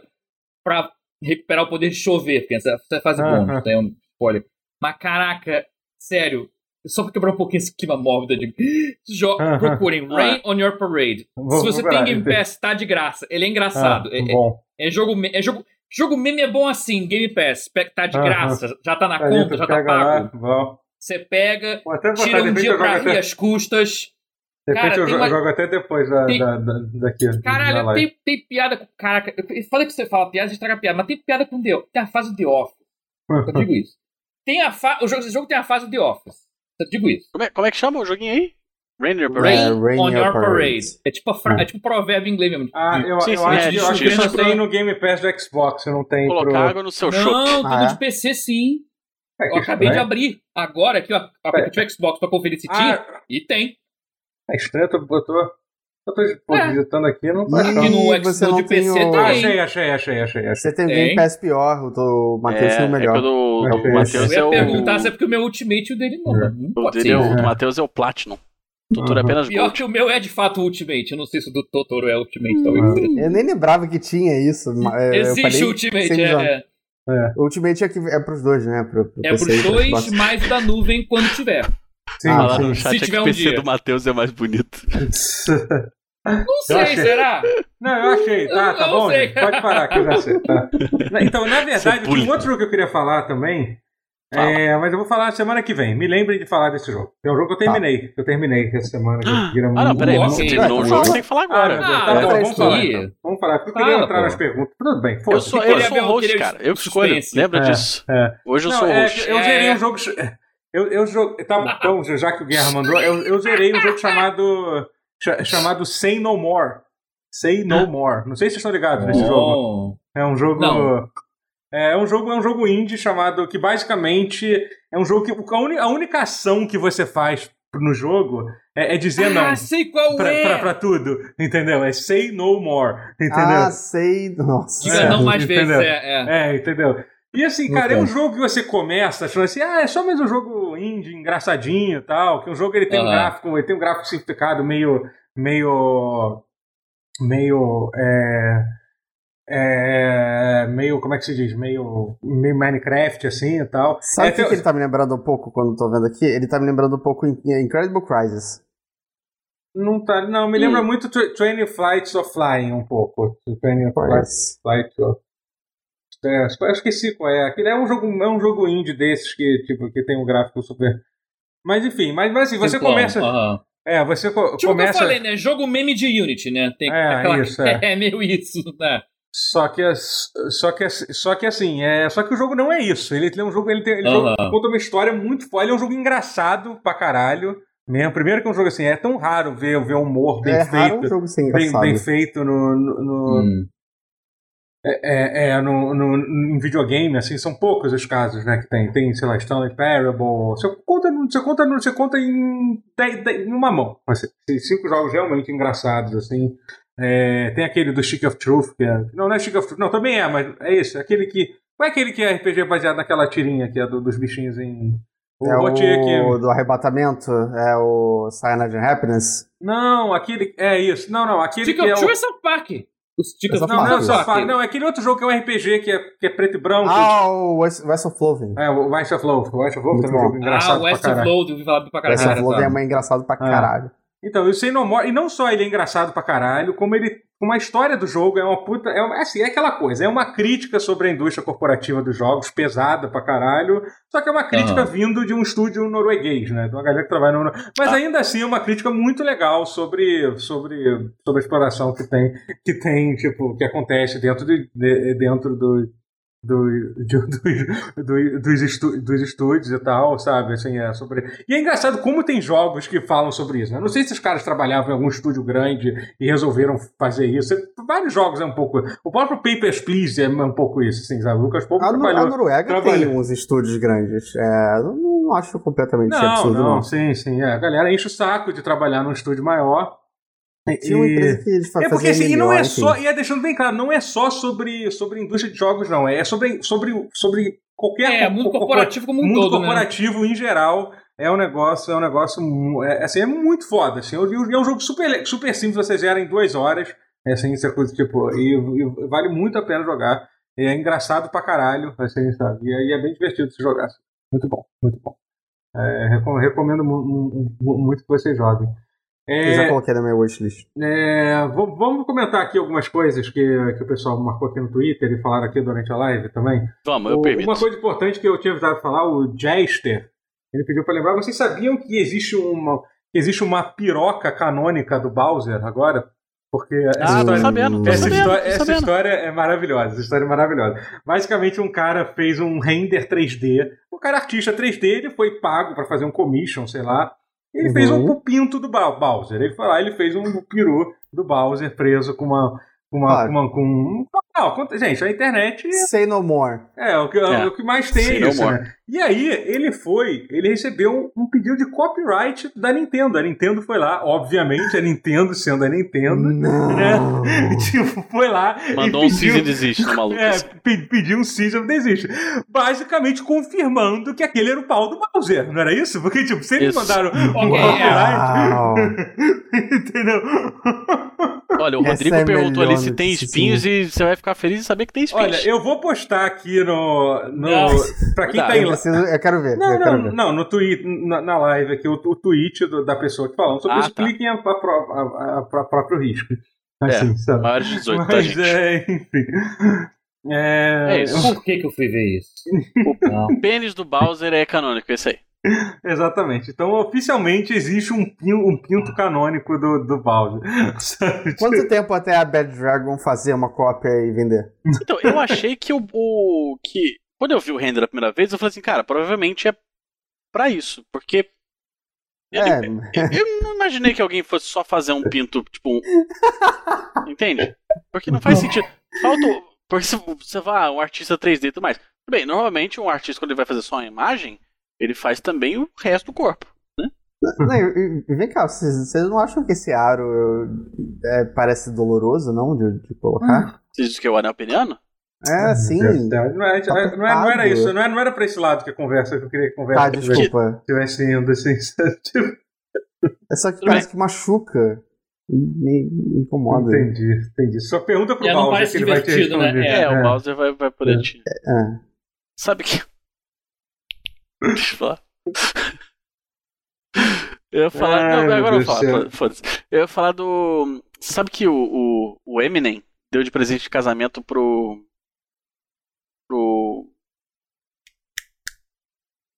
[SPEAKER 3] pra recuperar o poder de chover, porque essa, essa é a fase
[SPEAKER 4] Aham.
[SPEAKER 3] bônus, tem um spoiler. Mas caraca, sério, só pra quebrar um pouquinho esse clima mórbido de. Jo
[SPEAKER 4] Aham. Ah.
[SPEAKER 3] Procurem Rain on Your Parade.
[SPEAKER 4] Vou-
[SPEAKER 3] Se você
[SPEAKER 4] vou
[SPEAKER 3] tem
[SPEAKER 4] parar,
[SPEAKER 3] Game
[SPEAKER 4] entendi.
[SPEAKER 3] Pass, tá de graça. Ele é
[SPEAKER 4] ah,
[SPEAKER 3] engraçado. é, é-
[SPEAKER 4] bom.
[SPEAKER 3] é jogo, me- é jogo, jogo meme é bom assim, Game Pass, pe- tá de
[SPEAKER 4] Aham.
[SPEAKER 3] graça, já tá na
[SPEAKER 4] Aí
[SPEAKER 3] conta,
[SPEAKER 4] tu
[SPEAKER 3] já tá
[SPEAKER 4] pega lá,
[SPEAKER 3] pago.
[SPEAKER 4] bom.
[SPEAKER 3] Você pega,
[SPEAKER 4] Vou até botar,
[SPEAKER 3] tira
[SPEAKER 4] de
[SPEAKER 3] um
[SPEAKER 4] repente
[SPEAKER 3] dia
[SPEAKER 4] eu jogo
[SPEAKER 3] pra rir
[SPEAKER 4] até,
[SPEAKER 3] as custas.
[SPEAKER 4] de repente
[SPEAKER 3] Cara,
[SPEAKER 4] eu
[SPEAKER 3] tem
[SPEAKER 4] jo-
[SPEAKER 3] uma-
[SPEAKER 4] jogo até depois da,
[SPEAKER 3] Tem-
[SPEAKER 4] da, da, daqui. da
[SPEAKER 3] Caralho,
[SPEAKER 4] live.
[SPEAKER 3] tem, tem piada. com- Caraca, eu- foda que você fala piada, você estraga piada, mas tem piada com The Tem a fase do The Office, eu digo isso. Tem a fa... o, jogo, esse jogo tem a fase do The Office, eu digo isso.
[SPEAKER 1] Como é, como é que chama o joguinho aí? Ranger Parade?
[SPEAKER 2] É,
[SPEAKER 3] Rain,
[SPEAKER 2] Rain
[SPEAKER 3] on Your
[SPEAKER 2] Your
[SPEAKER 3] Parade.
[SPEAKER 2] Parade.
[SPEAKER 3] É tipo, a fra...
[SPEAKER 2] É.
[SPEAKER 3] é tipo um provérbio em inglês mesmo.
[SPEAKER 4] [laughs] Ah, eu,
[SPEAKER 1] Sim,
[SPEAKER 4] eu
[SPEAKER 1] sim,
[SPEAKER 4] acho,
[SPEAKER 3] é,
[SPEAKER 4] que- eu acho que
[SPEAKER 3] justiça.
[SPEAKER 4] só tem no Game Pass do Xbox, não tem pro...
[SPEAKER 1] Colocar água no seu chope.
[SPEAKER 3] Não, tem
[SPEAKER 2] Ah,
[SPEAKER 3] no
[SPEAKER 2] é?
[SPEAKER 3] de PC sim.
[SPEAKER 4] É, que
[SPEAKER 3] Eu acabei de
[SPEAKER 4] estranho.
[SPEAKER 3] abrir agora aqui, ó, o aplicativo Xbox pra conferir se tinha.
[SPEAKER 4] É. Ah,
[SPEAKER 3] E tem.
[SPEAKER 4] é estranho, eu tô, eu tô, eu tô pô,
[SPEAKER 3] É.
[SPEAKER 4] digitando aqui, não tô
[SPEAKER 2] Pass.
[SPEAKER 3] E
[SPEAKER 4] achando.
[SPEAKER 2] Ih,
[SPEAKER 3] no, Xbox
[SPEAKER 2] você
[SPEAKER 3] no
[SPEAKER 2] não
[SPEAKER 3] de
[SPEAKER 2] tem
[SPEAKER 3] PC
[SPEAKER 2] o-
[SPEAKER 4] Ah,
[SPEAKER 3] tem.
[SPEAKER 4] achei, achei, achei, achei. achei.
[SPEAKER 2] Você tem o
[SPEAKER 3] Tem.
[SPEAKER 2] Game Pass pior, o do Matheus
[SPEAKER 1] É,
[SPEAKER 2] tem o melhor.
[SPEAKER 1] é que o do,
[SPEAKER 4] Mas
[SPEAKER 1] do
[SPEAKER 4] eu
[SPEAKER 1] Matheus é
[SPEAKER 3] Eu ia
[SPEAKER 1] o.
[SPEAKER 3] perguntar se é porque o meu Ultimate e o dele não. mas não
[SPEAKER 1] O
[SPEAKER 3] pode
[SPEAKER 1] dele
[SPEAKER 3] ser.
[SPEAKER 1] é o
[SPEAKER 4] né?
[SPEAKER 1] do Matheus é o Platinum. O Totoro é
[SPEAKER 4] Uhum.
[SPEAKER 1] apenas
[SPEAKER 3] Pior
[SPEAKER 1] Gold.
[SPEAKER 3] que o meu é de fato Ultimate. Eu não sei se o do Totoro é Ultimate. Talvez
[SPEAKER 4] Hum.
[SPEAKER 3] seja.
[SPEAKER 2] Eu nem lembrava que tinha isso. ma- é, eu
[SPEAKER 3] Existe
[SPEAKER 2] falei- sem
[SPEAKER 3] Ultimate,
[SPEAKER 2] visão.
[SPEAKER 3] é, é.
[SPEAKER 4] É.
[SPEAKER 2] O Ultimate é, que é pros dois, né? Pro, pro
[SPEAKER 3] É
[SPEAKER 2] PC e
[SPEAKER 3] pros
[SPEAKER 2] pro
[SPEAKER 3] dois,
[SPEAKER 2] Xbox.
[SPEAKER 3] mais o da nuvem quando tiver.
[SPEAKER 4] Sim,
[SPEAKER 2] Ah,
[SPEAKER 1] Falaram no
[SPEAKER 4] sim.
[SPEAKER 1] chat
[SPEAKER 3] Se
[SPEAKER 1] é que
[SPEAKER 3] tiver
[SPEAKER 1] o
[SPEAKER 3] um
[SPEAKER 1] PC
[SPEAKER 3] dia.
[SPEAKER 1] do Matheus é mais bonito.
[SPEAKER 3] Não sei,
[SPEAKER 4] achei.
[SPEAKER 3] será?
[SPEAKER 4] Não, eu achei, tá, tá
[SPEAKER 3] Eu
[SPEAKER 4] bom?
[SPEAKER 3] sei.
[SPEAKER 4] gente? Pode parar que eu já sei. tá. Na- Então, na verdade,
[SPEAKER 1] bullying.
[SPEAKER 4] tinha um outro jogo que eu queria falar também.
[SPEAKER 1] Fala. Tá.
[SPEAKER 4] é, mas eu vou falar semana que vem. Me lembrem de falar desse jogo. É um jogo que eu terminei. que Eu terminei essa semana. Que eu queria
[SPEAKER 1] Ah, não,
[SPEAKER 4] muito-
[SPEAKER 1] peraí,
[SPEAKER 3] Ok.
[SPEAKER 1] você terminou o
[SPEAKER 2] Vai,
[SPEAKER 1] jogo,
[SPEAKER 2] tá
[SPEAKER 1] você
[SPEAKER 2] bom.
[SPEAKER 1] tem que falar
[SPEAKER 4] Ah,
[SPEAKER 1] agora. É
[SPEAKER 4] meu Deus,
[SPEAKER 3] Ah,
[SPEAKER 4] tá bom,
[SPEAKER 2] peraí,
[SPEAKER 4] vamos falar.
[SPEAKER 3] aí.
[SPEAKER 4] então. Vamos falar. Eu queria
[SPEAKER 3] Fala,
[SPEAKER 4] entrar
[SPEAKER 3] pô.
[SPEAKER 4] nas perguntas. Tudo bem,
[SPEAKER 1] Eu
[SPEAKER 4] foda-se.
[SPEAKER 1] sou,
[SPEAKER 3] Ele
[SPEAKER 1] eu
[SPEAKER 3] é
[SPEAKER 1] sou
[SPEAKER 3] bom,
[SPEAKER 1] host,
[SPEAKER 3] ele é
[SPEAKER 1] cara. Eu que escolho.
[SPEAKER 3] suspense.
[SPEAKER 1] Lembra
[SPEAKER 4] É,
[SPEAKER 1] disso?
[SPEAKER 4] é.
[SPEAKER 1] Hoje eu
[SPEAKER 4] Não,
[SPEAKER 1] sou
[SPEAKER 4] é,
[SPEAKER 1] host.
[SPEAKER 4] eu
[SPEAKER 3] É.
[SPEAKER 4] zerei um jogo. Eu, eu jogo. Tá bom, então, já que o Guerra mandou, eu, eu zerei um jogo chamado. cha- chamado Say No More. Say
[SPEAKER 1] Ah.
[SPEAKER 4] No More. Não sei se vocês estão ligados
[SPEAKER 1] Oh.
[SPEAKER 4] nesse jogo.
[SPEAKER 3] Bom.
[SPEAKER 4] É um jogo.
[SPEAKER 3] Não.
[SPEAKER 4] É um jogo, é um jogo indie chamado. Que basicamente é um jogo que. A, uni- a única ação que você faz no jogo é, é dizer não.
[SPEAKER 3] Ah, sei qual
[SPEAKER 4] Pra,
[SPEAKER 3] é.
[SPEAKER 4] pra- pra tudo, entendeu? É say no more, entendeu?
[SPEAKER 2] Ah, sei. Nossa.
[SPEAKER 3] Diga
[SPEAKER 4] É,
[SPEAKER 3] não mais
[SPEAKER 4] entendeu?
[SPEAKER 3] vezes. É, é.
[SPEAKER 4] É, entendeu? E assim, cara, é um
[SPEAKER 2] Entendo.
[SPEAKER 4] jogo que você começa achando assim, ah, é só mais um jogo indie, engraçadinho e tal, que um jogo ele tem um
[SPEAKER 3] Aham.
[SPEAKER 4] gráfico, ele tem um gráfico simplificado meio, meio, meio, é, é, meio, como é que se diz, meio, meio Minecraft assim e tal.
[SPEAKER 2] Sabe o
[SPEAKER 4] É,
[SPEAKER 2] que,
[SPEAKER 4] tem-
[SPEAKER 2] que ele tá me lembrando um pouco quando eu tô vendo aqui? Ele tá me lembrando um pouco em em Incredible Crisis.
[SPEAKER 4] Não tá, não, me
[SPEAKER 3] Hum.
[SPEAKER 4] lembra muito Tw- 20 Flights of Flying um pouco, 20 Flights Flight, ó. É, acho que- eu esqueci qual é. Aquele é um jogo, é um jogo indie desses que, tipo, que tem um gráfico super. Mas enfim, mas, mas assim, você
[SPEAKER 3] Simplão,
[SPEAKER 4] começa.
[SPEAKER 3] aham.
[SPEAKER 4] É, você co-
[SPEAKER 3] Tipo o que eu
[SPEAKER 4] começa.
[SPEAKER 3] falei, né? Jogo meme de Unity, né? Tem
[SPEAKER 4] É,
[SPEAKER 3] aquela...
[SPEAKER 4] isso, é.
[SPEAKER 3] [laughs] meio isso, né?
[SPEAKER 4] Só que, as- só que, as- só que assim, é, só que o jogo não é isso. Ele é um jogo, ele, tem, ele
[SPEAKER 3] Aham.
[SPEAKER 4] joga- conta uma história muito foda. Ele é um jogo engraçado pra caralho. Mesmo. Primeiro que é um jogo assim, é tão raro ver, ver um humor bem
[SPEAKER 2] É raro um
[SPEAKER 4] feito,
[SPEAKER 2] jogo ser
[SPEAKER 4] bem,
[SPEAKER 2] engraçado.
[SPEAKER 4] bem feito no, no- no- É, é, no, no, em videogame, assim, são poucos os casos, né, que tem. Tem, sei lá, Stanley Parable. Você conta, no- você conta, no- você conta em, dez- dez- em uma mão. Assim, tem cinco jogos realmente engraçados, assim. É, tem aquele do Stick of Truth, que é. Não, não é Stick of Truth, não, também é, mas é esse. Aquele que. Não é aquele que é RPG baseado naquela tirinha que é do- dos bichinhos em.
[SPEAKER 2] É o
[SPEAKER 4] Gautier que-
[SPEAKER 2] do arrebatamento, é o Cyanide and Happiness.
[SPEAKER 4] Não, aquele. É isso. Não, não. Aquele
[SPEAKER 3] Stick
[SPEAKER 4] que
[SPEAKER 3] of
[SPEAKER 4] é o-
[SPEAKER 3] Truth é South Park. O Stick of
[SPEAKER 2] South
[SPEAKER 4] Não,
[SPEAKER 2] Park.
[SPEAKER 4] não,
[SPEAKER 3] Truth
[SPEAKER 4] é
[SPEAKER 3] é
[SPEAKER 4] o
[SPEAKER 3] o
[SPEAKER 4] South Park.
[SPEAKER 3] Não,
[SPEAKER 4] Não, é aquele outro jogo que é um RPG que é, que é preto e branco.
[SPEAKER 2] Ah, o West West of Loathing.
[SPEAKER 4] É, o West of Love. O West of Love
[SPEAKER 2] Muito
[SPEAKER 4] também é um
[SPEAKER 2] bom.
[SPEAKER 4] jogo engraçado
[SPEAKER 3] ah, o West
[SPEAKER 4] pra
[SPEAKER 3] of
[SPEAKER 4] caralho.
[SPEAKER 3] Load, eu vi falar
[SPEAKER 4] Ah,
[SPEAKER 3] pra
[SPEAKER 2] West
[SPEAKER 3] caralho.
[SPEAKER 2] of
[SPEAKER 4] tá.
[SPEAKER 2] Loathing é
[SPEAKER 3] sabe?
[SPEAKER 2] mais engraçado pra caralho.
[SPEAKER 4] Então, e o Say No More, e não só ele é engraçado pra caralho, como ele. Como a história do jogo é uma puta. É, uma- assim, é aquela coisa, é uma crítica sobre a indústria corporativa dos jogos, pesada pra caralho. Só que é uma crítica
[SPEAKER 3] Aham.
[SPEAKER 4] vindo de um estúdio norueguês, né? De uma galera que trabalha no. Mas
[SPEAKER 1] Ah.
[SPEAKER 4] ainda assim é uma crítica muito legal sobre, sobre, sobre a exploração que tem, que tem, tipo, que acontece dentro, de, de- dentro do, do, do- do- do- dos, estu- dos estúdios e tal, sabe? Assim, é sobre... E é engraçado como tem jogos que falam sobre isso. Né? Não sei se os caras trabalhavam em algum estúdio grande e resolveram fazer isso. Vários jogos é um pouco. O próprio Papers, Please é um pouco isso, assim, sabe? O Lucas Pouco
[SPEAKER 2] A, Nu- a
[SPEAKER 4] trabalhou.
[SPEAKER 2] Noruega ah, tem
[SPEAKER 4] trabalhou.
[SPEAKER 2] uns estúdios grandes. É, não, não acho completamente
[SPEAKER 4] Não,
[SPEAKER 2] absurdo,
[SPEAKER 4] não,
[SPEAKER 2] não.
[SPEAKER 4] sim, sim. É. A galera enche o saco de trabalhar num estúdio maior.
[SPEAKER 2] Tinha uma
[SPEAKER 4] E-
[SPEAKER 2] empresa que eles fa-
[SPEAKER 4] É porque
[SPEAKER 2] fazia
[SPEAKER 4] assim, e não
[SPEAKER 2] melhor,
[SPEAKER 4] é
[SPEAKER 2] enfim.
[SPEAKER 4] só, e é deixando bem claro, não é só sobre, sobre indústria de jogos, não. É sobre, sobre, sobre qualquer [laughs]
[SPEAKER 3] É,
[SPEAKER 4] co-
[SPEAKER 3] mundo
[SPEAKER 4] co-
[SPEAKER 3] corporativo como um
[SPEAKER 4] mundo
[SPEAKER 3] todo, né?
[SPEAKER 4] corporativo em geral. É um negócio, é um negócio mu- é, assim, é muito foda. Assim, é um é um jogo super, le- super simples, você zera em duas horas. É assim, essa coisa, tipo, e, e vale muito a pena jogar. É engraçado pra caralho, assim, sabe? E é, e é bem divertido se jogar. assim. Muito bom, muito bom. É, recom- recomendo mu- mu- mu- muito que vocês joguem.
[SPEAKER 2] Eu
[SPEAKER 4] É,
[SPEAKER 2] já coloquei na minha wishlist.
[SPEAKER 4] é, v- vamos comentar aqui algumas coisas que, que o pessoal marcou aqui no Twitter e falaram aqui durante a live também.
[SPEAKER 1] Vamos, eu
[SPEAKER 4] O-
[SPEAKER 1] permito.
[SPEAKER 4] Uma coisa importante que eu tinha avisado de falar, o Jester, ele pediu para lembrar, vocês sabiam que existe uma que existe uma piroca canônica do Bowser agora? Porque essa
[SPEAKER 1] Ah, tô
[SPEAKER 4] história,
[SPEAKER 1] sabendo, tô
[SPEAKER 4] É essa,
[SPEAKER 1] sabendo,
[SPEAKER 4] história,
[SPEAKER 1] tô
[SPEAKER 4] essa
[SPEAKER 1] sabendo.
[SPEAKER 4] história é maravilhosa, essa história é maravilhosa. Basicamente, um cara fez um render 3D. O cara é artista 3D, ele foi pago para fazer um commission, sei lá. Ele fez um
[SPEAKER 2] Uhum.
[SPEAKER 4] pupinto do Ba- Bowser. Ele foi lá, ele fez um peru do Bowser preso com uma. Com uma,
[SPEAKER 2] Claro.
[SPEAKER 4] com uma- com- Não, conta- gente, a internet
[SPEAKER 2] Say no more.
[SPEAKER 4] é, o que,
[SPEAKER 1] É.
[SPEAKER 4] o que mais tem
[SPEAKER 1] Say
[SPEAKER 4] é
[SPEAKER 1] no
[SPEAKER 4] isso,
[SPEAKER 1] more.
[SPEAKER 4] né? E aí, ele foi, ele recebeu um, um pedido de copyright da Nintendo. A Nintendo foi lá, obviamente, a Nintendo sendo a Nintendo, [laughs]
[SPEAKER 2] Não.
[SPEAKER 4] né? Tipo, foi lá
[SPEAKER 1] Hum. Mandou
[SPEAKER 4] e
[SPEAKER 1] um
[SPEAKER 4] pediu...
[SPEAKER 1] cis e desiste no maluco.
[SPEAKER 4] É,
[SPEAKER 1] assim.
[SPEAKER 4] pe- pediu um Cease and Desist. Basicamente confirmando que aquele era o pau do Bowser, não era isso? Porque, tipo, se eles
[SPEAKER 1] Isso. [laughs]
[SPEAKER 4] mandaram um
[SPEAKER 3] Ok, é.
[SPEAKER 4] copyright,
[SPEAKER 2] Uau.
[SPEAKER 4] entendeu?
[SPEAKER 1] Olha, o
[SPEAKER 2] Essa
[SPEAKER 1] Rodrigo
[SPEAKER 2] é
[SPEAKER 1] perguntou
[SPEAKER 2] melhor
[SPEAKER 1] ali se
[SPEAKER 2] do
[SPEAKER 1] tem
[SPEAKER 2] que sim.
[SPEAKER 1] espinhos e você vai ficar feliz em saber que tem espinhos.
[SPEAKER 4] Olha, eu vou postar aqui no... no
[SPEAKER 3] Não.
[SPEAKER 4] pra quem
[SPEAKER 1] Dá,
[SPEAKER 4] tá
[SPEAKER 2] Eu,
[SPEAKER 4] em...
[SPEAKER 2] preciso, eu quero ver.
[SPEAKER 4] Não,
[SPEAKER 2] eu quero
[SPEAKER 4] não,
[SPEAKER 2] ver.
[SPEAKER 4] não, no tweet, na, na live aqui, o, o tweet do- da pessoa que falou sobre
[SPEAKER 1] Ah,
[SPEAKER 4] isso,
[SPEAKER 1] tá.
[SPEAKER 4] cliquem a, a, pró- a- a- a próprio risco.
[SPEAKER 2] É,
[SPEAKER 4] Assim, sabe?
[SPEAKER 1] Maiores
[SPEAKER 4] [laughs]
[SPEAKER 1] de 18, tá,
[SPEAKER 4] Mas
[SPEAKER 1] gente?
[SPEAKER 4] é, enfim. É,
[SPEAKER 1] É isso.
[SPEAKER 3] Por que, que eu fui ver isso?
[SPEAKER 4] [laughs]
[SPEAKER 3] Não.
[SPEAKER 1] O pênis do Bowser é canônico, esse aí.
[SPEAKER 4] Exatamente. Então, oficialmente, existe um, pin- um pinto canônico do, do Bowser. Sabe? [laughs]
[SPEAKER 2] Quanto tempo até a Bad Dragon fazer uma cópia e vender?
[SPEAKER 1] Então, eu achei que o, o- que quando eu vi o render a primeira vez, eu falei assim, cara, provavelmente é pra isso, porque ele-
[SPEAKER 2] É,
[SPEAKER 1] eu não imaginei que alguém fosse só fazer um pinto, tipo, um- entende? Porque não faz sentido. Falta, o- porque se você vai, ah, um artista 3D e tudo mais. Tudo bem, normalmente um artista quando ele vai fazer só uma imagem, ele faz também o resto do corpo.
[SPEAKER 2] Não, e- e- vem cá, vocês, vocês não acham que esse aro é, parece doloroso, não? De, de colocar?
[SPEAKER 1] Você diz que é o anel peniano?
[SPEAKER 4] Hum.
[SPEAKER 2] É, tá sim.
[SPEAKER 4] Não, é- não, é- não é- não era
[SPEAKER 2] apertado.
[SPEAKER 4] isso, não era, não era pra esse lado que a conversa que eu queria que a conversa
[SPEAKER 2] Tá, desculpa.
[SPEAKER 4] estivesse indo, assim, [laughs] sabe? Tipo,
[SPEAKER 2] É só que
[SPEAKER 1] Tudo
[SPEAKER 2] parece que machuca. Me, me incomoda.
[SPEAKER 4] Entendi, entendi. Só pergunta pro
[SPEAKER 3] É, não
[SPEAKER 4] Bowser
[SPEAKER 3] parece
[SPEAKER 4] que ele vai te
[SPEAKER 3] divertido, né?
[SPEAKER 4] responder.
[SPEAKER 1] É,
[SPEAKER 3] É,
[SPEAKER 1] o Bowser vai, vai poder
[SPEAKER 4] É.
[SPEAKER 1] te.
[SPEAKER 2] É.
[SPEAKER 1] Sabe que. Deixa eu falar. Eu ia falar.
[SPEAKER 4] Ai,
[SPEAKER 1] não,
[SPEAKER 4] meu
[SPEAKER 1] agora eu
[SPEAKER 4] Deus
[SPEAKER 1] falo.
[SPEAKER 4] do céu.
[SPEAKER 1] foda- Foda-se. Eu ia falar do. Sabe que o, o, o Eminem deu de presente de casamento pro. pro.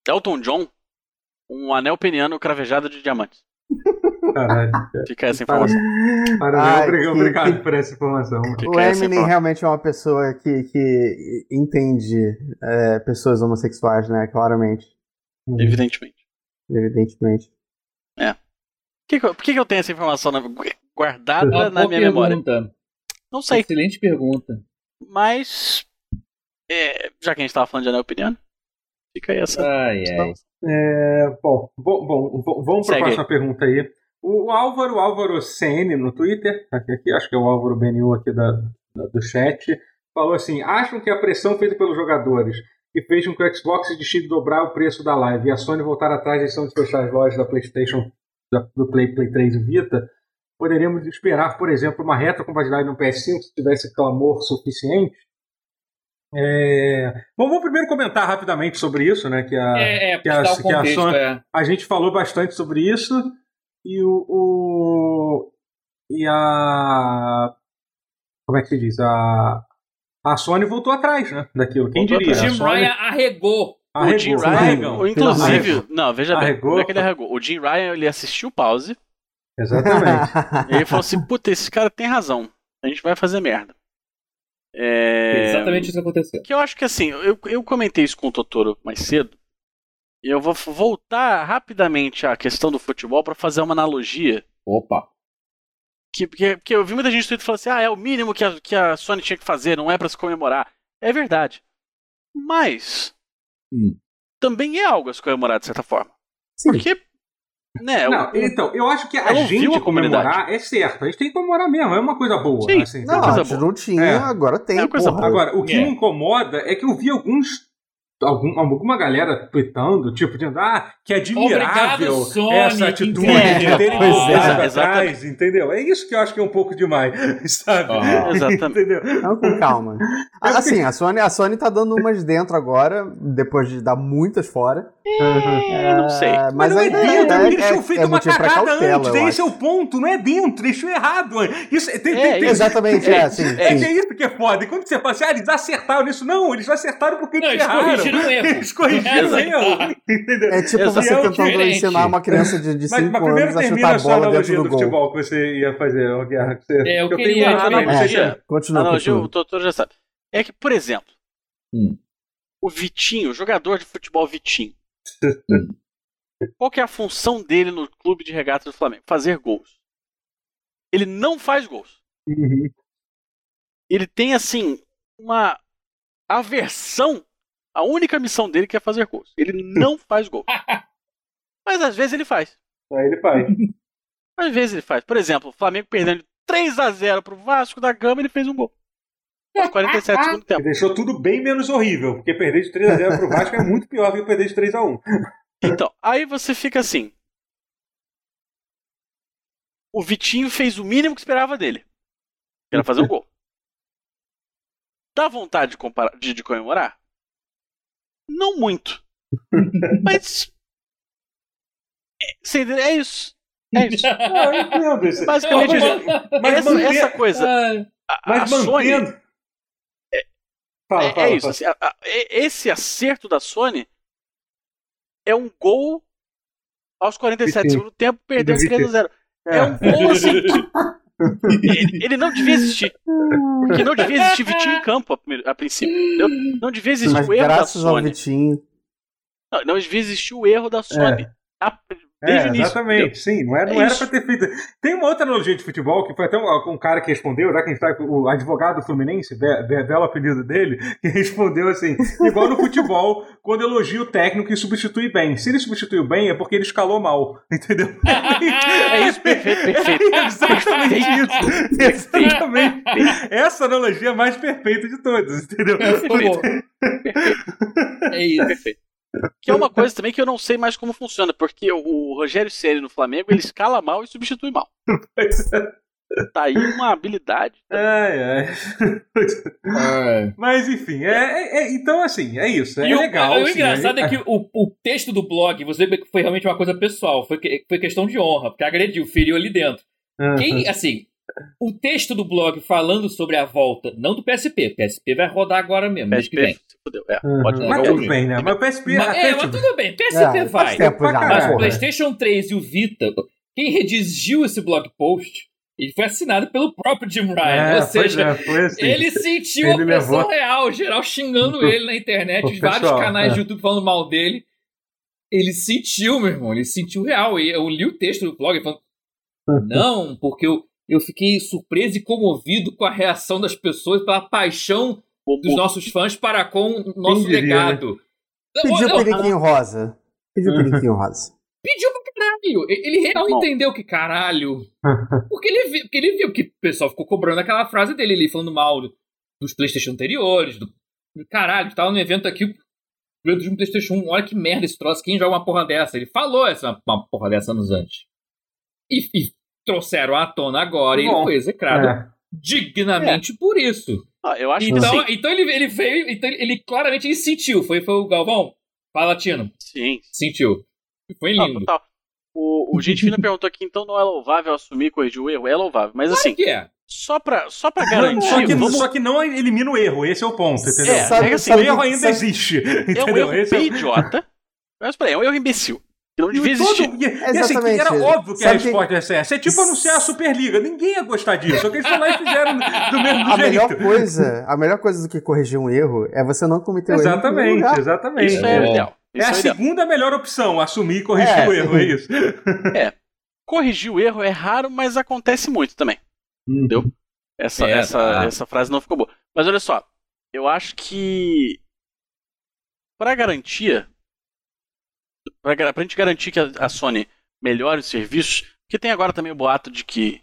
[SPEAKER 1] Elton John um anel peniano cravejado de diamantes.
[SPEAKER 4] Caralho.
[SPEAKER 1] Fica essa informação.
[SPEAKER 4] Ah, Parabéns,
[SPEAKER 2] Ai,
[SPEAKER 4] obrigado,
[SPEAKER 2] que-
[SPEAKER 4] obrigado
[SPEAKER 2] que-
[SPEAKER 4] por essa informação.
[SPEAKER 1] Fica
[SPEAKER 2] O
[SPEAKER 1] essa
[SPEAKER 2] Eminem
[SPEAKER 1] informação.
[SPEAKER 2] realmente é uma pessoa que, que entende é, pessoas homossexuais, né? Claramente.
[SPEAKER 1] Evidentemente.
[SPEAKER 2] Evidentemente.
[SPEAKER 1] Por que, que eu- por que, que eu tenho essa informação na-
[SPEAKER 4] tá
[SPEAKER 1] guardada
[SPEAKER 3] Uma
[SPEAKER 1] na
[SPEAKER 3] é boa
[SPEAKER 1] minha memória?
[SPEAKER 3] pergunta.
[SPEAKER 1] Não sei.
[SPEAKER 3] Excelente pergunta.
[SPEAKER 1] Mas. é, já que a gente tava falando de anel peniano, fica aí essa.
[SPEAKER 3] Ai, ai.
[SPEAKER 4] É, bom, bom, bom, bom, vamos para a
[SPEAKER 1] Segue
[SPEAKER 4] próxima pergunta aí. O, o Álvaro, o Álvaro CN no Twitter, aqui, aqui, acho que é o Álvaro BNU aqui da, da- do chat, falou assim: acham que a pressão feita pelos jogadores que fez com que o Xbox decida dobrar o preço da live e a Sony voltar atrás da decisão de fechar as lojas da PlayStation, da- do Play, Play 3 e Vita, poderíamos esperar, por exemplo, uma retrocompatibilidade no PS5 se tivesse clamor suficiente? É, Bom, vamos primeiro comentar rapidamente sobre isso, né? Que a,
[SPEAKER 3] É, é,
[SPEAKER 4] que
[SPEAKER 3] pra
[SPEAKER 4] a-
[SPEAKER 3] dar o
[SPEAKER 4] que né? a
[SPEAKER 3] contexto,
[SPEAKER 4] Sony-
[SPEAKER 3] é.
[SPEAKER 4] a gente falou bastante sobre isso e o, o- e a como é que se diz a a Sony voltou atrás, né? Daquilo. Quem
[SPEAKER 1] Voltou
[SPEAKER 4] diria?
[SPEAKER 1] atrás.
[SPEAKER 4] A
[SPEAKER 3] Jim
[SPEAKER 4] Sony
[SPEAKER 3] Ryan arregou.
[SPEAKER 1] o Jim
[SPEAKER 4] Ah, arregou.
[SPEAKER 1] Ryan,
[SPEAKER 4] Arregou.
[SPEAKER 1] o- inclusive, não, veja bem,
[SPEAKER 4] Arregou.
[SPEAKER 1] não é que ele arregou. O Jim Ryan ele assistiu o pause
[SPEAKER 4] Exatamente.
[SPEAKER 1] [laughs] e ele falou assim: puta, esse cara tem razão. A gente vai fazer merda. É,
[SPEAKER 3] Exatamente isso que aconteceu.
[SPEAKER 1] Que eu acho que assim, eu, eu comentei isso com o Totoro mais cedo. E eu vou f- voltar rapidamente à questão do futebol para fazer uma analogia.
[SPEAKER 3] Opa.
[SPEAKER 1] Que, porque, porque eu vi muita gente no Twitter falando assim: ah, é o mínimo que a, que a Sony tinha que fazer, não é para se comemorar. É verdade. Mas.
[SPEAKER 3] Hum.
[SPEAKER 1] Também é algo a se comemorar, de certa forma.
[SPEAKER 2] Sim.
[SPEAKER 1] Porque. Né,
[SPEAKER 4] Não,
[SPEAKER 1] o-
[SPEAKER 4] então, eu acho que a
[SPEAKER 1] Ela ouviu
[SPEAKER 4] gente
[SPEAKER 1] a comunidade.
[SPEAKER 4] comemorar é certo. A gente tem que comemorar mesmo, é uma coisa boa.
[SPEAKER 1] Sim.
[SPEAKER 4] assim,
[SPEAKER 2] Não,
[SPEAKER 4] tá?
[SPEAKER 1] coisa
[SPEAKER 2] antes
[SPEAKER 1] boa.
[SPEAKER 2] não tinha,
[SPEAKER 4] É.
[SPEAKER 2] agora tem.
[SPEAKER 1] É uma coisa
[SPEAKER 2] porra.
[SPEAKER 1] boa.
[SPEAKER 4] Agora, o que
[SPEAKER 3] É.
[SPEAKER 4] me incomoda é que eu vi alguns. algum- alguma galera tweetando, tipo, dizendo, ah, que admirável
[SPEAKER 3] Obrigado, Sony,
[SPEAKER 4] essa atitude
[SPEAKER 3] entendeu?
[SPEAKER 4] de terem
[SPEAKER 1] Pois é,
[SPEAKER 4] voltado
[SPEAKER 1] exa-
[SPEAKER 4] atrás, entendeu? É isso que eu acho que é um pouco demais, [laughs] sabe?
[SPEAKER 3] Ah.
[SPEAKER 1] Exatamente.
[SPEAKER 4] Entendeu?
[SPEAKER 2] Não, com
[SPEAKER 4] [laughs]
[SPEAKER 2] calma. Ah, Assim, a Sony, a Sony tá dando umas dentro agora, depois de dar muitas fora.
[SPEAKER 1] Eu não sei.
[SPEAKER 2] É,
[SPEAKER 4] Mas
[SPEAKER 2] mas
[SPEAKER 4] É, não
[SPEAKER 2] ainda
[SPEAKER 4] é
[SPEAKER 2] é,
[SPEAKER 4] dentro, porque eles
[SPEAKER 2] é,
[SPEAKER 4] tinham feito
[SPEAKER 2] é
[SPEAKER 4] uma
[SPEAKER 2] motivo pra
[SPEAKER 4] cagada
[SPEAKER 2] cautela,
[SPEAKER 4] antes.
[SPEAKER 2] eu
[SPEAKER 4] Esse é o ponto, não é dentro, eles tinham errado. Isso, tem, tem,
[SPEAKER 1] É,
[SPEAKER 2] [laughs]
[SPEAKER 4] tem-
[SPEAKER 2] Exatamente, é, sim.
[SPEAKER 4] É
[SPEAKER 2] sim.
[SPEAKER 4] que é isso que é foda. E quando você fala assim, ah, eles acertaram isso, não, eles acertaram porque
[SPEAKER 3] Não,
[SPEAKER 4] eles
[SPEAKER 3] eles
[SPEAKER 4] erraram.
[SPEAKER 3] corrigiram o erro. É,
[SPEAKER 4] Eles corrigiram o erro. Entendeu?
[SPEAKER 2] É tipo
[SPEAKER 1] Exato.
[SPEAKER 2] você
[SPEAKER 4] E é o
[SPEAKER 2] tentando
[SPEAKER 3] diferente.
[SPEAKER 2] ensinar uma criança de
[SPEAKER 4] Mas, mas
[SPEAKER 2] 5
[SPEAKER 4] primeiro
[SPEAKER 2] anos a
[SPEAKER 4] termina
[SPEAKER 2] chutar
[SPEAKER 4] a
[SPEAKER 2] a
[SPEAKER 4] sua
[SPEAKER 2] bola dentro
[SPEAKER 4] analogia
[SPEAKER 2] do
[SPEAKER 4] do
[SPEAKER 2] gol.
[SPEAKER 4] futebol que você ia fazer, ô Guerra. que Você...
[SPEAKER 3] É, eu
[SPEAKER 4] que tenho
[SPEAKER 3] queria-
[SPEAKER 4] uma
[SPEAKER 3] eu queria- [laughs]
[SPEAKER 4] analogia.
[SPEAKER 1] analogia,
[SPEAKER 2] Continua,
[SPEAKER 1] analogia,
[SPEAKER 2] continua.
[SPEAKER 1] o doutor já sabe. É que, por exemplo,
[SPEAKER 3] Hum.
[SPEAKER 1] o Vitinho, o jogador de futebol Vitinho,
[SPEAKER 3] Hum.
[SPEAKER 1] qual que é a função dele no clube de regata do Flamengo? Fazer gols. Ele não faz gols.
[SPEAKER 4] Uhum.
[SPEAKER 1] Ele tem, assim, uma aversão. A única missão dele que é fazer gols. Ele não faz gols. Mas às vezes ele faz.
[SPEAKER 4] Aí ele faz.
[SPEAKER 2] Então-
[SPEAKER 1] Às vezes ele faz. Por exemplo, o Flamengo perdendo 3 a 0 pro Vasco da Gama, ele fez um gol. Aos 47 segundos do tempo.
[SPEAKER 4] Ele deixou tudo bem menos horrível, porque perder de 3x0 pro Vasco é muito pior do que perder de 3x1.
[SPEAKER 1] Então, aí você fica assim. O Vitinho fez o mínimo que esperava dele. que Era fazer um gol. Dá vontade de, compara- de- de comemorar? Não
[SPEAKER 4] [laughs]
[SPEAKER 1] muito. Mas. É, você entendeu? é isso. É isso.
[SPEAKER 4] Ah, eu entendo isso.
[SPEAKER 1] Basicamente
[SPEAKER 4] Mas-
[SPEAKER 1] isso.
[SPEAKER 4] Mas,
[SPEAKER 1] essa,
[SPEAKER 4] manter-
[SPEAKER 1] essa coisa.
[SPEAKER 3] Ah,
[SPEAKER 1] a- a
[SPEAKER 4] mas
[SPEAKER 1] Sony-
[SPEAKER 4] mantendo. Fala,
[SPEAKER 1] É,
[SPEAKER 4] fala,
[SPEAKER 1] é isso.
[SPEAKER 4] fala.
[SPEAKER 1] assim, a- a- e- esse acerto da Sony é um gol aos 47
[SPEAKER 4] Vitinho.
[SPEAKER 1] segundos do tempo, perdeu de
[SPEAKER 4] Vitinho.
[SPEAKER 1] 3 a 0. É um
[SPEAKER 4] [laughs]
[SPEAKER 1] gol assim que. Ele, ele não devia existir. Porque não devia existir Vitinho em campo a, primeiro- a princípio. entendeu? Não devia existir
[SPEAKER 2] Mas
[SPEAKER 1] o erro da
[SPEAKER 2] graças ao É.
[SPEAKER 1] Sony.
[SPEAKER 2] Vitinho.
[SPEAKER 1] Não, não devia existir o erro da Sony. A- desde
[SPEAKER 4] É,
[SPEAKER 1] o início.
[SPEAKER 4] exatamente,
[SPEAKER 1] entendeu?
[SPEAKER 4] sim, não, é, não
[SPEAKER 1] É
[SPEAKER 4] era
[SPEAKER 1] isso.
[SPEAKER 4] pra ter feito. Tem uma outra analogia de futebol que foi até um, um cara que respondeu, já que a gente tá com o advogado fluminense, be- be- belo apelido dele, que [laughs] respondeu assim: igual no futebol, quando elogia o técnico e substitui bem. Se ele substituiu bem, é porque ele escalou mal, entendeu? [laughs]
[SPEAKER 1] É isso, perfeito, perfeito.
[SPEAKER 4] É exatamente isso. [laughs] Exatamente. Essa analogia é a mais perfeita de todas, entendeu? [laughs]
[SPEAKER 3] foi bom. É isso.
[SPEAKER 1] Perfeito. Que é uma coisa também que eu não sei mais como funciona, porque o, o Rogério Ceni no Flamengo ele escala mal e substitui mal. Tá aí uma habilidade.
[SPEAKER 4] Ai, ai.
[SPEAKER 3] Ah.
[SPEAKER 4] Mas enfim, é, é- é- então assim, é isso. É
[SPEAKER 3] e o,
[SPEAKER 4] legal.
[SPEAKER 3] o
[SPEAKER 4] sim,
[SPEAKER 3] engraçado
[SPEAKER 4] é-
[SPEAKER 3] é que o, o texto do blog, você vê que foi realmente uma coisa pessoal, foi, que- foi questão de honra, porque agrediu, feriu ali dentro.
[SPEAKER 4] Aham.
[SPEAKER 3] Quem, assim, o texto do blog falando sobre a volta, não do PSP, PSP vai rodar agora mesmo, mês que
[SPEAKER 1] PSP,
[SPEAKER 3] vem.
[SPEAKER 1] se fudeu. É,
[SPEAKER 4] Uhum.
[SPEAKER 1] pode
[SPEAKER 4] Mas
[SPEAKER 1] jogar
[SPEAKER 4] tudo
[SPEAKER 1] hoje.
[SPEAKER 4] bem, né? Mas o PSP
[SPEAKER 3] Mas,
[SPEAKER 4] até,
[SPEAKER 3] é, mas
[SPEAKER 4] tipo,
[SPEAKER 3] tudo bem, PSP
[SPEAKER 2] É,
[SPEAKER 3] vai.
[SPEAKER 4] tempo
[SPEAKER 2] Tempo já,
[SPEAKER 4] pra
[SPEAKER 3] Mas o
[SPEAKER 4] caralho.
[SPEAKER 2] porra.
[SPEAKER 3] PlayStation 3 e o Vita, quem redigiu esse blog post, ele foi assinado pelo próprio Jim Ryan,
[SPEAKER 4] é,
[SPEAKER 3] ou
[SPEAKER 4] pois
[SPEAKER 3] seja...
[SPEAKER 4] é, foi assim.
[SPEAKER 3] Ele sentiu
[SPEAKER 4] Ele
[SPEAKER 3] a pressão
[SPEAKER 4] levou-
[SPEAKER 3] real, geral xingando ele na internet,
[SPEAKER 4] O
[SPEAKER 3] os vários
[SPEAKER 4] pessoal,
[SPEAKER 3] canais
[SPEAKER 4] é.
[SPEAKER 3] de YouTube falando mal dele. Ele sentiu, meu irmão, ele sentiu real. E eu li o texto do
[SPEAKER 4] [laughs]
[SPEAKER 3] blog falando, não, porque eu, eu fiquei surpreso e comovido com a reação das pessoas, pela paixão dos
[SPEAKER 1] Como-
[SPEAKER 3] nossos fãs para com o nosso
[SPEAKER 4] diria, né?
[SPEAKER 3] legado. Não,
[SPEAKER 2] Pediu
[SPEAKER 3] não,
[SPEAKER 2] periquinho rosa.
[SPEAKER 4] Hum.
[SPEAKER 2] Pediu periquinho rosa.
[SPEAKER 3] pediu pra caralho. Ele real
[SPEAKER 1] Bom.
[SPEAKER 3] entendeu que caralho.
[SPEAKER 1] [laughs]
[SPEAKER 3] Porque ele, viu, porque ele viu que o pessoal ficou cobrando aquela frase dele ali, falando mal do- dos Playstation anteriores, do, do caralho, tava no evento aqui, o evento de um Playstation 1, olha que merda esse troço, quem joga uma porra dessa? Ele falou essa uma porra dessa anos antes. E, e trouxeram à tona agora e
[SPEAKER 4] Bom,
[SPEAKER 3] ele foi execrado
[SPEAKER 4] É.
[SPEAKER 3] dignamente por isso.
[SPEAKER 1] Ah, eu É. acho que
[SPEAKER 3] Então,
[SPEAKER 1] assim.
[SPEAKER 3] então ele, ele veio, então ele, ele claramente ele sentiu. Foi, foi o Galvão, Palatino,
[SPEAKER 1] Sim.
[SPEAKER 3] sentiu. Foi
[SPEAKER 1] Não,
[SPEAKER 3] lindo.
[SPEAKER 1] total. O, o gente fina perguntou aqui, então não é louvável assumir e corrigir o erro? É louvável. Mas
[SPEAKER 3] Claro
[SPEAKER 1] assim,
[SPEAKER 3] que é.
[SPEAKER 1] só pra, só pra
[SPEAKER 4] Não,
[SPEAKER 1] garantir,
[SPEAKER 4] só, que,
[SPEAKER 1] vamos...
[SPEAKER 4] só que não elimina o erro, esse é o ponto, entendeu?
[SPEAKER 1] É,
[SPEAKER 4] o
[SPEAKER 1] sabe-
[SPEAKER 4] erro ainda existe,
[SPEAKER 1] é um
[SPEAKER 4] entendeu?
[SPEAKER 1] erro
[SPEAKER 4] Esse é-
[SPEAKER 1] bem idiota. Mas peraí, é um erro imbecil. Que não devia
[SPEAKER 4] Todo-
[SPEAKER 1] existir.
[SPEAKER 4] E, e assim,
[SPEAKER 2] Exatamente.
[SPEAKER 4] era óbvio que a
[SPEAKER 2] Sabe que-
[SPEAKER 4] resposta é essa. É tipo anunciar a Superliga. Ninguém ia gostar disso. Só que eles foram lá e fizeram do mesmo
[SPEAKER 2] [laughs] A
[SPEAKER 4] jeito.
[SPEAKER 2] melhor coisa, a melhor coisa do que corrigir um erro é você não cometer o erro. em primeiro
[SPEAKER 4] [laughs] Exatamente,
[SPEAKER 2] lugar.
[SPEAKER 4] exatamente.
[SPEAKER 1] Isso é o
[SPEAKER 3] É.
[SPEAKER 1] ideal.
[SPEAKER 4] É
[SPEAKER 1] Isso é
[SPEAKER 4] a
[SPEAKER 1] o ideal.
[SPEAKER 4] segunda melhor opção, assumir e corrigir
[SPEAKER 2] É,
[SPEAKER 4] o
[SPEAKER 2] sim.
[SPEAKER 4] erro, é isso?
[SPEAKER 1] Corrigir o erro é raro, mas acontece muito também. Entendeu? Essa,
[SPEAKER 3] É,
[SPEAKER 1] essa,
[SPEAKER 3] tá.
[SPEAKER 1] essa frase não ficou boa. Mas olha só, eu acho que. Pra garantia. Pra, gar- pra gente garantir que a, a Sony melhore os serviços. Porque tem agora também o boato de que.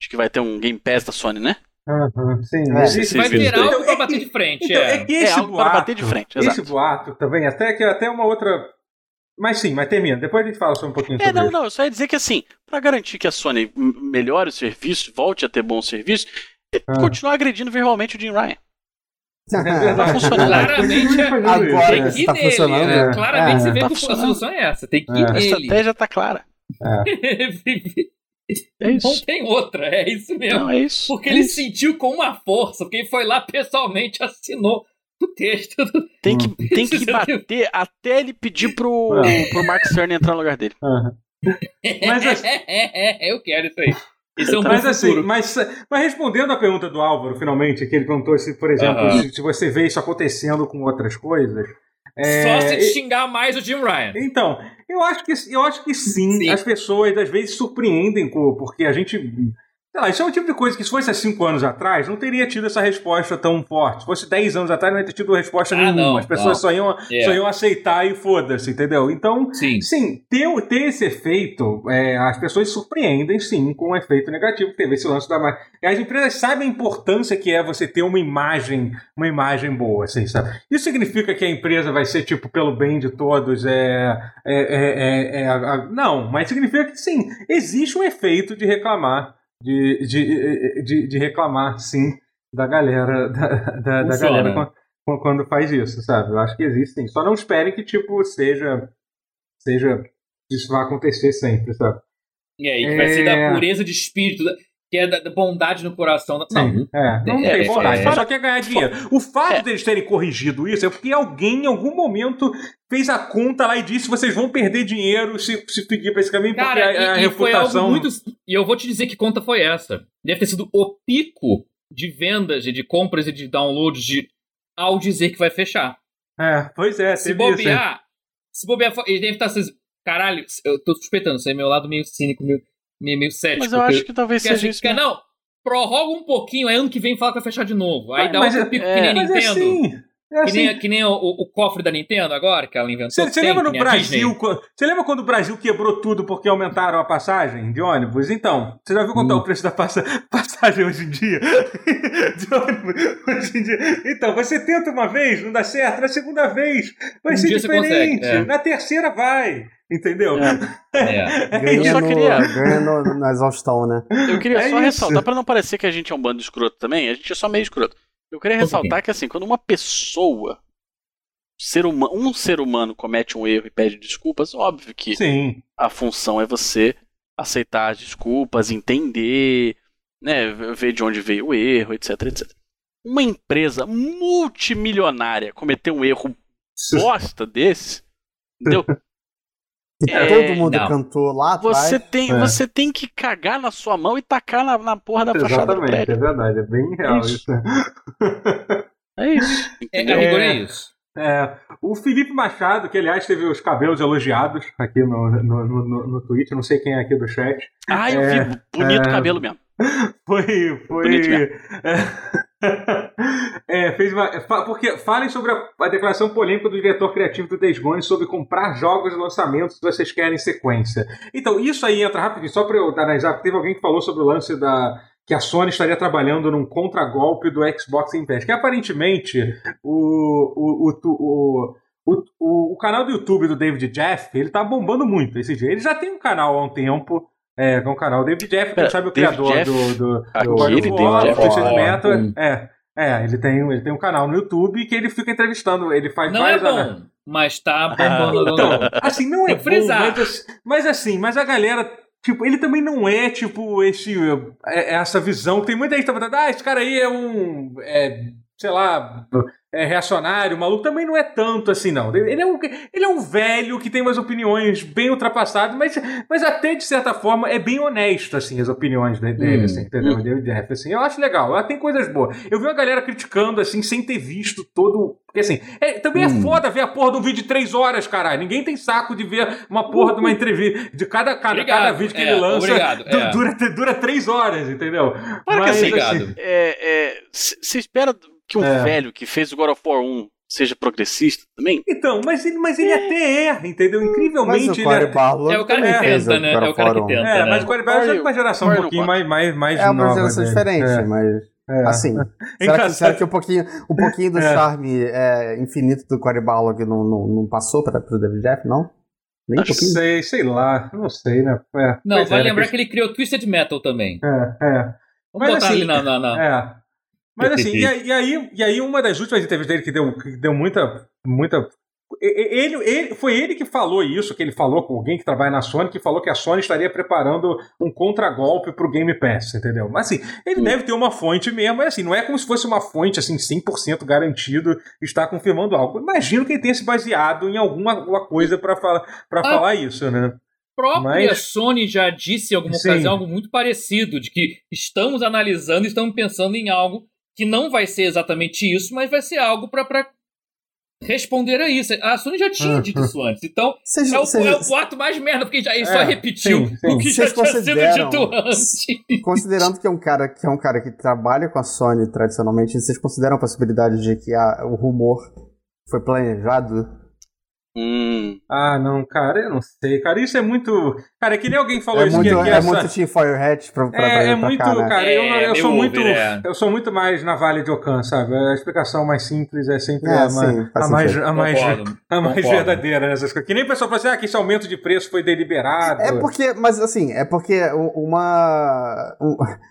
[SPEAKER 1] De que vai ter um Game Pass da Sony, né?
[SPEAKER 4] Aham, sim.
[SPEAKER 2] É.
[SPEAKER 1] Sim,
[SPEAKER 3] Vai
[SPEAKER 1] sim.
[SPEAKER 3] ter algo
[SPEAKER 4] Então,
[SPEAKER 3] pra
[SPEAKER 4] é
[SPEAKER 3] bater
[SPEAKER 4] que-
[SPEAKER 3] de frente,
[SPEAKER 4] Então, é
[SPEAKER 3] é.
[SPEAKER 4] que esse
[SPEAKER 1] é algo
[SPEAKER 4] boato,
[SPEAKER 1] pra bater de frente, exato.
[SPEAKER 4] Esse boato também, até que até uma outra. Mas sim, mas termina. Depois a gente fala só um pouquinho
[SPEAKER 1] É,
[SPEAKER 4] sobre
[SPEAKER 1] não,
[SPEAKER 4] isso.
[SPEAKER 1] não, eu só ia dizer que assim, pra garantir que a Sony m- melhore o serviço, volte a ter bom serviço, é
[SPEAKER 4] Ah.
[SPEAKER 1] continuar agredindo virtualmente o Jim Ryan.
[SPEAKER 4] É
[SPEAKER 2] [laughs]
[SPEAKER 4] [laughs] verdade.
[SPEAKER 1] Tá funcionando.
[SPEAKER 3] Claramente é.
[SPEAKER 2] Agora
[SPEAKER 3] Tem que
[SPEAKER 2] você
[SPEAKER 3] ir
[SPEAKER 2] tá
[SPEAKER 3] nele,
[SPEAKER 2] funcionando.
[SPEAKER 3] né?
[SPEAKER 4] É.
[SPEAKER 3] Claramente
[SPEAKER 2] É.
[SPEAKER 3] você vê
[SPEAKER 1] Tá
[SPEAKER 3] que a
[SPEAKER 1] funcionando.
[SPEAKER 3] solução é essa. Tem que
[SPEAKER 4] É.
[SPEAKER 3] ir
[SPEAKER 1] A
[SPEAKER 3] nele.
[SPEAKER 1] estratégia tá clara. É
[SPEAKER 3] [laughs] Não
[SPEAKER 1] isso.
[SPEAKER 3] tem outra, é isso mesmo.
[SPEAKER 1] Não, é isso.
[SPEAKER 3] Porque
[SPEAKER 1] É
[SPEAKER 3] ele
[SPEAKER 1] isso.
[SPEAKER 3] sentiu com uma força, porque ele foi lá pessoalmente, assinou o texto. do- [laughs]
[SPEAKER 1] Tem
[SPEAKER 4] Hum.
[SPEAKER 1] que, tem que
[SPEAKER 3] Você
[SPEAKER 1] bater até ele pedir pro,
[SPEAKER 4] É.
[SPEAKER 1] pro Mark Cerny entrar no lugar dele.
[SPEAKER 3] um
[SPEAKER 4] Aham. Mas assim-
[SPEAKER 3] é, é, é, eu quero isso aí. Isso é um
[SPEAKER 4] Mas
[SPEAKER 3] bom
[SPEAKER 4] assim,
[SPEAKER 3] futuro.
[SPEAKER 4] mas, mas respondendo a pergunta do Álvaro, finalmente, que ele perguntou se, por exemplo,
[SPEAKER 3] Aham.
[SPEAKER 4] se, se você vê isso acontecendo com outras coisas. é,
[SPEAKER 3] Só se
[SPEAKER 4] e-
[SPEAKER 3] xingar mais o Jim Ryan.
[SPEAKER 4] Então, eu acho que, eu acho que sim,
[SPEAKER 3] Sim.
[SPEAKER 4] as pessoas às vezes surpreendem, com- porque a gente. Sei lá, isso é um tipo de coisa que se fosse há cinco anos atrás, não teria tido essa resposta tão forte. Se fosse 10 anos atrás, não teria tido resposta
[SPEAKER 3] Ah,
[SPEAKER 4] nenhuma.
[SPEAKER 3] não,
[SPEAKER 4] as pessoas Só,
[SPEAKER 3] não.
[SPEAKER 4] iam,
[SPEAKER 3] É.
[SPEAKER 4] só iam aceitar e foda-se, entendeu? Então,
[SPEAKER 3] Sim.
[SPEAKER 4] sim, ter, o- ter esse efeito, é, as pessoas surpreendem sim com o efeito negativo que teve esse lance da marca. E As empresas sabem a importância que é você ter uma imagem, uma imagem boa, assim, sabe? Isso significa que a empresa vai ser, tipo, pelo bem de todos, é. é, é, é, é, a- a- não, mas significa que sim, existe um efeito de reclamar, de, de, de, de reclamar, sim, da galera, [laughs] da, da, da
[SPEAKER 3] Funciona.
[SPEAKER 4] galera quan- quan- quando faz isso, sabe? Eu acho que existe sim. Só não esperem que, tipo, seja. Seja. Isso vai acontecer sempre, sabe?
[SPEAKER 3] E aí, que vai ser
[SPEAKER 4] É.
[SPEAKER 3] da pureza de espírito, da- que é da, da bondade no coração. da- Não,
[SPEAKER 4] Sim, é, não
[SPEAKER 3] É,
[SPEAKER 4] tem
[SPEAKER 3] é,
[SPEAKER 4] vontade,
[SPEAKER 3] é.
[SPEAKER 4] só quer ganhar dinheiro. O fato
[SPEAKER 1] É.
[SPEAKER 4] deles terem corrigido isso é porque alguém, em algum momento, fez a conta lá e disse: vocês vão perder dinheiro se, se seguir pra esse caminho, porque
[SPEAKER 3] Cara,
[SPEAKER 4] a, a
[SPEAKER 3] e, e foi
[SPEAKER 4] reputação.
[SPEAKER 3] algo muito. E eu vou te dizer que conta foi essa. Deve ter sido o pico de vendas e de compras e de downloads de... ao dizer que vai fechar.
[SPEAKER 4] É, pois é,
[SPEAKER 3] Se
[SPEAKER 4] teve isso, hein?
[SPEAKER 3] bobear. Se bobear, foi- ele deve estar. se- Caralho, eu tô suspeitando, isso é meu lado meio cínico, meio, meio, meio cético.
[SPEAKER 1] Mas eu acho que talvez
[SPEAKER 3] É, Porque assim,
[SPEAKER 1] seja isso.
[SPEAKER 3] fica,
[SPEAKER 1] mesmo.
[SPEAKER 3] não, prorroga um pouquinho, aí ano que vem fala que vai fechar de novo. Aí
[SPEAKER 4] Mas-
[SPEAKER 3] dá
[SPEAKER 4] mas
[SPEAKER 3] outro
[SPEAKER 4] é-
[SPEAKER 3] pico
[SPEAKER 1] é,
[SPEAKER 3] que nem a
[SPEAKER 4] Mas é
[SPEAKER 3] Nintendo.
[SPEAKER 4] assim. É
[SPEAKER 3] Que nem,
[SPEAKER 4] assim.
[SPEAKER 3] a- que nem o, o- o cofre da Nintendo agora, que ela inventou.
[SPEAKER 4] Você você
[SPEAKER 3] que tem,
[SPEAKER 4] lembra no
[SPEAKER 3] que nem a
[SPEAKER 4] Brasil?
[SPEAKER 3] né? Disney.
[SPEAKER 4] quando- Você lembra quando o Brasil quebrou tudo porque aumentaram a passagem de ônibus? Então, você já viu
[SPEAKER 3] Hum.
[SPEAKER 4] quanto é o preço da passa- [laughs] passagem hoje em dia? [laughs] De ônibus hoje em dia. Então, você tenta uma vez, não dá certo, na segunda vez vai
[SPEAKER 3] Um
[SPEAKER 4] ser
[SPEAKER 3] dia você consegue,
[SPEAKER 4] diferente,
[SPEAKER 3] é.
[SPEAKER 4] na terceira vai. Entendeu?
[SPEAKER 1] É.
[SPEAKER 3] É.
[SPEAKER 1] Eu
[SPEAKER 2] Ganha,
[SPEAKER 1] só
[SPEAKER 2] no,
[SPEAKER 1] queria-
[SPEAKER 2] ganha no, na exaustão, né?
[SPEAKER 1] Eu queria
[SPEAKER 4] É
[SPEAKER 1] só
[SPEAKER 4] isso.
[SPEAKER 1] ressaltar, pra não parecer que a gente é um bando escroto também, a gente é só meio escroto. Eu queria ressaltar que assim, quando uma pessoa, ser huma- um ser humano comete um erro e pede desculpas, óbvio que
[SPEAKER 4] Sim.
[SPEAKER 1] a função é você aceitar as desculpas, entender, né, ver de onde veio o erro, etc, etc. Uma empresa multimilionária cometer um erro bosta desse,
[SPEAKER 4] [laughs]
[SPEAKER 1] entendeu?
[SPEAKER 2] E
[SPEAKER 1] É,
[SPEAKER 2] todo mundo
[SPEAKER 3] não.
[SPEAKER 2] cantou lá atrás.
[SPEAKER 1] Você tem,
[SPEAKER 4] É.
[SPEAKER 1] você tem que cagar na sua mão e tacar na, na porra da fachada do
[SPEAKER 4] Exatamente,
[SPEAKER 1] prédio.
[SPEAKER 4] é verdade, é bem real
[SPEAKER 1] Isso.
[SPEAKER 4] isso.
[SPEAKER 1] É isso.
[SPEAKER 3] É,
[SPEAKER 1] entendeu?
[SPEAKER 3] a rigor é isso.
[SPEAKER 4] É, o Felipe Machado, que aliás teve os cabelos elogiados aqui no, no, no, no- no Twitch, não sei quem é aqui do chat,
[SPEAKER 1] Ah, eu vi. Bonito
[SPEAKER 4] é.
[SPEAKER 1] cabelo mesmo.
[SPEAKER 4] Foi. foi
[SPEAKER 1] Bonito né? mesmo.
[SPEAKER 4] é, [laughs] fez uma. fa- Porque falem sobre a, a declaração polêmica do diretor criativo do Days Gone sobre comprar jogos e lançamentos que vocês querem em sequência. Então, isso aí entra rapidinho, só pra eu analisar, porque teve alguém que falou sobre o lance da. Que a Sony estaria trabalhando num contragolpe do Xbox Invest. Que aparentemente o. o, o, tu- o o, o, o canal do YouTube do David Jeff, ele tá bombando muito esse dia. Ele já tem um canal há um tempo, é, que é um canal David Jeff, que
[SPEAKER 1] Pera,
[SPEAKER 4] sabe o
[SPEAKER 1] David
[SPEAKER 4] criador
[SPEAKER 1] Jeff?
[SPEAKER 4] do, do, do God
[SPEAKER 1] Aquele
[SPEAKER 4] of War,
[SPEAKER 1] David
[SPEAKER 4] do
[SPEAKER 1] Jefferson.
[SPEAKER 4] Twisted Metal.
[SPEAKER 3] Hum.
[SPEAKER 4] É, é ele, tem, ele tem um canal no YouTube que ele fica entrevistando. Ele faz
[SPEAKER 3] Não é
[SPEAKER 4] várias ana-
[SPEAKER 3] bom, mas tá bombando.
[SPEAKER 4] Ah, então, assim, não é
[SPEAKER 3] Tem que frisar.
[SPEAKER 4] bom, mas, mas assim, mas a galera, tipo, ele também não é, tipo, esse, é- é essa visão. Tem muita gente que tá falando, ah, esse cara aí é um, é, sei lá, é, reacionário, o maluco também não é tanto assim, não. Ele é um, ele é um velho que tem umas opiniões bem ultrapassadas, mas, mas até de certa forma é bem honesto, assim, as opiniões de- dele,
[SPEAKER 3] Hum.
[SPEAKER 4] assim, entendeu?
[SPEAKER 1] Hum.
[SPEAKER 4] David Jeff, assim. Eu acho legal, ela tem coisas boas. Eu vi uma galera criticando, assim, sem ter visto todo. Porque assim, é- também é
[SPEAKER 2] Hum.
[SPEAKER 4] foda ver a porra de um vídeo de três horas, caralho. Ninguém tem saco de ver uma porra de uma entrevista. De cada, cada,
[SPEAKER 3] Uh. Obrigado,
[SPEAKER 4] cada vídeo que
[SPEAKER 3] é,
[SPEAKER 4] ele lança.
[SPEAKER 3] obrigado,
[SPEAKER 4] du-
[SPEAKER 3] é.
[SPEAKER 4] dura, dura três horas, entendeu?
[SPEAKER 1] Claro que assim,
[SPEAKER 3] Obrigado.
[SPEAKER 1] É, é, se se espera que um
[SPEAKER 4] É.
[SPEAKER 1] velho que fez o God of War 1 seja progressista também?
[SPEAKER 4] Então, mas ele, mas ele até é, entendeu? Incrivelmente
[SPEAKER 2] Mas o
[SPEAKER 4] ele
[SPEAKER 2] Corey
[SPEAKER 4] até-
[SPEAKER 2] Barlow
[SPEAKER 3] É o cara
[SPEAKER 2] também
[SPEAKER 4] que
[SPEAKER 2] fez
[SPEAKER 3] tenta, né?
[SPEAKER 2] God
[SPEAKER 3] É o
[SPEAKER 2] of
[SPEAKER 3] cara
[SPEAKER 2] War
[SPEAKER 3] que
[SPEAKER 2] 1.
[SPEAKER 3] tenta.
[SPEAKER 4] É,
[SPEAKER 3] né?
[SPEAKER 4] mas o Corey Barlow já é de uma geração um
[SPEAKER 1] Corey no
[SPEAKER 4] pouquinho mais,
[SPEAKER 1] quatro.
[SPEAKER 4] mais, mais
[SPEAKER 2] É uma
[SPEAKER 4] nova,
[SPEAKER 2] geração
[SPEAKER 4] né?
[SPEAKER 2] diferente,
[SPEAKER 4] É,
[SPEAKER 2] mas
[SPEAKER 4] é.
[SPEAKER 2] assim. Será que,
[SPEAKER 4] Engraçado.
[SPEAKER 2] será que um pouquinho, um pouquinho do
[SPEAKER 4] É.
[SPEAKER 2] charme é, infinito do Corey Barlow que não, não, não passou para pro David Jeff, não? Nem um
[SPEAKER 1] Acho que
[SPEAKER 2] pouquinho.
[SPEAKER 4] Sei, sei lá, não sei, né? É,
[SPEAKER 3] Não,
[SPEAKER 4] pois
[SPEAKER 3] vai
[SPEAKER 4] é, né?
[SPEAKER 3] lembrar que ele criou Twisted Metal também.
[SPEAKER 4] É, é.
[SPEAKER 3] Vamos
[SPEAKER 4] Mas
[SPEAKER 3] botar
[SPEAKER 4] assim,
[SPEAKER 3] ali na. na- na-
[SPEAKER 4] É. Mas assim, e, aí- e aí, e aí uma das últimas entrevistas dele que deu, que deu muita. muita e- e- ele, ele, foi ele que falou isso, que ele falou com alguém que trabalha na Sony, que falou que a Sony estaria preparando um contragolpe pro Game Pass, entendeu? Mas assim, ele
[SPEAKER 1] Hum.
[SPEAKER 4] deve ter uma fonte mesmo, é assim, não é como se fosse uma fonte assim 100% garantido estar confirmando algo. Imagino que ele tenha se baseado em alguma, alguma coisa para falar, pra
[SPEAKER 3] Ah.
[SPEAKER 4] falar isso, né?
[SPEAKER 3] A própria
[SPEAKER 4] mas-
[SPEAKER 3] Sony já disse em alguma
[SPEAKER 4] Sim.
[SPEAKER 3] ocasião algo muito parecido, de que estamos analisando e estamos pensando em algo que não vai ser exatamente isso, mas vai ser algo pra, pra responder a isso. A Sony já tinha
[SPEAKER 4] Uhum.
[SPEAKER 3] dito isso antes, então
[SPEAKER 4] [laughs]
[SPEAKER 2] Vocês-
[SPEAKER 3] é o,
[SPEAKER 2] vocês-
[SPEAKER 3] é o ato mais merda, porque já, ele só
[SPEAKER 4] É,
[SPEAKER 3] repetiu
[SPEAKER 4] sim, sim.
[SPEAKER 3] [laughs] o que já
[SPEAKER 2] Vocês
[SPEAKER 3] tinha sido
[SPEAKER 2] consideram-
[SPEAKER 3] dito antes.
[SPEAKER 2] Considerando que é um cara que é um cara que trabalha com a Sony tradicionalmente, vocês consideram a possibilidade de que a- o rumor foi planejado?
[SPEAKER 1] Hum.
[SPEAKER 4] Ah, não, cara, eu não sei, cara. Isso é muito. Cara, é que nem alguém falou
[SPEAKER 2] é
[SPEAKER 4] isso
[SPEAKER 2] muito,
[SPEAKER 4] que aqui
[SPEAKER 2] é
[SPEAKER 4] essa-
[SPEAKER 2] muito Team Firehead pra, pra, pra
[SPEAKER 4] É,
[SPEAKER 2] ele
[SPEAKER 4] é
[SPEAKER 2] pra
[SPEAKER 4] muito,
[SPEAKER 2] cá, né?
[SPEAKER 4] cara, eu,
[SPEAKER 3] É,
[SPEAKER 4] eu sou
[SPEAKER 3] meio
[SPEAKER 4] muito,
[SPEAKER 3] over, é.
[SPEAKER 4] eu sou muito mais navalha de Ocan, sabe? A explicação mais simples é sempre
[SPEAKER 2] É,
[SPEAKER 4] a, ma-
[SPEAKER 2] sim, faz
[SPEAKER 4] a mais,
[SPEAKER 2] sentido.
[SPEAKER 4] a Tá mais,
[SPEAKER 3] Concordo,
[SPEAKER 4] a mais
[SPEAKER 3] concordo.
[SPEAKER 4] verdadeira nessas coisas. Que nem o pessoal fala assim, ah, que esse aumento de preço foi deliberado.
[SPEAKER 2] É porque, mas assim, é porque u- uma. um- [laughs]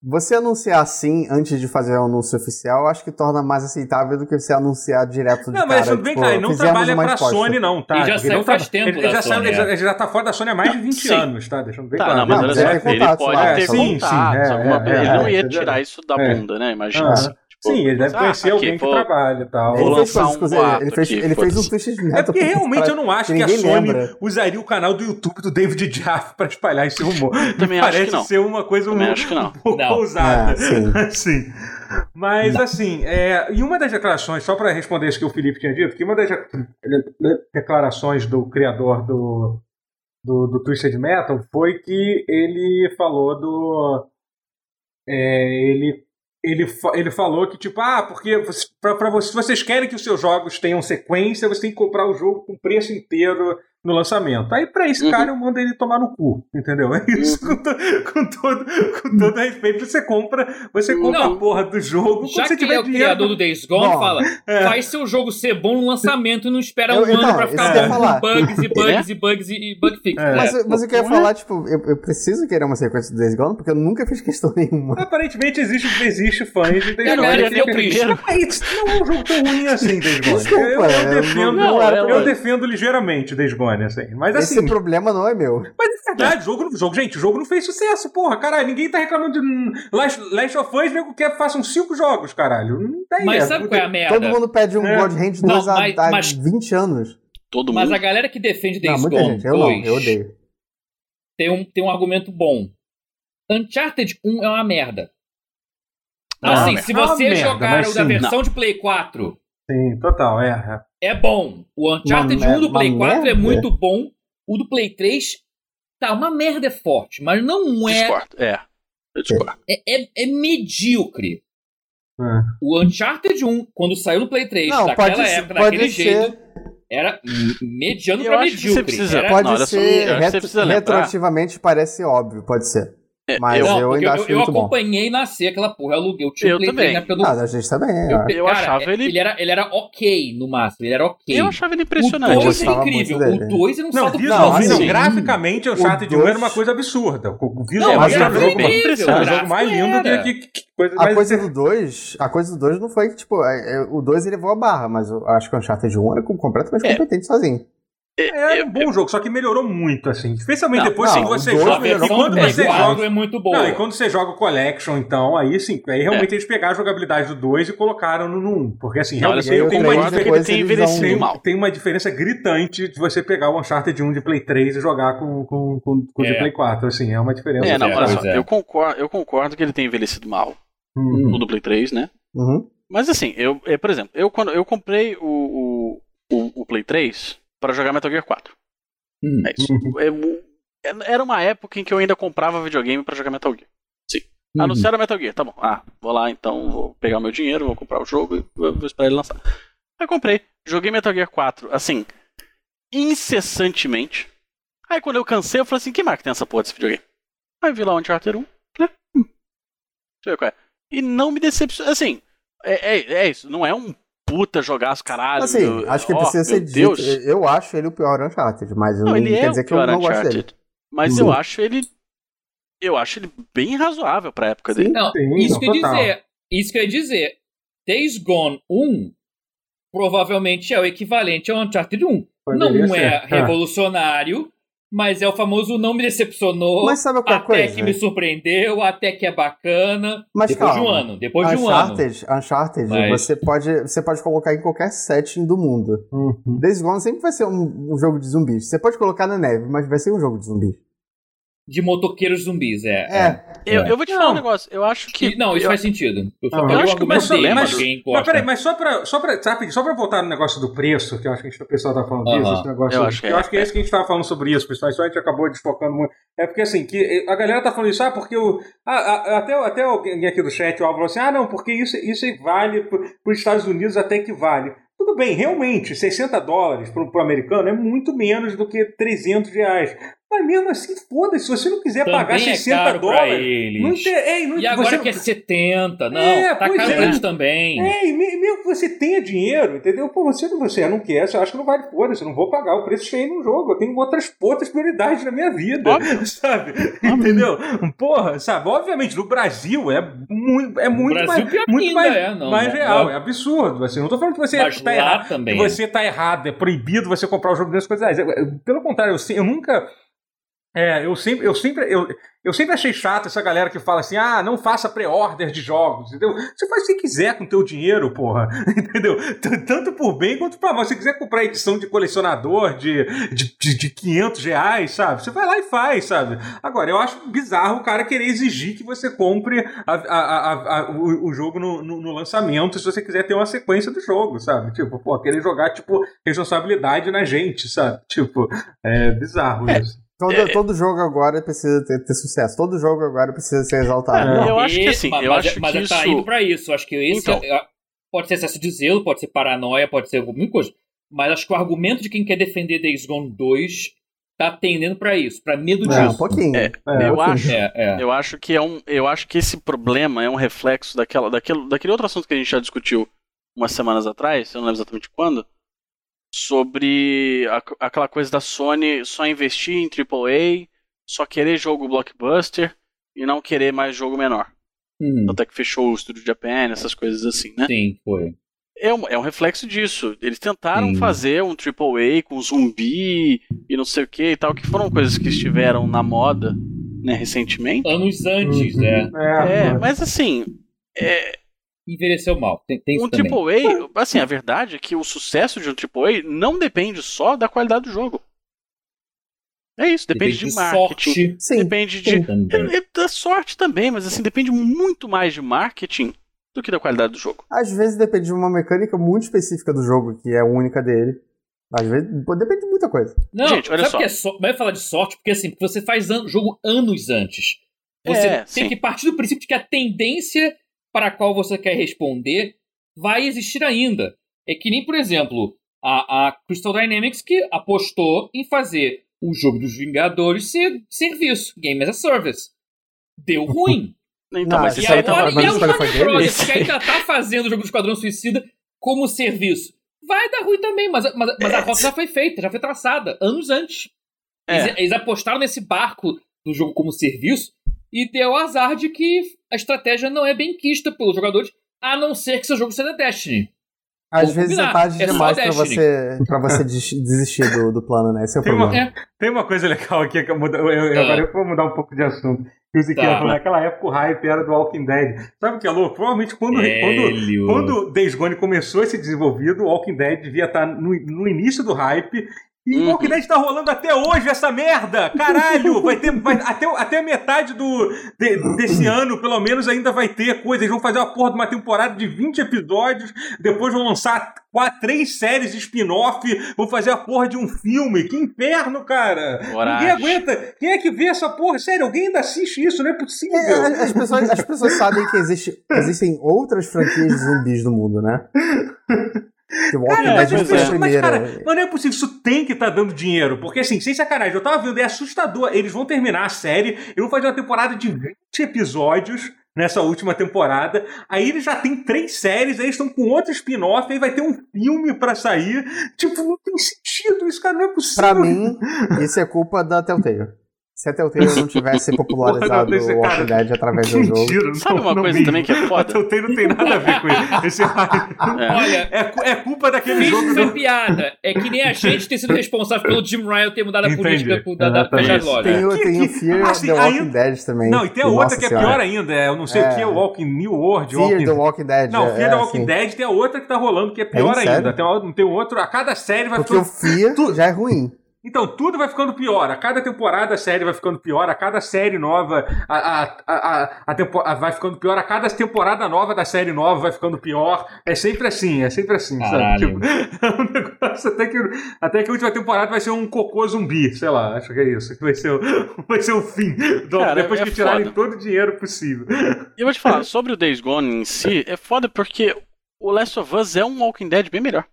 [SPEAKER 2] você anunciar assim antes de fazer o anúncio oficial, eu acho que torna mais aceitável do que você anunciar direto de cara.
[SPEAKER 4] Não, mas tudo bem,
[SPEAKER 2] tipo,
[SPEAKER 4] cara, ele não
[SPEAKER 2] fizemos
[SPEAKER 4] trabalha
[SPEAKER 2] uma
[SPEAKER 4] pra
[SPEAKER 2] resposta.
[SPEAKER 4] Sony, não, tá?
[SPEAKER 3] Ele já
[SPEAKER 4] Porque
[SPEAKER 3] saiu
[SPEAKER 4] não tra-
[SPEAKER 3] faz tempo
[SPEAKER 4] ele,
[SPEAKER 3] da
[SPEAKER 4] ele já
[SPEAKER 3] Sony,
[SPEAKER 4] saiu- ele já-
[SPEAKER 3] é.
[SPEAKER 4] ele já tá fora da Sony há mais de 20
[SPEAKER 1] Sim.
[SPEAKER 4] anos, tá? Deixando bem
[SPEAKER 1] Tá,
[SPEAKER 4] claro.
[SPEAKER 1] não, mas
[SPEAKER 2] Não,
[SPEAKER 1] olha
[SPEAKER 2] mas
[SPEAKER 1] só,
[SPEAKER 2] é
[SPEAKER 1] ele
[SPEAKER 2] contato,
[SPEAKER 1] pode
[SPEAKER 2] lá,
[SPEAKER 1] ter
[SPEAKER 2] só
[SPEAKER 4] sim,
[SPEAKER 1] contatos,
[SPEAKER 4] sim, é,
[SPEAKER 1] alguma
[SPEAKER 4] é,
[SPEAKER 1] coisa.
[SPEAKER 4] é,
[SPEAKER 1] ele não
[SPEAKER 4] é,
[SPEAKER 1] ia
[SPEAKER 4] é,
[SPEAKER 1] tirar isso da
[SPEAKER 4] é.
[SPEAKER 1] bunda, né? Imagina.
[SPEAKER 4] Aham.
[SPEAKER 1] assim, tipo,
[SPEAKER 4] Sim, ele deve
[SPEAKER 1] ah,
[SPEAKER 4] conhecer
[SPEAKER 1] aqui,
[SPEAKER 4] alguém que
[SPEAKER 1] vou-
[SPEAKER 4] trabalha e tal.
[SPEAKER 1] Vou
[SPEAKER 2] Ele fez,
[SPEAKER 1] lançar
[SPEAKER 2] coisas
[SPEAKER 1] um
[SPEAKER 2] com- ele
[SPEAKER 1] boato
[SPEAKER 2] fez,
[SPEAKER 1] aqui,
[SPEAKER 2] ele fez um
[SPEAKER 1] foda-se.
[SPEAKER 2] twist de
[SPEAKER 4] É porque realmente eu não acho que a
[SPEAKER 2] ninguém
[SPEAKER 4] Sony
[SPEAKER 2] lembra.
[SPEAKER 4] usaria o canal do YouTube do David Jaff pra espalhar esse rumor.
[SPEAKER 2] [laughs]
[SPEAKER 1] Também
[SPEAKER 4] Me
[SPEAKER 1] acho que
[SPEAKER 4] parece
[SPEAKER 1] não.
[SPEAKER 4] ser uma coisa
[SPEAKER 1] Também
[SPEAKER 4] um,
[SPEAKER 1] acho que não.
[SPEAKER 4] um pouco
[SPEAKER 3] Não.
[SPEAKER 4] ousada.
[SPEAKER 2] É, sim.
[SPEAKER 4] Assim. Mas, assim, é, e uma das declarações, só para responder isso que o Felipe tinha dito, que uma das de- declarações do criador do, do, do Twisted Metal foi que ele falou do. é, ele, ele, fa- ele falou que, tipo, ah, porque você, pra, pra você, se vocês querem que os seus jogos tenham sequência, você tem que comprar o jogo com preço inteiro no lançamento. Aí, pra esse
[SPEAKER 1] Uhum.
[SPEAKER 4] cara, eu mando ele tomar no cu, entendeu? É isso, com, to, com todo, com todo respeito, você compra, você compra
[SPEAKER 3] Não.
[SPEAKER 4] a porra do jogo quando
[SPEAKER 3] Já
[SPEAKER 4] você
[SPEAKER 3] que ele
[SPEAKER 4] tiver
[SPEAKER 3] é o
[SPEAKER 4] dinheiro.
[SPEAKER 3] criador do Days Gone,
[SPEAKER 2] Bom, é.
[SPEAKER 3] fala, faz seu jogo ser bom no lançamento e não espera
[SPEAKER 2] Eu-
[SPEAKER 3] um ano
[SPEAKER 2] então,
[SPEAKER 3] pra
[SPEAKER 2] isso
[SPEAKER 3] ficar
[SPEAKER 2] que eu ia
[SPEAKER 3] bom
[SPEAKER 2] falar.
[SPEAKER 3] com bugs e bugs e bugs e, e bug fix.
[SPEAKER 4] É.
[SPEAKER 2] Mas, mas eu quero
[SPEAKER 3] né?
[SPEAKER 1] Porra.
[SPEAKER 2] falar, tipo, eu, eu preciso querer uma sequência do Days Gone, porque eu nunca fiz questão [laughs] nenhuma.
[SPEAKER 4] Aparentemente existe, existe fãs de Days
[SPEAKER 3] Eu não
[SPEAKER 4] Gone
[SPEAKER 3] queria
[SPEAKER 4] que-
[SPEAKER 3] ver o primeiro.
[SPEAKER 4] Ah, isso Não é um jogo tão ruim assim, Days Gone.
[SPEAKER 2] Desculpa,
[SPEAKER 4] eu, eu
[SPEAKER 2] é,
[SPEAKER 4] defendo,
[SPEAKER 1] não era
[SPEAKER 4] eu
[SPEAKER 1] ruim.
[SPEAKER 4] defendo ligeiramente Days Gone, assim. Mas
[SPEAKER 2] Esse
[SPEAKER 4] assim,
[SPEAKER 2] problema não é meu.
[SPEAKER 4] Mas é verdade, jogo, jogo, gente, o jogo não fez sucesso, porra, caralho. Ninguém tá reclamando de hum, Last, Last of Us, nego quer façam cinco jogos, caralho. Não tem.
[SPEAKER 3] Mas
[SPEAKER 4] é,
[SPEAKER 3] sabe
[SPEAKER 4] não
[SPEAKER 3] qual é
[SPEAKER 4] tem-
[SPEAKER 3] a merda?
[SPEAKER 2] Todo mundo pede um
[SPEAKER 4] É.
[SPEAKER 2] God Hand
[SPEAKER 3] Não,
[SPEAKER 2] 2 há,
[SPEAKER 3] mas-
[SPEAKER 2] há
[SPEAKER 3] mas-
[SPEAKER 2] 20 anos.
[SPEAKER 1] Todo
[SPEAKER 3] Mas
[SPEAKER 1] mundo.
[SPEAKER 3] a galera que defende
[SPEAKER 2] Não,
[SPEAKER 3] Days
[SPEAKER 2] muita
[SPEAKER 3] Gone
[SPEAKER 2] gente. Eu não,
[SPEAKER 3] 2
[SPEAKER 2] eu odeio.
[SPEAKER 3] Tem, um, tem um argumento bom. Uncharted 1 é uma merda.
[SPEAKER 1] Não, é
[SPEAKER 3] Assim,
[SPEAKER 1] uma
[SPEAKER 4] merda. É
[SPEAKER 3] se você
[SPEAKER 4] uma merda,
[SPEAKER 3] jogar
[SPEAKER 4] mas
[SPEAKER 3] o da
[SPEAKER 4] sim.
[SPEAKER 3] versão de Play 4
[SPEAKER 4] Sim, total, é. é.
[SPEAKER 3] é bom. O Uncharted
[SPEAKER 2] Uma
[SPEAKER 3] 1 do
[SPEAKER 2] mer-
[SPEAKER 3] Play
[SPEAKER 2] uma
[SPEAKER 3] 4 é
[SPEAKER 2] merda.
[SPEAKER 3] muito bom. O do Play 3 tá uma merda é forte, mas não é
[SPEAKER 1] Discordo. É. Eu discordo.
[SPEAKER 3] é, é, é medíocre.
[SPEAKER 4] É.
[SPEAKER 3] O Uncharted 1, quando saiu no Play 3,
[SPEAKER 2] Não,
[SPEAKER 3] daquela
[SPEAKER 2] pode, ser-
[SPEAKER 3] época,
[SPEAKER 2] pode
[SPEAKER 3] daquele jeito, né?
[SPEAKER 2] ser,
[SPEAKER 3] era m- mediano
[SPEAKER 1] Eu
[SPEAKER 3] pra
[SPEAKER 1] acho que você
[SPEAKER 3] medíocre.
[SPEAKER 1] precisa-
[SPEAKER 3] Era-
[SPEAKER 1] Não,
[SPEAKER 2] pode
[SPEAKER 1] olha só,
[SPEAKER 2] ser
[SPEAKER 1] eu acho que você
[SPEAKER 2] retro-
[SPEAKER 1] precisa lembrar. É,
[SPEAKER 2] retroativamente parece óbvio, pode ser. Mas
[SPEAKER 1] eu-
[SPEAKER 2] eu,
[SPEAKER 3] Não, porque
[SPEAKER 2] ainda
[SPEAKER 3] eu,
[SPEAKER 2] acho
[SPEAKER 3] eu
[SPEAKER 2] muito bom.
[SPEAKER 3] acompanhei nascer aquela porra, eu aluguei o time
[SPEAKER 1] Eu
[SPEAKER 3] Play
[SPEAKER 1] também.
[SPEAKER 3] 3 na época do
[SPEAKER 2] Ah, a gente também, eu acho.
[SPEAKER 1] Eu achava ele-
[SPEAKER 3] Ele era, ele era ok no máximo, ele era ok.
[SPEAKER 1] Eu achava ele
[SPEAKER 3] O
[SPEAKER 1] impressionante.
[SPEAKER 3] 2 é
[SPEAKER 2] gostava muito
[SPEAKER 3] incrível,
[SPEAKER 2] dele.
[SPEAKER 3] o 2 era um
[SPEAKER 4] Não,
[SPEAKER 3] salto
[SPEAKER 4] visual,
[SPEAKER 2] não,
[SPEAKER 4] visual,
[SPEAKER 1] assim,
[SPEAKER 4] graficamente, o chat de um
[SPEAKER 2] dois-
[SPEAKER 4] era uma coisa absurda. O
[SPEAKER 3] Não, é
[SPEAKER 4] visual
[SPEAKER 2] mas
[SPEAKER 4] era
[SPEAKER 2] era
[SPEAKER 4] o jogo, é
[SPEAKER 1] bem-
[SPEAKER 4] era o
[SPEAKER 1] gráfico
[SPEAKER 4] jogo mais lindo que, que, que coisa
[SPEAKER 2] A
[SPEAKER 4] mais-
[SPEAKER 2] coisa do 2, a coisa do 2 não foi que, tipo, é- é- o 2 elevou a barra, mas eu acho que o Uncharted 1 era com- completamente
[SPEAKER 1] É.
[SPEAKER 2] competente sozinho.
[SPEAKER 4] É, um bom jogo, só que melhorou muito, assim. Especialmente
[SPEAKER 1] Não,
[SPEAKER 4] depois
[SPEAKER 2] não,
[SPEAKER 4] que você
[SPEAKER 2] o dois
[SPEAKER 4] joga.
[SPEAKER 2] melhorou
[SPEAKER 4] E quando
[SPEAKER 3] do
[SPEAKER 4] você
[SPEAKER 3] quadro
[SPEAKER 4] joga.
[SPEAKER 3] é muito boa.
[SPEAKER 4] Não, e quando você joga o Collection, então, aí sim, aí
[SPEAKER 1] É.
[SPEAKER 4] realmente eles pegaram a jogabilidade do 2 e colocaram no 1. Porque assim,
[SPEAKER 1] Olha
[SPEAKER 4] realmente
[SPEAKER 1] só, eu
[SPEAKER 4] tem uma,
[SPEAKER 1] concordo
[SPEAKER 2] diferença-
[SPEAKER 1] que ele
[SPEAKER 4] difer-
[SPEAKER 2] depois
[SPEAKER 1] tem
[SPEAKER 2] eles dão-
[SPEAKER 4] tem,
[SPEAKER 1] envelhecido mal.
[SPEAKER 4] tem uma diferença gritante de você pegar o Uncharted 1 de Play 3 e jogar com, com, com, com o de
[SPEAKER 3] É.
[SPEAKER 4] Play 4. Assim, é uma diferença.
[SPEAKER 1] É, não, olha
[SPEAKER 3] pois
[SPEAKER 1] só,
[SPEAKER 3] é.
[SPEAKER 1] eu concordo, eu concordo que ele tem envelhecido mal.
[SPEAKER 4] Hum.
[SPEAKER 1] O do Play 3, né?
[SPEAKER 2] Uhum.
[SPEAKER 1] Mas assim, eu, é, por exemplo, eu quando eu comprei o, o, o, o Play 3 pra jogar Metal Gear 4.
[SPEAKER 3] Hum.
[SPEAKER 1] É isso.
[SPEAKER 2] Uhum.
[SPEAKER 1] É mu- é- era uma época em que eu ainda comprava videogame pra jogar Metal Gear.
[SPEAKER 3] Uhum.
[SPEAKER 1] Anunciaram Metal Gear, tá bom. Ah, vou lá então, vou pegar meu dinheiro, vou comprar o jogo e vou vou esperar ele lançar. Aí comprei, joguei Metal Gear 4, assim, incessantemente. Aí quando eu cansei, eu falei assim, que marca tem essa porra desse videogame? Aí vi lá o Uncharted 1, falei, hum, deixa eu ver qual é. E não me decepcionou, assim, é, é, é isso, não é um puta jogaço caralho.
[SPEAKER 2] Assim,
[SPEAKER 1] eu-
[SPEAKER 2] acho que
[SPEAKER 1] ó,
[SPEAKER 2] precisa ser
[SPEAKER 1] meu
[SPEAKER 2] dito.
[SPEAKER 1] Deus.
[SPEAKER 2] Eu acho ele o pior Uncharted, mas não,
[SPEAKER 1] Não, ele
[SPEAKER 2] quer
[SPEAKER 1] é
[SPEAKER 2] dizer
[SPEAKER 1] o
[SPEAKER 2] que eu
[SPEAKER 1] pior
[SPEAKER 2] não gosto dele.
[SPEAKER 1] Uncharted. Mas
[SPEAKER 2] Hum.
[SPEAKER 1] eu acho ele. Eu acho ele bem razoável pra época dele.
[SPEAKER 3] Não,
[SPEAKER 4] Sim,
[SPEAKER 3] isso
[SPEAKER 4] não,
[SPEAKER 3] que eu ia
[SPEAKER 4] total.
[SPEAKER 3] dizer. Isso que eu ia dizer. Days Gone 1 provavelmente é o equivalente ao Uncharted 1.
[SPEAKER 4] hum, Poderia
[SPEAKER 3] não é
[SPEAKER 4] ser. Ah,
[SPEAKER 3] revolucionário, mas é o famoso não me decepcionou.
[SPEAKER 2] Mas sabe qual é a
[SPEAKER 3] até
[SPEAKER 2] coisa?
[SPEAKER 3] que me surpreendeu, até que é bacana.
[SPEAKER 2] Mas
[SPEAKER 3] depois
[SPEAKER 2] calma.
[SPEAKER 3] de um ano, depois de um ano.
[SPEAKER 2] Uncharted, Uncharted
[SPEAKER 3] Mas-
[SPEAKER 2] você, pode, você pode colocar em qualquer setting do mundo.
[SPEAKER 4] Uhum.
[SPEAKER 2] Days Gone sempre vai ser um, um jogo de zumbis. Você pode colocar na neve, mas vai ser um jogo de zumbis.
[SPEAKER 3] De motoqueiros zumbis, é.
[SPEAKER 2] É,
[SPEAKER 1] Eu, eu vou te falar
[SPEAKER 4] Não.
[SPEAKER 1] um negócio. Eu acho que.
[SPEAKER 3] E- não, isso
[SPEAKER 1] eu,
[SPEAKER 3] faz sentido. Eu só
[SPEAKER 4] Não,
[SPEAKER 3] peguei
[SPEAKER 4] eu
[SPEAKER 3] o
[SPEAKER 1] acho que o
[SPEAKER 3] argumento dele,
[SPEAKER 1] problema-
[SPEAKER 3] mas ninguém gosta.
[SPEAKER 4] Mas peraí, mas só pra, só pra, sabe, só pra voltar no negócio do preço, que eu acho que a gente, o pessoal tá falando disso,
[SPEAKER 3] Aham.
[SPEAKER 4] esse negócio.
[SPEAKER 1] Eu acho que é.
[SPEAKER 4] é esse que a gente tava falando sobre isso, pessoal. Isso a gente acabou desfocando muito. É porque assim, que a galera tá falando isso, ah, porque o. ah, ah, até, até alguém aqui do chat, o Alvo, falou assim, ah, não, porque isso, isso vale para os Estados Unidos até que vale. Tudo bem, realmente, 60 dólares para o americano é muito menos do que 300 reais. Mas mesmo assim, foda-se, se você não quiser
[SPEAKER 3] Também
[SPEAKER 4] pagar
[SPEAKER 3] é
[SPEAKER 4] 60
[SPEAKER 3] caro pra
[SPEAKER 4] dólares.
[SPEAKER 3] eles.
[SPEAKER 4] Não tem, é, não,
[SPEAKER 3] E agora
[SPEAKER 4] você-
[SPEAKER 3] que é 70, não,
[SPEAKER 4] É,
[SPEAKER 3] tá
[SPEAKER 4] pois
[SPEAKER 3] caro
[SPEAKER 4] é.
[SPEAKER 3] pra eles também.
[SPEAKER 4] é, e me- mesmo que você tenha dinheiro, entendeu? Pô, você, não- você não quer, você acha que não vale foda, você não vou pagar o preço cheio no jogo, eu tenho outras outras prioridades na minha vida,
[SPEAKER 1] Óbvio.
[SPEAKER 4] [laughs] sabe? Entendeu? Porra, sabe? Obviamente, no Brasil é muito, é muito
[SPEAKER 3] Brasil
[SPEAKER 4] mais,
[SPEAKER 3] pior
[SPEAKER 4] muito
[SPEAKER 3] ainda,
[SPEAKER 4] mais,
[SPEAKER 3] é, não,
[SPEAKER 4] mais
[SPEAKER 3] não,
[SPEAKER 4] real,
[SPEAKER 3] não.
[SPEAKER 4] é absurdo. Assim, não tô falando que você
[SPEAKER 3] Mas
[SPEAKER 4] tá
[SPEAKER 3] lá
[SPEAKER 4] errado,
[SPEAKER 3] também.
[SPEAKER 4] que você tá errado, é proibido você comprar o jogo dessas coisas. É, é, Pelo contrário, eu, se- eu nunca... É, eu sempre, eu sempre, eu, eu sempre achei chato essa galera que fala assim: ah, não faça pré-order de jogos, entendeu? Você faz o que quiser com o teu dinheiro, porra, [laughs] entendeu? T- Tanto por bem quanto por mal. Se você quiser comprar edição de colecionador de, de, de, de 500 reais, sabe? Você vai lá e faz, sabe? Agora, eu acho bizarro o cara querer exigir que você compre a, a- a- a- o, o jogo no, no- no lançamento se você quiser ter uma sequência do jogo, sabe? Tipo, pô, querer jogar, tipo, responsabilidade na gente, sabe? [laughs] Tipo, é bizarro isso.
[SPEAKER 2] todo, todo jogo agora precisa ter, ter sucesso. Todo jogo agora precisa ser exaltado.
[SPEAKER 1] É.
[SPEAKER 2] Não,
[SPEAKER 1] Eu acho que
[SPEAKER 3] E-
[SPEAKER 1] assim,
[SPEAKER 3] mas,
[SPEAKER 1] eu
[SPEAKER 3] mas-
[SPEAKER 1] acho
[SPEAKER 3] mas
[SPEAKER 1] que
[SPEAKER 3] tá
[SPEAKER 1] isso-
[SPEAKER 3] indo pra isso. Eu Acho que esse
[SPEAKER 1] Então.
[SPEAKER 3] é- pode ser excesso de zelo, pode ser paranoia, pode ser alguma coisa. Mas acho que o argumento de quem quer defender Days Gone 2 tá tendendo pra isso, pra medo
[SPEAKER 2] É, um
[SPEAKER 3] disso.
[SPEAKER 2] pouquinho.
[SPEAKER 1] É,
[SPEAKER 2] É,
[SPEAKER 1] eu
[SPEAKER 2] ok.
[SPEAKER 1] acho.
[SPEAKER 3] É, é.
[SPEAKER 1] Eu acho que é um. Eu acho que esse problema é um reflexo daquela, daquele, daquele outro assunto que a gente já discutiu umas semanas atrás, eu não lembro exatamente quando, sobre a- aquela coisa da Sony só investir em AAA, só querer jogo blockbuster e não querer mais jogo menor.
[SPEAKER 3] Hum,
[SPEAKER 1] Tanto é que fechou o estúdio Japan, essas coisas assim, né?
[SPEAKER 3] sim, foi.
[SPEAKER 1] É um, é um reflexo disso. Eles tentaram
[SPEAKER 3] Sim.
[SPEAKER 1] fazer um AAA com zumbi e não sei o que e tal, que foram coisas que estiveram na moda, né, recentemente.
[SPEAKER 3] Anos antes,
[SPEAKER 4] Uhum.
[SPEAKER 3] é.
[SPEAKER 1] É,
[SPEAKER 4] mano.
[SPEAKER 1] mas assim, é,
[SPEAKER 3] Envelheceu mal. Tem, tem isso
[SPEAKER 1] um
[SPEAKER 3] também.
[SPEAKER 1] AAA, assim, a verdade é que o sucesso de um AAA não depende só da qualidade do jogo. É isso, depende, de marketing,
[SPEAKER 3] sorte.
[SPEAKER 2] Sim.
[SPEAKER 1] depende de [laughs]
[SPEAKER 3] Também.
[SPEAKER 1] é- é da sorte também, mas assim, depende muito mais de marketing do que da qualidade do jogo.
[SPEAKER 2] Às vezes depende de uma mecânica muito específica do jogo, que é única dele. Às vezes pô, depende de muita coisa.
[SPEAKER 3] Não,
[SPEAKER 1] Gente, olha
[SPEAKER 3] sabe
[SPEAKER 1] só.
[SPEAKER 3] que é só. Mas eu ia falar de sorte, porque assim, porque você faz an- jogo anos antes. Você
[SPEAKER 1] É,
[SPEAKER 3] tem
[SPEAKER 1] sim.
[SPEAKER 3] que partir do princípio de que a tendência para a qual você quer responder vai existir ainda. É que nem, por exemplo, a, a Crystal Dynamics que apostou em fazer o jogo dos Vingadores ser serviço, Game as a Service.
[SPEAKER 1] [laughs]
[SPEAKER 3] Deu ruim.
[SPEAKER 1] Então,
[SPEAKER 2] Não,
[SPEAKER 1] mas
[SPEAKER 2] isso
[SPEAKER 1] isso aí
[SPEAKER 2] aí tá-
[SPEAKER 1] tá.
[SPEAKER 2] mas isso
[SPEAKER 3] Warner
[SPEAKER 2] foi dele?
[SPEAKER 3] um Brothers,
[SPEAKER 1] Isso
[SPEAKER 3] que
[SPEAKER 1] aí.
[SPEAKER 3] ainda tá fazendo o jogo do Esquadrão Suicida como serviço. Vai dar ruim também, mas, a- mas, a- mas a rota já foi feita, já foi traçada, anos antes.
[SPEAKER 1] É.
[SPEAKER 3] Eles, eles apostaram nesse barco do jogo como serviço e deu azar de que a estratégia não é bem quista pelos jogadores, a não ser que seu jogo seja Destiny.
[SPEAKER 2] Às
[SPEAKER 3] Vamos
[SPEAKER 2] vezes é
[SPEAKER 3] combinar,
[SPEAKER 2] tarde
[SPEAKER 3] é só
[SPEAKER 2] demais pra
[SPEAKER 3] Destiny.
[SPEAKER 2] você, pra você des- desistir do, do plano, né? Esse é o
[SPEAKER 4] Tem uma-
[SPEAKER 2] problema.
[SPEAKER 3] É.
[SPEAKER 4] Tem uma coisa legal aqui que eu, muda- eu- eu-
[SPEAKER 3] Ah.
[SPEAKER 4] agora eu vou mudar um pouco de assunto. Que o Ezequiel
[SPEAKER 3] Tá.
[SPEAKER 4] falou, naquela época o hype era do Walking Dead. Sabe o que é louco? Provavelmente quando,
[SPEAKER 3] É.
[SPEAKER 4] quando,
[SPEAKER 3] Hélio.
[SPEAKER 4] quando Days Gone começou a ser desenvolvido, o Walking Dead devia estar no, no início do hype. E o
[SPEAKER 1] Uhum.
[SPEAKER 4] Walking Dead tá rolando até hoje, essa merda! Caralho! Vai ter, vai- até, até a metade do, de- desse ano, pelo menos, ainda vai ter coisa. Eles vão fazer uma porra de uma temporada de 20 episódios, depois vão lançar quatro, três séries de spin-off, vão fazer a porra de um filme. Que inferno, cara!
[SPEAKER 1] Coragem.
[SPEAKER 4] Ninguém aguenta. Quem é que vê essa porra? Sério, alguém ainda assiste isso? Não é possível.
[SPEAKER 2] É, a- As pessoas, as pessoas sabem que existe- existem outras franquias de zumbis no mundo, né? Que o Walking
[SPEAKER 4] Cara, mas,
[SPEAKER 1] mas
[SPEAKER 2] Dead não
[SPEAKER 4] as
[SPEAKER 2] foi a
[SPEAKER 4] pessoas- mas,
[SPEAKER 2] primeira. né?
[SPEAKER 4] cara, mas não é possível, isso tem que tá dando dinheiro. Porque, assim, sem sacanagem, eu tava vendo, é assustador. Eles vão terminar a série, eu vou fazer uma temporada de 20 episódios nessa última temporada. Aí eles já têm três séries, aí eles estão com outro spin-off, aí vai ter um filme pra sair. Tipo, não tem sentido isso, cara, não é possível.
[SPEAKER 2] Pra mim, isso é culpa da Telltale. Se a Telltale não
[SPEAKER 4] [laughs]
[SPEAKER 2] tivesse popularizado
[SPEAKER 4] Porra, não,
[SPEAKER 2] o Walking
[SPEAKER 4] cara,
[SPEAKER 2] Dead através
[SPEAKER 4] Que
[SPEAKER 2] do jogo.
[SPEAKER 4] mentira, não-
[SPEAKER 1] Sabe uma
[SPEAKER 4] não
[SPEAKER 1] coisa
[SPEAKER 4] vi.
[SPEAKER 1] também que é
[SPEAKER 4] [laughs]
[SPEAKER 1] foda?
[SPEAKER 4] Eu tenho, não tem nada a ver com isso. Esse
[SPEAKER 1] É.
[SPEAKER 4] [laughs]
[SPEAKER 3] Olha,
[SPEAKER 4] é, cu- é culpa daquele
[SPEAKER 3] finge
[SPEAKER 4] jogo
[SPEAKER 3] que
[SPEAKER 4] do...
[SPEAKER 3] foi piada. É que nem a gente ter sido responsável pelo Jim Ryan ter mudado a
[SPEAKER 4] Entendi.
[SPEAKER 3] política com- da, da
[SPEAKER 4] Exatamente.
[SPEAKER 3] fechar as lojas.
[SPEAKER 2] Tem, o,
[SPEAKER 4] Que-
[SPEAKER 2] tem o
[SPEAKER 4] que-
[SPEAKER 2] Fear
[SPEAKER 4] assim,
[SPEAKER 2] The Walking
[SPEAKER 4] ainda-
[SPEAKER 2] Dead também.
[SPEAKER 4] Não, e tem a outra que é pior ainda, é, eu não sei o
[SPEAKER 2] É.
[SPEAKER 4] que, é Walking New World,
[SPEAKER 2] Fear
[SPEAKER 4] Walking
[SPEAKER 2] The Walking Dead.
[SPEAKER 4] Não,
[SPEAKER 2] é,
[SPEAKER 4] Fear
[SPEAKER 2] é
[SPEAKER 4] the Walking
[SPEAKER 2] assim.
[SPEAKER 4] Dead tem a outra que tá rolando, que é pior
[SPEAKER 2] Tem,
[SPEAKER 4] ainda.
[SPEAKER 2] sério?
[SPEAKER 4] Tem, uma- tem um outro. A cada série vai
[SPEAKER 2] Porque o
[SPEAKER 4] ficando.
[SPEAKER 2] Fear
[SPEAKER 4] tu-
[SPEAKER 2] já é ruim.
[SPEAKER 4] Então, tudo vai ficando pior. A cada temporada a série vai ficando pior. A cada série nova. A, a, a, a, a tempo- a- vai ficando pior. A cada temporada nova da série nova vai ficando pior. É sempre assim, é sempre assim,
[SPEAKER 3] Caralho.
[SPEAKER 4] sabe? Tipo, [laughs] é um negócio até que, até que a última temporada vai ser um cocô zumbi, sei lá, acho que é isso. que Vai ser o, [laughs] vai ser o fim. do-
[SPEAKER 1] Cara,
[SPEAKER 4] depois
[SPEAKER 1] é
[SPEAKER 4] que tirarem
[SPEAKER 1] foda.
[SPEAKER 4] todo o dinheiro possível.
[SPEAKER 1] E eu vou te
[SPEAKER 4] [laughs]
[SPEAKER 1] falar, sobre o Days Gone em si, é foda porque o Last of Us é um Walking Dead bem melhor.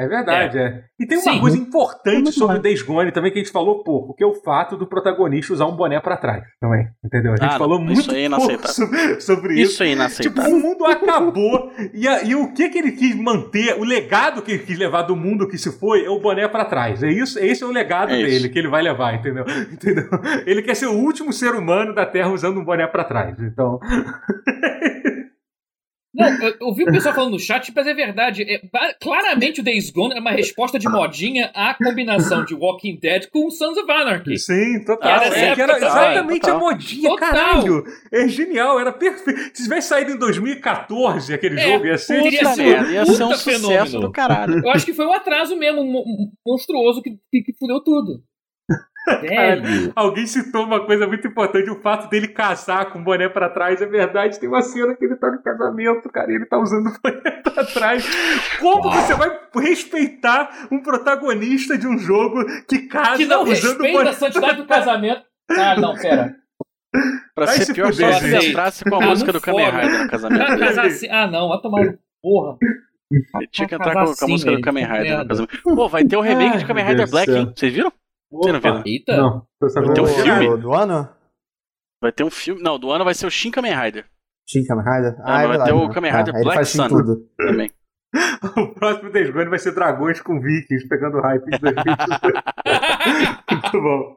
[SPEAKER 4] É verdade, é. E tem uma
[SPEAKER 3] Sim.
[SPEAKER 4] coisa
[SPEAKER 2] É
[SPEAKER 4] importante
[SPEAKER 2] muito
[SPEAKER 4] sobre
[SPEAKER 2] bom.
[SPEAKER 4] o Days Gone também que a gente falou pouco, que é o fato do protagonista usar um boné pra trás também, entendeu? A gente
[SPEAKER 1] Ah,
[SPEAKER 4] falou
[SPEAKER 1] não,
[SPEAKER 4] muito
[SPEAKER 1] isso aí é
[SPEAKER 4] pouco
[SPEAKER 1] inaceitável.
[SPEAKER 4] sobre, sobre isso.
[SPEAKER 1] Isso é
[SPEAKER 4] Tipo,
[SPEAKER 1] inaceitável.
[SPEAKER 4] o mundo acabou [laughs] e, a- e o que que ele quis manter, o legado que ele quis levar do mundo que se foi é o boné pra trás. É isso, esse é o legado
[SPEAKER 1] É isso.
[SPEAKER 4] dele que ele vai levar, entendeu? [laughs] entendeu? Ele quer ser o último ser humano da Terra usando um boné pra trás. Então,
[SPEAKER 3] Não, eu, eu vi o pessoal falando no chat, mas é verdade. É, ba- claramente o Days Gone é uma resposta de modinha à combinação de Walking Dead com Sons of Anarchy.
[SPEAKER 4] Sim, total.
[SPEAKER 3] Era
[SPEAKER 4] É, que
[SPEAKER 3] total,
[SPEAKER 4] era exatamente
[SPEAKER 1] total.
[SPEAKER 4] a modinha,
[SPEAKER 3] Total.
[SPEAKER 4] caralho. É genial, era perfeito. Se tivesse saído em 2014 aquele
[SPEAKER 3] É,
[SPEAKER 4] jogo, ia ser.
[SPEAKER 3] teria
[SPEAKER 1] Puta
[SPEAKER 3] sido
[SPEAKER 1] merda, ia ser um
[SPEAKER 3] puta
[SPEAKER 1] sucesso
[SPEAKER 3] fenômeno.
[SPEAKER 1] do caralho.
[SPEAKER 3] Eu acho que foi um atraso mesmo, um- um monstruoso que, que, que fudeu tudo. Velho.
[SPEAKER 4] Alguém citou uma coisa muito importante, o fato dele casar com o boné pra trás. É verdade, tem uma cena que ele tá no casamento, cara, e ele tá usando o boné [laughs] pra trás. Como você vai respeitar um protagonista de um jogo que casa
[SPEAKER 3] Que não
[SPEAKER 4] usando o
[SPEAKER 3] respeita
[SPEAKER 4] boné
[SPEAKER 3] a santidade do casamento. Ah, não, pera.
[SPEAKER 1] Pra
[SPEAKER 4] Vai
[SPEAKER 1] ser
[SPEAKER 4] se
[SPEAKER 1] pior,
[SPEAKER 4] fuder,
[SPEAKER 1] só se
[SPEAKER 3] gente.
[SPEAKER 1] entrasse com a
[SPEAKER 3] Ah,
[SPEAKER 1] música
[SPEAKER 3] não
[SPEAKER 1] do Kamen
[SPEAKER 3] foda.
[SPEAKER 1] Rider no casamento.
[SPEAKER 3] Ah, casar assim. Ah, não, vai tomar. Porra.
[SPEAKER 1] Ele tinha que
[SPEAKER 3] Pra
[SPEAKER 1] entrar
[SPEAKER 3] casar
[SPEAKER 1] com, com a
[SPEAKER 3] assim,
[SPEAKER 1] música do
[SPEAKER 3] velho,
[SPEAKER 1] Kamen
[SPEAKER 3] que
[SPEAKER 1] Rider no
[SPEAKER 3] merda.
[SPEAKER 1] casamento. Pô, vai ter o remake de
[SPEAKER 4] Ai,
[SPEAKER 1] Kamen
[SPEAKER 4] meu
[SPEAKER 1] Rider
[SPEAKER 4] Deus
[SPEAKER 1] Black,
[SPEAKER 4] do céu.
[SPEAKER 1] hein? Vocês viram? Você não viu?
[SPEAKER 3] Eita.
[SPEAKER 4] Não, tô
[SPEAKER 2] Do,
[SPEAKER 4] sabendo.
[SPEAKER 3] Então,
[SPEAKER 1] Tem um filme.
[SPEAKER 2] do, do ano?
[SPEAKER 1] Vai ter um filme. Não, do ano vai ser o Shin Kamen Rider
[SPEAKER 2] Shin Kamen Rider?
[SPEAKER 1] Ah,
[SPEAKER 2] Ah, é
[SPEAKER 1] mas
[SPEAKER 2] verdade.
[SPEAKER 1] tem o
[SPEAKER 2] né?
[SPEAKER 1] Kamen Rider
[SPEAKER 2] Ah, ele
[SPEAKER 1] Black
[SPEAKER 2] faz Shin
[SPEAKER 1] Sun.
[SPEAKER 2] tudo.
[SPEAKER 1] também.
[SPEAKER 4] O próximo Days Gone vai ser Dragões com Vikings, pegando hype em 2022. [laughs] Muito bom.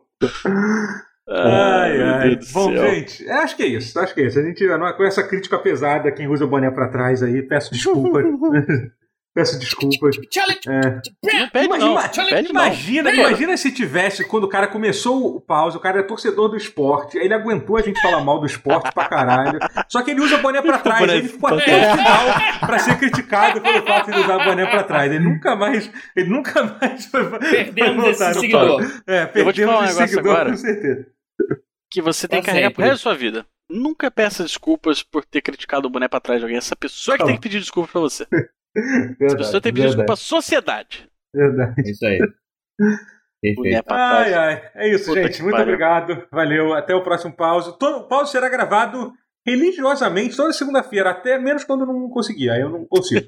[SPEAKER 4] Ai,
[SPEAKER 1] meu
[SPEAKER 4] ai.
[SPEAKER 1] Deus do
[SPEAKER 4] Bom,
[SPEAKER 1] céu.
[SPEAKER 4] gente, é, acho que é isso. Acho que é isso. A gente, não, com essa crítica pesada, quem usa o boné pra trás aí,
[SPEAKER 1] [laughs]
[SPEAKER 4] peço desculpas. [laughs] peço desculpas.
[SPEAKER 3] Challenge.
[SPEAKER 4] É.
[SPEAKER 1] Não pede
[SPEAKER 4] Mas
[SPEAKER 1] não,
[SPEAKER 4] ima-
[SPEAKER 1] pede não.
[SPEAKER 4] Imagina, imagina se tivesse, quando o cara começou o pause, o cara é torcedor do esporte, ele aguentou a gente falar mal do esporte pra caralho. Só que ele usa boné pra trás,
[SPEAKER 1] boné
[SPEAKER 4] ele ficou
[SPEAKER 1] pra
[SPEAKER 4] até o final pra ser criticado pelo fato de usar boné pra trás. Ele nunca mais, ele nunca mais vai, vai
[SPEAKER 3] Perdemos
[SPEAKER 4] voltar
[SPEAKER 3] esse
[SPEAKER 4] no
[SPEAKER 3] seguidor.
[SPEAKER 4] palco. É,
[SPEAKER 1] Eu vou te falar um
[SPEAKER 4] perdemos
[SPEAKER 1] negócio
[SPEAKER 4] esse seguidor
[SPEAKER 1] agora.
[SPEAKER 4] com certeza.
[SPEAKER 1] que você tem que
[SPEAKER 3] Pra
[SPEAKER 1] carregar pro
[SPEAKER 3] sempre.
[SPEAKER 1] resto da sua vida. Nunca peça desculpas por ter criticado o boné pra trás de alguém. Essa pessoa que
[SPEAKER 4] Tá
[SPEAKER 1] tem
[SPEAKER 4] bom.
[SPEAKER 1] que pedir desculpa pra
[SPEAKER 4] [laughs]
[SPEAKER 1] você. Essa
[SPEAKER 4] Verdade,
[SPEAKER 1] pessoa tem que pedir desculpa
[SPEAKER 4] verdade,
[SPEAKER 1] à sociedade.
[SPEAKER 4] verdade.
[SPEAKER 3] Isso aí.
[SPEAKER 1] Boné pra
[SPEAKER 4] Ai,
[SPEAKER 1] trás.
[SPEAKER 4] ai. É isso,
[SPEAKER 1] Tá, Puta
[SPEAKER 4] gente.
[SPEAKER 1] que
[SPEAKER 4] Muito
[SPEAKER 1] pariu.
[SPEAKER 4] obrigado. Valeu. Até o próximo pause. Todo, o pause será gravado religiosamente toda segunda-feira, até menos quando não conseguir. Aí eu
[SPEAKER 1] [laughs]
[SPEAKER 4] não consigo.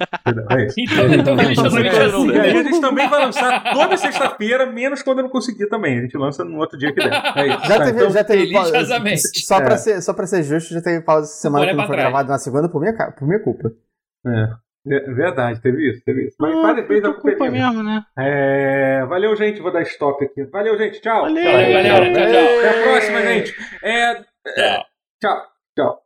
[SPEAKER 4] É isso.
[SPEAKER 3] Então, então religiosamente é assim.
[SPEAKER 4] E aí
[SPEAKER 3] né?
[SPEAKER 4] a gente também vai lançar toda sexta-feira, menos quando eu não conseguir também. A gente lança no outro dia que der. É isso.
[SPEAKER 2] Já
[SPEAKER 4] tá?
[SPEAKER 2] teve,
[SPEAKER 4] Então,
[SPEAKER 2] já teve
[SPEAKER 3] religiosamente.
[SPEAKER 2] Só,
[SPEAKER 4] É.
[SPEAKER 2] pra ser, só pra ser justo, já teve pausa essa semana
[SPEAKER 1] é
[SPEAKER 3] Olha
[SPEAKER 2] que não
[SPEAKER 3] pra
[SPEAKER 2] foi
[SPEAKER 3] trás.
[SPEAKER 2] gravada na segunda por minha, ca- por minha culpa.
[SPEAKER 4] é verdade, teve isso, teve isso. Mas parabéns
[SPEAKER 1] Ah,
[SPEAKER 4] da
[SPEAKER 1] foi culpa
[SPEAKER 4] companhia.
[SPEAKER 1] mesmo, né?
[SPEAKER 4] um É, valeu, gente. Vou dar stop aqui. Valeu, gente. Tchau.
[SPEAKER 1] Valeu,
[SPEAKER 2] É.
[SPEAKER 4] Tchau.
[SPEAKER 3] galera. Tchau, tchau.
[SPEAKER 4] Até a próxima, gente. É,
[SPEAKER 3] Tchau.
[SPEAKER 4] tchau. Tchau.